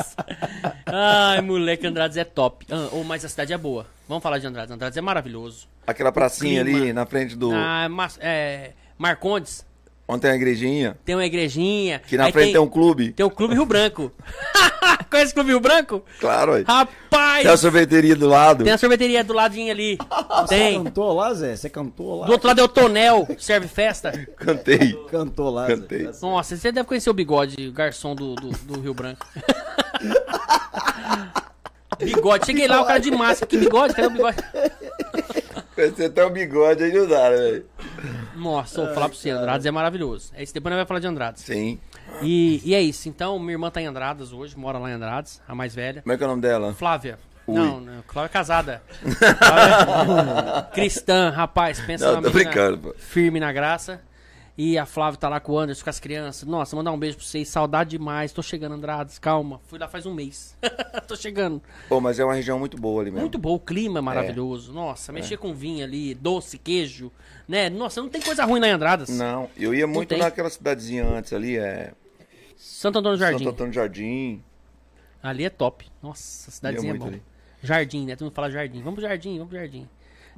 [SPEAKER 1] Ai, moleque, Andradas é top. Ah, oh, mas a cidade é boa. Vamos falar de Andradas. Andradas é maravilhoso.
[SPEAKER 2] Aquela pracinha
[SPEAKER 1] clima.
[SPEAKER 2] ali na frente do.
[SPEAKER 1] Ah, mas, é, Marcondes
[SPEAKER 2] Onde tem a igrejinha.
[SPEAKER 1] tem uma igrejinha.
[SPEAKER 2] Que na
[SPEAKER 1] aí
[SPEAKER 2] frente tem, um clube.
[SPEAKER 1] Tem o Clube Rio Branco. Conhece o Clube Rio Branco?
[SPEAKER 2] Claro, aí.
[SPEAKER 1] Rapaz!
[SPEAKER 2] Tem a sorveteria do lado.
[SPEAKER 1] Tem a sorveteria do ladinho ali.
[SPEAKER 3] Você
[SPEAKER 1] Tem.
[SPEAKER 3] cantou lá, Zé? Você cantou lá?
[SPEAKER 1] Do outro lado é o Tonel, que serve festa.
[SPEAKER 2] Cantei.
[SPEAKER 3] Cantou lá,
[SPEAKER 2] Cantei.
[SPEAKER 3] Zé.
[SPEAKER 1] Nossa, você deve conhecer o bigode, garçom do, do, do Rio Branco. bigode, cheguei lá, o cara de máscara. Que bigode? Cadê o bigode?
[SPEAKER 2] Conheci até o bigode aí não dá, né, velho.
[SPEAKER 1] Nossa, vou falar pra você, Andradas é maravilhoso. É isso, depois nós vamos falar de Andradas.
[SPEAKER 2] Sim.
[SPEAKER 1] E, e é isso, então, minha irmã tá em Andradas hoje, mora lá em Andradas, a mais velha.
[SPEAKER 2] Como é que é o nome dela?
[SPEAKER 1] Flávia.
[SPEAKER 2] Ui.
[SPEAKER 1] Não, não, Flávia é casada. Flávia- é Cristã, rapaz, pensa
[SPEAKER 2] Não,
[SPEAKER 1] na
[SPEAKER 2] tô
[SPEAKER 1] menina
[SPEAKER 2] brincando, pô.
[SPEAKER 1] firme na graça. E a Flávia tá lá com o Anderson, com as crianças. Nossa, mandar um beijo pra vocês. Saudade demais. Tô chegando, Andrades. Calma. Fui lá faz um mês. Tô chegando.
[SPEAKER 2] Pô, mas é uma região muito boa ali mesmo.
[SPEAKER 1] Muito bom. O clima é maravilhoso. Nossa,
[SPEAKER 2] É.
[SPEAKER 1] mexer com vinho ali, doce, queijo. Né? Nossa, não tem coisa ruim lá em Andradas.
[SPEAKER 2] Não, eu ia muito
[SPEAKER 1] tem.
[SPEAKER 2] naquela cidadezinha antes ali, é.
[SPEAKER 1] Santo Antônio do Jardim.
[SPEAKER 2] Santo Antônio do Jardim.
[SPEAKER 1] Ali é top. Nossa, a cidadezinha é
[SPEAKER 2] Ia muito
[SPEAKER 1] boa.
[SPEAKER 2] ali.
[SPEAKER 1] Jardim, né? Todo mundo fala jardim. Vamos pro jardim, vamos pro jardim.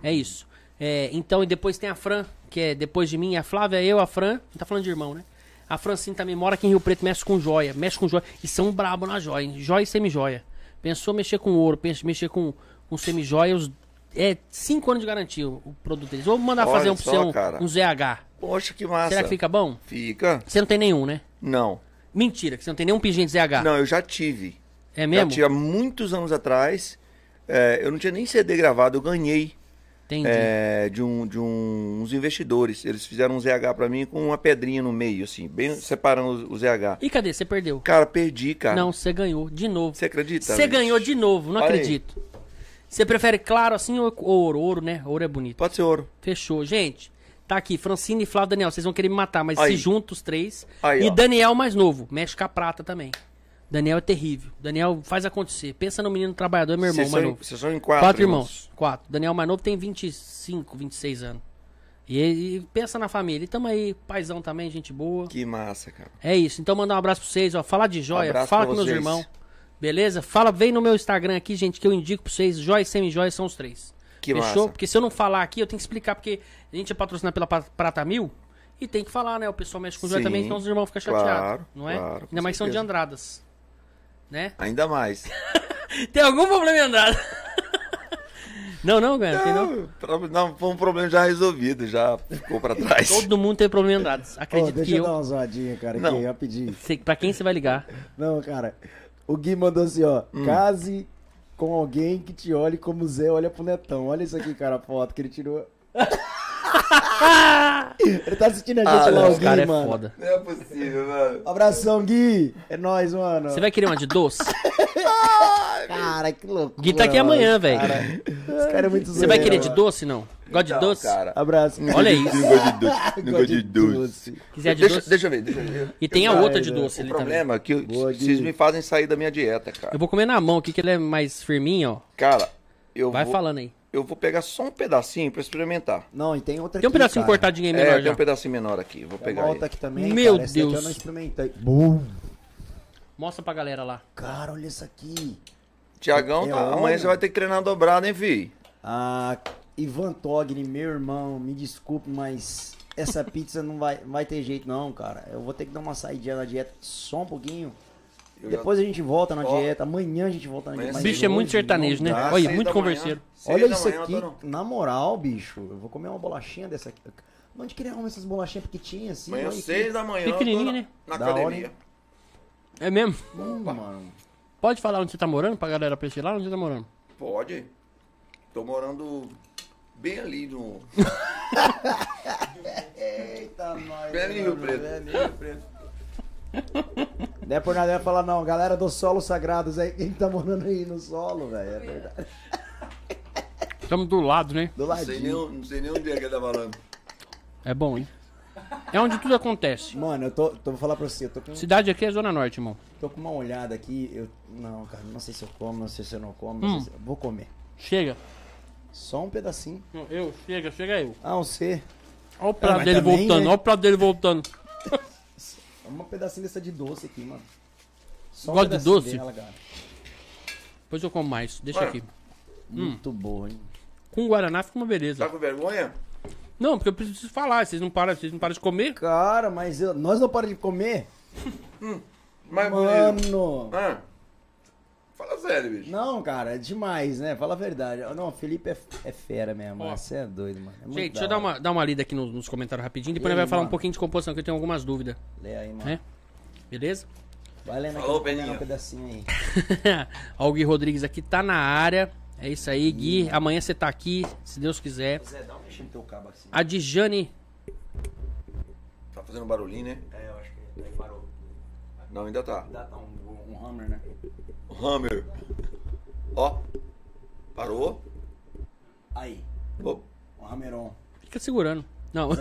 [SPEAKER 1] É isso. É, então, e depois tem a Fran, que é depois de mim, a Flávia, eu, a Fran. Não tá falando de irmão, né? A Francine também mora aqui em Rio Preto, mexe com joia. Mexe com joia. E são brabo na joia, hein? Joia e semijoia. Pensou mexer com ouro, pensou mexer com, com semijoia. Os, é cinco anos de garantia o, o produto deles. Vou mandar
[SPEAKER 2] Olha
[SPEAKER 1] fazer um,
[SPEAKER 2] só,
[SPEAKER 1] seu,
[SPEAKER 2] cara.
[SPEAKER 1] um ZH.
[SPEAKER 2] Poxa, que massa.
[SPEAKER 1] Será que fica bom?
[SPEAKER 2] Fica?
[SPEAKER 1] Você não tem nenhum, né?
[SPEAKER 2] Não.
[SPEAKER 1] Mentira, que você não tem nenhum pingente ZH.
[SPEAKER 2] Não, eu já tive.
[SPEAKER 1] É
[SPEAKER 2] Já
[SPEAKER 1] Tá. mesmo?
[SPEAKER 2] tinha muitos anos atrás. é, eu não tinha nem CD gravado, eu ganhei
[SPEAKER 1] Entendi.
[SPEAKER 2] é, de, um, de um- uns investidores. Eles fizeram um ZH pra mim com uma pedrinha no meio, assim, bem separando o, o ZH.
[SPEAKER 1] E cadê? Você perdeu.
[SPEAKER 2] Cara, perdi, cara.
[SPEAKER 1] Não, você ganhou de novo.
[SPEAKER 2] Tá. Você acredita?
[SPEAKER 1] Você
[SPEAKER 2] bicho?
[SPEAKER 1] ganhou de novo, não
[SPEAKER 2] Olha aí.
[SPEAKER 1] acredito. Você prefere claro assim ou ouro? Ouro, né? Ouro é bonito.
[SPEAKER 2] Pode ser ouro.
[SPEAKER 1] Fechou. Gente, tá aqui. Francine e Flávio Daniel. Vocês vão querer me matar, mas
[SPEAKER 2] Aí.
[SPEAKER 1] se juntos os três.
[SPEAKER 2] Aí,
[SPEAKER 1] e
[SPEAKER 2] ó.
[SPEAKER 1] Daniel mais novo. Mexe com a prata também. Daniel é terrível. Daniel faz acontecer. Pensa no menino trabalhador, meu irmão
[SPEAKER 2] Vocês
[SPEAKER 1] mais
[SPEAKER 2] são,
[SPEAKER 1] novo.
[SPEAKER 2] vocês são em quatro,
[SPEAKER 1] Quatro irmãos. Quatro. Daniel mais novo tem 25, 26 anos. E, ele- e pensa na família. E tamo aí, paizão também, gente boa.
[SPEAKER 2] Que massa, cara.
[SPEAKER 1] É isso. Então mandar um abraço pra vocês, ó. Falar de joia,
[SPEAKER 2] Um Abraço
[SPEAKER 1] fala
[SPEAKER 2] pra
[SPEAKER 1] com meus
[SPEAKER 2] vocês.
[SPEAKER 1] irmãos. Beleza? Fala, vem no meu Instagram aqui, gente, que eu indico pra vocês. Joia e semi-joia são os três.
[SPEAKER 2] Que massa.
[SPEAKER 1] Porque se eu não falar aqui, eu tenho que explicar, porque a gente é patrocinado pela Pa- Prata Mil e tem que falar, né? O pessoal mexe com joia
[SPEAKER 2] Sim,
[SPEAKER 1] também, então os irmãos ficam
[SPEAKER 2] claro,
[SPEAKER 1] chateados. não é?
[SPEAKER 2] claro, com
[SPEAKER 1] Ainda mais que são de
[SPEAKER 2] certeza.
[SPEAKER 1] Andradas. Né?
[SPEAKER 2] Ainda mais.
[SPEAKER 1] Tem algum problema em Andrada? não, não, cara, tem não.
[SPEAKER 2] Não, pro- não, foi um problema já resolvido, já ficou pra trás.
[SPEAKER 1] Todo mundo tem problema em Andradas.
[SPEAKER 3] Ô,
[SPEAKER 1] Acredito
[SPEAKER 3] deixa
[SPEAKER 1] que eu.
[SPEAKER 3] eu dar uma zoadinha, cara,
[SPEAKER 2] Não.
[SPEAKER 3] aqui, rapidinho.
[SPEAKER 1] Sei- Pra quem você vai ligar?
[SPEAKER 3] Não, cara. O Gui mandou assim, ó.
[SPEAKER 1] Hum.
[SPEAKER 3] Case com alguém que te olhe como o Zé olha pro Netão. Olha isso aqui, cara, a foto que ele tirou. ele tá assistindo a gente
[SPEAKER 2] Ah,
[SPEAKER 3] lá,
[SPEAKER 2] não,
[SPEAKER 3] o
[SPEAKER 1] Os
[SPEAKER 3] Gui,
[SPEAKER 1] cara é
[SPEAKER 3] mano.
[SPEAKER 1] foda.
[SPEAKER 2] Não é possível, mano.
[SPEAKER 3] Abração, Gui. É nóis, mano.
[SPEAKER 1] Você vai querer uma de doce?
[SPEAKER 3] Cara, que loucura.
[SPEAKER 1] Gui tá aqui
[SPEAKER 3] mano.
[SPEAKER 1] amanhã, velho.
[SPEAKER 3] Cara, Esse cara é muito
[SPEAKER 1] Você vai querer de doce, não? Gosta de
[SPEAKER 2] Não,
[SPEAKER 1] doce?
[SPEAKER 2] Então, cara.
[SPEAKER 3] Abraço.
[SPEAKER 1] Olha isso.
[SPEAKER 2] Não gosto de doce. Não gosto de doce.
[SPEAKER 1] Quiser de
[SPEAKER 2] deixa,
[SPEAKER 1] doce? tá
[SPEAKER 2] deixa eu ver, deixa eu ver.
[SPEAKER 1] E tem a
[SPEAKER 3] Vai,
[SPEAKER 1] outra de
[SPEAKER 3] velho.
[SPEAKER 1] doce
[SPEAKER 2] O
[SPEAKER 1] ali também.
[SPEAKER 2] problema é que eu-
[SPEAKER 3] Boa, Gui.
[SPEAKER 2] vocês me fazem sair da minha dieta, cara.
[SPEAKER 1] Eu vou comer na mão aqui, que ele é mais firminho, ó.
[SPEAKER 2] Cara, eu
[SPEAKER 1] Vai
[SPEAKER 2] vou,
[SPEAKER 1] falando aí.
[SPEAKER 2] eu vou pegar só um pedacinho pra experimentar.
[SPEAKER 3] Não, e tem outra
[SPEAKER 1] Tem um
[SPEAKER 3] aqui,
[SPEAKER 1] pedacinho
[SPEAKER 3] cara.
[SPEAKER 1] cortadinho aí
[SPEAKER 2] É,
[SPEAKER 1] melhor
[SPEAKER 2] tem
[SPEAKER 1] já.
[SPEAKER 2] um pedacinho menor aqui, vou
[SPEAKER 3] Tem uma
[SPEAKER 2] pegar
[SPEAKER 3] outra
[SPEAKER 2] ele.
[SPEAKER 3] aqui também,
[SPEAKER 1] Meu
[SPEAKER 3] cara. Essa daqui
[SPEAKER 1] Deus.
[SPEAKER 3] eu não experimentei. Bum.
[SPEAKER 1] Mostra pra galera lá.
[SPEAKER 3] Cara, olha isso aqui.
[SPEAKER 2] Tiagão,
[SPEAKER 3] É
[SPEAKER 2] tá- amanhã
[SPEAKER 3] hora.
[SPEAKER 2] você vai ter que treinar dobrado, hein, fi?
[SPEAKER 3] Ah, Ivan Togni, meu irmão, me desculpe, mas essa pizza não vai, não vai ter jeito não, cara. Eu vou ter que dar uma saidinha na dieta só um pouquinho. Depois a gente volta na
[SPEAKER 2] Ó.
[SPEAKER 3] dieta, amanhã a gente volta na dieta.
[SPEAKER 2] Mas
[SPEAKER 1] Esse
[SPEAKER 3] mas
[SPEAKER 1] bicho é
[SPEAKER 3] hoje
[SPEAKER 1] muito sertanejo, né?
[SPEAKER 3] não dá.
[SPEAKER 2] dá,
[SPEAKER 1] Olha,
[SPEAKER 2] seis
[SPEAKER 1] muito
[SPEAKER 2] da manhã.
[SPEAKER 1] converseiro.
[SPEAKER 2] Seis
[SPEAKER 3] Olha
[SPEAKER 2] da
[SPEAKER 3] isso
[SPEAKER 2] manhã eu
[SPEAKER 3] aqui,
[SPEAKER 2] tô no-
[SPEAKER 3] na moral, bicho, eu vou comer uma bolachinha dessa aqui. Onde que ele arruma essas bolachinhas pequitinhas assim?
[SPEAKER 2] Amanhã,
[SPEAKER 3] Olha que-
[SPEAKER 2] seis da manhã, eu tô
[SPEAKER 1] Pequenininho,
[SPEAKER 2] na,
[SPEAKER 1] né?
[SPEAKER 2] na
[SPEAKER 3] Da hora,
[SPEAKER 2] academia.
[SPEAKER 3] hein?
[SPEAKER 1] É mesmo?
[SPEAKER 3] Hum, mano.
[SPEAKER 1] Pode falar onde você tá morando pra galera pesquisar lá onde você tá morando.
[SPEAKER 5] Pode. Tô morando bem ali no.
[SPEAKER 3] Eita, nós.
[SPEAKER 5] Bem ali em Rio Preto.
[SPEAKER 3] Não é por nada eu ia falar não, galera do solo sagrados aí, quem tá morando aí no solo, velho, é verdade.
[SPEAKER 1] Estamos do lado, né?
[SPEAKER 3] Do
[SPEAKER 5] Não sei, nem,
[SPEAKER 3] ladinho.
[SPEAKER 5] não sei nem onde é que ele tá falando.
[SPEAKER 1] É bom, hein? É onde tudo acontece.
[SPEAKER 3] Mano, eu tô, tô- vou falar pra você, eu tô com, um
[SPEAKER 1] Cidade aqui é Zona Norte, irmão.
[SPEAKER 3] tô com uma olhada aqui, eu, não, cara, não sei se eu como, não sei se eu não como,
[SPEAKER 1] Hum.
[SPEAKER 3] não sei se, vou comer.
[SPEAKER 1] Chega.
[SPEAKER 3] Só um pedacinho.
[SPEAKER 1] Eu, chega, chega eu.
[SPEAKER 3] Ah, um C.
[SPEAKER 1] Olha o
[SPEAKER 2] É,
[SPEAKER 1] prato
[SPEAKER 3] mas
[SPEAKER 1] dele
[SPEAKER 3] também,
[SPEAKER 1] voltando,
[SPEAKER 3] né?
[SPEAKER 1] olha o prato dele voltando.
[SPEAKER 3] Um pedacinho dessa de doce aqui, mano. Só um
[SPEAKER 1] Gosta de
[SPEAKER 3] pedacinho
[SPEAKER 1] doce?
[SPEAKER 3] dela, cara.
[SPEAKER 1] Depois eu como mais. Deixa
[SPEAKER 5] Olha.
[SPEAKER 1] aqui. Hum.
[SPEAKER 3] Muito boa, hein?
[SPEAKER 1] Com Guaraná fica uma beleza.
[SPEAKER 5] Tá com vergonha?
[SPEAKER 1] Não, porque eu preciso falar. Vocês não param, vocês não param de comer.
[SPEAKER 3] Cara, mas eu- nós não paramos de comer?
[SPEAKER 5] Mas, Bruno,
[SPEAKER 3] Mano!
[SPEAKER 5] Hã? Fala sério, bicho.
[SPEAKER 3] Não, cara, é demais, né? Fala a verdade. Não, o Felipe é, f- é fera mesmo.
[SPEAKER 1] Ó.
[SPEAKER 3] Você é doido, mano. É muito
[SPEAKER 1] Gente,
[SPEAKER 3] da
[SPEAKER 1] deixa eu dar
[SPEAKER 3] hora.
[SPEAKER 1] uma, dar uma lida aqui nos, nos comentários rapidinho. Depois
[SPEAKER 3] E
[SPEAKER 1] nós
[SPEAKER 3] aí,
[SPEAKER 1] vamos falar um
[SPEAKER 3] mano?
[SPEAKER 1] pouquinho de composição, que eu tenho algumas dúvidas.
[SPEAKER 3] Lê aí, mano.
[SPEAKER 1] É? Beleza?
[SPEAKER 3] Vai lendo aqui,
[SPEAKER 5] Falou,
[SPEAKER 3] eu vou pegar
[SPEAKER 5] Peninha.
[SPEAKER 3] um pedacinho aí.
[SPEAKER 1] Ó, o Gui Rodrigues aqui tá na área. É isso aí, Gui. Amanhã você tá aqui, se Deus quiser.
[SPEAKER 7] Zé, dá um mexer no teu cabo assim.
[SPEAKER 1] A Dijane.
[SPEAKER 5] Tá fazendo barulhinho, né?
[SPEAKER 7] É, eu acho que aí parou.
[SPEAKER 5] Não, ainda tá.
[SPEAKER 7] Dá tá um, um
[SPEAKER 3] Hammer, né?
[SPEAKER 5] Hammer. Ó. Parou.
[SPEAKER 3] Aí,
[SPEAKER 5] Ô,
[SPEAKER 3] um Hammeron.
[SPEAKER 1] Fica segurando. Não,
[SPEAKER 3] Um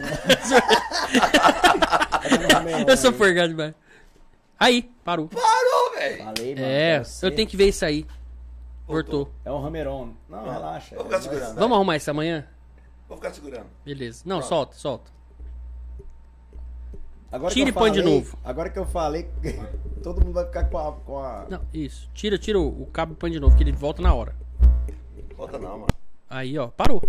[SPEAKER 3] Hammeron
[SPEAKER 1] eu sou
[SPEAKER 3] aí.
[SPEAKER 1] forgado demais. Aí, parou.
[SPEAKER 5] Parou, velho.
[SPEAKER 3] Falei, mano.
[SPEAKER 1] É,
[SPEAKER 3] pra você.
[SPEAKER 1] eu tenho que ver isso aí. Cortou.
[SPEAKER 3] É um Rameron. Não, relaxa. é
[SPEAKER 5] Vou ficar
[SPEAKER 3] Nós-
[SPEAKER 5] segurando.
[SPEAKER 1] Vamos arrumar isso amanhã?
[SPEAKER 5] Vou ficar segurando.
[SPEAKER 1] Beleza. Não, solta, solta.
[SPEAKER 3] Agora
[SPEAKER 1] Tire
[SPEAKER 3] que eu
[SPEAKER 1] pão de
[SPEAKER 3] falei-
[SPEAKER 1] novo.
[SPEAKER 3] Agora que eu falei, todo mundo vai ficar com a. Com a...
[SPEAKER 1] Não, isso. Tira, tira o, o cabo e põe de novo, que ele volta na hora.
[SPEAKER 5] Volta não, mano.
[SPEAKER 1] Aí, ó, parou.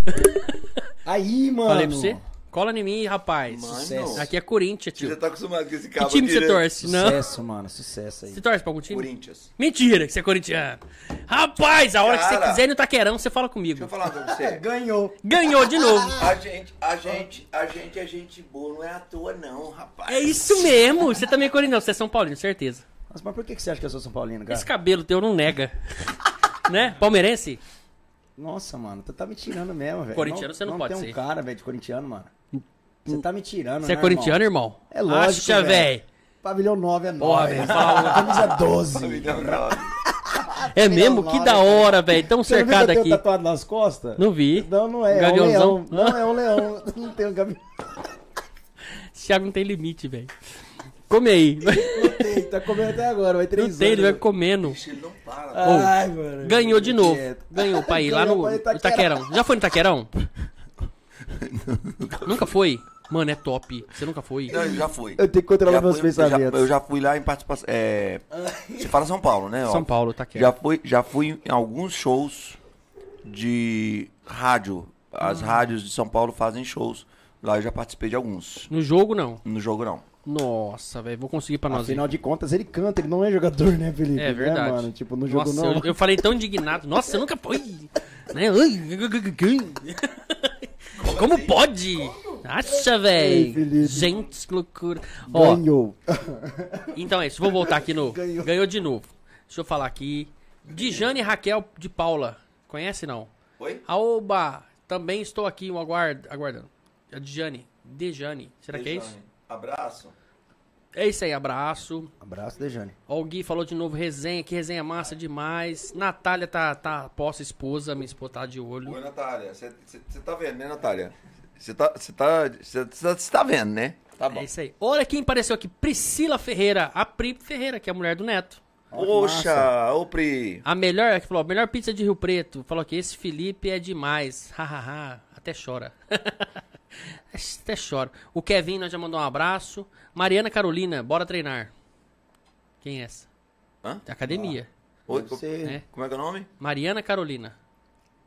[SPEAKER 3] Aí, mano.
[SPEAKER 1] Falei pra você? Cola em mim, rapaz.
[SPEAKER 5] Mano.
[SPEAKER 3] Sucesso.
[SPEAKER 1] Aqui é Corinthians,
[SPEAKER 5] Você já
[SPEAKER 1] tio.
[SPEAKER 5] tá acostumado com esse
[SPEAKER 1] Que
[SPEAKER 5] cabo
[SPEAKER 1] time
[SPEAKER 5] aqui,
[SPEAKER 1] você
[SPEAKER 5] né?
[SPEAKER 1] torce? Não.
[SPEAKER 3] Sucesso, mano. Sucesso aí.
[SPEAKER 1] Você torce pra algum time?
[SPEAKER 5] Corinthians.
[SPEAKER 1] Mentira que você é corintiano. Rapaz, a hora que você
[SPEAKER 5] Cara.
[SPEAKER 1] quiser ir no Taquerão, você fala
[SPEAKER 5] Deixa eu
[SPEAKER 1] comigo.
[SPEAKER 5] falar uma coisa pra você.
[SPEAKER 3] Ganhou.
[SPEAKER 1] Ganhou de novo.
[SPEAKER 5] A gente, a gente, a gente é gente boa, não é à toa não, rapaz.
[SPEAKER 1] É isso mesmo. Você também é corintiano, você é São Paulino, certeza.
[SPEAKER 3] Nossa, mas por que que você acha que eu sou São Paulino, cara?
[SPEAKER 1] Esse cabelo teu não nega. né? Palmeirense?
[SPEAKER 3] Nossa, mano. Tu tá me tirando mesmo, velho.
[SPEAKER 1] Corintiano você não pode
[SPEAKER 3] tem
[SPEAKER 1] ser.
[SPEAKER 3] um cara, velho, de corintiano, mano. Você tá me tirando,
[SPEAKER 1] Você é
[SPEAKER 3] né,
[SPEAKER 1] corintiano,
[SPEAKER 3] irmão?
[SPEAKER 1] irmão?
[SPEAKER 3] É lógico,
[SPEAKER 1] Acha,
[SPEAKER 3] velho.
[SPEAKER 1] velho.
[SPEAKER 3] Pavilhão 9 é
[SPEAKER 1] Porra,
[SPEAKER 3] 9.
[SPEAKER 1] velho, fala-
[SPEAKER 3] Camisa 12. Tá
[SPEAKER 5] Não, não.
[SPEAKER 1] É mesmo? Que da hora, velho. Tão
[SPEAKER 3] Você não viu que
[SPEAKER 1] cercado
[SPEAKER 3] eu tenho
[SPEAKER 1] aqui.
[SPEAKER 3] tatuado nas costas?
[SPEAKER 1] Não vi.
[SPEAKER 3] Não, não é. É um
[SPEAKER 1] Gaviãozão.
[SPEAKER 3] leão. Não, é um leão. Não tem um gavião.
[SPEAKER 1] Esse Thiago não tem limite, velho. Come aí.
[SPEAKER 3] Não tem. Tá comendo até agora. Vai três
[SPEAKER 1] Não tem, ele vai
[SPEAKER 3] anos.
[SPEAKER 1] comendo.
[SPEAKER 2] Ele não para.
[SPEAKER 3] Ai, mano.
[SPEAKER 1] Ganhou de novo.
[SPEAKER 3] Quieto.
[SPEAKER 1] Ganhou pra ir lá
[SPEAKER 3] Ganhou
[SPEAKER 1] no
[SPEAKER 3] pra ir Itaquerão.
[SPEAKER 1] Itaquerão. Já foi no Itaquerão? Nunca foi? Mano, é top. Você nunca foi?
[SPEAKER 2] Não, ele já foi.
[SPEAKER 3] Eu tenho que controlar
[SPEAKER 2] Já
[SPEAKER 3] meus
[SPEAKER 2] fui- eu já-
[SPEAKER 3] pensamentos.
[SPEAKER 2] Eu já fui lá em participação. É, você fala São Paulo, né?
[SPEAKER 1] São
[SPEAKER 2] Óbvio.
[SPEAKER 1] Paulo, Itaquera.
[SPEAKER 2] Já fui, já fui em alguns shows de rádio. As rádios de São Paulo fazem shows. Lá eu já participei de alguns.
[SPEAKER 1] No jogo, não.
[SPEAKER 2] No jogo não.
[SPEAKER 1] Nossa, velho. Vou conseguir pra nós.
[SPEAKER 3] Afinal de contas, ele canta, ele não é jogador, né, Felipe?
[SPEAKER 1] É verdade.
[SPEAKER 3] Né, mano? Tipo, no jogo
[SPEAKER 1] Nossa,
[SPEAKER 3] não.
[SPEAKER 1] Eu, eu falei tão indignado. Nossa, você nunca foi. Né? Ai, Como pode? Acha,
[SPEAKER 3] assim? Ei,
[SPEAKER 1] velho.
[SPEAKER 3] Felipe.
[SPEAKER 1] Gente, que loucura. Ó,
[SPEAKER 3] Ganhou.
[SPEAKER 1] então é isso. Vou voltar aqui no. Ganhou.
[SPEAKER 3] Ganhou.
[SPEAKER 1] de novo. Deixa eu falar aqui. Dijane Raquel de Paula. Conhece não?
[SPEAKER 2] Oi?
[SPEAKER 1] Aoba. Também estou aqui um aguard... aguardando. A Dijane. Dejane. Será que é isso?
[SPEAKER 2] Abraço.
[SPEAKER 1] É isso aí. Abraço.
[SPEAKER 3] Abraço, Dejane.
[SPEAKER 1] Ó, o Gui falou de novo, resenha, que resenha massa demais. Natália tá, tá posta esposa, minha esposa tá de olho.
[SPEAKER 2] Oi, Natália. Você tá vendo, né, Natália? Você tá, cê tá, cê, tá- cê tá vendo, né? Tá
[SPEAKER 1] É isso aí. Olha quem apareceu aqui, Priscila Ferreira, a Pri Ferreira, que é a mulher do Neto.
[SPEAKER 2] Poxa, ô Pri.
[SPEAKER 1] A melhor, é que falou, a melhor pizza de Rio Preto. Falou que esse Felipe é demais. Hahaha, até chora. até chora. O Kevin nós já mandou um abraço. Mariana Carolina, bora treinar. Quem é essa?
[SPEAKER 2] Hã?
[SPEAKER 1] Da academia.
[SPEAKER 2] Oi,
[SPEAKER 3] Deve
[SPEAKER 2] co-
[SPEAKER 3] ser.
[SPEAKER 1] É.
[SPEAKER 2] Como é que é o nome?
[SPEAKER 1] Mariana Carolina.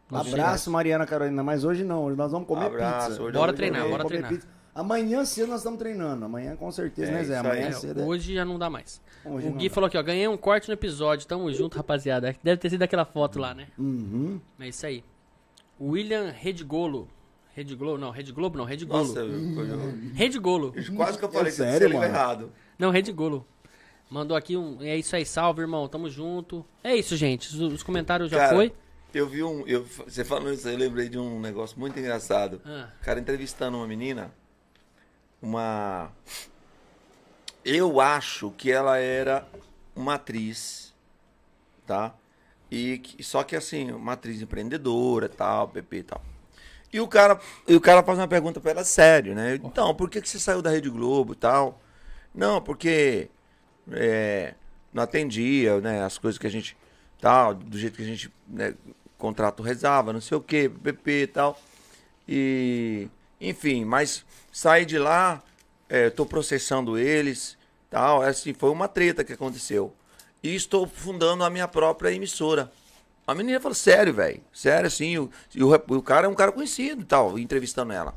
[SPEAKER 1] Não sei.
[SPEAKER 3] Abraço, Mariana Carolina. Mas hoje não, hoje nós vamos comer
[SPEAKER 2] Abraço,
[SPEAKER 3] pizza.
[SPEAKER 2] hoje
[SPEAKER 1] Bora
[SPEAKER 2] eu-
[SPEAKER 1] treinar,
[SPEAKER 2] eu-
[SPEAKER 1] bora
[SPEAKER 3] Comer
[SPEAKER 1] treinar.
[SPEAKER 3] pizza. Amanhã cedo nós estamos treinando. Amanhã com certeza,
[SPEAKER 2] É
[SPEAKER 3] né, Zé?
[SPEAKER 2] isso
[SPEAKER 3] Amanhã
[SPEAKER 2] aí.
[SPEAKER 3] cedo.
[SPEAKER 1] É, hoje já não dá mais.
[SPEAKER 3] Hoje
[SPEAKER 1] o
[SPEAKER 3] não
[SPEAKER 1] Gui
[SPEAKER 3] dá.
[SPEAKER 1] falou aqui, ó, ganhei um corte no episódio, tamo junto, rapaziada. É Deve ter sido aquela foto lá, né?
[SPEAKER 3] Uhum.
[SPEAKER 1] É isso aí. William Redgolo. Redgolo, não, Redglobo não, Redgolo.
[SPEAKER 2] Nossa, eu-
[SPEAKER 1] Redgolo.
[SPEAKER 2] eu- quase que eu falei que
[SPEAKER 3] sério,
[SPEAKER 2] você ligou
[SPEAKER 3] mano?
[SPEAKER 2] errado.
[SPEAKER 1] Não, Redgolo. Mandou aqui um, é isso aí, salve, irmão, tamo junto. É isso, gente, os, os comentários já
[SPEAKER 2] Cara,
[SPEAKER 1] foi.
[SPEAKER 2] Eu vi um. Eu, você falou isso, eu lembrei de um negócio muito engraçado.
[SPEAKER 1] Ah.
[SPEAKER 2] O cara entrevistando uma menina. Uma. Eu acho que ela era uma atriz, tá? E que- só que assim, uma atriz empreendedora, tal, PP e tal. E o cara, e o cara faz uma pergunta pra ela sério, né? Então, por que que você saiu da Rede Globo e tal? Não, porque é, não atendia, né? As coisas que a gente tal, do jeito que a gente né, contrato rezava, não sei o que, PP e tal. E, enfim, mas saí de lá, é, tô processando eles, tal. Assim, foi uma treta que aconteceu. E estou fundando a minha própria emissora. A menina falou, sério, velho, sério, assim, o, e o, rep- o cara é um cara conhecido e tal, entrevistando ela.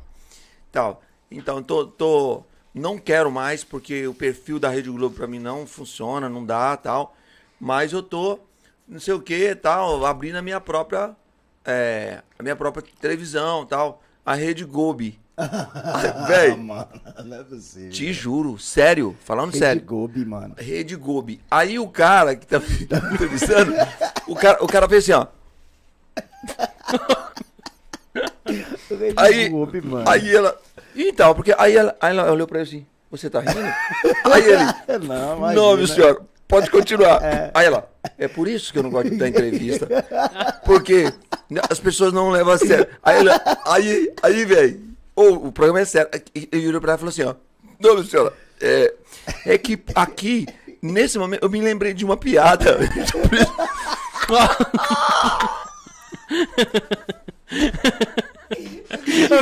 [SPEAKER 2] Tal. Então, tô, tô, não quero mais, porque o perfil da Rede Globo pra mim não funciona, não dá, tal. Mas eu tô, não sei o que, tal, abrindo a minha própria, é, a minha própria televisão, tal. A Rede Gobi.
[SPEAKER 3] Ah,
[SPEAKER 2] Véi,
[SPEAKER 3] mano, não é possível.
[SPEAKER 2] te juro, sério, falando sério.
[SPEAKER 3] Rede Gobi, mano.
[SPEAKER 2] Rede Gobi. Aí o cara que tá me tá me entrevistando, o cara, o cara fez assim, ó.
[SPEAKER 3] Rede
[SPEAKER 2] Aí,
[SPEAKER 3] Gobi, mano.
[SPEAKER 2] aí ela. Então, porque aí ela, aí ela olhou pra ele assim, você tá rindo? aí ele.
[SPEAKER 3] não,
[SPEAKER 2] Não,
[SPEAKER 3] imagina.
[SPEAKER 2] meu senhor, pode continuar. Aí ela, é por isso que eu não gosto de dar entrevista. Porque as pessoas não levam a sério. Aí, ela, aí, aí velho, ou o programa é sério. E- e Eu olhei pra ela e falei assim, ó. Não, meu senhor, é, é que aqui, nesse momento, eu me lembrei de uma piada. Por isso-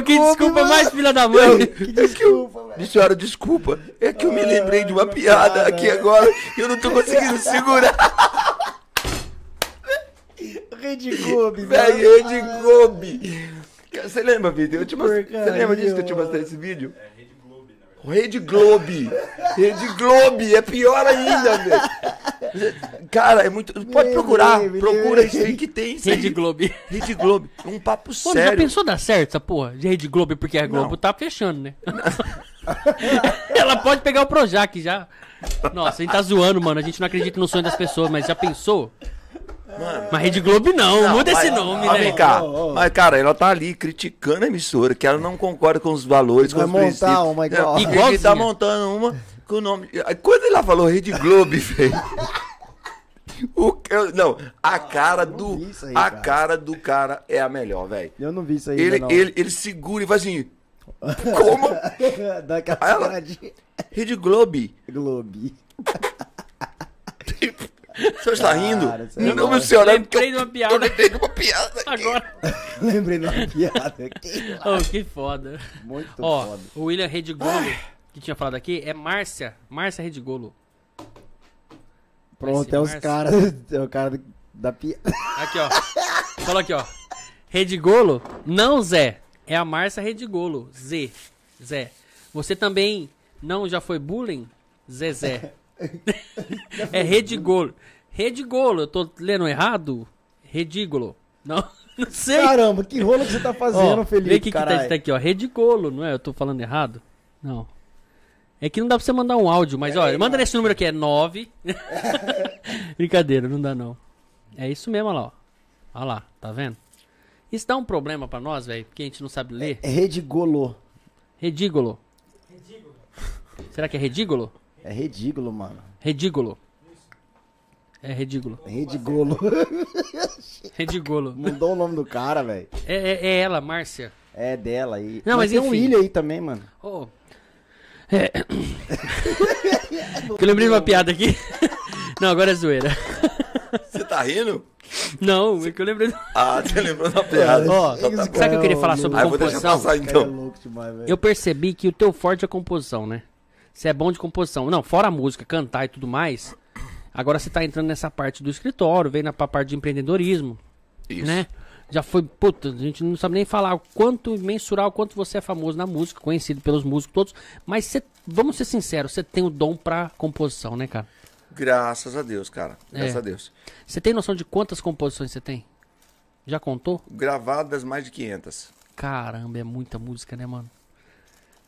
[SPEAKER 1] que desculpa mais, filha da mãe.
[SPEAKER 3] Que desculpa, velho.
[SPEAKER 2] Minha senhora, desculpa. É que eu me lembrei de uma piada aqui agora. Eu não tô conseguindo segurar.
[SPEAKER 3] Rede Gobi,
[SPEAKER 2] Velho,
[SPEAKER 3] velho.
[SPEAKER 2] eu de Gobi. Você lembra, Vitor? Eu te mostrei- Você
[SPEAKER 3] porcaria,
[SPEAKER 2] lembra disso que eu te
[SPEAKER 3] mano.
[SPEAKER 2] mostrei esse vídeo? É, né, Rede Globe. Rede Globe. É pior ainda, velho. Cara, é muito. Pode
[SPEAKER 3] Me
[SPEAKER 2] procurar.
[SPEAKER 3] lembrei, me
[SPEAKER 2] Procura
[SPEAKER 3] lembrei.
[SPEAKER 2] isso aí que tem. isso aí.
[SPEAKER 1] Rede Globo.
[SPEAKER 2] Rede Globe. Um papo
[SPEAKER 1] Pô, já
[SPEAKER 2] sério.
[SPEAKER 1] pensou dar certo essa porra? De Rede Globo, porque a Globo
[SPEAKER 2] Não.
[SPEAKER 1] tá fechando, né? Ela pode pegar o Projac já. Nossa, a gente tá zoando, mano. A gente não acredita no sonho das pessoas, mas já pensou? Mas Rede Globo não, muda esse
[SPEAKER 2] mas-
[SPEAKER 1] nome,
[SPEAKER 2] mas
[SPEAKER 1] né?
[SPEAKER 2] Vem cá.
[SPEAKER 3] Ô, ô.
[SPEAKER 2] Mas, cara, ela tá ali criticando a emissora, que ela não concorda com os valores,
[SPEAKER 3] Vai
[SPEAKER 2] com os princípios.
[SPEAKER 3] montar uma igual.
[SPEAKER 2] Não, Ele
[SPEAKER 1] Igualzinha.
[SPEAKER 2] tá montando uma com o nome. Quando ela falou Rede Globo, velho. O, eu- não, a cara
[SPEAKER 3] Ah, não
[SPEAKER 2] do.
[SPEAKER 3] vi isso aí,
[SPEAKER 2] a
[SPEAKER 3] cara.
[SPEAKER 2] cara do cara é a melhor, velho.
[SPEAKER 3] Eu não vi isso aí.
[SPEAKER 2] Ele,
[SPEAKER 3] ainda não.
[SPEAKER 2] ele, ele segura e faz assim. Como?
[SPEAKER 3] Dá aquela
[SPEAKER 2] Ela-
[SPEAKER 3] paradinha.
[SPEAKER 2] Rede Globe.
[SPEAKER 3] Globe.
[SPEAKER 2] O senhor Tipo, está rindo?
[SPEAKER 3] Cara, isso é
[SPEAKER 2] Não,
[SPEAKER 3] bom.
[SPEAKER 2] meu senhor, é porque
[SPEAKER 1] Lembrei
[SPEAKER 2] eu-
[SPEAKER 1] de uma piada.
[SPEAKER 2] Eu lembrei de uma piada.
[SPEAKER 1] Agora.
[SPEAKER 3] Lembrei de uma piada. Que lá.
[SPEAKER 1] Oh, que foda.
[SPEAKER 3] Muito
[SPEAKER 1] Ó,
[SPEAKER 3] foda.
[SPEAKER 1] o William Redigolo, que tinha falado aqui, é Márcia. Márcia Redigolo.
[SPEAKER 3] Pronto,
[SPEAKER 1] ser
[SPEAKER 3] é os
[SPEAKER 1] Márcio.
[SPEAKER 3] caras. É o cara do- da piada.
[SPEAKER 1] Aqui, ó. Falou aqui, ó. Redigolo? Não, Zé. É a Márcia Redigolo. Z. Zé. Você também não já foi bullying? Zezé. é Redigolo. Redigolo. Eu tô lendo errado? Redigolo. Não, não sei.
[SPEAKER 3] Caramba, que rolo que você tá fazendo,
[SPEAKER 1] Ó, Vê
[SPEAKER 3] Felipe?
[SPEAKER 1] o que, que tá,
[SPEAKER 3] caralho.
[SPEAKER 1] tá aqui, ó. Redigolo, não é? Eu tô falando errado? Não. É que não dá pra você mandar um áudio, mas ó, manda nesse número aqui, é 9. Brincadeira, não dá não. É isso mesmo, olha lá, ó. Olha lá, tá vendo? Isso dá um problema pra nós, velho, porque a gente não sabe ler.
[SPEAKER 3] É redigolo.
[SPEAKER 1] Redígolo. Será que é redígolo?
[SPEAKER 3] É redígolo, mano.
[SPEAKER 1] Redígolo. É redígolo.
[SPEAKER 3] É redigolo.
[SPEAKER 1] Redigolo.
[SPEAKER 3] Mudou o nome do cara, velho.
[SPEAKER 1] É, é- é ela, Márcia.
[SPEAKER 3] É dela aí.
[SPEAKER 1] Não, mas
[SPEAKER 3] tem um
[SPEAKER 1] enfim.
[SPEAKER 3] William aí também, mano.
[SPEAKER 1] Oh. É. que eu lembrei de uma piada aqui. Não, agora é zoeira.
[SPEAKER 2] Você tá rindo?
[SPEAKER 1] Não, é que eu lembrei. de-
[SPEAKER 2] Ah, você lembrou da piada.
[SPEAKER 1] Ó,
[SPEAKER 2] Então tá
[SPEAKER 3] isso
[SPEAKER 2] bom.
[SPEAKER 1] sabe o que eu queria falar sobre
[SPEAKER 2] Ah, eu vou deixar
[SPEAKER 1] composição?
[SPEAKER 2] passar
[SPEAKER 3] O um cara é
[SPEAKER 2] então.
[SPEAKER 3] louco demais, velho.
[SPEAKER 1] Eu percebi que o teu forte é a composição, né? Você é bom de composição. Não, fora a música, cantar e tudo mais. Agora você tá entrando nessa parte do escritório, vem na pra parte de empreendedorismo,
[SPEAKER 2] Isso.
[SPEAKER 1] né? Já foi, puta, a gente não sabe nem falar o quanto, mensurar o quanto você é famoso na música, conhecido pelos músicos todos. Mas você, vamos ser sinceros, você tem o dom pra composição, né, cara?
[SPEAKER 2] Graças a Deus, cara. Graças
[SPEAKER 1] É.
[SPEAKER 2] a Deus.
[SPEAKER 1] Você tem noção de quantas composições você tem? Já contou?
[SPEAKER 2] Gravadas mais de 500.
[SPEAKER 1] Caramba, é muita música, né, mano?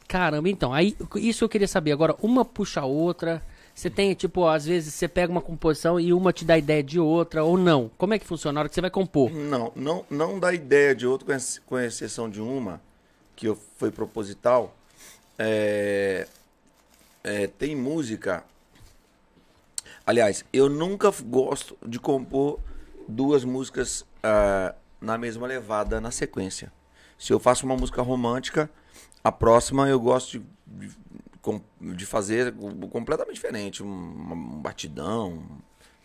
[SPEAKER 1] Caramba, então, aí isso eu queria saber. Agora, uma puxa a outra. Você tem, tipo, às vezes você pega uma composição e uma te dá ideia de outra, ou não. Como é que funciona na hora que você vai compor?
[SPEAKER 2] Não, não, não dá ideia de outro, com ex- com exceção de uma, que eu, foi proposital. É, é, tem música. Aliás, eu nunca f- gosto de compor duas músicas ah, na mesma levada, na sequência. Se eu faço uma música romântica, a próxima eu gosto de, de, com- de fazer com- completamente diferente. Um, um batidão,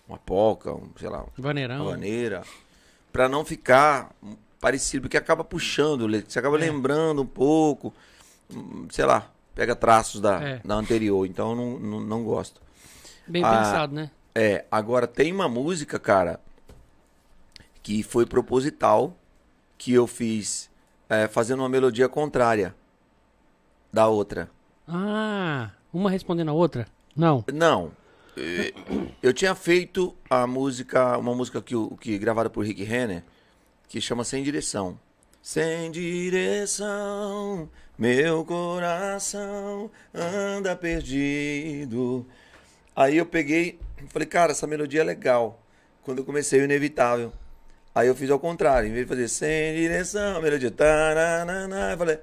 [SPEAKER 2] uma polca, um, sei lá,
[SPEAKER 1] Vaneirão.
[SPEAKER 2] maneira para não ficar parecido, porque acaba puxando, le- você acaba lembrando um pouco, hum, sei lá, pega traços da,
[SPEAKER 1] É.
[SPEAKER 2] da anterior, então eu não, não, não gosto.
[SPEAKER 1] Bem
[SPEAKER 2] Ah.
[SPEAKER 1] pensado, né?
[SPEAKER 2] É, agora tem uma música, cara, que foi proposital, que eu fiz é, fazendo uma melodia contrária da outra.
[SPEAKER 1] Ah, uma respondendo a outra? Não.
[SPEAKER 2] Não. Eh, Eu tinha feito a música, uma música que, o- que gravada por Rick Renner, que chama Sem Direção. Sem direção, meu coração anda perdido. Aí eu peguei, falei, cara, essa melodia é legal. Quando eu comecei, o inevitável. Aí eu fiz ao contrário, em vez de fazer sem direção, a melodia. Tananana, eu falei.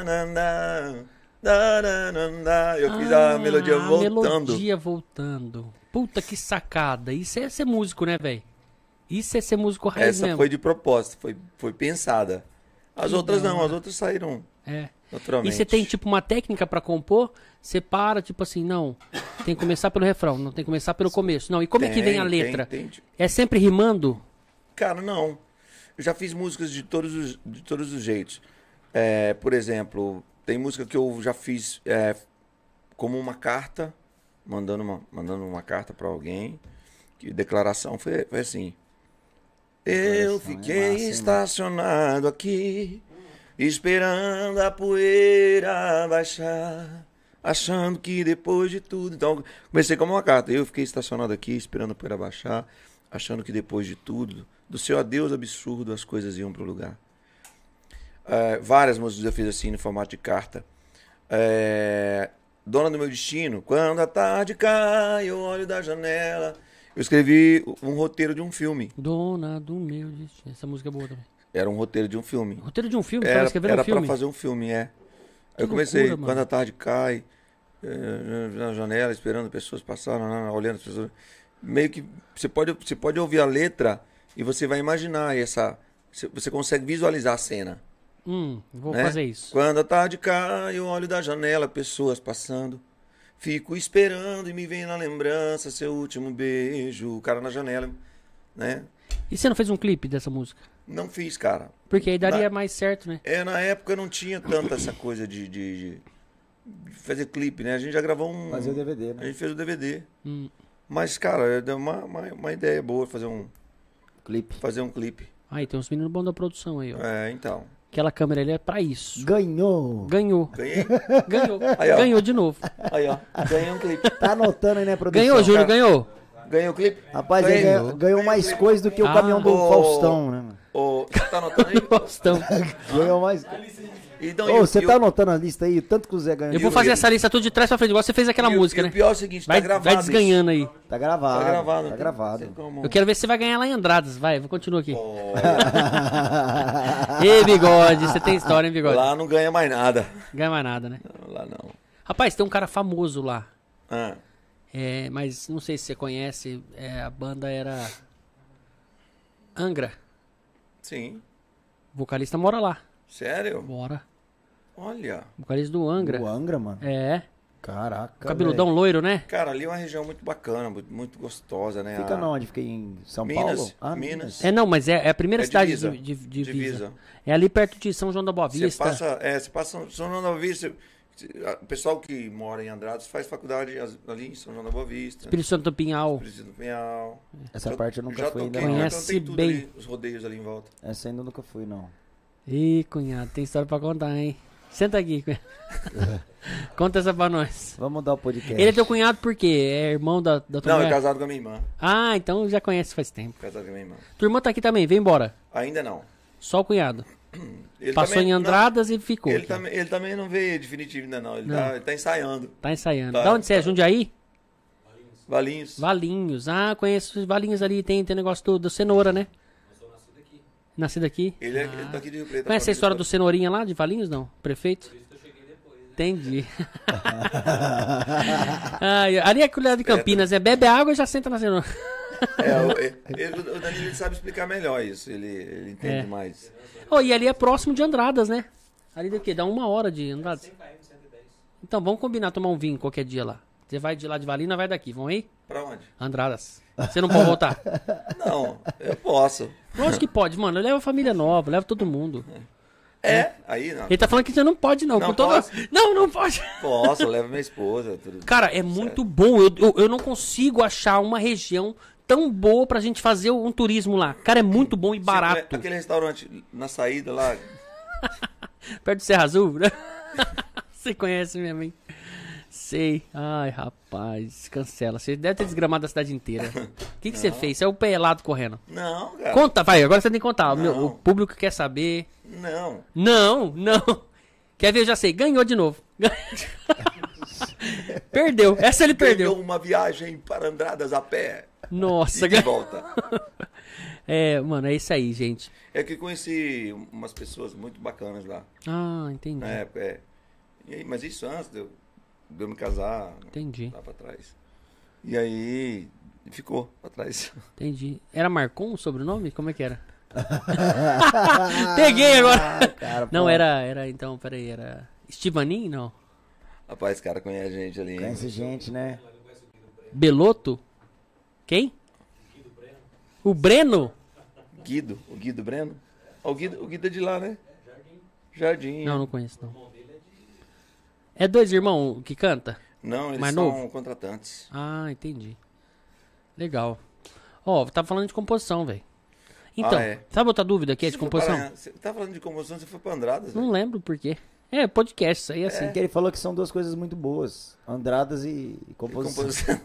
[SPEAKER 2] ananana, tananana. Eu fiz a
[SPEAKER 1] Ah,
[SPEAKER 2] melodia voltando.
[SPEAKER 1] melodia voltando. Puta que sacada. Isso é ser músico, né, velho? Isso é ser músico raiz
[SPEAKER 2] Essa
[SPEAKER 1] mesmo.
[SPEAKER 2] foi de propósito, foi, foi pensada. As
[SPEAKER 1] Que
[SPEAKER 2] outras
[SPEAKER 1] da
[SPEAKER 2] não,
[SPEAKER 1] hora.
[SPEAKER 2] as outras saíram
[SPEAKER 1] É. E
[SPEAKER 2] naturalmente.
[SPEAKER 1] você tem, tipo, uma técnica pra compor? Você para, tipo assim, não, tem que começar pelo refrão, não tem que começar pelo começo. Não, e como é que vem a
[SPEAKER 2] Tem,
[SPEAKER 1] letra?
[SPEAKER 2] tem, tipo tem.
[SPEAKER 1] É sempre rimando?
[SPEAKER 2] Cara, não. Eu já fiz músicas de todos os, de todos os jeitos. É, por exemplo, tem música que eu já fiz é, como uma carta, mandando uma, mandando uma carta pra alguém. Que declaração foi, foi assim. Eu
[SPEAKER 3] Declaração é
[SPEAKER 2] fiquei
[SPEAKER 3] massa, hein,
[SPEAKER 2] estacionado aqui, esperando a poeira baixar, achando que depois de tudo. Então, comecei como uma carta. Eu fiquei estacionado aqui, esperando a poeira baixar, achando que depois de tudo, do seu adeus absurdo, as coisas iam pro lugar. É, várias músicas eu fiz assim no formato de carta. É, Dona do meu destino, quando a tarde cai, eu olho da janela. Eu escrevi um roteiro de um filme.
[SPEAKER 1] Dona do meu destino. Essa música é boa também.
[SPEAKER 2] Era um roteiro de um filme.
[SPEAKER 1] Roteiro de um filme? Pra
[SPEAKER 2] Era,
[SPEAKER 1] escrever
[SPEAKER 2] era
[SPEAKER 1] um filme?
[SPEAKER 2] pra fazer um filme, é.
[SPEAKER 1] Que
[SPEAKER 2] Aí eu comecei,
[SPEAKER 1] loucura, mano.
[SPEAKER 2] quando é, a tarde cai, eh, na janela, esperando pessoas passarem, olhando as pessoas. meio que você pode, você pode ouvir a letra e você vai imaginar essa, você- você consegue visualizar a cena.
[SPEAKER 1] Hum, vou
[SPEAKER 2] né?
[SPEAKER 1] fazer isso.
[SPEAKER 2] Quando a tarde cai, eu olho da janela, pessoas passando. Fico esperando e me vem na lembrança seu último beijo. O cara na janela, né?
[SPEAKER 1] E você não fez um clipe dessa música?
[SPEAKER 2] Não fiz, cara.
[SPEAKER 1] Porque aí daria
[SPEAKER 2] Na-
[SPEAKER 1] mais certo, né?
[SPEAKER 2] É, na época não tinha tanta essa coisa de, de- de fazer clipe, né? A gente já gravou um.
[SPEAKER 3] Fazer o DVD,
[SPEAKER 2] A
[SPEAKER 3] né?
[SPEAKER 2] gente fez o DVD.
[SPEAKER 1] Hum.
[SPEAKER 2] Mas, cara, é uma, uma, uma ideia boa fazer um,
[SPEAKER 3] Clipe.
[SPEAKER 2] fazer um clipe.
[SPEAKER 1] Aí tem uns meninos bons da produção aí, ó.
[SPEAKER 2] É, então.
[SPEAKER 1] Aquela câmera ali é pra isso.
[SPEAKER 3] Ganhou!
[SPEAKER 1] Ganhou.
[SPEAKER 2] Ganhei.
[SPEAKER 1] Ganhou.
[SPEAKER 2] Aí, ó.
[SPEAKER 1] Ganhou de novo.
[SPEAKER 2] Aí, ó. Ganhei um clipe.
[SPEAKER 3] Tá anotando aí, né, produção?
[SPEAKER 1] Ganhou, Júlio, ganhou.
[SPEAKER 2] Ganhei o clipe.
[SPEAKER 3] Rapaz, ele ganhou, ganhou mais coisa do que o
[SPEAKER 1] Ah.
[SPEAKER 3] caminhão do
[SPEAKER 2] Ô.
[SPEAKER 3] Faustão, né? mano?
[SPEAKER 2] Ô, você tá anotando aí?
[SPEAKER 1] Faustão.
[SPEAKER 3] Ganhou mais.
[SPEAKER 2] Então,
[SPEAKER 3] Ô, você
[SPEAKER 2] e
[SPEAKER 3] tá
[SPEAKER 2] o-
[SPEAKER 3] anotando a lista aí, o tanto que o Zé ganhou.
[SPEAKER 1] Eu vou fazer essa lista tudo de trás pra frente, igual você fez aquela
[SPEAKER 2] e o-
[SPEAKER 1] música,
[SPEAKER 2] e
[SPEAKER 1] né?
[SPEAKER 2] O pior é o seguinte,
[SPEAKER 1] Vai,
[SPEAKER 2] tá gravado.
[SPEAKER 1] vai
[SPEAKER 2] isso.
[SPEAKER 1] desganhando aí.
[SPEAKER 3] Tá gravado.
[SPEAKER 2] Tá gravado.
[SPEAKER 3] Tá gravado.
[SPEAKER 2] Tem como-
[SPEAKER 1] Eu quero ver se você vai ganhar lá em Andradas. Vai, continua aqui.
[SPEAKER 3] Tá
[SPEAKER 1] Ei, bigode, você tem história, hein, bigode?
[SPEAKER 2] Lá não ganha mais nada.
[SPEAKER 1] Não ganha mais nada, né?
[SPEAKER 2] Lá não.
[SPEAKER 1] Rapaz, tem um cara famoso lá.
[SPEAKER 2] Ah,
[SPEAKER 1] É, mas não sei se você conhece. é, a banda era. Angra.
[SPEAKER 2] sim.
[SPEAKER 1] O vocalista mora lá.
[SPEAKER 2] Sério?
[SPEAKER 1] Bora.
[SPEAKER 2] Olha.
[SPEAKER 1] O vocalista do Angra.
[SPEAKER 3] O Angra, mano.
[SPEAKER 1] É.
[SPEAKER 3] Caraca.
[SPEAKER 1] Cabeludão
[SPEAKER 3] velho.
[SPEAKER 1] loiro, né?
[SPEAKER 2] Cara, ali é uma região muito bacana, muito, muito gostosa, né?
[SPEAKER 3] Fica
[SPEAKER 2] A-
[SPEAKER 3] na onde? Fica em São
[SPEAKER 2] Minas,
[SPEAKER 3] Paulo? Ah,
[SPEAKER 2] Minas.
[SPEAKER 1] É, não, mas é, é a primeira
[SPEAKER 2] É
[SPEAKER 1] cidade
[SPEAKER 2] divisa.
[SPEAKER 1] de, de, de
[SPEAKER 2] Divisa.
[SPEAKER 1] divisa. É ali perto de São João da Boa
[SPEAKER 2] Você
[SPEAKER 1] Vista.
[SPEAKER 2] passa, é, você passa São João da Boa Vista. você- a- O pessoal que mora em Andradas faz faculdade as- ali em São João da Boa Vista.
[SPEAKER 1] Espírito Santo do Pinhal.
[SPEAKER 2] Preciso do Pinhal.
[SPEAKER 3] Essa
[SPEAKER 2] Já-
[SPEAKER 3] parte eu nunca
[SPEAKER 2] já
[SPEAKER 3] fui ainda.
[SPEAKER 2] toquei,
[SPEAKER 3] Não.
[SPEAKER 2] já
[SPEAKER 1] Conhece
[SPEAKER 2] cantei tudo
[SPEAKER 1] bem.
[SPEAKER 2] ali, os rodeios ali em volta.
[SPEAKER 3] Essa ainda eu nunca fui, não.
[SPEAKER 1] Ih, cunhado, tem história pra contar, hein? Senta aqui, cunhado.
[SPEAKER 2] É.
[SPEAKER 1] Conta essa pra nós.
[SPEAKER 3] Vamos mudar o podcast.
[SPEAKER 1] Ele é teu cunhado por quê? É irmão da, da tua
[SPEAKER 2] Não, é
[SPEAKER 1] mulher?
[SPEAKER 2] casado com a minha irmã. é
[SPEAKER 1] Ah, então já conhece faz tempo.
[SPEAKER 2] Casado com a minha irmã.
[SPEAKER 1] Tua irmã tá aqui também, vem embora.
[SPEAKER 2] Ainda não.
[SPEAKER 1] Só o cunhado.
[SPEAKER 2] Ele
[SPEAKER 1] Passou
[SPEAKER 2] também-
[SPEAKER 1] em
[SPEAKER 2] não,
[SPEAKER 1] Andradas e ficou.
[SPEAKER 2] ele,
[SPEAKER 1] aqui.
[SPEAKER 2] também, ele também não veio definitivo ainda não. Ele, Tá, ele tá ensaiando.
[SPEAKER 1] Tá ensaiando.
[SPEAKER 2] Tá,
[SPEAKER 1] da onde você é?
[SPEAKER 2] tá.
[SPEAKER 1] Jundiaí?
[SPEAKER 2] Valinhos.
[SPEAKER 1] Valinhos. Ah, conheço os Valinhos ali. Tem, tem negócio do, do cenoura, né? Nascido aqui.
[SPEAKER 2] Ele, é, ele tá aqui de Rio Preto.
[SPEAKER 1] Ah. Conhece a história do
[SPEAKER 2] família
[SPEAKER 1] Cenourinha lá, de Valinhos, não? Prefeito? Entendi. Ai, ali é cuidado de Campinas, né? Bebe água e já senta na cenoura.
[SPEAKER 2] toda. É, o, é, ele- o Danilo ele sabe explicar melhor isso. Ele, ele entende
[SPEAKER 1] É.
[SPEAKER 2] mais.
[SPEAKER 1] Oh, e ali é próximo de Andradas, né? Ali do quê? Dá uma hora de Andradas. Então, vamos combinar tomar um vinho qualquer dia lá. Você vai de lá de Valina, vai daqui. Vão aí?
[SPEAKER 2] Pra onde?
[SPEAKER 1] Andradas. Você não pode voltar.
[SPEAKER 2] Não, eu posso.
[SPEAKER 1] Lógico que pode, mano. Leva a família nova, leva todo mundo.
[SPEAKER 2] É, aí não.
[SPEAKER 1] Ele tá falando que você não pode, não.
[SPEAKER 2] Não
[SPEAKER 1] com toda-
[SPEAKER 2] posso.
[SPEAKER 1] Não, não pode.
[SPEAKER 2] Posso, leva minha esposa. Tudo.
[SPEAKER 1] Cara, é muito bom. Eu, eu, eu não consigo achar uma região tão boa pra gente fazer um turismo lá. Cara, é muito bom e barato.
[SPEAKER 2] Aquele restaurante na saída lá,
[SPEAKER 1] Perto do Serra Azul, né? Você conhece mesmo, hein? Sei. Ai, rapaz, cancela. Você deve ter desgramado a cidade inteira. O que, que você fez? Você é o pelado correndo.
[SPEAKER 2] Não, cara.
[SPEAKER 1] Conta, vai, agora você tem que contar. O, meu-
[SPEAKER 2] Não.
[SPEAKER 1] o público quer saber.
[SPEAKER 2] Não.
[SPEAKER 1] Não, não. Quer ver? Eu já sei. Ganhou de novo. perdeu. Essa ele
[SPEAKER 2] Perdeu
[SPEAKER 1] perdeu.
[SPEAKER 2] uma viagem para Andradas a pé
[SPEAKER 1] Nossa,
[SPEAKER 2] e de
[SPEAKER 1] ganhou.
[SPEAKER 2] volta.
[SPEAKER 1] É, mano, é isso aí, gente.
[SPEAKER 2] É que conheci umas pessoas muito bacanas lá
[SPEAKER 1] Ah, entendi.
[SPEAKER 2] na época. é. E aí, mas isso antes de eu, de eu me casar,
[SPEAKER 1] Entendi,
[SPEAKER 2] lá pra trás. E aí ficou pra trás.
[SPEAKER 1] entendi. Era Marcon o sobrenome? Como é que era? Peguei agora.
[SPEAKER 3] Ah, Cara, pô,
[SPEAKER 1] Não, era, era, então, peraí, era... Estivanin, não?
[SPEAKER 2] Rapaz, cara conhece a gente ali. hein?
[SPEAKER 3] Conhece gente, né?
[SPEAKER 1] Beloto? Quem? O Breno?
[SPEAKER 2] Guido, o Guido Breno. Ó, O Guido, o Guido é de lá, né? Jardim.
[SPEAKER 1] Não, não conheço, não. É dois irmãos que canta?
[SPEAKER 2] Não, eles
[SPEAKER 1] Mais
[SPEAKER 2] são
[SPEAKER 1] novo?
[SPEAKER 2] contratantes.
[SPEAKER 1] Ah, entendi. Legal. Ó, tava falando de composição, velho. Então,
[SPEAKER 2] Ah, é.
[SPEAKER 1] sabe outra dúvida que é de
[SPEAKER 2] Você foi
[SPEAKER 1] composição?
[SPEAKER 2] para- Você tá falando de composição, você foi pra Andradas?
[SPEAKER 1] Não
[SPEAKER 2] velho?
[SPEAKER 1] lembro por quê. É, podcast, isso aí é assim.
[SPEAKER 3] Porque ele falou que são duas coisas muito boas. Andradas e, e composição.
[SPEAKER 2] Composição.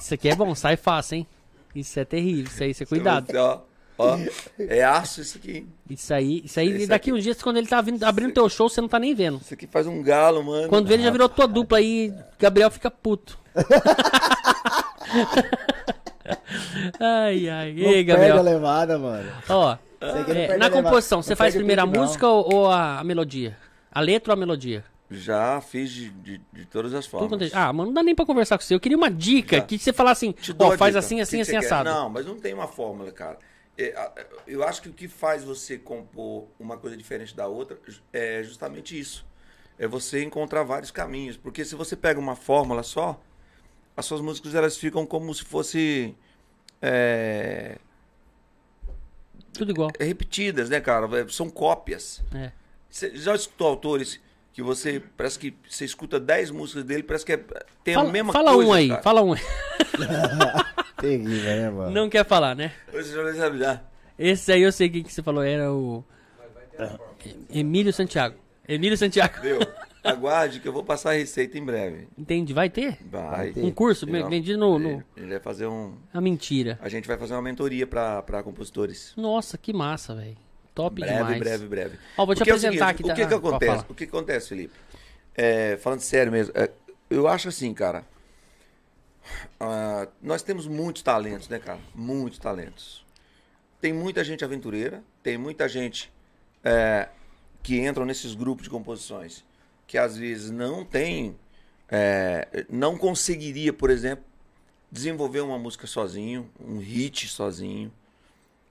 [SPEAKER 1] Isso aqui é bom, sai fácil, hein? Isso é terrível, isso aí, você cuidado.
[SPEAKER 2] Ó, ó, é aço isso aqui.
[SPEAKER 1] Isso aí, isso aí,
[SPEAKER 2] Isso é
[SPEAKER 1] daqui
[SPEAKER 2] aqui-
[SPEAKER 1] uns dias, quando ele tá vindo, abrindo teu show, você não tá nem vendo.
[SPEAKER 2] Isso aqui faz um galo, mano.
[SPEAKER 1] Quando vê, ele já virou tua dupla aí, Gabriel fica puto. ai, ai,
[SPEAKER 3] Não
[SPEAKER 1] ei,
[SPEAKER 3] perde a
[SPEAKER 1] Gabriel.
[SPEAKER 3] levada, mano.
[SPEAKER 1] Ó,
[SPEAKER 3] Isso aqui não
[SPEAKER 1] é,
[SPEAKER 3] perde
[SPEAKER 1] na
[SPEAKER 3] a levada.
[SPEAKER 1] composição, você
[SPEAKER 3] Não
[SPEAKER 1] faz
[SPEAKER 3] perde
[SPEAKER 1] primeiro a
[SPEAKER 3] tempo, não.
[SPEAKER 1] música ou, ou a, a melodia? A letra ou a melodia?
[SPEAKER 2] Já fiz de, de- de todas as
[SPEAKER 1] Tudo
[SPEAKER 2] formas.
[SPEAKER 1] quanto é- Ah, mano, não dá nem pra conversar com você. Eu queria uma dica
[SPEAKER 2] Já.
[SPEAKER 1] que você falar assim,
[SPEAKER 2] Tá. Te dou
[SPEAKER 1] ó,
[SPEAKER 2] a
[SPEAKER 1] faz
[SPEAKER 2] dica.
[SPEAKER 1] assim,
[SPEAKER 2] O que
[SPEAKER 1] assim,
[SPEAKER 2] que
[SPEAKER 1] assim,
[SPEAKER 2] você quer?
[SPEAKER 1] assado.
[SPEAKER 2] Não, mas não tem uma fórmula, cara. É, a- Eu acho que o que faz você compor uma coisa diferente da outra é justamente isso. É você encontrar vários caminhos. Porque se você pega uma fórmula só, as suas músicas elas ficam como se fosse. é,
[SPEAKER 1] Tudo igual.
[SPEAKER 2] repetidas, né, cara? É, São cópias.
[SPEAKER 1] É.
[SPEAKER 2] Você já escutou autores que você. Parece que você escuta 10 músicas dele, parece que é, tem
[SPEAKER 1] Fala,
[SPEAKER 2] a mesma
[SPEAKER 1] fala
[SPEAKER 2] coisa.
[SPEAKER 1] um aí,
[SPEAKER 2] cara.
[SPEAKER 1] fala um.
[SPEAKER 3] Terrível, né, mano?
[SPEAKER 1] Não quer falar, né?
[SPEAKER 2] Você já vai saber, ah,
[SPEAKER 1] Esse aí eu sei quem que você falou, era o. Emílio Santiago. Emílio Santiago.
[SPEAKER 2] Viu? Aguarde que eu vou passar a receita em breve.
[SPEAKER 1] Entende? Vai ter?
[SPEAKER 2] Vai.
[SPEAKER 1] Um curso
[SPEAKER 2] Ele vai-
[SPEAKER 1] vendido no. no...
[SPEAKER 2] Ele, ele vai fazer um.
[SPEAKER 1] A mentira.
[SPEAKER 2] A gente vai fazer uma mentoria pra pra compositores.
[SPEAKER 1] Nossa, que massa, velho. Top
[SPEAKER 2] Breve,
[SPEAKER 1] demais.
[SPEAKER 2] breve, breve.
[SPEAKER 1] Ó, vou te
[SPEAKER 2] Porque é o
[SPEAKER 1] apresentar
[SPEAKER 2] seguinte,
[SPEAKER 1] aqui,
[SPEAKER 2] O que
[SPEAKER 1] tá?
[SPEAKER 2] que
[SPEAKER 1] Ah, pode
[SPEAKER 2] acontece?
[SPEAKER 1] falar.
[SPEAKER 2] O que que acontece, Felipe? É, falando sério mesmo, é, eu acho assim, cara. ah, nós temos muitos talentos, né, cara? Muitos talentos. Tem muita gente aventureira, tem muita gente é, que entram nesses grupos de composições que às vezes não tem, é, não conseguiria, por exemplo, desenvolver uma música sozinho, um hit sozinho.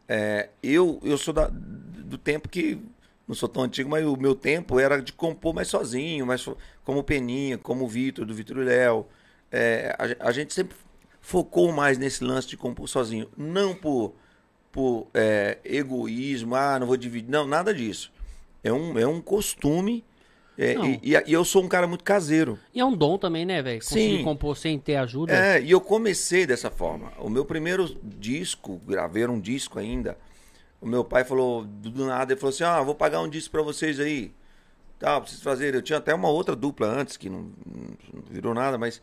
[SPEAKER 2] É, eu, eu sou da- do tempo que. Não sou tão antigo, mas o meu tempo era de compor mais sozinho, mais so- como o Peninha, como o Vitor, do Vitor e Léo. É, a, gen- a gente sempre focou mais nesse lance de compor sozinho. Não por, por é, egoísmo, ah, não vou dividir. Não, nada disso. É um, é um costume. é,
[SPEAKER 1] Não.
[SPEAKER 2] e, e a- e eu sou um cara muito caseiro.
[SPEAKER 1] E é um dom também, né, velho? Conseguir
[SPEAKER 2] Sim.
[SPEAKER 1] compor sem ter ajuda.
[SPEAKER 2] É, e eu comecei dessa forma. O meu primeiro disco, gravei era um disco ainda. O meu pai falou do nada, ele falou assim: "Ah, vou pagar um disco pra vocês aí". Tá, preciso fazer. Eu tinha até uma outra dupla antes que não, não virou nada, mas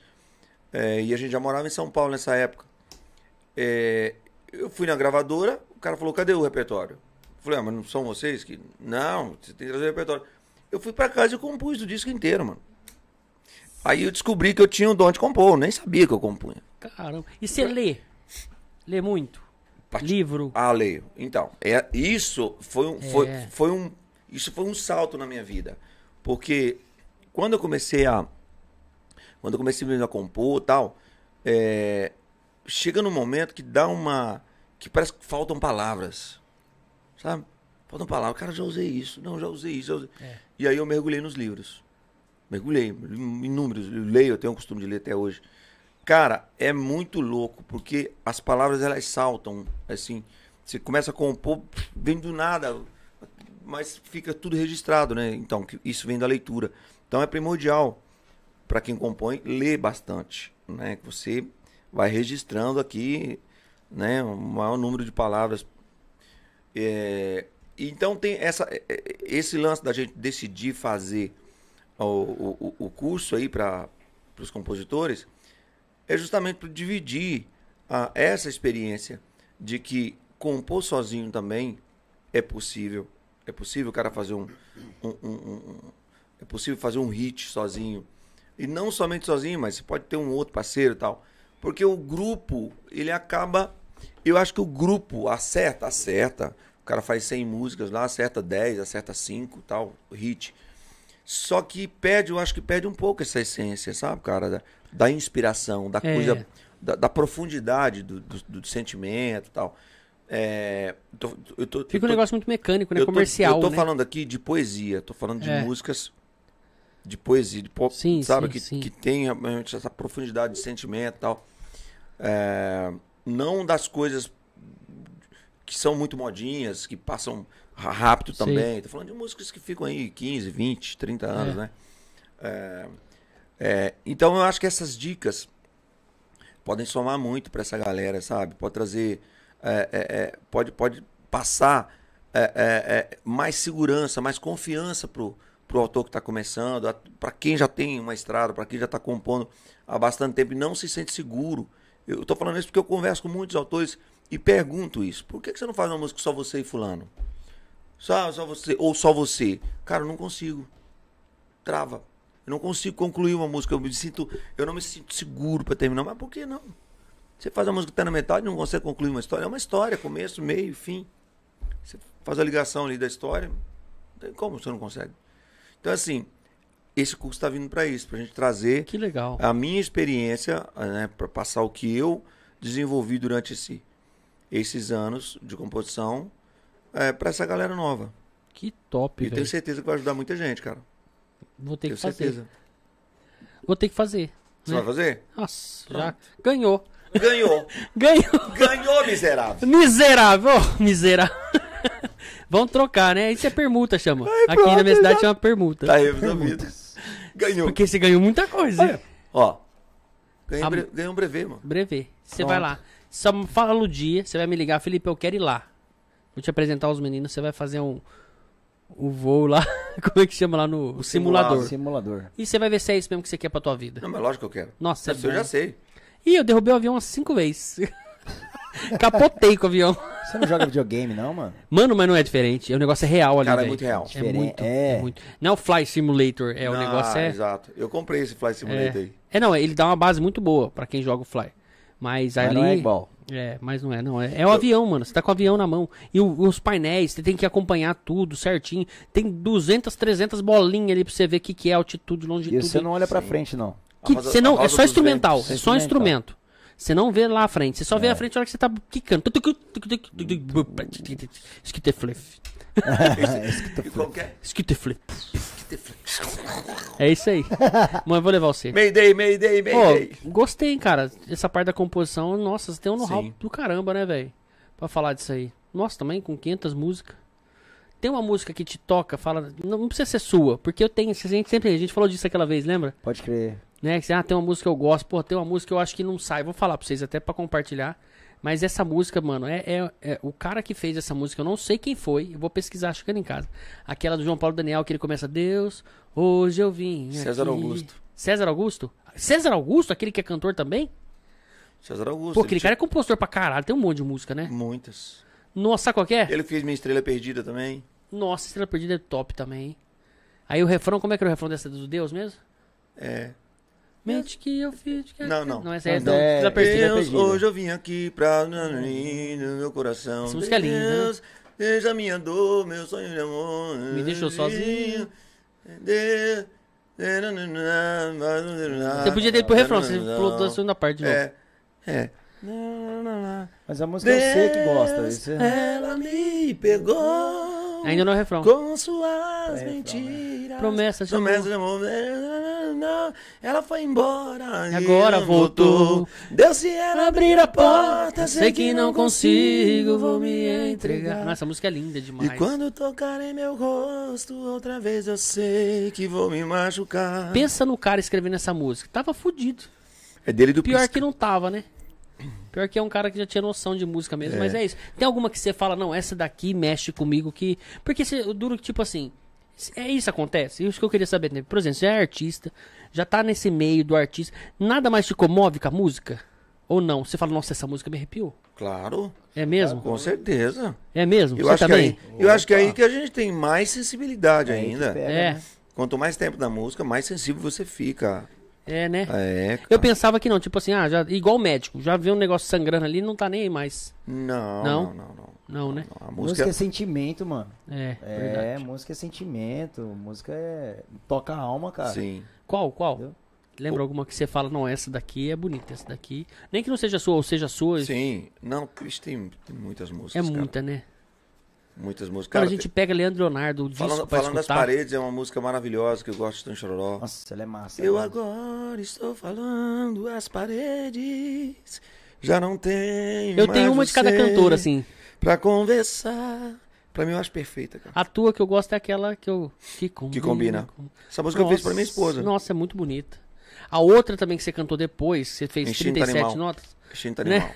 [SPEAKER 2] é, e a gente já morava em São Paulo nessa época. É, eu fui na gravadora, o cara falou: "Cadê o repertório?". Eu falei: "Ah, mas não são vocês que não, você tem que trazer o repertório". Eu fui pra casa e compus o disco inteiro, mano. Aí eu descobri que eu tinha o dom de compor, eu nem sabia que eu compunha.
[SPEAKER 1] Caramba. E você lê? Lê muito? Livro?
[SPEAKER 2] Ah, leio. Então, é, isso foi um, foi,
[SPEAKER 1] É.
[SPEAKER 2] foi um. Isso foi um salto na minha vida. Porque quando eu comecei a. Quando eu comecei mesmo a compor e tal, é, chega num momento que dá uma. que parece que faltam palavras. Sabe? Faltam palavras. Cara, já usei isso. Não, já usei isso. já usei. E aí eu mergulhei nos livros. Mergulhei, inúmeros. Eu leio, eu tenho o costume de ler até hoje. Cara, é muito louco, porque as palavras elas saltam, assim. Você começa a compor, pff, vem do nada, mas fica tudo registrado, né? Então, que isso vem da leitura. Então é primordial para quem compõe ler bastante, né? Que Você vai registrando aqui, né, o maior número de palavras é, então tem essa, é, é, esse lance da gente decidir fazer o, o, o- o curso aí para os compositores é justamente para dividir a- essa experiência de que compor sozinho também é possível. É possível o cara fazer um, um- um- um- um- é possível fazer um hit sozinho. E não somente sozinho, mas você pode ter um outro parceiro e tal. Porque o grupo, ele acaba. Eu acho que o grupo acerta, acerta. O cara faz 100 músicas lá, acerta 10, acerta 5 e tal, hit. Só que perde, eu acho que perde um pouco essa essência, sabe, cara? Da, da inspiração, da
[SPEAKER 1] É.
[SPEAKER 2] coisa. Da, da profundidade do, do- do sentimento e tal. É, tô- eu tô-
[SPEAKER 1] Fica
[SPEAKER 2] eu
[SPEAKER 1] um
[SPEAKER 2] tô-
[SPEAKER 1] negócio muito mecânico, né?
[SPEAKER 2] eu tô-
[SPEAKER 1] Comercial,
[SPEAKER 2] Eu tô
[SPEAKER 1] né?
[SPEAKER 2] falando aqui de poesia, tô falando de
[SPEAKER 1] É.
[SPEAKER 2] músicas de poesia, de pop,
[SPEAKER 1] Sim,
[SPEAKER 2] sabe?
[SPEAKER 1] sim,
[SPEAKER 2] que,
[SPEAKER 1] sim.
[SPEAKER 2] que tem realmente essa profundidade de sentimento e tal. É, não das coisas que são muito modinhas, que passam ra- rápido também. Tô falando de músicas que ficam aí 15, 20, 30 anos,
[SPEAKER 1] É.
[SPEAKER 2] né? É, é, então eu acho que essas dicas podem somar muito para essa galera, sabe? Pode trazer, é, é, é, pode, pode passar é, é, é, mais segurança, mais confiança pro pro autor que está começando, para quem já tem uma estrada, para quem já está compondo há bastante tempo e não se sente seguro. Eu estou falando isso porque eu converso com muitos autores e pergunto isso. Por que, que você não faz uma música só você e fulano? Só, só você, ou só você. Cara, eu não consigo. Trava. Eu não consigo concluir uma música. Eu me sinto. Eu não me sinto seguro pra terminar. Mas por que não? Você faz a música que tá na metade e não consegue concluir uma história. É uma história, começo, meio, e fim. Você faz a ligação ali da história. Não tem como você não consegue. Então, assim, esse curso está vindo para isso, para a gente trazer
[SPEAKER 1] Que legal.
[SPEAKER 2] a minha experiência, né, para passar o que eu desenvolvi durante esse- esses anos de composição para essa galera nova.
[SPEAKER 1] Que
[SPEAKER 2] E
[SPEAKER 1] top,
[SPEAKER 2] tenho
[SPEAKER 1] velho.
[SPEAKER 2] certeza que vai ajudar muita gente, cara.
[SPEAKER 1] Vou ter
[SPEAKER 2] tenho
[SPEAKER 1] que fazer.
[SPEAKER 2] certeza.
[SPEAKER 1] Vou ter que fazer.
[SPEAKER 2] Você
[SPEAKER 1] né?
[SPEAKER 2] vai fazer?
[SPEAKER 1] Nossa, já ganhou.
[SPEAKER 2] Ganhou!
[SPEAKER 1] Ganhou.
[SPEAKER 2] Ganhou, miserável!
[SPEAKER 1] Miserável. Ô, miserável. Vamos trocar, né? Isso é permuta, chama. Aqui na minha cidade chama permuta.
[SPEAKER 2] Tá resolvido. Ganhou.
[SPEAKER 1] Porque você ganhou muita coisa. hein?
[SPEAKER 2] Ó. Ganhei,
[SPEAKER 1] Ah,
[SPEAKER 2] um bre- ganhei um brevet, mano.
[SPEAKER 1] Brevê. Você vai lá. Só me fala o dia, você vai me ligar, Felipe, eu quero ir lá. Vou te apresentar os meninos, você vai fazer um o voo lá, como é que chama lá no o simulador.
[SPEAKER 2] simulador.
[SPEAKER 3] É um Simulador.
[SPEAKER 1] E você vai ver se é isso mesmo que você quer pra tua vida.
[SPEAKER 2] Não, mas lógico que eu quero.
[SPEAKER 1] Nossa, é
[SPEAKER 2] Isso eu
[SPEAKER 1] bom.
[SPEAKER 2] já sei.
[SPEAKER 1] Ih, eu derrubei o avião umas cinco vezes. Capotei com o avião.
[SPEAKER 3] Você não joga videogame, não, mano?
[SPEAKER 1] Mano, mas não é diferente. O negócio é real ali,
[SPEAKER 2] Cara, é
[SPEAKER 1] velho.
[SPEAKER 2] muito real.
[SPEAKER 1] É
[SPEAKER 3] Diferente,
[SPEAKER 1] muito, é.
[SPEAKER 3] é.
[SPEAKER 1] muito. Não é o Fly Simulator, é o
[SPEAKER 2] Ah,
[SPEAKER 1] negócio é...
[SPEAKER 2] Exato. Eu comprei esse Fly Simulator
[SPEAKER 1] É.
[SPEAKER 2] aí.
[SPEAKER 1] É, não, ele dá uma base muito boa pra quem joga o Fly. Mas ali.
[SPEAKER 3] Mas não é igual.
[SPEAKER 1] É, mas não é, não. É, é o avião, mano. Você tá com o avião na mão. E o- os painéis, você tem que acompanhar tudo certinho. Tem 200, 300 bolinhas ali pra você ver o que, que é altitude,
[SPEAKER 3] E
[SPEAKER 1] longitude.
[SPEAKER 3] você não olha pra frente, não.
[SPEAKER 1] Que
[SPEAKER 2] A roda-
[SPEAKER 1] você
[SPEAKER 2] a
[SPEAKER 1] não, é
[SPEAKER 2] roda
[SPEAKER 1] só
[SPEAKER 2] dos
[SPEAKER 1] instrumental,
[SPEAKER 2] ventos.
[SPEAKER 1] é só instrumento. Você não vê lá à frente, você só vê à frente na hora que você tá quicando. Esquiteflef.
[SPEAKER 2] E qualquer...
[SPEAKER 1] Esquiteflef. É isso aí. Mãe, eu vou levar você.
[SPEAKER 2] Mayday, Mayday, Mayday.
[SPEAKER 1] Pô, gostei, hein, cara. Essa parte da composição, nossa, você tem um know-how
[SPEAKER 2] Sim.
[SPEAKER 1] do caramba, né, velho? Pra falar disso aí. Nossa, também com 500 músicas. Tem uma música que te toca, fala. Não, não precisa ser sua, porque eu tenho. A gente sempre. A gente falou disso aquela vez, lembra?
[SPEAKER 3] Pode crer.
[SPEAKER 1] Né? Que você, ah, tem uma música que eu gosto, pô, tem uma música que eu acho que não sai. Vou falar pra vocês até pra compartilhar. Mas essa música, mano, é, é- é- o cara que fez essa música, eu não sei quem foi, eu vou pesquisar chegando em casa. Aquela do João Paulo Daniel, que ele começa, Deus, hoje eu vim.
[SPEAKER 2] César
[SPEAKER 1] aqui."
[SPEAKER 2] Augusto.
[SPEAKER 1] César Augusto? César Augusto, aquele que é cantor também?
[SPEAKER 2] César Augusto.
[SPEAKER 1] Pô,
[SPEAKER 2] ele
[SPEAKER 1] aquele cara é compositor pra caralho, tem um monte de música,
[SPEAKER 2] tinha
[SPEAKER 1] né?
[SPEAKER 2] Muitas.
[SPEAKER 1] Nossa, sabe qual que é?
[SPEAKER 2] Ele fez Minha Estrela Perdida também.
[SPEAKER 1] Nossa, Estrela Perdida é top também, hein? Aí o refrão, como é que era o refrão dessa do Deus mesmo?
[SPEAKER 2] É.
[SPEAKER 1] Mente que eu fiz... que-
[SPEAKER 2] Não, não.
[SPEAKER 1] Não, essa é,
[SPEAKER 3] Não,
[SPEAKER 1] não,
[SPEAKER 3] é-
[SPEAKER 1] Estrela Perdida.
[SPEAKER 2] Deus,
[SPEAKER 3] Perdida.
[SPEAKER 2] hoje eu vim aqui pra... No meu coração.
[SPEAKER 1] Essa música é linda,
[SPEAKER 2] Deus, seja a minha dor, meu sonho de amor.
[SPEAKER 1] Me deixou sozinho.
[SPEAKER 2] Deus...
[SPEAKER 1] Você
[SPEAKER 2] Você
[SPEAKER 1] podia ter ido pro refrão, você pulou da segunda parte de novo.
[SPEAKER 2] É. É.
[SPEAKER 3] Mas a música eu sei que gosta.
[SPEAKER 2] Deus,
[SPEAKER 3] Isso é...
[SPEAKER 2] Ela me pegou.
[SPEAKER 1] Ainda não é o refrão.
[SPEAKER 2] Com suas mentiras.
[SPEAKER 1] Promessas É, de
[SPEAKER 2] Promessas de amor. Ela foi embora. e
[SPEAKER 1] Agora
[SPEAKER 2] não
[SPEAKER 1] voltou.
[SPEAKER 2] Deus, se ela abrir a porta,
[SPEAKER 1] Sei que não consigo, vou me entregar. Nossa, a música é linda
[SPEAKER 2] E
[SPEAKER 1] demais.
[SPEAKER 2] quando tocar em meu rosto, outra vez eu sei que vou me machucar.
[SPEAKER 1] Pensa no cara escrevendo essa música. Tava fudido.
[SPEAKER 2] É dele do
[SPEAKER 1] Pior
[SPEAKER 2] Pisca.
[SPEAKER 1] que não tava, né? Pior que é um cara que já tinha noção de música mesmo, mas é isso. Tem alguma que você fala, não, essa daqui mexe comigo que. Porque se, eu duro que, tipo assim. se- É isso que acontece. Isso que eu queria saber. né? Por exemplo, você já é artista, já tá nesse meio do artista. Nada mais te comove com a música? Ou não? Você fala, nossa, essa música me arrepiou.
[SPEAKER 2] Claro,
[SPEAKER 1] É mesmo?
[SPEAKER 2] com certeza.
[SPEAKER 1] É mesmo?
[SPEAKER 2] Eu
[SPEAKER 1] você
[SPEAKER 2] acho, que
[SPEAKER 1] também?
[SPEAKER 2] aí, eu acho que é aí que a gente tem mais sensibilidade
[SPEAKER 3] aí que
[SPEAKER 2] ainda.
[SPEAKER 3] pega,
[SPEAKER 1] É,
[SPEAKER 3] né?
[SPEAKER 2] Quanto mais tempo da música, mais sensível você fica.
[SPEAKER 1] é, né?
[SPEAKER 2] É,
[SPEAKER 1] Eu
[SPEAKER 2] cara.
[SPEAKER 1] pensava que não, tipo assim, ah, já, igual médico, já vê um negócio sangrando ali, não tá nem aí mais.
[SPEAKER 2] Não,
[SPEAKER 1] Não?
[SPEAKER 2] não, não, não.
[SPEAKER 1] Não, né?
[SPEAKER 2] A
[SPEAKER 3] Música
[SPEAKER 2] música,
[SPEAKER 3] é sentimento, mano.
[SPEAKER 1] É,
[SPEAKER 3] É,
[SPEAKER 1] verdade.
[SPEAKER 3] música é sentimento. Música é. Toca a alma, cara.
[SPEAKER 2] sim.
[SPEAKER 1] Qual, qual?
[SPEAKER 3] Entendeu?
[SPEAKER 1] Lembra alguma que você fala, não, essa daqui é bonita, essa daqui. Nem que não seja sua ou seja sua,
[SPEAKER 2] Sim. Não, Chris tem, tem muitas músicas.
[SPEAKER 1] é
[SPEAKER 2] cara.
[SPEAKER 1] muita, né?
[SPEAKER 2] Muitas músicas.
[SPEAKER 1] Quando
[SPEAKER 2] Cara,
[SPEAKER 1] a gente pega Leandro Leonardo, o disco
[SPEAKER 2] falando,
[SPEAKER 1] pra
[SPEAKER 2] falando das
[SPEAKER 1] escutar.
[SPEAKER 2] paredes, é uma música maravilhosa que eu gosto de Tom Chororó.
[SPEAKER 3] Nossa, ela é massa.
[SPEAKER 2] Eu
[SPEAKER 3] mano.
[SPEAKER 2] agora estou falando as paredes. Já não tenho.
[SPEAKER 1] eu tenho
[SPEAKER 2] mais
[SPEAKER 1] uma de cada
[SPEAKER 2] você
[SPEAKER 1] cantora, assim.
[SPEAKER 2] Pra conversar. Pra mim eu acho perfeita, cara.
[SPEAKER 1] A tua que eu gosto é aquela que eu. Que combina.
[SPEAKER 2] combina.
[SPEAKER 1] com-
[SPEAKER 2] Essa música eu fiz pra minha esposa.
[SPEAKER 1] Ah, Nossa, é muito bonita. A outra também que você cantou depois, você fez
[SPEAKER 2] Instinto
[SPEAKER 1] 37
[SPEAKER 2] Animal.
[SPEAKER 1] notas.
[SPEAKER 2] Instinto
[SPEAKER 1] Né?
[SPEAKER 2] animal.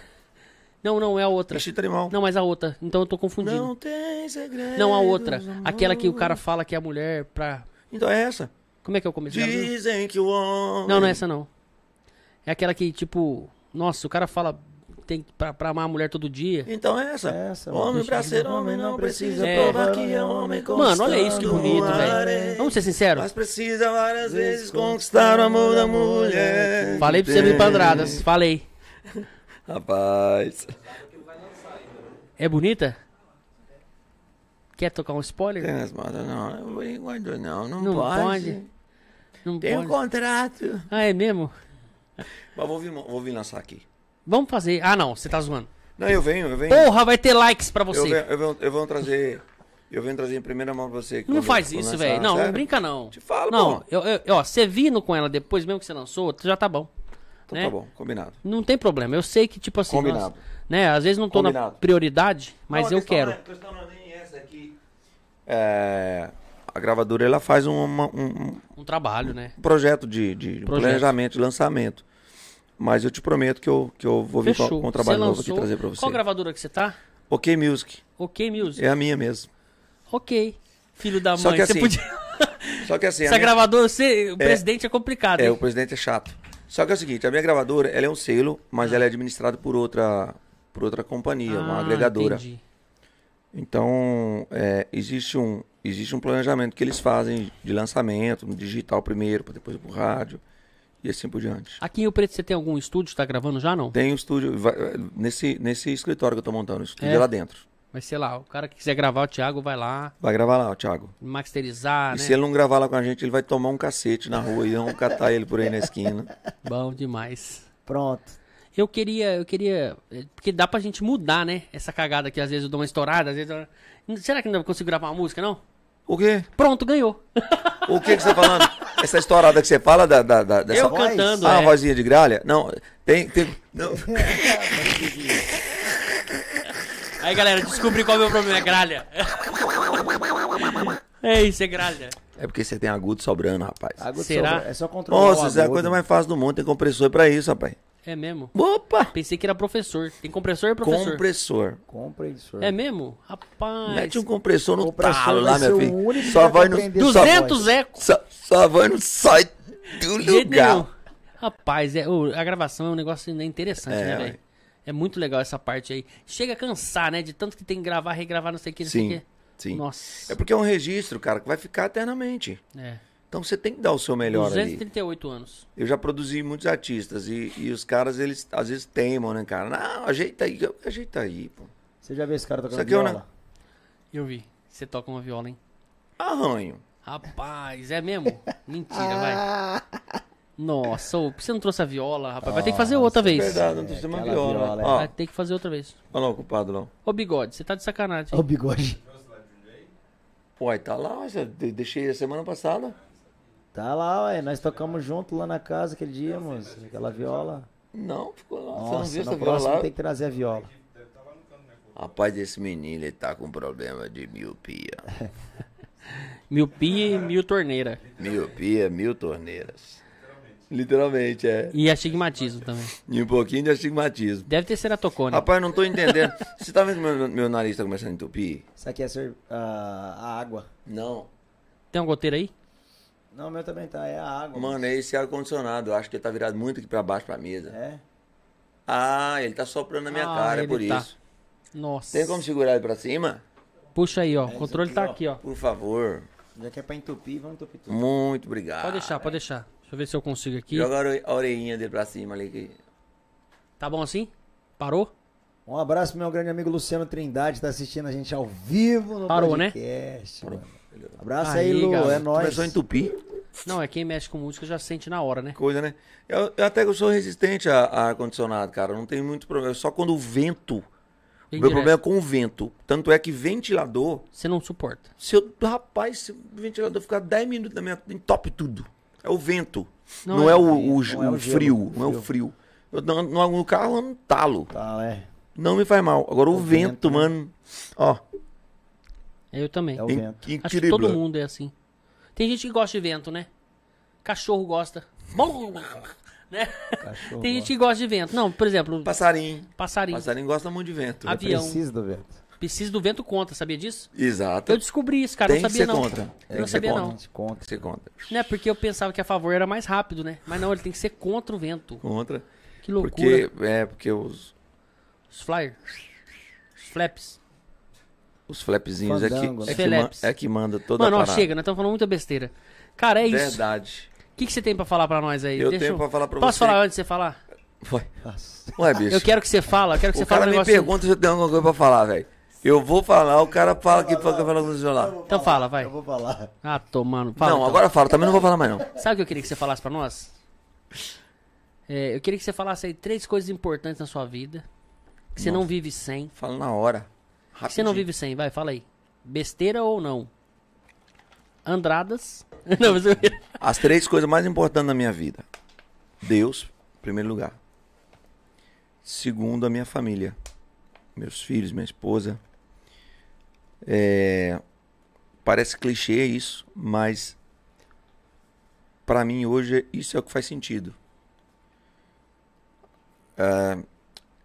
[SPEAKER 1] Não, não, é a outra.
[SPEAKER 2] Instinto animal.
[SPEAKER 1] Não, mas a outra. Então eu tô confundindo.
[SPEAKER 2] Não tem segredo.
[SPEAKER 1] Não, a outra. Aquela que o cara fala que é a mulher pra.
[SPEAKER 2] Então é essa.
[SPEAKER 1] Como é que é o começo dela mesmo?
[SPEAKER 2] Dizem que o homem.
[SPEAKER 1] Não, não é essa não. É aquela que, tipo. Nossa, o cara fala. Tem que- pra, pra amar a mulher todo dia.
[SPEAKER 2] Então é essa.
[SPEAKER 3] Essa,
[SPEAKER 2] homem
[SPEAKER 3] mano.
[SPEAKER 2] pra ser homem não precisa
[SPEAKER 1] É.
[SPEAKER 2] provar que é homem
[SPEAKER 1] Mano, olha isso que
[SPEAKER 2] conquistando
[SPEAKER 1] bonito,
[SPEAKER 2] a
[SPEAKER 1] velho.
[SPEAKER 2] areia.
[SPEAKER 1] Vamos ser sinceros.
[SPEAKER 2] Mas precisa várias vezes conquistar o amor da mulher.
[SPEAKER 1] Falei pra você vir pra Andradas. Falei.
[SPEAKER 2] Rapaz.
[SPEAKER 1] É bonita? Quer tocar um spoiler?
[SPEAKER 2] Tem as modas, não. Eu vou guardar, Não, não,
[SPEAKER 1] Não
[SPEAKER 2] pode.
[SPEAKER 1] pode. Não
[SPEAKER 2] Tem um
[SPEAKER 1] pode.
[SPEAKER 2] contrato.
[SPEAKER 1] Ah, é mesmo?
[SPEAKER 2] Mas vou vir, vou vir lançar aqui.
[SPEAKER 1] Vamos fazer. Ah, não, você tá zoando.
[SPEAKER 2] Não, eu venho, eu venho.
[SPEAKER 1] Porra, vai ter likes pra
[SPEAKER 2] eu, venho
[SPEAKER 1] você.
[SPEAKER 2] eu, venho, eu venho trazer. Eu venho trazer em primeira mão pra você.
[SPEAKER 1] Não
[SPEAKER 2] quando-
[SPEAKER 1] faz
[SPEAKER 2] quando
[SPEAKER 1] isso,
[SPEAKER 2] lançar,
[SPEAKER 1] velho. Não, não
[SPEAKER 2] sério?
[SPEAKER 1] brinca não.
[SPEAKER 2] É. Te falo,
[SPEAKER 1] Não,
[SPEAKER 2] pô.
[SPEAKER 1] eu, eu- ó, você vindo com ela depois, mesmo que você lançou, já tá bom.
[SPEAKER 2] Então
[SPEAKER 1] né?
[SPEAKER 2] tá bom, combinado.
[SPEAKER 1] Não tem problema. Eu sei que, tipo assim,
[SPEAKER 2] Combinado.
[SPEAKER 1] nossa, né? Às vezes não tô na
[SPEAKER 2] Combinado.
[SPEAKER 1] prioridade, mas eu quero.
[SPEAKER 2] A questão não é nem essa aqui. É, a gravadora ela faz uma- um,
[SPEAKER 1] Um trabalho, né?
[SPEAKER 2] um projeto de, de
[SPEAKER 1] Projeto.
[SPEAKER 2] planejamento, de lançamento. Mas eu te prometo que eu, que eu vou vir com,
[SPEAKER 1] Fechou.
[SPEAKER 2] com um
[SPEAKER 1] Você
[SPEAKER 2] trabalho novo aqui trazer pra você.
[SPEAKER 1] Qual gravadora que você tá?
[SPEAKER 2] Ok Music,
[SPEAKER 1] Ok Music.
[SPEAKER 2] é a minha mesmo.
[SPEAKER 1] Ok. Filho da mãe.
[SPEAKER 2] Só que
[SPEAKER 1] você
[SPEAKER 2] assim,
[SPEAKER 1] podia...
[SPEAKER 2] Só que assim, a
[SPEAKER 1] Essa
[SPEAKER 2] minha-
[SPEAKER 1] gravadora, você... o presidente é complicado,
[SPEAKER 2] É,
[SPEAKER 1] hein?
[SPEAKER 2] o presidente é chato. Só que é o seguinte, a minha gravadora, ela é um selo, mas ela é administrada por outra, por outra companhia, É uma
[SPEAKER 1] Ah,
[SPEAKER 2] agregadora.
[SPEAKER 1] entendi.
[SPEAKER 2] Então, é, existe, um, existe um planejamento que eles fazem de lançamento, no digital primeiro, pra depois ir pro rádio, e assim por diante.
[SPEAKER 1] Aqui em Rio Preto você tem algum estúdio? Tá gravando já, não?
[SPEAKER 2] Tem um estúdio, vai- nesse, nesse escritório que eu tô montando, o estúdio
[SPEAKER 1] É?
[SPEAKER 2] é lá dentro.
[SPEAKER 1] Mas sei lá, o cara que quiser gravar, o Thiago vai lá,
[SPEAKER 2] Vai gravar lá, o Thiago.
[SPEAKER 1] masterizar,
[SPEAKER 2] e
[SPEAKER 1] né?
[SPEAKER 2] se ele não gravar lá com a gente, ele vai tomar um cacete na rua e vão catar ele por aí na esquina.
[SPEAKER 1] Bom demais.
[SPEAKER 3] Pronto.
[SPEAKER 1] Eu queria, eu queria. é, Porque dá pra gente mudar, né? Essa cagada que às vezes eu dou uma estourada, às vezes. eu- Será que ainda consigo gravar uma música, não?
[SPEAKER 2] O quê?
[SPEAKER 1] Pronto, ganhou.
[SPEAKER 2] O que, que você tá falando? Essa estourada que você fala da, da, da- dessa
[SPEAKER 1] eu
[SPEAKER 2] voz?
[SPEAKER 1] cantando.
[SPEAKER 2] Ah,
[SPEAKER 1] é.
[SPEAKER 2] a vozinha de gralha? Não, tem. tem não.
[SPEAKER 1] Aí, galera, descobri qual é o meu problema. É gralha. é isso, é gralha.
[SPEAKER 2] É porque você tem agudo sobrando, rapaz.
[SPEAKER 3] Agudo
[SPEAKER 1] Será?
[SPEAKER 3] sobra- É só controlar o
[SPEAKER 2] Nossa, isso é a
[SPEAKER 3] agudo.
[SPEAKER 2] coisa mais fácil do mundo. Tem compressor pra isso, rapaz.
[SPEAKER 1] É mesmo?
[SPEAKER 2] Opa!
[SPEAKER 1] Pensei que era professor. Tem compressor e professor. Ah,
[SPEAKER 2] Compressor.
[SPEAKER 3] Compra isso.
[SPEAKER 1] É mesmo? Rapaz.
[SPEAKER 2] Mete um compressor no
[SPEAKER 3] compressor
[SPEAKER 2] talo
[SPEAKER 3] vai
[SPEAKER 2] lá,
[SPEAKER 3] ser
[SPEAKER 2] meu
[SPEAKER 3] o
[SPEAKER 2] filho.
[SPEAKER 3] único que
[SPEAKER 2] Só
[SPEAKER 3] vai
[SPEAKER 2] vai no.
[SPEAKER 3] compreender
[SPEAKER 2] só-
[SPEAKER 1] 200 eco.
[SPEAKER 2] Só, só vai no sai do
[SPEAKER 1] De jeito nenhum.
[SPEAKER 2] lugar.
[SPEAKER 1] Rapaz, é, ô, a gravação é um negócio né, interessante,
[SPEAKER 2] É,
[SPEAKER 1] né,
[SPEAKER 2] ué.
[SPEAKER 1] velho? É muito legal essa parte aí. Chega a cansar, né? De tanto que tem que gravar, regravar, não sei o que, não sei o
[SPEAKER 2] Sim,
[SPEAKER 1] que.
[SPEAKER 2] sim.
[SPEAKER 1] Nossa.
[SPEAKER 2] É porque é um registro, cara, que vai ficar eternamente.
[SPEAKER 1] É.
[SPEAKER 2] Então você tem que dar o seu melhor ali.
[SPEAKER 1] 238 anos.
[SPEAKER 2] Eu já produzi muitos artistas e, e os caras, eles às vezes teimam, né, cara? Não, ajeita aí, eu- ajeita aí, pô.
[SPEAKER 3] Você já viu esse cara
[SPEAKER 2] Isso
[SPEAKER 3] tocando
[SPEAKER 2] aqui é um
[SPEAKER 3] viola?
[SPEAKER 1] Eu vi. Você toca uma viola, hein?
[SPEAKER 2] Arranho.
[SPEAKER 1] Rapaz, é mesmo? Mentira, vai. Nossa, ô, por que você não trouxe a viola, rapaz? Vai ter que fazer outra vez.
[SPEAKER 2] é Verdade, não precisa uma
[SPEAKER 3] aquela
[SPEAKER 2] viola.
[SPEAKER 3] viola, é.
[SPEAKER 2] Ó,
[SPEAKER 1] Vai ter que fazer outra vez.
[SPEAKER 2] olha lá o culpado lá.
[SPEAKER 1] Ô, bigode, você tá de sacanagem.
[SPEAKER 3] Olha o bigode.
[SPEAKER 2] Uai, tá lá, ué, eu de- deixei a semana passada.
[SPEAKER 3] Tá lá, ué. Nós tocamos junto lá na casa aquele dia, moço. Aquela viola.
[SPEAKER 2] Não, ficou lá.
[SPEAKER 3] Nossa,
[SPEAKER 2] você não viu
[SPEAKER 3] no
[SPEAKER 2] essa viola
[SPEAKER 3] próximo
[SPEAKER 2] lá?
[SPEAKER 3] tem que trazer a viola.
[SPEAKER 2] Rapaz, esse menino, ele tá com problema de miopia.
[SPEAKER 1] Miopia e mil torneira.
[SPEAKER 2] Miopia, mil torneiras. Literalmente, é.
[SPEAKER 1] E astigmatismo também.
[SPEAKER 2] E um pouquinho de astigmatismo.
[SPEAKER 1] Deve ter ceratocone.
[SPEAKER 2] Rapaz, não tô entendendo. Você tá vendo que meu, meu nariz tá começando a entupir?
[SPEAKER 3] Isso aqui é ser, a água.
[SPEAKER 2] Não.
[SPEAKER 1] Tem uma goteira aí?
[SPEAKER 3] Não, o meu também tá. É a água.
[SPEAKER 2] Mano, é esse ar-condicionado. Eu acho que ele tá virado muito aqui pra baixo pra mesa.
[SPEAKER 3] É.
[SPEAKER 2] Ah, ele tá soprando na minha
[SPEAKER 1] Ah,
[SPEAKER 2] cara, é
[SPEAKER 1] ele
[SPEAKER 2] por
[SPEAKER 1] tá.
[SPEAKER 2] isso.
[SPEAKER 1] Nossa.
[SPEAKER 2] Tem como segurar ele pra cima?
[SPEAKER 1] Puxa aí,
[SPEAKER 3] É
[SPEAKER 1] ó. O controle tá aqui, ó.
[SPEAKER 2] Por favor.
[SPEAKER 3] Já que é pra entupir, vamos entupir tudo.
[SPEAKER 2] Muito obrigado.
[SPEAKER 1] Pode deixar, pode deixar. Deixa eu ver se eu consigo aqui.
[SPEAKER 2] Joga a ore- a orelhinha dele pra cima ali. Que...
[SPEAKER 1] Tá bom assim? Parou?
[SPEAKER 3] Um abraço pro meu grande amigo Luciano Trindade, tá assistindo a gente ao vivo no
[SPEAKER 1] Parou, né?
[SPEAKER 3] podcast. Parou, né? Abraço aí,
[SPEAKER 1] Aí,
[SPEAKER 3] Lu.
[SPEAKER 1] garoto.
[SPEAKER 3] É nóis.
[SPEAKER 2] Começou a entupir.
[SPEAKER 1] Não, é quem mexe com música já sente na hora, né?
[SPEAKER 2] Coisa, né? Eu, eu até que eu sou resistente a, a ar-condicionado, cara. Não tem muito problema. Só quando o vento. o
[SPEAKER 1] Bem
[SPEAKER 2] meu
[SPEAKER 1] direto.
[SPEAKER 2] problema é com o vento. Tanto é que ventilador.
[SPEAKER 1] Você não suporta.
[SPEAKER 2] Se eu, rapaz, se o ventilador ficar 10 minutos na minha. Entope tudo. É o vento.
[SPEAKER 1] Não
[SPEAKER 2] Não,
[SPEAKER 1] é
[SPEAKER 2] é, o, o-
[SPEAKER 3] não é
[SPEAKER 2] o
[SPEAKER 3] o gelo,
[SPEAKER 2] frio.
[SPEAKER 3] o
[SPEAKER 2] Não é o frio. Eu, não, não, no carro eu não talo.
[SPEAKER 3] Tá, é.
[SPEAKER 2] Não me faz mal. Agora o, vento,
[SPEAKER 3] vento, né?
[SPEAKER 2] mano. Ó,
[SPEAKER 1] Eu também.
[SPEAKER 3] É o
[SPEAKER 2] in-
[SPEAKER 3] vento.
[SPEAKER 1] Acho que todo
[SPEAKER 2] incrível.
[SPEAKER 1] mundo é assim. Tem gente que gosta de vento, né? Cachorro gosta. Bom, né?
[SPEAKER 3] Cachorro.
[SPEAKER 1] Tem gente que gosta de vento. Não, por exemplo,
[SPEAKER 2] Passarinho.
[SPEAKER 1] passarinho.
[SPEAKER 2] Passarinho gosta muito de vento. né?
[SPEAKER 1] Avi- avião.
[SPEAKER 3] Precisa do vento.
[SPEAKER 1] Precisa do vento conta, sabia disso?
[SPEAKER 2] Exato.
[SPEAKER 1] Eu descobri isso, cara.
[SPEAKER 2] Tem
[SPEAKER 1] não
[SPEAKER 2] que
[SPEAKER 1] sabia
[SPEAKER 2] ser
[SPEAKER 1] não.
[SPEAKER 2] contra.
[SPEAKER 1] Eu
[SPEAKER 2] Tem
[SPEAKER 1] não
[SPEAKER 2] que ser
[SPEAKER 1] sabia
[SPEAKER 3] A
[SPEAKER 1] não.
[SPEAKER 3] gente conta.
[SPEAKER 2] Você conta.
[SPEAKER 1] Não é porque eu pensava que a favor era mais rápido, né? Mas não, ele tem que ser contra o vento.
[SPEAKER 2] Contra.
[SPEAKER 1] Que loucura.
[SPEAKER 2] Porque, é, porque os,
[SPEAKER 1] Os flyers. Os flaps.
[SPEAKER 2] Os flapzinhos é
[SPEAKER 3] Fandango,
[SPEAKER 2] que,
[SPEAKER 3] né?
[SPEAKER 2] é, que man-
[SPEAKER 1] Flaps.
[SPEAKER 2] é que manda toda
[SPEAKER 1] Mano,
[SPEAKER 2] a
[SPEAKER 1] ó,
[SPEAKER 2] parada.
[SPEAKER 1] chega, nós estamos falando muita besteira. Cara, é isso.
[SPEAKER 2] Verdade.
[SPEAKER 1] O que, que você tem pra falar pra nós aí?
[SPEAKER 2] Eu tenho pra falar pra
[SPEAKER 1] Posso
[SPEAKER 2] você.
[SPEAKER 1] falar antes de você falar?
[SPEAKER 2] Foi.
[SPEAKER 3] Nossa.
[SPEAKER 2] Ué, bicho.
[SPEAKER 1] Tá Eu quero que você fala, eu quero que
[SPEAKER 2] o
[SPEAKER 1] você fale um
[SPEAKER 2] cara me
[SPEAKER 1] negócio.
[SPEAKER 2] pergunta se eu tenho alguma coisa pra falar, velho. Eu vou falar, o cara fala que fala que fala com o celular.
[SPEAKER 1] Então fala, vai.
[SPEAKER 3] Eu vou falar.
[SPEAKER 1] Ah, tomando. Fala,
[SPEAKER 2] Não,
[SPEAKER 1] então.
[SPEAKER 2] agora fala, também não vou falar mais não.
[SPEAKER 1] Sabe o que eu queria que você falasse pra nós? É, eu queria que você falasse aí três coisas importantes na sua vida que você não vive sem.
[SPEAKER 2] Fala na hora.
[SPEAKER 1] Que você não
[SPEAKER 2] Rapidinho.
[SPEAKER 1] vive sem, vai, fala aí. Besteira ou não? Andradas. Não, mas eu...
[SPEAKER 2] As três coisas mais importantes da minha vida. Deus, em primeiro lugar. Segundo, a minha família. Meus filhos, minha esposa. É, Parece clichê isso, mas pra mim hoje isso é o que faz sentido. É,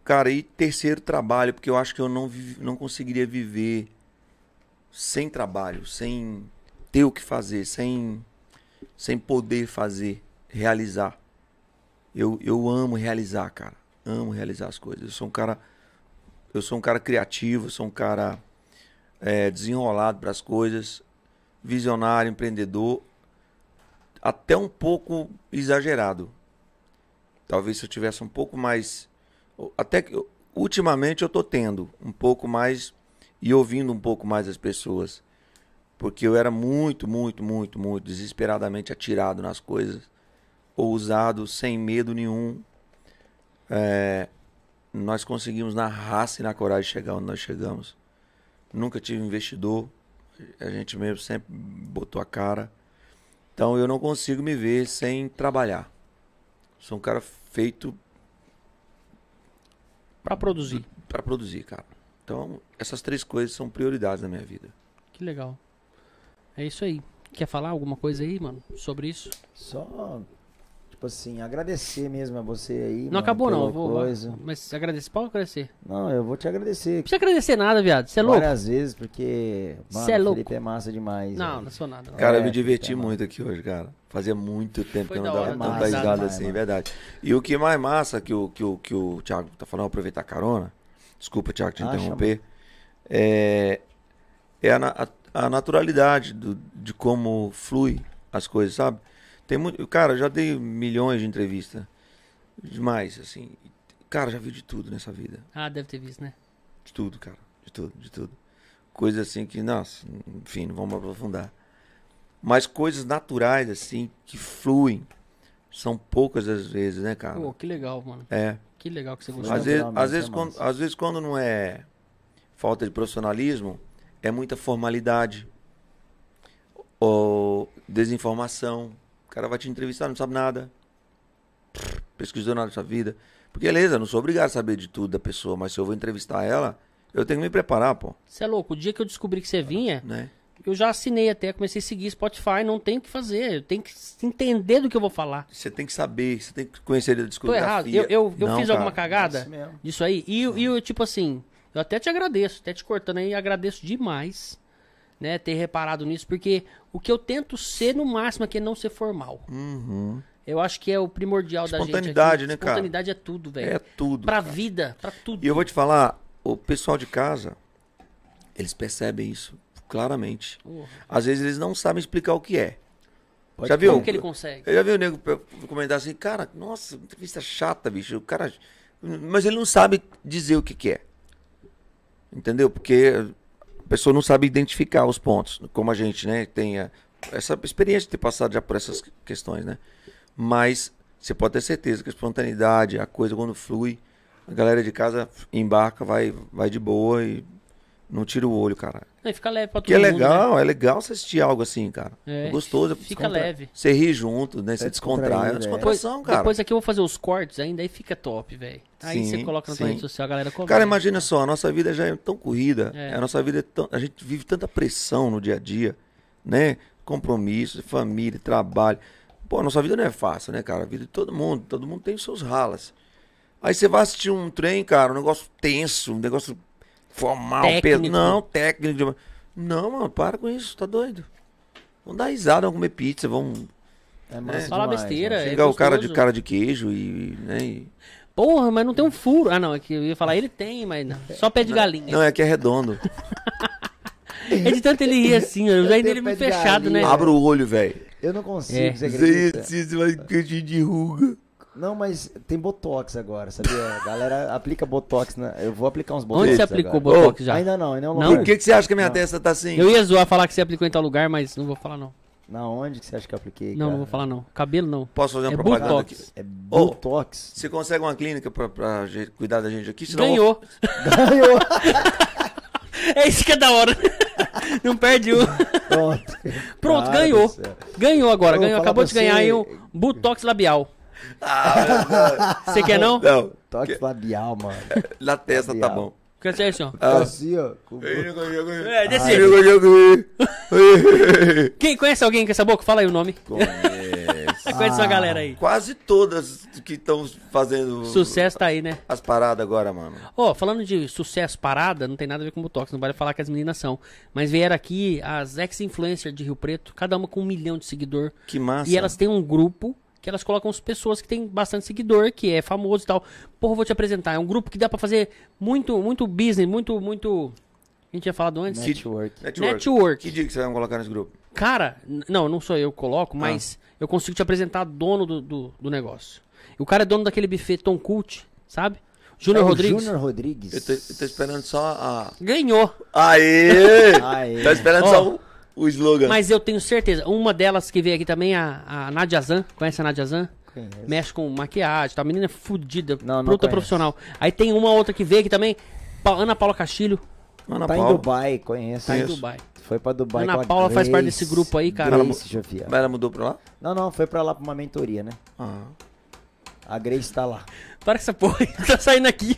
[SPEAKER 2] Cara, e terceiro trabalho, porque eu acho que eu não, vivi- não conseguiria viver sem trabalho, sem ter o que fazer, sem sem poder fazer, realizar. Eu, eu amo realizar, cara. Amo realizar as coisas. Eu sou um cara, eu sou um cara criativo, eu sou um cara é, desenrolado para as coisas, visionário, empreendedor, até um pouco exagerado. Talvez se eu tivesse um pouco mais, até que eu- ultimamente eu tô tendo um pouco mais e ouvindo um pouco mais as pessoas porque eu era muito, muito, muito, muito desesperadamente atirado nas coisas, ousado, sem medo nenhum. É, nós conseguimos na raça e na coragem chegar onde nós chegamos. Nunca tive investidor, a gente mesmo sempre botou a cara. Então eu não consigo me ver sem trabalhar. Sou um cara feito
[SPEAKER 1] pra produzir.
[SPEAKER 2] para produzir, cara. Então essas três coisas são prioridades na minha vida.
[SPEAKER 1] Que legal. É isso aí. Quer falar alguma coisa aí, mano, sobre isso?
[SPEAKER 3] Só, tipo assim, agradecer mesmo a você aí.
[SPEAKER 1] Não
[SPEAKER 3] mano,
[SPEAKER 1] acabou não,
[SPEAKER 3] pela
[SPEAKER 1] eu vou.
[SPEAKER 3] Coisa.
[SPEAKER 1] Mas agradecer, pode agradecer. Não
[SPEAKER 3] Não, eu vou te agradecer
[SPEAKER 1] precisa agradecer nada, viado. Você é louco?
[SPEAKER 3] várias vezes, porque. Mano,
[SPEAKER 1] Cê é louco.
[SPEAKER 3] Felipe é massa demais.
[SPEAKER 1] Não,
[SPEAKER 3] velho.
[SPEAKER 1] não sou nada. não.
[SPEAKER 2] Cara, eu
[SPEAKER 3] É,
[SPEAKER 2] me diverti
[SPEAKER 3] tá bom.
[SPEAKER 2] muito aqui hoje, cara. Fazia muito tempo
[SPEAKER 1] Foi
[SPEAKER 2] que eu
[SPEAKER 1] da
[SPEAKER 2] não dava
[SPEAKER 1] hora, né?
[SPEAKER 2] tanta
[SPEAKER 3] massa,
[SPEAKER 2] risada
[SPEAKER 3] demais,
[SPEAKER 2] assim,
[SPEAKER 3] mano.
[SPEAKER 2] verdade. E o que mais massa que o, que o, que o Thiago tá falando, aproveitar a carona, desculpa, Thiago, te
[SPEAKER 3] Ah,
[SPEAKER 2] interromper, é, é a, na- a- a naturalidade do- de como flui as coisas, sabe? Tem muito, cara, eu já dei milhões de entrevistas, demais, assim. Cara, já vi de tudo nessa vida.
[SPEAKER 1] Ah, deve ter visto, né?
[SPEAKER 2] De tudo, cara. De tudo, de tudo. Coisa assim que, nossa, enfim, não vamos aprofundar. Mas coisas naturais, assim, que fluem. São poucas as vezes, né, cara?
[SPEAKER 1] Pô, que legal, mano.
[SPEAKER 2] É.
[SPEAKER 1] Que legal que você gostou.
[SPEAKER 2] Às vezes,
[SPEAKER 3] naturalmente,
[SPEAKER 2] às, vezes
[SPEAKER 3] é
[SPEAKER 2] quando,
[SPEAKER 3] massa.
[SPEAKER 2] às vezes, quando não é falta de profissionalismo, é muita formalidade. Ou desinformação. O cara vai te entrevistar, não sabe nada. Pesquisou nada da sua vida. Porque, beleza, eu não sou obrigado a saber de tudo da pessoa, mas se eu vou entrevistar ela, eu tenho que me preparar, pô.
[SPEAKER 1] Você é louco, o dia que eu descobri que você vinha,
[SPEAKER 2] né?
[SPEAKER 1] eu já assinei até, comecei a seguir Spotify, não tenho o que fazer, eu tenho que entender do que eu vou falar.
[SPEAKER 2] Você tem que saber, você tem que conhecer a
[SPEAKER 1] Tô
[SPEAKER 2] discografia.
[SPEAKER 1] errado, eu, eu, eu
[SPEAKER 2] Não,
[SPEAKER 1] fiz
[SPEAKER 2] cara.
[SPEAKER 1] alguma cagada
[SPEAKER 3] É Isso mesmo.
[SPEAKER 1] disso aí, e, eu- e eu, tipo assim, eu até te agradeço, até te cortando aí, agradeço demais, né, ter reparado nisso, porque o que eu tento ser no máximo aqui é não ser formal. Eu acho que é o primordial da gente aqui.
[SPEAKER 2] Uhum. Espontaneidade, né, cara?
[SPEAKER 1] Espontaneidade é tudo, velho.
[SPEAKER 2] É tudo.
[SPEAKER 1] Pra
[SPEAKER 2] cara.
[SPEAKER 1] vida, pra tudo.
[SPEAKER 2] E eu vou te falar, o pessoal de casa, eles percebem isso claramente.
[SPEAKER 1] Porra.
[SPEAKER 2] Às vezes eles não sabem explicar o que é.
[SPEAKER 3] Pode
[SPEAKER 2] já
[SPEAKER 3] crer.
[SPEAKER 2] viu?
[SPEAKER 1] Como que ele consegue?
[SPEAKER 2] Eu já vi o nego pe- comentar assim, cara, nossa, entrevista chata, bicho. O cara. Mas ele não sabe dizer o que, que é. Entendeu? Porque a pessoa não sabe identificar os pontos. Como a gente, né, tem a- essa experiência de ter passado já por essas questões, né? Mas você pode ter certeza que a espontaneidade, a coisa quando flui, a galera de casa embarca, vai, vai de boa e não tira o olho, cara.
[SPEAKER 1] Não, e fica leve pra todo
[SPEAKER 2] Que é
[SPEAKER 1] mundo, né?
[SPEAKER 2] legal, é legal você assistir algo assim, cara.
[SPEAKER 1] É,
[SPEAKER 2] É, gostoso.
[SPEAKER 1] fica
[SPEAKER 2] descontra-
[SPEAKER 1] leve.
[SPEAKER 2] Você ri junto, né? Você
[SPEAKER 3] É
[SPEAKER 2] descontrai. É uma
[SPEAKER 3] descontraído, é.
[SPEAKER 1] Depois,
[SPEAKER 2] descontração, cara.
[SPEAKER 1] depois aqui eu vou fazer os cortes ainda, aí fica top, velho. Aí
[SPEAKER 2] Sim,
[SPEAKER 1] você coloca na sua
[SPEAKER 2] sim.
[SPEAKER 1] rede social, a galera comenta.
[SPEAKER 2] Cara, imagina só, a nossa vida já é tão corrida.
[SPEAKER 1] É.
[SPEAKER 2] A nossa vida é tão. A gente vive tanta pressão no dia a dia, né? Compromisso, família, trabalho. Pô, a nossa vida não é fácil, né, cara? A vida de todo mundo. Todo mundo tem os seus ralas. Aí você vai assistir um trem, cara, um negócio tenso, um negócio formal,
[SPEAKER 1] Técnico.
[SPEAKER 2] peso. Não, técnico. demais. Não, mano, para com isso, tá doido. Vamos dar risada, vamos comer pizza, vamos
[SPEAKER 3] É massa
[SPEAKER 1] Fala
[SPEAKER 3] demais,
[SPEAKER 1] besteira,
[SPEAKER 3] mano.
[SPEAKER 1] é
[SPEAKER 2] xingar o cara de
[SPEAKER 1] gostoso.
[SPEAKER 2] cara de queijo e. Né, e-
[SPEAKER 1] Porra, mas não tem um furo. Ah, não, é que eu ia falar, ele tem, mas não. Só pé de galinha.
[SPEAKER 2] Não, é que é redondo.
[SPEAKER 1] É de tanto ele ir assim, ó, eu ainda
[SPEAKER 3] tenho
[SPEAKER 1] ele meio
[SPEAKER 3] pé de
[SPEAKER 1] fechado, né?
[SPEAKER 3] galinha.
[SPEAKER 2] Abra o olho, velho.
[SPEAKER 3] Eu não consigo,
[SPEAKER 1] É.
[SPEAKER 3] você acredita?
[SPEAKER 2] Você vai cantinho de ruga.
[SPEAKER 3] Não, mas tem Botox agora, sabia? A galera aplica Botox, né? Eu vou aplicar uns Botox
[SPEAKER 1] Onde você
[SPEAKER 3] agora.
[SPEAKER 1] aplicou o Botox já?
[SPEAKER 3] Ainda não, ainda não.
[SPEAKER 1] Não?
[SPEAKER 2] Por que, que você acha que a minha testa tá assim?
[SPEAKER 1] Eu ia zoar falar que você aplicou em tal lugar, mas não vou falar não.
[SPEAKER 3] Na onde que você acha que eu apliquei,
[SPEAKER 1] Não,
[SPEAKER 3] cara?
[SPEAKER 1] não vou falar Oh. não. Cabelo não.
[SPEAKER 2] Posso fazer uma
[SPEAKER 1] É
[SPEAKER 2] propaganda
[SPEAKER 1] Botox.
[SPEAKER 2] aqui?
[SPEAKER 3] É
[SPEAKER 2] Ô.
[SPEAKER 3] Botox.
[SPEAKER 2] Você consegue uma clínica pra, pra gente- cuidar da gente aqui? Senão
[SPEAKER 1] Ganhou.
[SPEAKER 3] Ganhou.
[SPEAKER 1] É isso que é da hora. Não perde um.
[SPEAKER 3] Pronto.
[SPEAKER 1] Pronto,
[SPEAKER 3] Cara do
[SPEAKER 1] ganhou.
[SPEAKER 3] céu.
[SPEAKER 1] Ganhou agora,
[SPEAKER 3] Eu vou
[SPEAKER 1] ganhou.
[SPEAKER 3] falar
[SPEAKER 1] Acabou
[SPEAKER 3] pra
[SPEAKER 1] de ganhar aí
[SPEAKER 3] você-
[SPEAKER 1] um Botox labial.
[SPEAKER 3] Ah,
[SPEAKER 1] Você quer não?
[SPEAKER 2] Ah, Não,
[SPEAKER 3] Toque
[SPEAKER 2] que-
[SPEAKER 3] labial, mano.
[SPEAKER 2] na testa tá
[SPEAKER 3] Labial.
[SPEAKER 2] bom.
[SPEAKER 1] Quer dizer assim, ó.
[SPEAKER 2] Ah.
[SPEAKER 3] Assim, ó. com-
[SPEAKER 1] É, desse jeito. Quem conhece alguém com essa boca? Fala aí o nome. Conhece. conhece uma galera aí.
[SPEAKER 2] Quase todas que estão fazendo
[SPEAKER 3] Ah.
[SPEAKER 1] Sucesso tá aí, né?
[SPEAKER 2] as paradas agora, mano.
[SPEAKER 1] Ó, falando de sucesso parada, não tem nada a ver com Botox, não vale falar que as meninas são. Mas vieram aqui as ex-influencers de Rio Preto, cada uma com um milhão de seguidor.
[SPEAKER 2] Que massa.
[SPEAKER 1] E elas têm um grupo que elas colocam as pessoas que têm bastante seguidor, que é famoso e tal. Porra, eu vou te apresentar. É um grupo que dá pra fazer muito, muito business, muito, muito. A gente tinha falado antes.
[SPEAKER 3] Network.
[SPEAKER 2] Network.
[SPEAKER 1] Network.
[SPEAKER 2] Que dia que você vai colocar nesse grupo?
[SPEAKER 1] Cara, n- não, não sou eu que coloco, mas eu consigo te apresentar dono do, do, do negócio. O cara é dono daquele buffet Tom Cult, sabe? Júnior
[SPEAKER 3] É o
[SPEAKER 1] Rodrigues.
[SPEAKER 3] Júnior Rodrigues.
[SPEAKER 2] Eu tô, eu tô esperando só a.
[SPEAKER 1] Ganhou.
[SPEAKER 2] Aê!
[SPEAKER 3] Aê.
[SPEAKER 2] Tô esperando
[SPEAKER 1] Ó.
[SPEAKER 2] só o, o slogan.
[SPEAKER 1] Mas eu tenho certeza. Uma delas que veio aqui também, a, a Nadia Zan. Conhece a Nadia Zan?
[SPEAKER 3] Conheço.
[SPEAKER 1] Mexe com maquiagem, tá? Menina fudida,
[SPEAKER 3] Não, não
[SPEAKER 1] bruta
[SPEAKER 3] conheço.
[SPEAKER 1] profissional. Aí tem uma outra que veio aqui também, Pa- Ana Paula Castilho,
[SPEAKER 2] Ana
[SPEAKER 3] Tá em
[SPEAKER 2] Paula.
[SPEAKER 3] Dubai, conheço.
[SPEAKER 1] tá em Dubai.
[SPEAKER 3] Foi pra Dubai
[SPEAKER 1] Ana
[SPEAKER 3] com a
[SPEAKER 1] Paula faz parte
[SPEAKER 3] Grace.
[SPEAKER 1] desse grupo aí, cara.
[SPEAKER 3] Grace, Jovial.
[SPEAKER 2] Mas Ela mudou pra lá?
[SPEAKER 3] Não, não, foi pra lá pra uma mentoria, né?
[SPEAKER 2] Ah.
[SPEAKER 3] A Grace tá lá.
[SPEAKER 1] Para com essa porra, aí, tá saindo aqui.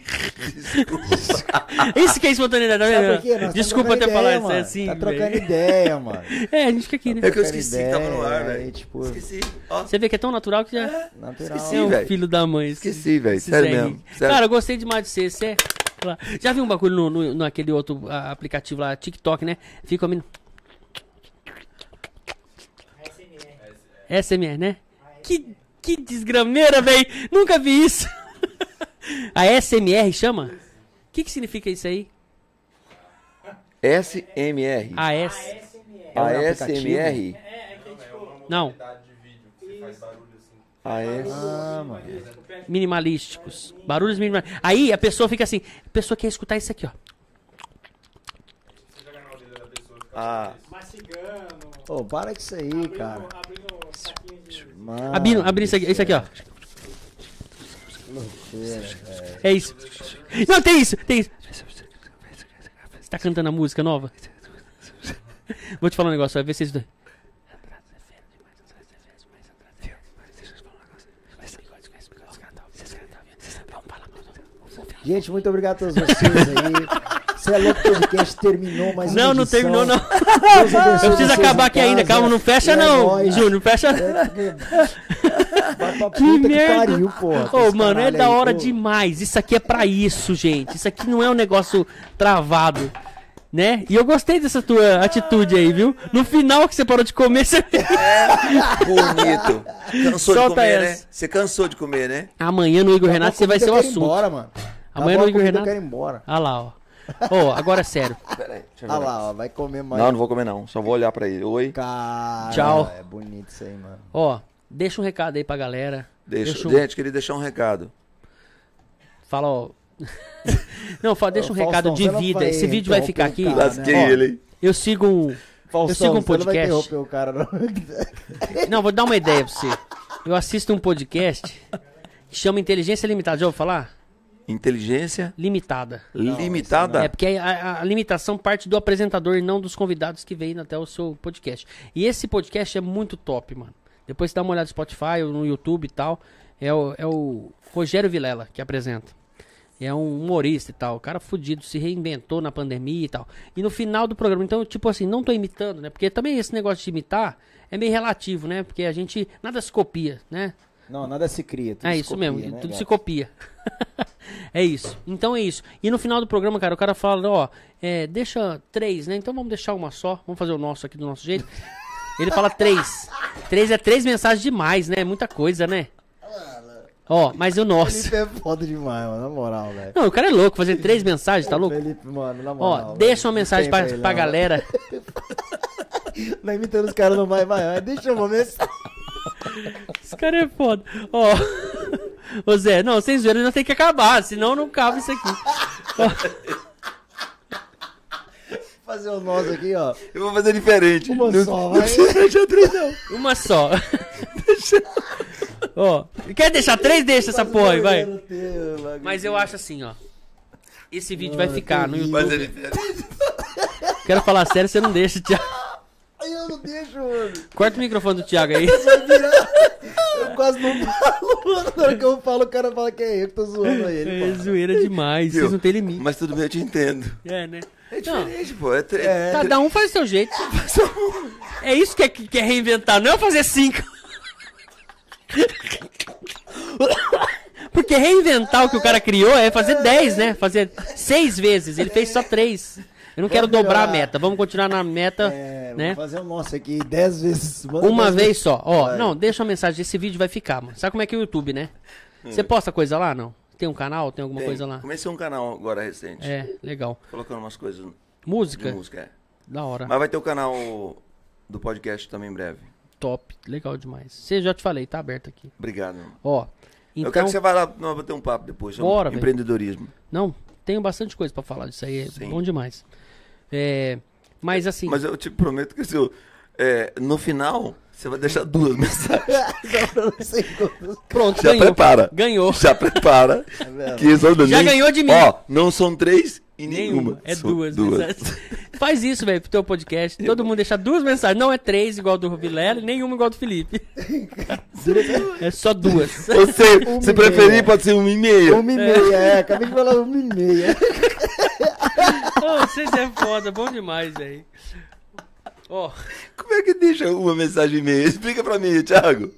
[SPEAKER 1] isso que é espontaneidade, tá
[SPEAKER 3] Sabe por
[SPEAKER 1] vendo?
[SPEAKER 3] quê? Nós tá
[SPEAKER 1] Desculpa
[SPEAKER 3] trocando
[SPEAKER 1] ter falado
[SPEAKER 3] ideia,
[SPEAKER 1] isso, é
[SPEAKER 3] mano.
[SPEAKER 1] assim,
[SPEAKER 3] Tá
[SPEAKER 1] velho.
[SPEAKER 3] trocando ideia, mano.
[SPEAKER 1] É, a gente fica aqui, né?
[SPEAKER 2] É que eu
[SPEAKER 3] Trocando
[SPEAKER 2] esqueci que tava no ar,
[SPEAKER 3] ideia,
[SPEAKER 2] velho.
[SPEAKER 3] aí, tipo-
[SPEAKER 2] Esqueci. Ó,
[SPEAKER 1] Você vê que é tão natural que já
[SPEAKER 3] Natural.
[SPEAKER 2] Esqueci,
[SPEAKER 1] é um
[SPEAKER 2] velho.
[SPEAKER 1] filho da mãe. esse-
[SPEAKER 2] esqueci, velho.
[SPEAKER 1] esse
[SPEAKER 2] Sério
[SPEAKER 1] Zeguinho.
[SPEAKER 2] mesmo. Sério.
[SPEAKER 1] Cara, eu gostei demais de você. Você é- Já viu um bagulho no, no- naquele outro ah, aplicativo lá, TikTok, né? Fica a menina. SMR, né? Que, que desgrameira, velho! Nunca vi isso! A SMR chama? O que, que significa isso aí?
[SPEAKER 2] SMR.
[SPEAKER 1] A S.
[SPEAKER 3] É um
[SPEAKER 2] A
[SPEAKER 3] aplicativo?
[SPEAKER 2] SMR.
[SPEAKER 1] Não,
[SPEAKER 2] A S.
[SPEAKER 3] Ah, mano.
[SPEAKER 1] minimalísticos. Barulhos minimalísticos. Aí a pessoa fica assim, a pessoa quer escutar isso aqui, ó.
[SPEAKER 2] Ah.
[SPEAKER 3] Ô, para com isso aí, cara.
[SPEAKER 2] Ah,
[SPEAKER 3] Mano,
[SPEAKER 1] Abrindo, abrindo isso aqui, isso aqui, ó. É isso. Não, tem isso, tem isso. Você tá cantando a música nova? Vou te falar um negócio, vai ver se isso. daí.
[SPEAKER 3] Gente, muito obrigado a todos vocês aí. Você é louco, o podcast terminou, mas.
[SPEAKER 1] Não, não terminou, não.
[SPEAKER 3] Deus abençoe
[SPEAKER 1] Eu preciso
[SPEAKER 3] vocês
[SPEAKER 1] acabar
[SPEAKER 3] em
[SPEAKER 1] aqui ainda,
[SPEAKER 3] casa.
[SPEAKER 1] calma, não fecha
[SPEAKER 3] É
[SPEAKER 1] não,
[SPEAKER 3] nóis.
[SPEAKER 1] Júnior, não fecha.
[SPEAKER 3] É, porque- Vai pra puta
[SPEAKER 1] Que
[SPEAKER 3] que
[SPEAKER 1] merda!
[SPEAKER 3] pariu, porra.
[SPEAKER 1] Ô,
[SPEAKER 3] Esse
[SPEAKER 1] mano, é
[SPEAKER 3] caralho
[SPEAKER 1] da
[SPEAKER 3] aí,
[SPEAKER 1] hora
[SPEAKER 3] pô.
[SPEAKER 1] demais. Isso aqui é pra isso, gente. Isso aqui não é um negócio travado. Né? E eu gostei dessa tua atitude aí, viu? No final que você parou de comer, você...
[SPEAKER 2] Bonito. Cansou de
[SPEAKER 1] Solta
[SPEAKER 2] comer, né?
[SPEAKER 1] essa.
[SPEAKER 2] Você cansou de comer, né?
[SPEAKER 1] Amanhã no Igor Renato você vai ser o
[SPEAKER 3] Eu quero ir
[SPEAKER 1] assunto.
[SPEAKER 3] Embora, mano.
[SPEAKER 1] Amanhã no
[SPEAKER 3] Acabou a
[SPEAKER 1] Igor
[SPEAKER 3] comida,
[SPEAKER 1] Renato.
[SPEAKER 3] Eu quero ir embora.
[SPEAKER 1] Ah lá, ó. Ô, agora é sério.
[SPEAKER 2] Pera aí. Deixa eu ver.
[SPEAKER 3] Olha Ah lá, ó, vai comer mais.
[SPEAKER 2] Não, não vou comer, não. Só vou olhar pra ele. Oi.
[SPEAKER 3] Cara,
[SPEAKER 1] Tchau.
[SPEAKER 3] É bonito isso aí, mano.
[SPEAKER 1] Ó, deixa um recado aí pra galera.
[SPEAKER 2] Deixa,
[SPEAKER 1] um-
[SPEAKER 2] Gente, queria deixar um recado.
[SPEAKER 1] Fala, ó. não, fala, deixa um
[SPEAKER 3] Ô, Faustão,
[SPEAKER 1] recado
[SPEAKER 3] você
[SPEAKER 1] de
[SPEAKER 3] não
[SPEAKER 1] vida.
[SPEAKER 3] vai
[SPEAKER 1] Esse vídeo vai ficar
[SPEAKER 3] interromper o
[SPEAKER 1] aqui.
[SPEAKER 3] cara, né?
[SPEAKER 2] Lasquei
[SPEAKER 3] Ó,
[SPEAKER 2] ele, hein?
[SPEAKER 1] Eu sigo um... eu sigo um
[SPEAKER 3] você não vai
[SPEAKER 1] podcast.
[SPEAKER 3] interromper o cara, não.
[SPEAKER 1] Não, vou dar uma ideia pra você. Eu assisto um podcast que chama Inteligência Limitada. Já ouviu falar?
[SPEAKER 2] Inteligência
[SPEAKER 1] Limitada.
[SPEAKER 2] limitada.
[SPEAKER 1] É, porque a, a- a limitação parte do apresentador e não dos convidados que vêm até o seu podcast. E esse podcast é muito top, mano. Depois você dá uma olhada no Spotify ou no YouTube e tal. É o, é o Rogério Vilela que apresenta. É um humorista e tal. O cara fudido, se reinventou na pandemia e tal. E no final do programa, então, tipo assim, não tô imitando, né? Porque também esse negócio de imitar é meio relativo, né? Porque a gente. Nada se copia, né?
[SPEAKER 3] Não, nada se cria. Tudo
[SPEAKER 1] É
[SPEAKER 3] se
[SPEAKER 1] isso
[SPEAKER 3] copia,
[SPEAKER 1] mesmo,
[SPEAKER 3] né,
[SPEAKER 1] tudo se
[SPEAKER 3] gato?
[SPEAKER 1] copia. é isso. Então é isso. E no final do programa, cara, o cara fala, ó, é, deixa três, né? Então vamos deixar uma só, vamos fazer o nosso aqui do nosso jeito. Ele fala três. Três é três mensagens demais, né? É Muita coisa, né? Ó, mas e o nosso?
[SPEAKER 3] Felipe é foda demais, mano. Na moral, velho.
[SPEAKER 1] Não, o cara é louco, fazer três mensagens, tá louco?
[SPEAKER 3] Felipe, mano, na moral.
[SPEAKER 1] Ó,
[SPEAKER 3] velho.
[SPEAKER 1] deixa uma
[SPEAKER 3] Não
[SPEAKER 1] mensagem
[SPEAKER 3] tem né?
[SPEAKER 1] pra,
[SPEAKER 3] ele,
[SPEAKER 1] pra
[SPEAKER 3] não.
[SPEAKER 1] galera.
[SPEAKER 3] Não imitando os caras não vai, vai. vai. Deixa uma mensagem.
[SPEAKER 1] Esse cara é foda. Ó. Ô Zé, não, vocês viram, já tem que acabar, senão não cabe isso aqui.
[SPEAKER 3] fazer o nosso aqui, ó.
[SPEAKER 2] Eu vou fazer diferente.
[SPEAKER 3] Uma
[SPEAKER 2] não,
[SPEAKER 3] só,
[SPEAKER 2] não
[SPEAKER 3] vai.
[SPEAKER 2] precisa deixar três, não.
[SPEAKER 1] Uma só. Ó, quer deixar três? Deixa essa porra aí, vai. Mas eu acho assim, ó. Esse vídeo vai ficar no YouTube.
[SPEAKER 2] Fazer diferente.
[SPEAKER 1] Quero falar sério, você não deixa, Thiago.
[SPEAKER 3] Eu não deixo, mano.
[SPEAKER 1] Corta o microfone do Thiago aí.
[SPEAKER 3] Vai virar. Eu quase não falo, mano. Na hora que eu falo, o cara fala que é eu que tô zoando ele,
[SPEAKER 1] É
[SPEAKER 3] mano.
[SPEAKER 1] zoeira demais, vocês não têm limite.
[SPEAKER 2] Mas tudo bem, eu te entendo.
[SPEAKER 1] É, né?
[SPEAKER 2] É
[SPEAKER 1] Não,
[SPEAKER 2] diferente, pô. É, tre-
[SPEAKER 1] Cada um faz o seu jeito. É isso que é, que é reinventar, não é fazer cinco. Porque reinventar o que o cara criou é fazer dez, né? Fazer seis vezes. Ele fez só três. Eu não quero
[SPEAKER 3] Vamos
[SPEAKER 1] dobrar a
[SPEAKER 3] melhorar.
[SPEAKER 1] meta. Vamos continuar na meta,
[SPEAKER 3] É, vamos
[SPEAKER 1] né?
[SPEAKER 3] fazer o nosso aqui dez vezes. Manda
[SPEAKER 1] Uma
[SPEAKER 3] dez
[SPEAKER 1] vez só. Ó,
[SPEAKER 3] Vai.
[SPEAKER 1] não, deixa uma mensagem. Esse vídeo vai ficar, mano. Sabe como é que é o YouTube, né? Você
[SPEAKER 3] Hum.
[SPEAKER 1] posta coisa lá, não? Tem um canal? Tem alguma
[SPEAKER 2] tem.
[SPEAKER 1] coisa lá?
[SPEAKER 2] Comecei um canal agora recente.
[SPEAKER 1] É, legal.
[SPEAKER 2] Colocando umas coisas de
[SPEAKER 1] Música?
[SPEAKER 2] música. é.
[SPEAKER 1] Da hora.
[SPEAKER 2] Mas vai ter o canal do podcast também em breve.
[SPEAKER 1] Top. Legal demais. Você já te falei, tá aberto aqui.
[SPEAKER 2] Obrigado, irmão.
[SPEAKER 1] Ó,
[SPEAKER 2] eu quero
[SPEAKER 1] então...
[SPEAKER 2] que você vá lá, nós bater um papo depois. sobre
[SPEAKER 1] Bora, velho.
[SPEAKER 2] empreendedorismo.
[SPEAKER 1] Não, tenho bastante coisa pra falar disso aí. É
[SPEAKER 2] Sim.
[SPEAKER 1] bom demais. É... Mas assim...
[SPEAKER 2] Mas eu te prometo que se eu- é, no final, você vai deixar duas mensagens.
[SPEAKER 3] pra não sei quantos.
[SPEAKER 1] Pronto,
[SPEAKER 2] Já
[SPEAKER 1] ganhou.
[SPEAKER 2] prepara.
[SPEAKER 1] Ganhou.
[SPEAKER 2] Já prepara.
[SPEAKER 3] vendo?
[SPEAKER 2] que são
[SPEAKER 1] Já
[SPEAKER 2] nem-
[SPEAKER 1] ganhou de mim.
[SPEAKER 2] Ó, não são três e nenhuma.
[SPEAKER 1] Nenhuma. É
[SPEAKER 2] São
[SPEAKER 1] duas, mensagens. Faz isso, velho, pro teu podcast. Todo mundo deixar duas mensagens. Não é três igual do Vilela, e nenhuma igual do Felipe. é só duas.
[SPEAKER 2] Ou seja,
[SPEAKER 1] Um
[SPEAKER 3] Uma
[SPEAKER 2] se
[SPEAKER 3] e
[SPEAKER 2] preferir,
[SPEAKER 3] meia.
[SPEAKER 2] pode ser um uma e meia.
[SPEAKER 3] Uma e meia, é. Acabei de falar uma e meia.
[SPEAKER 1] Ô, vocês é foda, bom demais, velho. Ó,
[SPEAKER 2] Como é que deixa uma mensagem e meia? Explica pra mim, Thiago.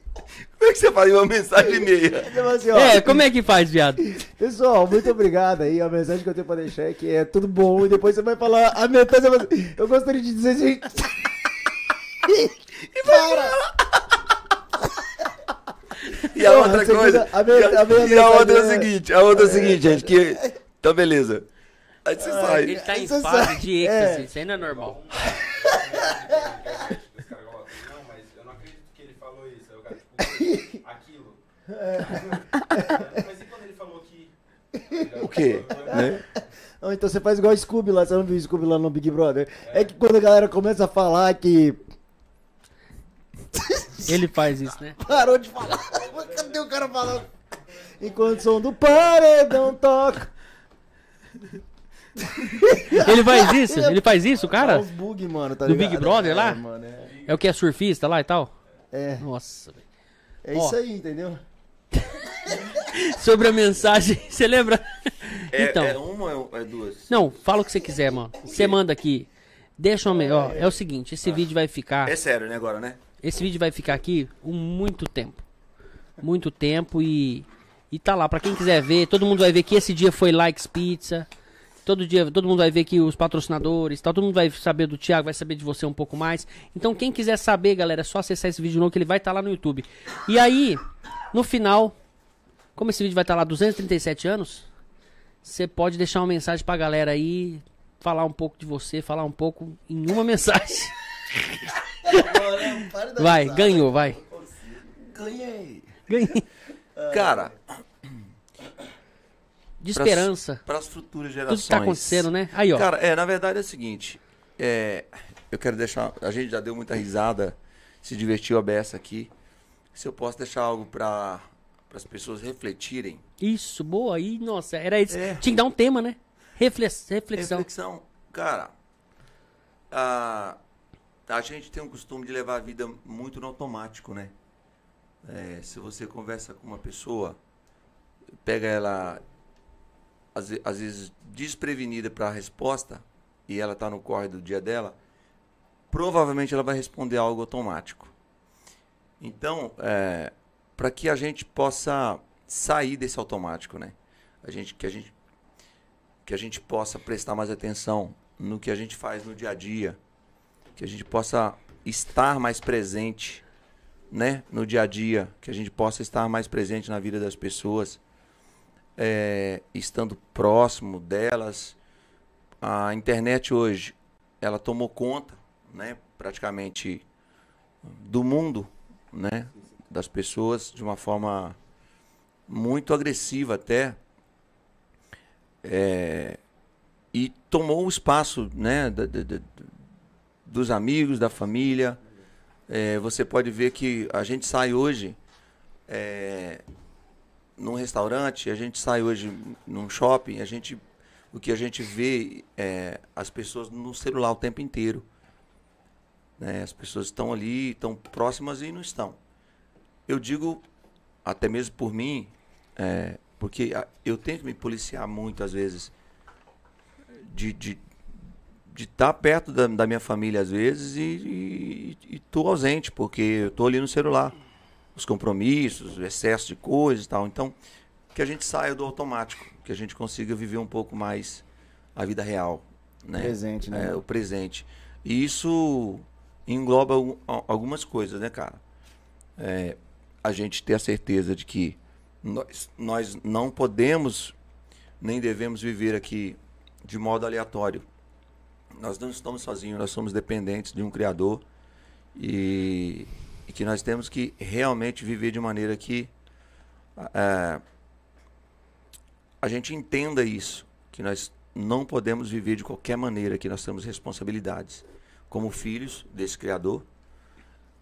[SPEAKER 2] Como é que você faz uma mensagem e meia?
[SPEAKER 3] Então, assim, ó,
[SPEAKER 1] é, como é que faz, viado?
[SPEAKER 3] Pessoal, muito obrigado aí. A mensagem que eu tenho pra deixar é que é tudo bom. E depois você vai falar a metade. você vai dizer, Eu gostaria de dizer gente. E para!
[SPEAKER 2] E a
[SPEAKER 3] Não,
[SPEAKER 2] outra
[SPEAKER 3] a segunda-
[SPEAKER 2] coisa.
[SPEAKER 3] a minha-
[SPEAKER 2] e a-
[SPEAKER 3] a minha
[SPEAKER 2] e a outra é o
[SPEAKER 3] mensagem é-
[SPEAKER 2] seguinte, a outra é o seguinte, gente, que. Então beleza. Aí você
[SPEAKER 1] Ele
[SPEAKER 2] sai.
[SPEAKER 1] tá em
[SPEAKER 3] Isso
[SPEAKER 1] fase
[SPEAKER 3] sai.
[SPEAKER 1] de êxtase, isso aí não é normal.
[SPEAKER 10] Esse cara fala, não, mas eu não acredito que ele falou isso. Aí o cara, tipo, aquilo.
[SPEAKER 3] É.
[SPEAKER 10] mas e quando ele falou que.
[SPEAKER 2] O quê? Né?
[SPEAKER 3] Ou então você faz igual o Scooby lá. Você não viu o Scooby lá no Big Brother? É que quando a galera começa a falar que
[SPEAKER 1] Ele faz isso, né?
[SPEAKER 3] parou de falar. Cadê o cara falando? Enquanto o som do paredão toca.
[SPEAKER 1] Ele faz isso? Ele faz isso,
[SPEAKER 3] Dá
[SPEAKER 1] cara?
[SPEAKER 3] uns bug, mano, tá
[SPEAKER 1] do
[SPEAKER 3] ligado?
[SPEAKER 1] Big Brother
[SPEAKER 3] É,
[SPEAKER 1] lá?
[SPEAKER 3] mano, é.
[SPEAKER 1] É o que é surfista lá e tal?
[SPEAKER 3] É,
[SPEAKER 1] Nossa, velho.
[SPEAKER 3] é
[SPEAKER 1] Ó.
[SPEAKER 3] isso aí, entendeu?
[SPEAKER 1] Sobre a mensagem, você lembra?
[SPEAKER 2] É,
[SPEAKER 1] então.
[SPEAKER 2] é uma ou é duas?
[SPEAKER 1] Não, fala o que você quiser, mano. Você manda aqui. Deixa uma. me- Ó, é o seguinte, esse vídeo vai ficar.
[SPEAKER 2] É sério, né, agora, né?
[SPEAKER 1] Esse vídeo vai ficar aqui um muito tempo. Muito tempo e. E tá lá, pra quem quiser ver, todo mundo vai ver que esse dia foi Likes Pizza. Todo dia, todo mundo vai ver que os patrocinadores, tal, todo mundo vai saber do Thiago, vai saber de você um pouco mais. Então quem quiser saber, galera, é só acessar esse vídeo novo que ele vai estar lá no YouTube. E aí, no final, como esse vídeo vai estar lá 237 anos, você pode deixar uma mensagem pra galera aí, falar um pouco de você, falar um pouco em uma mensagem. Vai, ganhou, vai.
[SPEAKER 3] Ganhei.
[SPEAKER 1] Ganhei.
[SPEAKER 2] Cara,
[SPEAKER 1] De esperança.
[SPEAKER 2] para as futuras
[SPEAKER 1] Tudo
[SPEAKER 2] gerações.
[SPEAKER 1] que tá acontecendo, né? Aí, ó.
[SPEAKER 2] Cara, é, na verdade é o seguinte. é, eu quero deixar. A gente já deu muita risada, se divertiu a beça aqui. Se eu posso deixar algo para as pessoas refletirem.
[SPEAKER 1] Isso, boa. Aí, nossa, era isso.
[SPEAKER 2] É.
[SPEAKER 1] Tinha que dar um tema, né? Reflex- reflexão.
[SPEAKER 2] Reflexão. Cara, a, a gente tem um costume de levar a vida muito no automático, né? É, se você conversa com uma pessoa, pega ela às, ve- às vezes desprevenida para a resposta e ela está no corre do dia dela, provavelmente ela vai responder algo automático. Então, para que a gente possa sair desse automático, né? A gente, que a gente que a gente possa prestar mais atenção no que a gente faz no dia a dia, que a gente possa estar mais presente, né, no dia a dia, que a gente possa estar mais presente na vida das pessoas, é, estando próximo delas. A internet hoje, ela tomou conta, né, praticamente do mundo, né, das pessoas de uma forma muito agressiva até. É, e tomou o espaço né, da- da- da- dos amigos, da família. É, você pode ver que a gente sai hoje é, num restaurante, a gente sai hoje num shopping, a gente, o que a gente vê é as pessoas no celular o tempo inteiro. né? As pessoas estão ali, estão próximas e não estão. Eu digo, até mesmo por mim, é, porque a- eu tento me policiar muito às vezes, de estar de, de tá perto da, da minha família às vezes e, e, e tô ausente, porque eu tô ali no celular. Os compromissos, o excesso de coisas e tal. Então, que a gente saia do automático, que a gente consiga viver um pouco mais a vida real. Né?
[SPEAKER 3] Presente, né?
[SPEAKER 2] É, o presente. E isso engloba algu- al- algumas coisas, né, cara? É, a gente ter a certeza de que nós, nós não podemos nem devemos viver aqui de modo aleatório. Nós não estamos sozinhos, nós somos dependentes de um Criador e, e que nós temos que realmente viver de maneira que ah, a gente entenda isso, que nós não podemos viver de qualquer maneira, que nós temos responsabilidades como filhos desse Criador,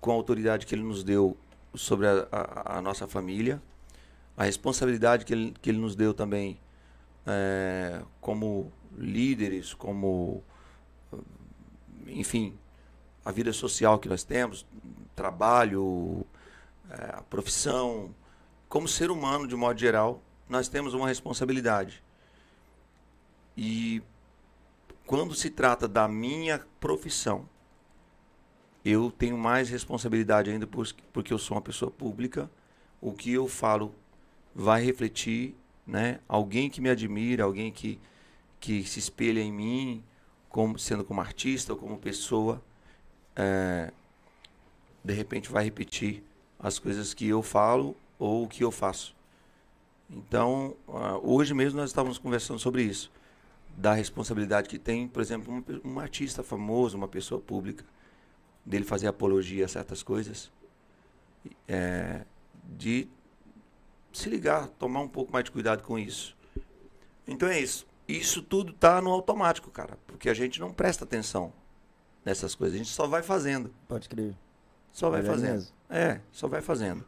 [SPEAKER 2] com a autoridade que Ele nos deu sobre a, a- a nossa família, a responsabilidade que Ele, que ele nos deu também eh, como líderes, como, enfim, a vida social que nós temos, trabalho, eh, a profissão, como ser humano de modo geral, nós temos uma responsabilidade. E quando se trata da minha profissão, eu tenho mais responsabilidade ainda por- porque eu sou uma pessoa pública. O que eu falo vai refletir, né? Alguém que me admira, alguém que, que se espelha em mim, como, sendo como artista ou como pessoa, eh, de repente vai repetir as coisas que eu falo ou o que eu faço. Então, ah, hoje mesmo nós estávamos conversando sobre isso, da responsabilidade que tem, por exemplo, um, pe- um artista famoso, uma pessoa pública, dele fazer apologia a certas coisas, eh, de se ligar, tomar um pouco mais de cuidado com isso. Então é isso. Isso tudo tá no automático, cara, porque a gente não presta atenção nessas coisas. A gente só vai fazendo,
[SPEAKER 3] Pode crer.
[SPEAKER 2] só vai
[SPEAKER 3] Verdade
[SPEAKER 2] fazendo.
[SPEAKER 3] mesmo.
[SPEAKER 2] É, só vai fazendo.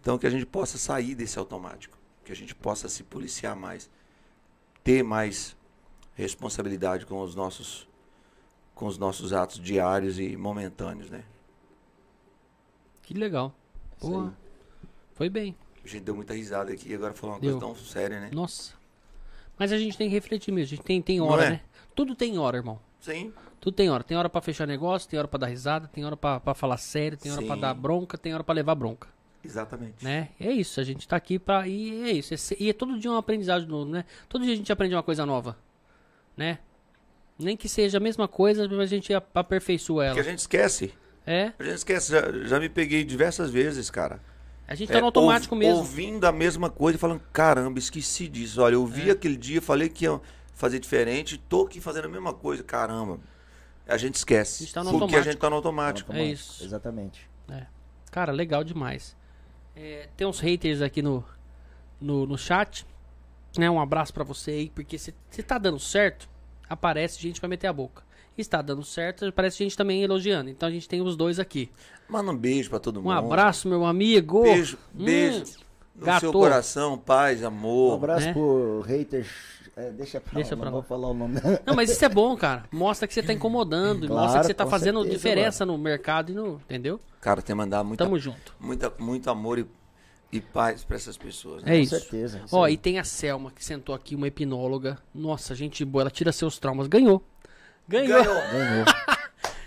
[SPEAKER 2] Então que a gente possa sair desse automático, que a gente possa se policiar mais, ter mais responsabilidade com os nossos com os nossos atos diários e momentâneos, né?
[SPEAKER 1] Que legal. Pô, foi bem.
[SPEAKER 2] A gente deu muita risada aqui e agora falou uma
[SPEAKER 1] Deu.
[SPEAKER 2] coisa tão séria, né?
[SPEAKER 1] Nossa. Mas a gente tem que refletir mesmo. A gente tem, tem
[SPEAKER 2] Não
[SPEAKER 1] hora,
[SPEAKER 2] é?
[SPEAKER 1] né? Tudo tem hora, irmão.
[SPEAKER 2] Sim.
[SPEAKER 1] Tudo tem hora. Tem hora pra fechar negócio, tem hora pra dar risada, tem hora pra pra falar sério, tem hora pra
[SPEAKER 2] Sim.
[SPEAKER 1] dar bronca, tem hora pra levar bronca.
[SPEAKER 2] Exatamente.
[SPEAKER 1] né? E É isso, a gente tá aqui pra. E é isso. é se- E é todo dia um aprendizado novo, né? Todo dia a gente aprende uma coisa nova, né? Nem que seja a mesma coisa, mas a gente a- aperfeiçoa
[SPEAKER 2] Porque
[SPEAKER 1] ela.
[SPEAKER 2] a gente esquece.
[SPEAKER 1] É,
[SPEAKER 2] A gente esquece, já, já me peguei diversas vezes, cara.
[SPEAKER 1] a gente
[SPEAKER 2] É,
[SPEAKER 1] tá no automático
[SPEAKER 2] ouv-
[SPEAKER 1] mesmo.
[SPEAKER 2] Ouvindo a mesma coisa e falando, caramba, esqueci disso. Olha, eu
[SPEAKER 1] É.
[SPEAKER 2] vi aquele dia, falei que ia fazer diferente, tô aqui fazendo a mesma coisa, caramba. A gente esquece.
[SPEAKER 1] A gente tá no
[SPEAKER 2] porque a
[SPEAKER 1] automático.
[SPEAKER 2] gente tá no automático.
[SPEAKER 1] É isso.
[SPEAKER 3] Exatamente.
[SPEAKER 1] Cara, legal demais. É, tem uns haters aqui no, no, no chat. Né? Um abraço pra você aí, porque se, se tá dando certo, aparece gente pra meter a boca. E se tá dando certo, aparece gente também elogiando. Então a gente tem os dois aqui.
[SPEAKER 2] Manda um beijo pra todo
[SPEAKER 1] Um
[SPEAKER 2] mundo.
[SPEAKER 1] abraço, meu amigo.
[SPEAKER 2] Beijo,
[SPEAKER 1] Hum,
[SPEAKER 2] beijo. no
[SPEAKER 1] gato.
[SPEAKER 2] seu coração, paz,
[SPEAKER 3] Um
[SPEAKER 2] amor.
[SPEAKER 3] abraço
[SPEAKER 1] né?
[SPEAKER 3] pro hater. é, deixa pra
[SPEAKER 1] Deixa
[SPEAKER 3] lá,
[SPEAKER 1] pra
[SPEAKER 3] não
[SPEAKER 1] lá.
[SPEAKER 3] vou falar o nome.
[SPEAKER 1] Não, mas isso é bom, cara. Mostra que você tá incomodando,
[SPEAKER 3] Claro,
[SPEAKER 1] mostra que você tá
[SPEAKER 3] com
[SPEAKER 1] fazendo
[SPEAKER 3] certeza,
[SPEAKER 1] diferença no mercado e no. Entendeu?
[SPEAKER 2] Cara, tem que mandar muita,
[SPEAKER 1] Tamo junto.
[SPEAKER 2] muita, muito amor e, e paz pra essas pessoas. né?
[SPEAKER 1] É
[SPEAKER 3] Com
[SPEAKER 1] isso.
[SPEAKER 3] certeza. isso
[SPEAKER 1] Ó,
[SPEAKER 3] aí.
[SPEAKER 1] e tem a Selma que sentou aqui, uma hipnóloga. Nossa, gente boa, ela tira seus traumas. Ganhou. Ganhou.
[SPEAKER 3] Ganhou.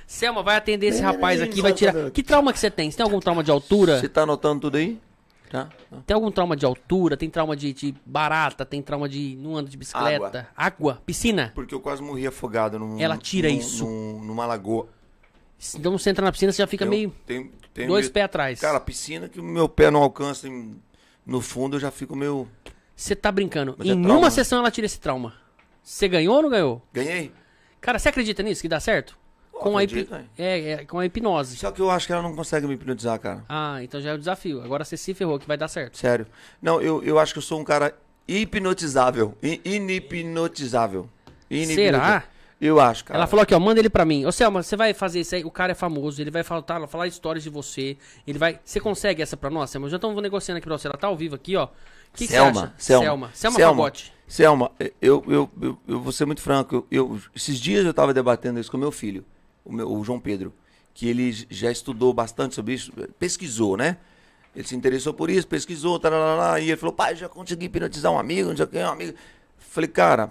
[SPEAKER 1] Selma, vai atender esse rapaz aqui, vai tirar.
[SPEAKER 3] Ganhou.
[SPEAKER 1] Que trauma que você tem? Você tem algum trauma de altura?
[SPEAKER 2] Você tá anotando tudo aí? Tá? Tá.
[SPEAKER 1] Tem algum trauma de altura? Tem trauma de, de barata? Tem trauma de. não anda de bicicleta? Água? Piscina?
[SPEAKER 2] Porque eu quase morri afogado num.
[SPEAKER 1] Ela tira
[SPEAKER 2] num-
[SPEAKER 1] isso.
[SPEAKER 2] num- numa lagoa. um
[SPEAKER 1] Então você entra na piscina, você já fica
[SPEAKER 2] Eu
[SPEAKER 1] meio.
[SPEAKER 2] tenho- tenho
[SPEAKER 1] dois
[SPEAKER 2] medo.
[SPEAKER 1] pés atrás.
[SPEAKER 2] Cara, piscina que o meu pé não alcança em- no fundo, eu já fico meio.
[SPEAKER 1] Você tá brincando.
[SPEAKER 2] Mas
[SPEAKER 1] Em
[SPEAKER 2] é
[SPEAKER 1] uma
[SPEAKER 2] trauma.
[SPEAKER 1] sessão ela tira esse trauma. Você ganhou ou não ganhou?
[SPEAKER 2] Ganhei?
[SPEAKER 1] Cara, você acredita nisso que dá certo? com, a hipi-
[SPEAKER 2] acredito, hein?
[SPEAKER 1] é, é, com a hipnose.
[SPEAKER 2] Só que eu acho que ela não consegue me hipnotizar, cara.
[SPEAKER 1] Ah, então já é o desafio. Agora você se ferrou que vai dar certo.
[SPEAKER 2] Sério. Não, eu, eu acho que eu sou um cara hipnotizável. I- Inhipnotizável. Inhipnotizável.
[SPEAKER 1] Será?
[SPEAKER 2] Eu acho, cara.
[SPEAKER 1] Ela falou aqui, ó, manda ele pra mim. Ô, Selma, você vai fazer isso aí, o cara é famoso, ele vai falar, tá, falar histórias de você, ele vai... Você consegue essa pra nós, Selma? Já estamos negociando aqui pra você, ela tá ao vivo aqui, ó. O que que você acha?
[SPEAKER 2] Selma, Selma,
[SPEAKER 1] Selma, Selma Fagotti.
[SPEAKER 2] Selma, eu, eu, eu, eu vou ser muito franco. Eu, eu- esses dias eu estava debatendo isso com meu filho, o, meu- o João Pedro, que ele j- já estudou bastante sobre isso, pesquisou, né? Ele se interessou por isso, pesquisou, tarará, e ele falou, pai, já consegui hipnotizar um amigo, não sei o que, um amigo. Falei, cara,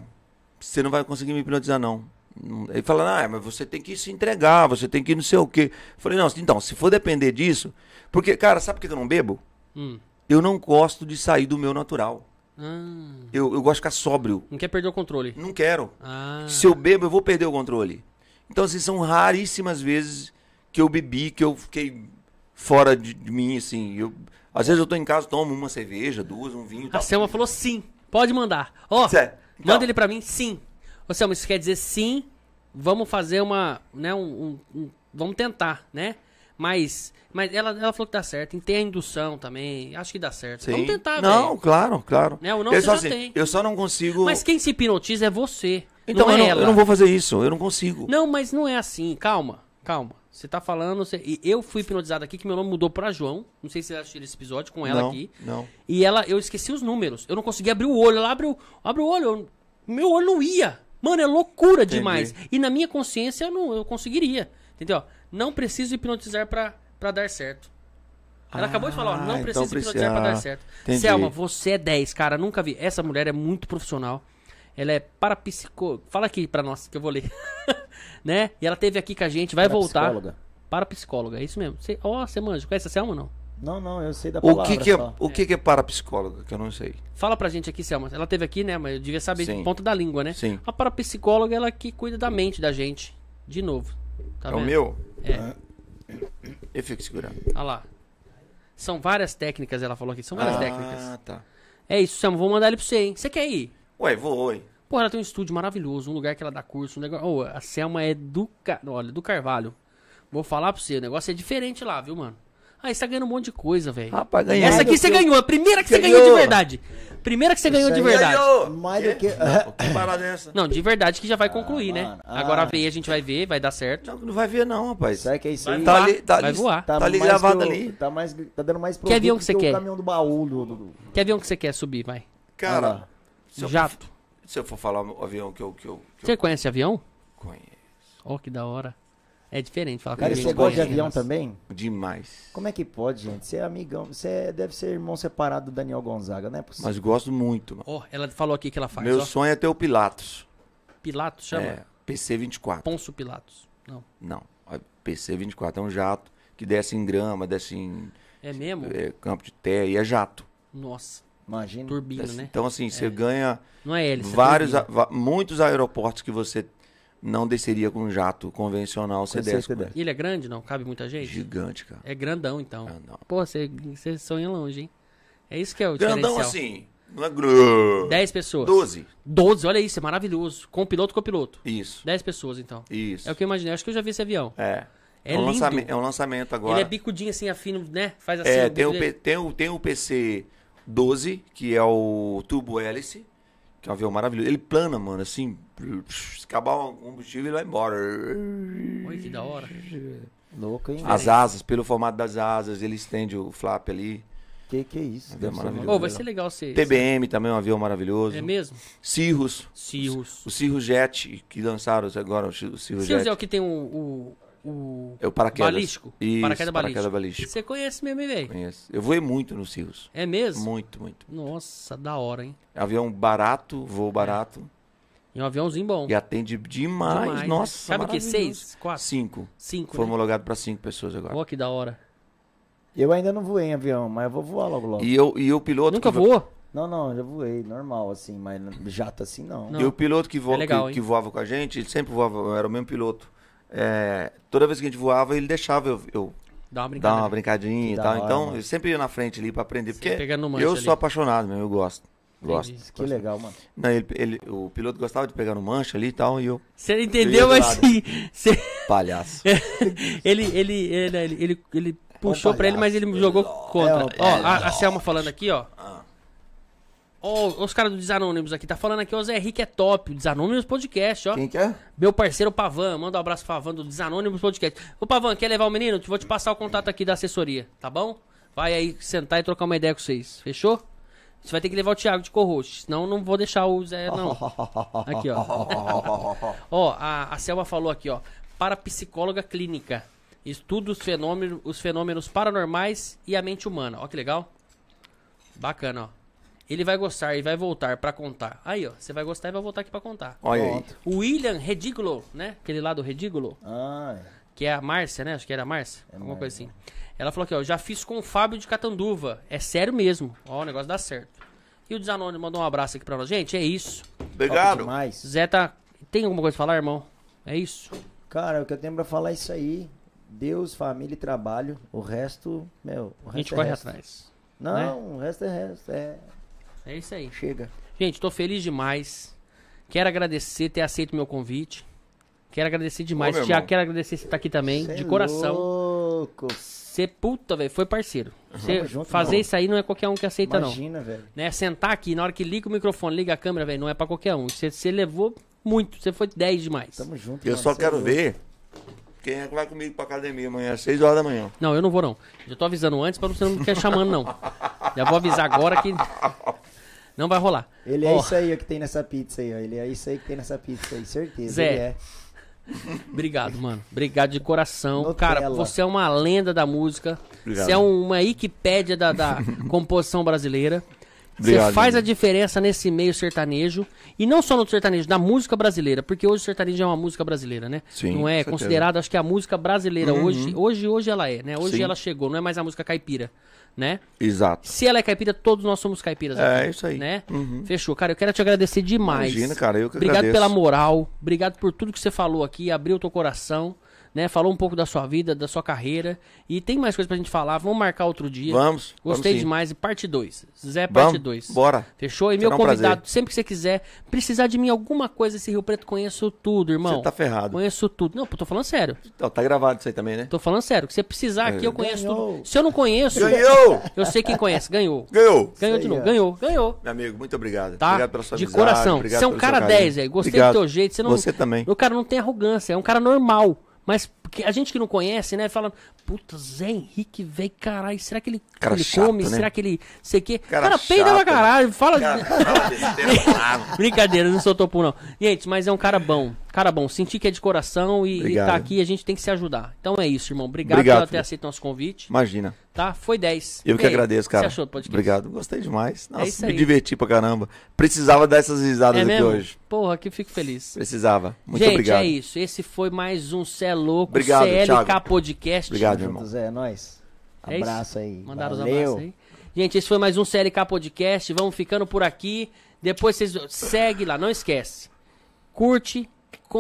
[SPEAKER 2] você não vai conseguir me hipnotizar, não. Não- Ele fala, ah, mas você tem que se entregar, você tem que não sei o quê. Falei, não, então, se for depender disso... Porque, cara, sabe por que que eu não bebo?
[SPEAKER 1] Hum.
[SPEAKER 2] Eu não gosto de sair do meu natural.
[SPEAKER 1] Ah,
[SPEAKER 2] Eu, eu gosto de ficar sóbrio.
[SPEAKER 1] não quer perder o controle.
[SPEAKER 2] Não quero.
[SPEAKER 1] Ah,
[SPEAKER 2] Se eu bebo, eu vou perder o controle. Então, assim, são raríssimas vezes que eu bebi, que eu fiquei fora de, de mim, assim. Eu, às vezes eu tô em casa, tomo uma cerveja, duas, um vinho e
[SPEAKER 1] a
[SPEAKER 2] tal.
[SPEAKER 1] Selma falou sim, pode mandar. Ó,
[SPEAKER 2] Certo. Então-
[SPEAKER 1] manda ele pra mim, sim. Ô, Selma, isso quer dizer sim, vamos fazer uma, né, um, um- um- vamos tentar, né? Mas, mas ela, ela falou que dá certo, e tem a indução também, acho que dá certo.
[SPEAKER 2] Sim.
[SPEAKER 1] Vamos tentar,
[SPEAKER 2] Não,
[SPEAKER 1] velho.
[SPEAKER 2] claro, claro.
[SPEAKER 1] Né, o não
[SPEAKER 2] eu,
[SPEAKER 1] você
[SPEAKER 2] só,
[SPEAKER 1] já tem.
[SPEAKER 2] eu só não consigo...
[SPEAKER 1] Mas quem se hipnotiza é você.
[SPEAKER 2] então,
[SPEAKER 1] não
[SPEAKER 2] eu,
[SPEAKER 1] é
[SPEAKER 2] não,
[SPEAKER 1] ela.
[SPEAKER 2] eu não vou fazer isso. Eu não consigo.
[SPEAKER 1] Não, mas não é assim. Calma, calma. Você tá falando. você- e Eu fui hipnotizado aqui, que meu nome mudou pra João. Não sei se você assistiu esse episódio com ela
[SPEAKER 2] Não,
[SPEAKER 1] aqui.
[SPEAKER 2] não.
[SPEAKER 1] E ela, eu esqueci os números. Eu não consegui abrir o olho. Ela abriu, abre o olho. eu- meu olho não ia. Mano, é loucura demais. E na minha consciência eu não eu conseguiria. Entendeu? Não preciso hipnotizar pra, pra dar certo. Ela acabou de falar, ó, não
[SPEAKER 2] então
[SPEAKER 1] precisa
[SPEAKER 2] precisa- Ah,
[SPEAKER 1] hipnotizar pra dar certo.
[SPEAKER 2] Entendi.
[SPEAKER 1] Selma, você é 10, cara, nunca vi. Essa mulher é muito profissional. Ela é parapsicóloga. Fala aqui pra nós, que eu vou ler. né? E ela teve aqui com a gente, vai voltar.
[SPEAKER 3] Psicóloga.
[SPEAKER 1] Parapsicóloga, é isso mesmo. Você- Ó, você manja, conhece a Selma ou não?
[SPEAKER 3] Não, não, eu sei da
[SPEAKER 2] O
[SPEAKER 3] palavra
[SPEAKER 2] que que é,
[SPEAKER 3] só.
[SPEAKER 2] o que que é parapsicóloga? Que eu não sei.
[SPEAKER 1] Fala pra gente aqui, Selma. Ela teve aqui, né? Mas eu devia saber
[SPEAKER 2] Sim.
[SPEAKER 1] de ponta da língua, né?
[SPEAKER 2] Sim.
[SPEAKER 1] A parapsicóloga, é ela que cuida da mente da gente. De novo. Tá
[SPEAKER 2] é o
[SPEAKER 1] vendo?
[SPEAKER 2] meu?
[SPEAKER 1] É.
[SPEAKER 2] Eu fico segurando.
[SPEAKER 1] Olha lá. São várias técnicas, ela falou aqui. São várias técnicas.
[SPEAKER 2] Ah, tá.
[SPEAKER 1] É isso, Selma. Vou mandar ele pra você, hein? Você quer ir?
[SPEAKER 2] Ué, vou, hein?
[SPEAKER 1] Pô, ela tem um estúdio maravilhoso, um lugar que ela dá curso, um negócio. Ô, a Selma é do. Ca- Olha, do Carvalho. Vou falar pra você, o negócio é diferente lá, viu, mano? Aí você tá ganhando um monte de coisa, velho.
[SPEAKER 2] Rapaz, ganhei.
[SPEAKER 1] Essa aqui você ganhou, a primeira que você
[SPEAKER 2] Ganhou.
[SPEAKER 1] ganhou de verdade. Primeira que você ganhou de verdade.
[SPEAKER 3] Mais do que.
[SPEAKER 2] Não, que parada é essa?
[SPEAKER 1] Não, de verdade que já vai concluir, né?
[SPEAKER 3] mano. Ah.
[SPEAKER 1] Agora veio, a gente vai ver, vai dar certo.
[SPEAKER 2] Não, não vai ver não, rapaz.
[SPEAKER 3] Será que é isso
[SPEAKER 1] Vai
[SPEAKER 3] aí?
[SPEAKER 2] Tá
[SPEAKER 1] voar,
[SPEAKER 2] ali, tá
[SPEAKER 1] vai
[SPEAKER 2] ali,
[SPEAKER 1] voar.
[SPEAKER 2] tá ali
[SPEAKER 3] mais
[SPEAKER 2] gravado
[SPEAKER 3] que o-
[SPEAKER 2] ali.
[SPEAKER 3] Tá, mais, tá dando mais
[SPEAKER 1] Que avião
[SPEAKER 3] produto
[SPEAKER 1] que você
[SPEAKER 3] o
[SPEAKER 1] quer?
[SPEAKER 3] caminhão do baú do. do- do-
[SPEAKER 1] Que avião que você quer subir, vai?
[SPEAKER 3] Ah,
[SPEAKER 2] Cara,
[SPEAKER 3] lá.
[SPEAKER 2] se eu,
[SPEAKER 1] Jato.
[SPEAKER 2] se eu for falar o avião que eu, que eu, que eu
[SPEAKER 1] Você conhece avião?
[SPEAKER 2] conheço
[SPEAKER 1] Ó, que da hora. É diferente falar
[SPEAKER 3] Cara,
[SPEAKER 1] com
[SPEAKER 3] e
[SPEAKER 1] gente
[SPEAKER 3] você gosta de
[SPEAKER 1] conhece,
[SPEAKER 3] avião
[SPEAKER 1] nossa.
[SPEAKER 3] também?
[SPEAKER 2] demais,
[SPEAKER 3] Como é que pode, gente? Você é amigão. Você é- deve ser irmão separado do Daniel Gonzaga, não é possível.
[SPEAKER 2] mas gosto muito. mano.
[SPEAKER 1] Ó, ela falou aqui que ela faz,
[SPEAKER 2] Meu
[SPEAKER 1] ó. Tá
[SPEAKER 2] sonho é ter o Pilatos.
[SPEAKER 1] Pilatos chama?
[SPEAKER 2] É, PC-24.
[SPEAKER 1] Ponço Pilatos. Não.
[SPEAKER 2] Não, a PC-24 é um jato que desce em grama, desce em
[SPEAKER 1] É mesmo?
[SPEAKER 2] é, campo de terra e é jato.
[SPEAKER 1] Nossa,
[SPEAKER 3] Imagina.
[SPEAKER 1] turbina,
[SPEAKER 2] Desce-
[SPEAKER 1] né?
[SPEAKER 2] Então assim, você ganha
[SPEAKER 1] Não é hélice. é
[SPEAKER 2] vários,
[SPEAKER 1] turbina.
[SPEAKER 2] a- va- muitos aeroportos que você não desceria com um jato convencional, você
[SPEAKER 3] Com
[SPEAKER 2] desce
[SPEAKER 3] certeza.
[SPEAKER 2] com...
[SPEAKER 1] E ele é grande, não? Cabe muita gente?
[SPEAKER 2] Gigante, Ah, cara.
[SPEAKER 1] É grandão, então.
[SPEAKER 2] Grandão.
[SPEAKER 1] Pô, você, você sonha longe, hein? É isso que é o
[SPEAKER 2] Grandão
[SPEAKER 1] diferencial.
[SPEAKER 2] assim, não é grande.
[SPEAKER 1] 10 pessoas.
[SPEAKER 2] 12.
[SPEAKER 1] 12, olha isso, é maravilhoso. Com piloto, com um piloto.
[SPEAKER 2] Isso.
[SPEAKER 1] 10 pessoas, então.
[SPEAKER 2] Isso.
[SPEAKER 1] É o que eu imaginei. Acho que eu já vi esse avião.
[SPEAKER 2] É.
[SPEAKER 1] É
[SPEAKER 2] um
[SPEAKER 1] lindo.
[SPEAKER 2] lançamento, é um lançamento agora.
[SPEAKER 1] Ele é bicudinho assim, afino, né? Faz assim.
[SPEAKER 2] É,
[SPEAKER 1] o
[SPEAKER 2] tem o,
[SPEAKER 1] bico
[SPEAKER 2] P-
[SPEAKER 1] dele.
[SPEAKER 2] tem, o, tem o PC 12, que é o Turbo Hélice, que é um avião maravilhoso. Ele plana, mano, assim. Se acabar o combustível, ele vai embora.
[SPEAKER 1] Oi, que da hora.
[SPEAKER 3] Louco, hein?
[SPEAKER 2] As asas, pelo formato das asas, ele estende o flap ali.
[SPEAKER 3] Que que é isso?
[SPEAKER 2] Avião
[SPEAKER 1] Ô,
[SPEAKER 2] maravilhoso.
[SPEAKER 1] vai ser legal você.
[SPEAKER 2] TBM também é um avião maravilhoso.
[SPEAKER 1] É mesmo?
[SPEAKER 2] Cirrus.
[SPEAKER 1] Cirrus.
[SPEAKER 2] O Cirrus Jet, que lançaram agora, o Cirrus Jet.
[SPEAKER 1] Cirrus é o que tem o. o, o
[SPEAKER 2] É o paraquedas.
[SPEAKER 1] balístico?
[SPEAKER 2] Isso,
[SPEAKER 1] paraquedas
[SPEAKER 2] paraquedas
[SPEAKER 1] balístico.
[SPEAKER 2] balístico.
[SPEAKER 1] Você conhece mesmo, hein, velho?
[SPEAKER 2] Conheço. Eu voei muito no Cirrus.
[SPEAKER 1] É mesmo?
[SPEAKER 2] Muito, muito.
[SPEAKER 1] Nossa, da hora, hein?
[SPEAKER 2] Avião barato,
[SPEAKER 1] É.
[SPEAKER 2] voo barato.
[SPEAKER 1] E um aviãozinho bom.
[SPEAKER 2] E atende demais.
[SPEAKER 1] Demais, né?
[SPEAKER 2] Nossa,
[SPEAKER 1] Cabe o quê?
[SPEAKER 2] maravilhoso.
[SPEAKER 1] Seis? Quatro?
[SPEAKER 2] Cinco.
[SPEAKER 1] Cinco.
[SPEAKER 2] Foi
[SPEAKER 1] Né?
[SPEAKER 2] homologado para cinco pessoas agora.
[SPEAKER 1] Ó, que da hora.
[SPEAKER 3] Eu ainda não voei em avião, mas eu vou voar logo logo.
[SPEAKER 2] E eu, e o piloto.
[SPEAKER 1] Nunca
[SPEAKER 2] que vo-
[SPEAKER 1] voou?
[SPEAKER 3] Não, não, eu já voei, normal assim, mas jato assim não.
[SPEAKER 1] Não.
[SPEAKER 2] E o piloto que, vo...
[SPEAKER 1] É legal,
[SPEAKER 2] que,
[SPEAKER 1] hein?
[SPEAKER 2] que voava com a gente, ele sempre voava, eu era o mesmo piloto. É, toda vez que a gente voava, ele deixava eu, eu
[SPEAKER 1] Dá uma
[SPEAKER 2] dar
[SPEAKER 1] brincadeira.
[SPEAKER 2] uma brincadinha e
[SPEAKER 3] da
[SPEAKER 2] tal.
[SPEAKER 3] hora,
[SPEAKER 2] então,
[SPEAKER 3] mano.
[SPEAKER 2] eu sempre ia na frente ali para aprender. Porque
[SPEAKER 1] pega no manche
[SPEAKER 2] eu
[SPEAKER 1] ali.
[SPEAKER 2] sou apaixonado mesmo, eu gosto. Gosto.
[SPEAKER 3] Que legal, mano.
[SPEAKER 2] Não, ele, ele- o piloto gostava de pegar no mancha ali e tal, e eu,
[SPEAKER 1] Você entendeu, mas
[SPEAKER 2] Eu
[SPEAKER 1] sim. Você-
[SPEAKER 2] palhaço.
[SPEAKER 1] ele, ele, ele, ele, ele, ele puxou pra ele, mas ele jogou contra.
[SPEAKER 3] É,
[SPEAKER 1] ó, a, a Selma falando aqui, ó. Ó, os caras do Desanônimos aqui, tá falando aqui, o Zé Henrique é top, Desanônimos Podcast, ó.
[SPEAKER 5] Quem que é?
[SPEAKER 1] Meu parceiro Pavan, manda um abraço pro Pavan do Desanônimos Podcast. Ô Pavan, quer levar o menino? Vou te passar o contato aqui da assessoria, tá bom? Vai aí sentar e trocar uma ideia com vocês, fechou? Você vai ter que levar o Thiago de Corroxo, senão não vou deixar o Zé, não. Aqui, ó. ó, a, a Selma falou aqui, ó. Para psicóloga clínica. Estuda os fenômenos, os fenômenos paranormais e a mente humana. Ó que legal. Bacana, ó. Ele vai gostar e vai voltar pra contar. Aí, ó. Você vai gostar e vai voltar aqui pra contar.
[SPEAKER 2] Olha aí.
[SPEAKER 3] Pronto.
[SPEAKER 1] O William Redigulo, né? Aquele lá do Redigulo,
[SPEAKER 3] Ah,
[SPEAKER 1] que é a Márcia, né? Acho que era a Márcia,
[SPEAKER 3] É
[SPEAKER 1] alguma coisa assim. Ela falou aqui, ó, já fiz com o Fábio de Catanduva. É sério mesmo. Ó, o negócio dá certo. E o Desanônimo mandou um abraço aqui pra nós. Gente, é isso.
[SPEAKER 3] top
[SPEAKER 2] Obrigado.
[SPEAKER 3] demais.
[SPEAKER 1] Zé tá... Tem alguma coisa pra falar, irmão? É isso.
[SPEAKER 3] Cara, o que eu tenho pra falar é isso aí. Deus, família e trabalho. O resto, meu, o resto
[SPEAKER 1] A gente
[SPEAKER 3] é
[SPEAKER 1] corre
[SPEAKER 3] resto.
[SPEAKER 1] atrás.
[SPEAKER 3] Não,
[SPEAKER 1] né?
[SPEAKER 3] o resto é resto. É,
[SPEAKER 1] É isso aí.
[SPEAKER 3] chega.
[SPEAKER 1] Gente, tô feliz demais. Quero agradecer ter aceito meu convite. Quero agradecer demais.
[SPEAKER 2] meu
[SPEAKER 1] Tiago,
[SPEAKER 2] irmão.
[SPEAKER 1] quero agradecer você estar aqui também,
[SPEAKER 3] Cê
[SPEAKER 1] de
[SPEAKER 3] é
[SPEAKER 1] coração.
[SPEAKER 3] Louco.
[SPEAKER 1] Você, puta, velho, foi parceiro. Você
[SPEAKER 3] Tamo junto,
[SPEAKER 1] fazer
[SPEAKER 3] irmão.
[SPEAKER 1] isso aí não é qualquer um que aceita, não.
[SPEAKER 3] Imagina, velho.
[SPEAKER 1] né? Sentar aqui, na hora que liga o microfone, liga a câmera, velho, não é pra qualquer um. Você, você levou muito, você foi 10 demais.
[SPEAKER 3] Tamo junto.
[SPEAKER 2] Eu
[SPEAKER 3] mano.
[SPEAKER 2] só
[SPEAKER 3] Cê é
[SPEAKER 2] quero
[SPEAKER 3] louco.
[SPEAKER 2] ver quem é que vai comigo pra academia amanhã, às 6 horas da manhã.
[SPEAKER 1] Não, eu não vou, não. Já tô avisando antes pra você não ficar chamando, não. Já vou avisar agora que. Não vai rolar.
[SPEAKER 3] Ele
[SPEAKER 1] Ó,
[SPEAKER 3] é isso aí ó, que tem nessa pizza aí, ó. Ele é isso aí que tem nessa pizza aí, certeza.
[SPEAKER 1] Zé,
[SPEAKER 3] Ele é.
[SPEAKER 1] Obrigado, mano. Obrigado de coração.
[SPEAKER 3] Nutella.
[SPEAKER 1] Cara, você é uma lenda da música.
[SPEAKER 2] Obrigado.
[SPEAKER 1] Você é uma Wikipédia da, da composição brasileira. você
[SPEAKER 2] Obrigado,
[SPEAKER 1] faz a
[SPEAKER 2] amigo.
[SPEAKER 1] diferença nesse meio sertanejo. E não só no sertanejo, na música brasileira. Porque hoje o sertanejo é uma música brasileira, né?
[SPEAKER 2] Sim,
[SPEAKER 1] não é
[SPEAKER 2] certeza. Uhum.
[SPEAKER 1] considerada, acho que a música brasileira hoje, hoje, hoje ela é, né? Hoje
[SPEAKER 2] Sim.
[SPEAKER 1] ela chegou, não é mais a música caipira, né?
[SPEAKER 2] Exato.
[SPEAKER 1] Se ela é caipira, todos nós somos caipiras.
[SPEAKER 2] É, isso aí.
[SPEAKER 1] Né? Fechou. Cara, eu quero te agradecer demais.
[SPEAKER 2] Imagina, cara, eu que
[SPEAKER 1] Obrigado
[SPEAKER 2] agradeço.
[SPEAKER 1] pela moral, obrigado por tudo que você falou aqui, abriu o teu coração, né? Falou um pouco da sua vida, da sua carreira. E tem mais coisa pra gente falar, vamos marcar outro dia.
[SPEAKER 2] Vamos, vamos
[SPEAKER 1] Gostei
[SPEAKER 2] sim.
[SPEAKER 1] demais. E parte 2. Zé, parte
[SPEAKER 2] Vamos,
[SPEAKER 1] 2.
[SPEAKER 2] bora.
[SPEAKER 1] Fechou? E
[SPEAKER 2] Será
[SPEAKER 1] meu
[SPEAKER 2] um
[SPEAKER 1] convidado,
[SPEAKER 2] prazer.
[SPEAKER 1] sempre que você quiser, precisar de mim alguma coisa, esse Rio Preto, conheço tudo, irmão.
[SPEAKER 2] Você tá ferrado.
[SPEAKER 1] Conheço tudo. Não, pô, tô falando sério.
[SPEAKER 2] Então, tá gravado isso aí também, né?
[SPEAKER 1] Tô falando sério. que você precisar aqui, eu conheço
[SPEAKER 3] Ganhou.
[SPEAKER 1] tudo. Se eu não conheço,
[SPEAKER 2] É. Ganhou! é.
[SPEAKER 1] eu sei quem conhece. Ganhou.
[SPEAKER 2] Ganhou!
[SPEAKER 1] Ganhou de
[SPEAKER 3] Isso aí,
[SPEAKER 1] novo.
[SPEAKER 3] ó.
[SPEAKER 1] Ganhou, ganhou.
[SPEAKER 2] Meu amigo, muito obrigado.
[SPEAKER 1] Tá?
[SPEAKER 2] Obrigado pela sua
[SPEAKER 1] De
[SPEAKER 2] amizade,
[SPEAKER 1] coração.
[SPEAKER 2] obrigado
[SPEAKER 1] Você é um
[SPEAKER 2] pelo
[SPEAKER 1] cara
[SPEAKER 2] seu carinho.
[SPEAKER 1] 10, velho. Gostei
[SPEAKER 2] Obrigado.
[SPEAKER 1] do teu jeito. Você, não,
[SPEAKER 2] Você também.
[SPEAKER 1] O cara não tem arrogância. É um cara normal. Mas que a gente que não conhece, né? Fala, puta, Zé Henrique, velho, caralho. Será que ele,
[SPEAKER 2] Cara
[SPEAKER 1] ele
[SPEAKER 2] chato,
[SPEAKER 1] come?
[SPEAKER 2] né?
[SPEAKER 1] Será que ele. Sei que.
[SPEAKER 2] Cara
[SPEAKER 1] cara peida pra
[SPEAKER 2] chato, né?
[SPEAKER 1] caralho. Fala.
[SPEAKER 2] Cara, fala besteira lá, mano.
[SPEAKER 1] Brincadeira, não sou topo, não. Gente, mas é um cara bom. Cara bom. Senti que é de coração e, e
[SPEAKER 2] Obrigado.
[SPEAKER 1] tá aqui. A gente tem que se ajudar. Então é isso, irmão. Obrigado,
[SPEAKER 2] Obrigado,
[SPEAKER 1] por ter
[SPEAKER 2] filho.
[SPEAKER 1] aceito nosso convite.
[SPEAKER 2] Imagina.
[SPEAKER 1] Tá? Foi 10.
[SPEAKER 2] Eu que
[SPEAKER 1] E aí,
[SPEAKER 2] agradeço,
[SPEAKER 1] o
[SPEAKER 2] cara.
[SPEAKER 1] Você achou do podcast? É
[SPEAKER 2] Obrigado, gostei demais. Nossa,
[SPEAKER 1] isso
[SPEAKER 2] me
[SPEAKER 1] aí.
[SPEAKER 2] diverti pra caramba. Precisava dessas risadas
[SPEAKER 1] É
[SPEAKER 2] aqui
[SPEAKER 1] mesmo?
[SPEAKER 2] hoje.
[SPEAKER 1] Porra, que fico feliz.
[SPEAKER 2] Precisava. Muito
[SPEAKER 1] Gente,
[SPEAKER 2] obrigado.
[SPEAKER 1] é isso. Esse foi mais um Cé Louco
[SPEAKER 2] Obrigado,
[SPEAKER 1] CLK
[SPEAKER 2] Thiago.
[SPEAKER 1] Podcast.
[SPEAKER 2] Obrigado,
[SPEAKER 3] Junto,
[SPEAKER 2] irmão.
[SPEAKER 3] Zé, é nóis.
[SPEAKER 1] É isso?
[SPEAKER 3] Abraço aí.
[SPEAKER 1] Mandaram os
[SPEAKER 3] Valeu.
[SPEAKER 1] abraços aí. Gente, esse foi mais um CLK Podcast. Vamos ficando por aqui. Depois vocês segue lá, não esquece. Curte,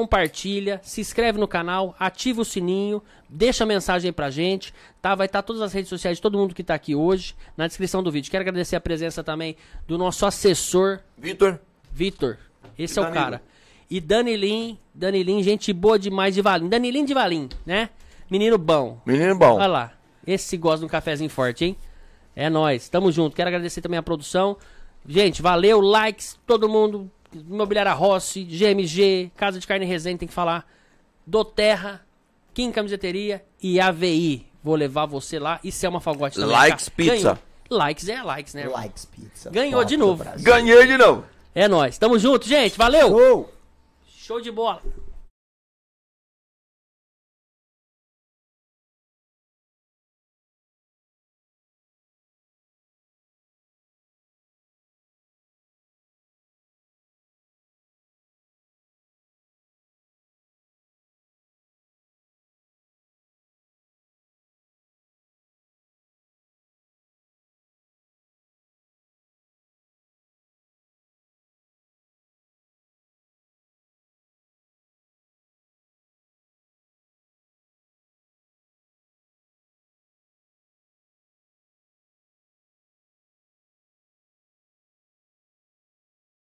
[SPEAKER 1] compartilha, se inscreve no canal, ativa o sininho, deixa a mensagem aí pra gente, tá? Vai estar todas as redes sociais de todo mundo que tá aqui hoje na descrição do vídeo. Quero agradecer a presença também do nosso assessor
[SPEAKER 2] Vitor,
[SPEAKER 1] Vitor, esse
[SPEAKER 2] E
[SPEAKER 1] é o
[SPEAKER 2] Danilo.
[SPEAKER 1] cara. E Danilin, Danilin, gente boa demais de Valim. Danilin de Valim, né? Menino bom.
[SPEAKER 2] menino bom.
[SPEAKER 1] Olha lá. Esse gosta de um cafezinho forte, hein? É nóis. Tamo junto. Quero agradecer também a produção. Gente, valeu. Likes, todo mundo. Imobiliária Rossi, GMG, Casa de Carne Resende, tem que falar. Do Terra, Kim Camiseteria e AVI. Vou levar você lá. E Selma Fagote também. tá?
[SPEAKER 2] Likes
[SPEAKER 1] Ganhou.
[SPEAKER 2] Pizza.
[SPEAKER 1] Likes é likes, né?
[SPEAKER 3] Likes pizza.
[SPEAKER 1] Ganhou
[SPEAKER 3] top
[SPEAKER 1] de
[SPEAKER 3] do
[SPEAKER 1] novo.
[SPEAKER 3] Brasil.
[SPEAKER 2] Ganhei de novo.
[SPEAKER 1] É nóis. Tamo junto, gente. Valeu.
[SPEAKER 3] Gol!
[SPEAKER 1] Show de bola.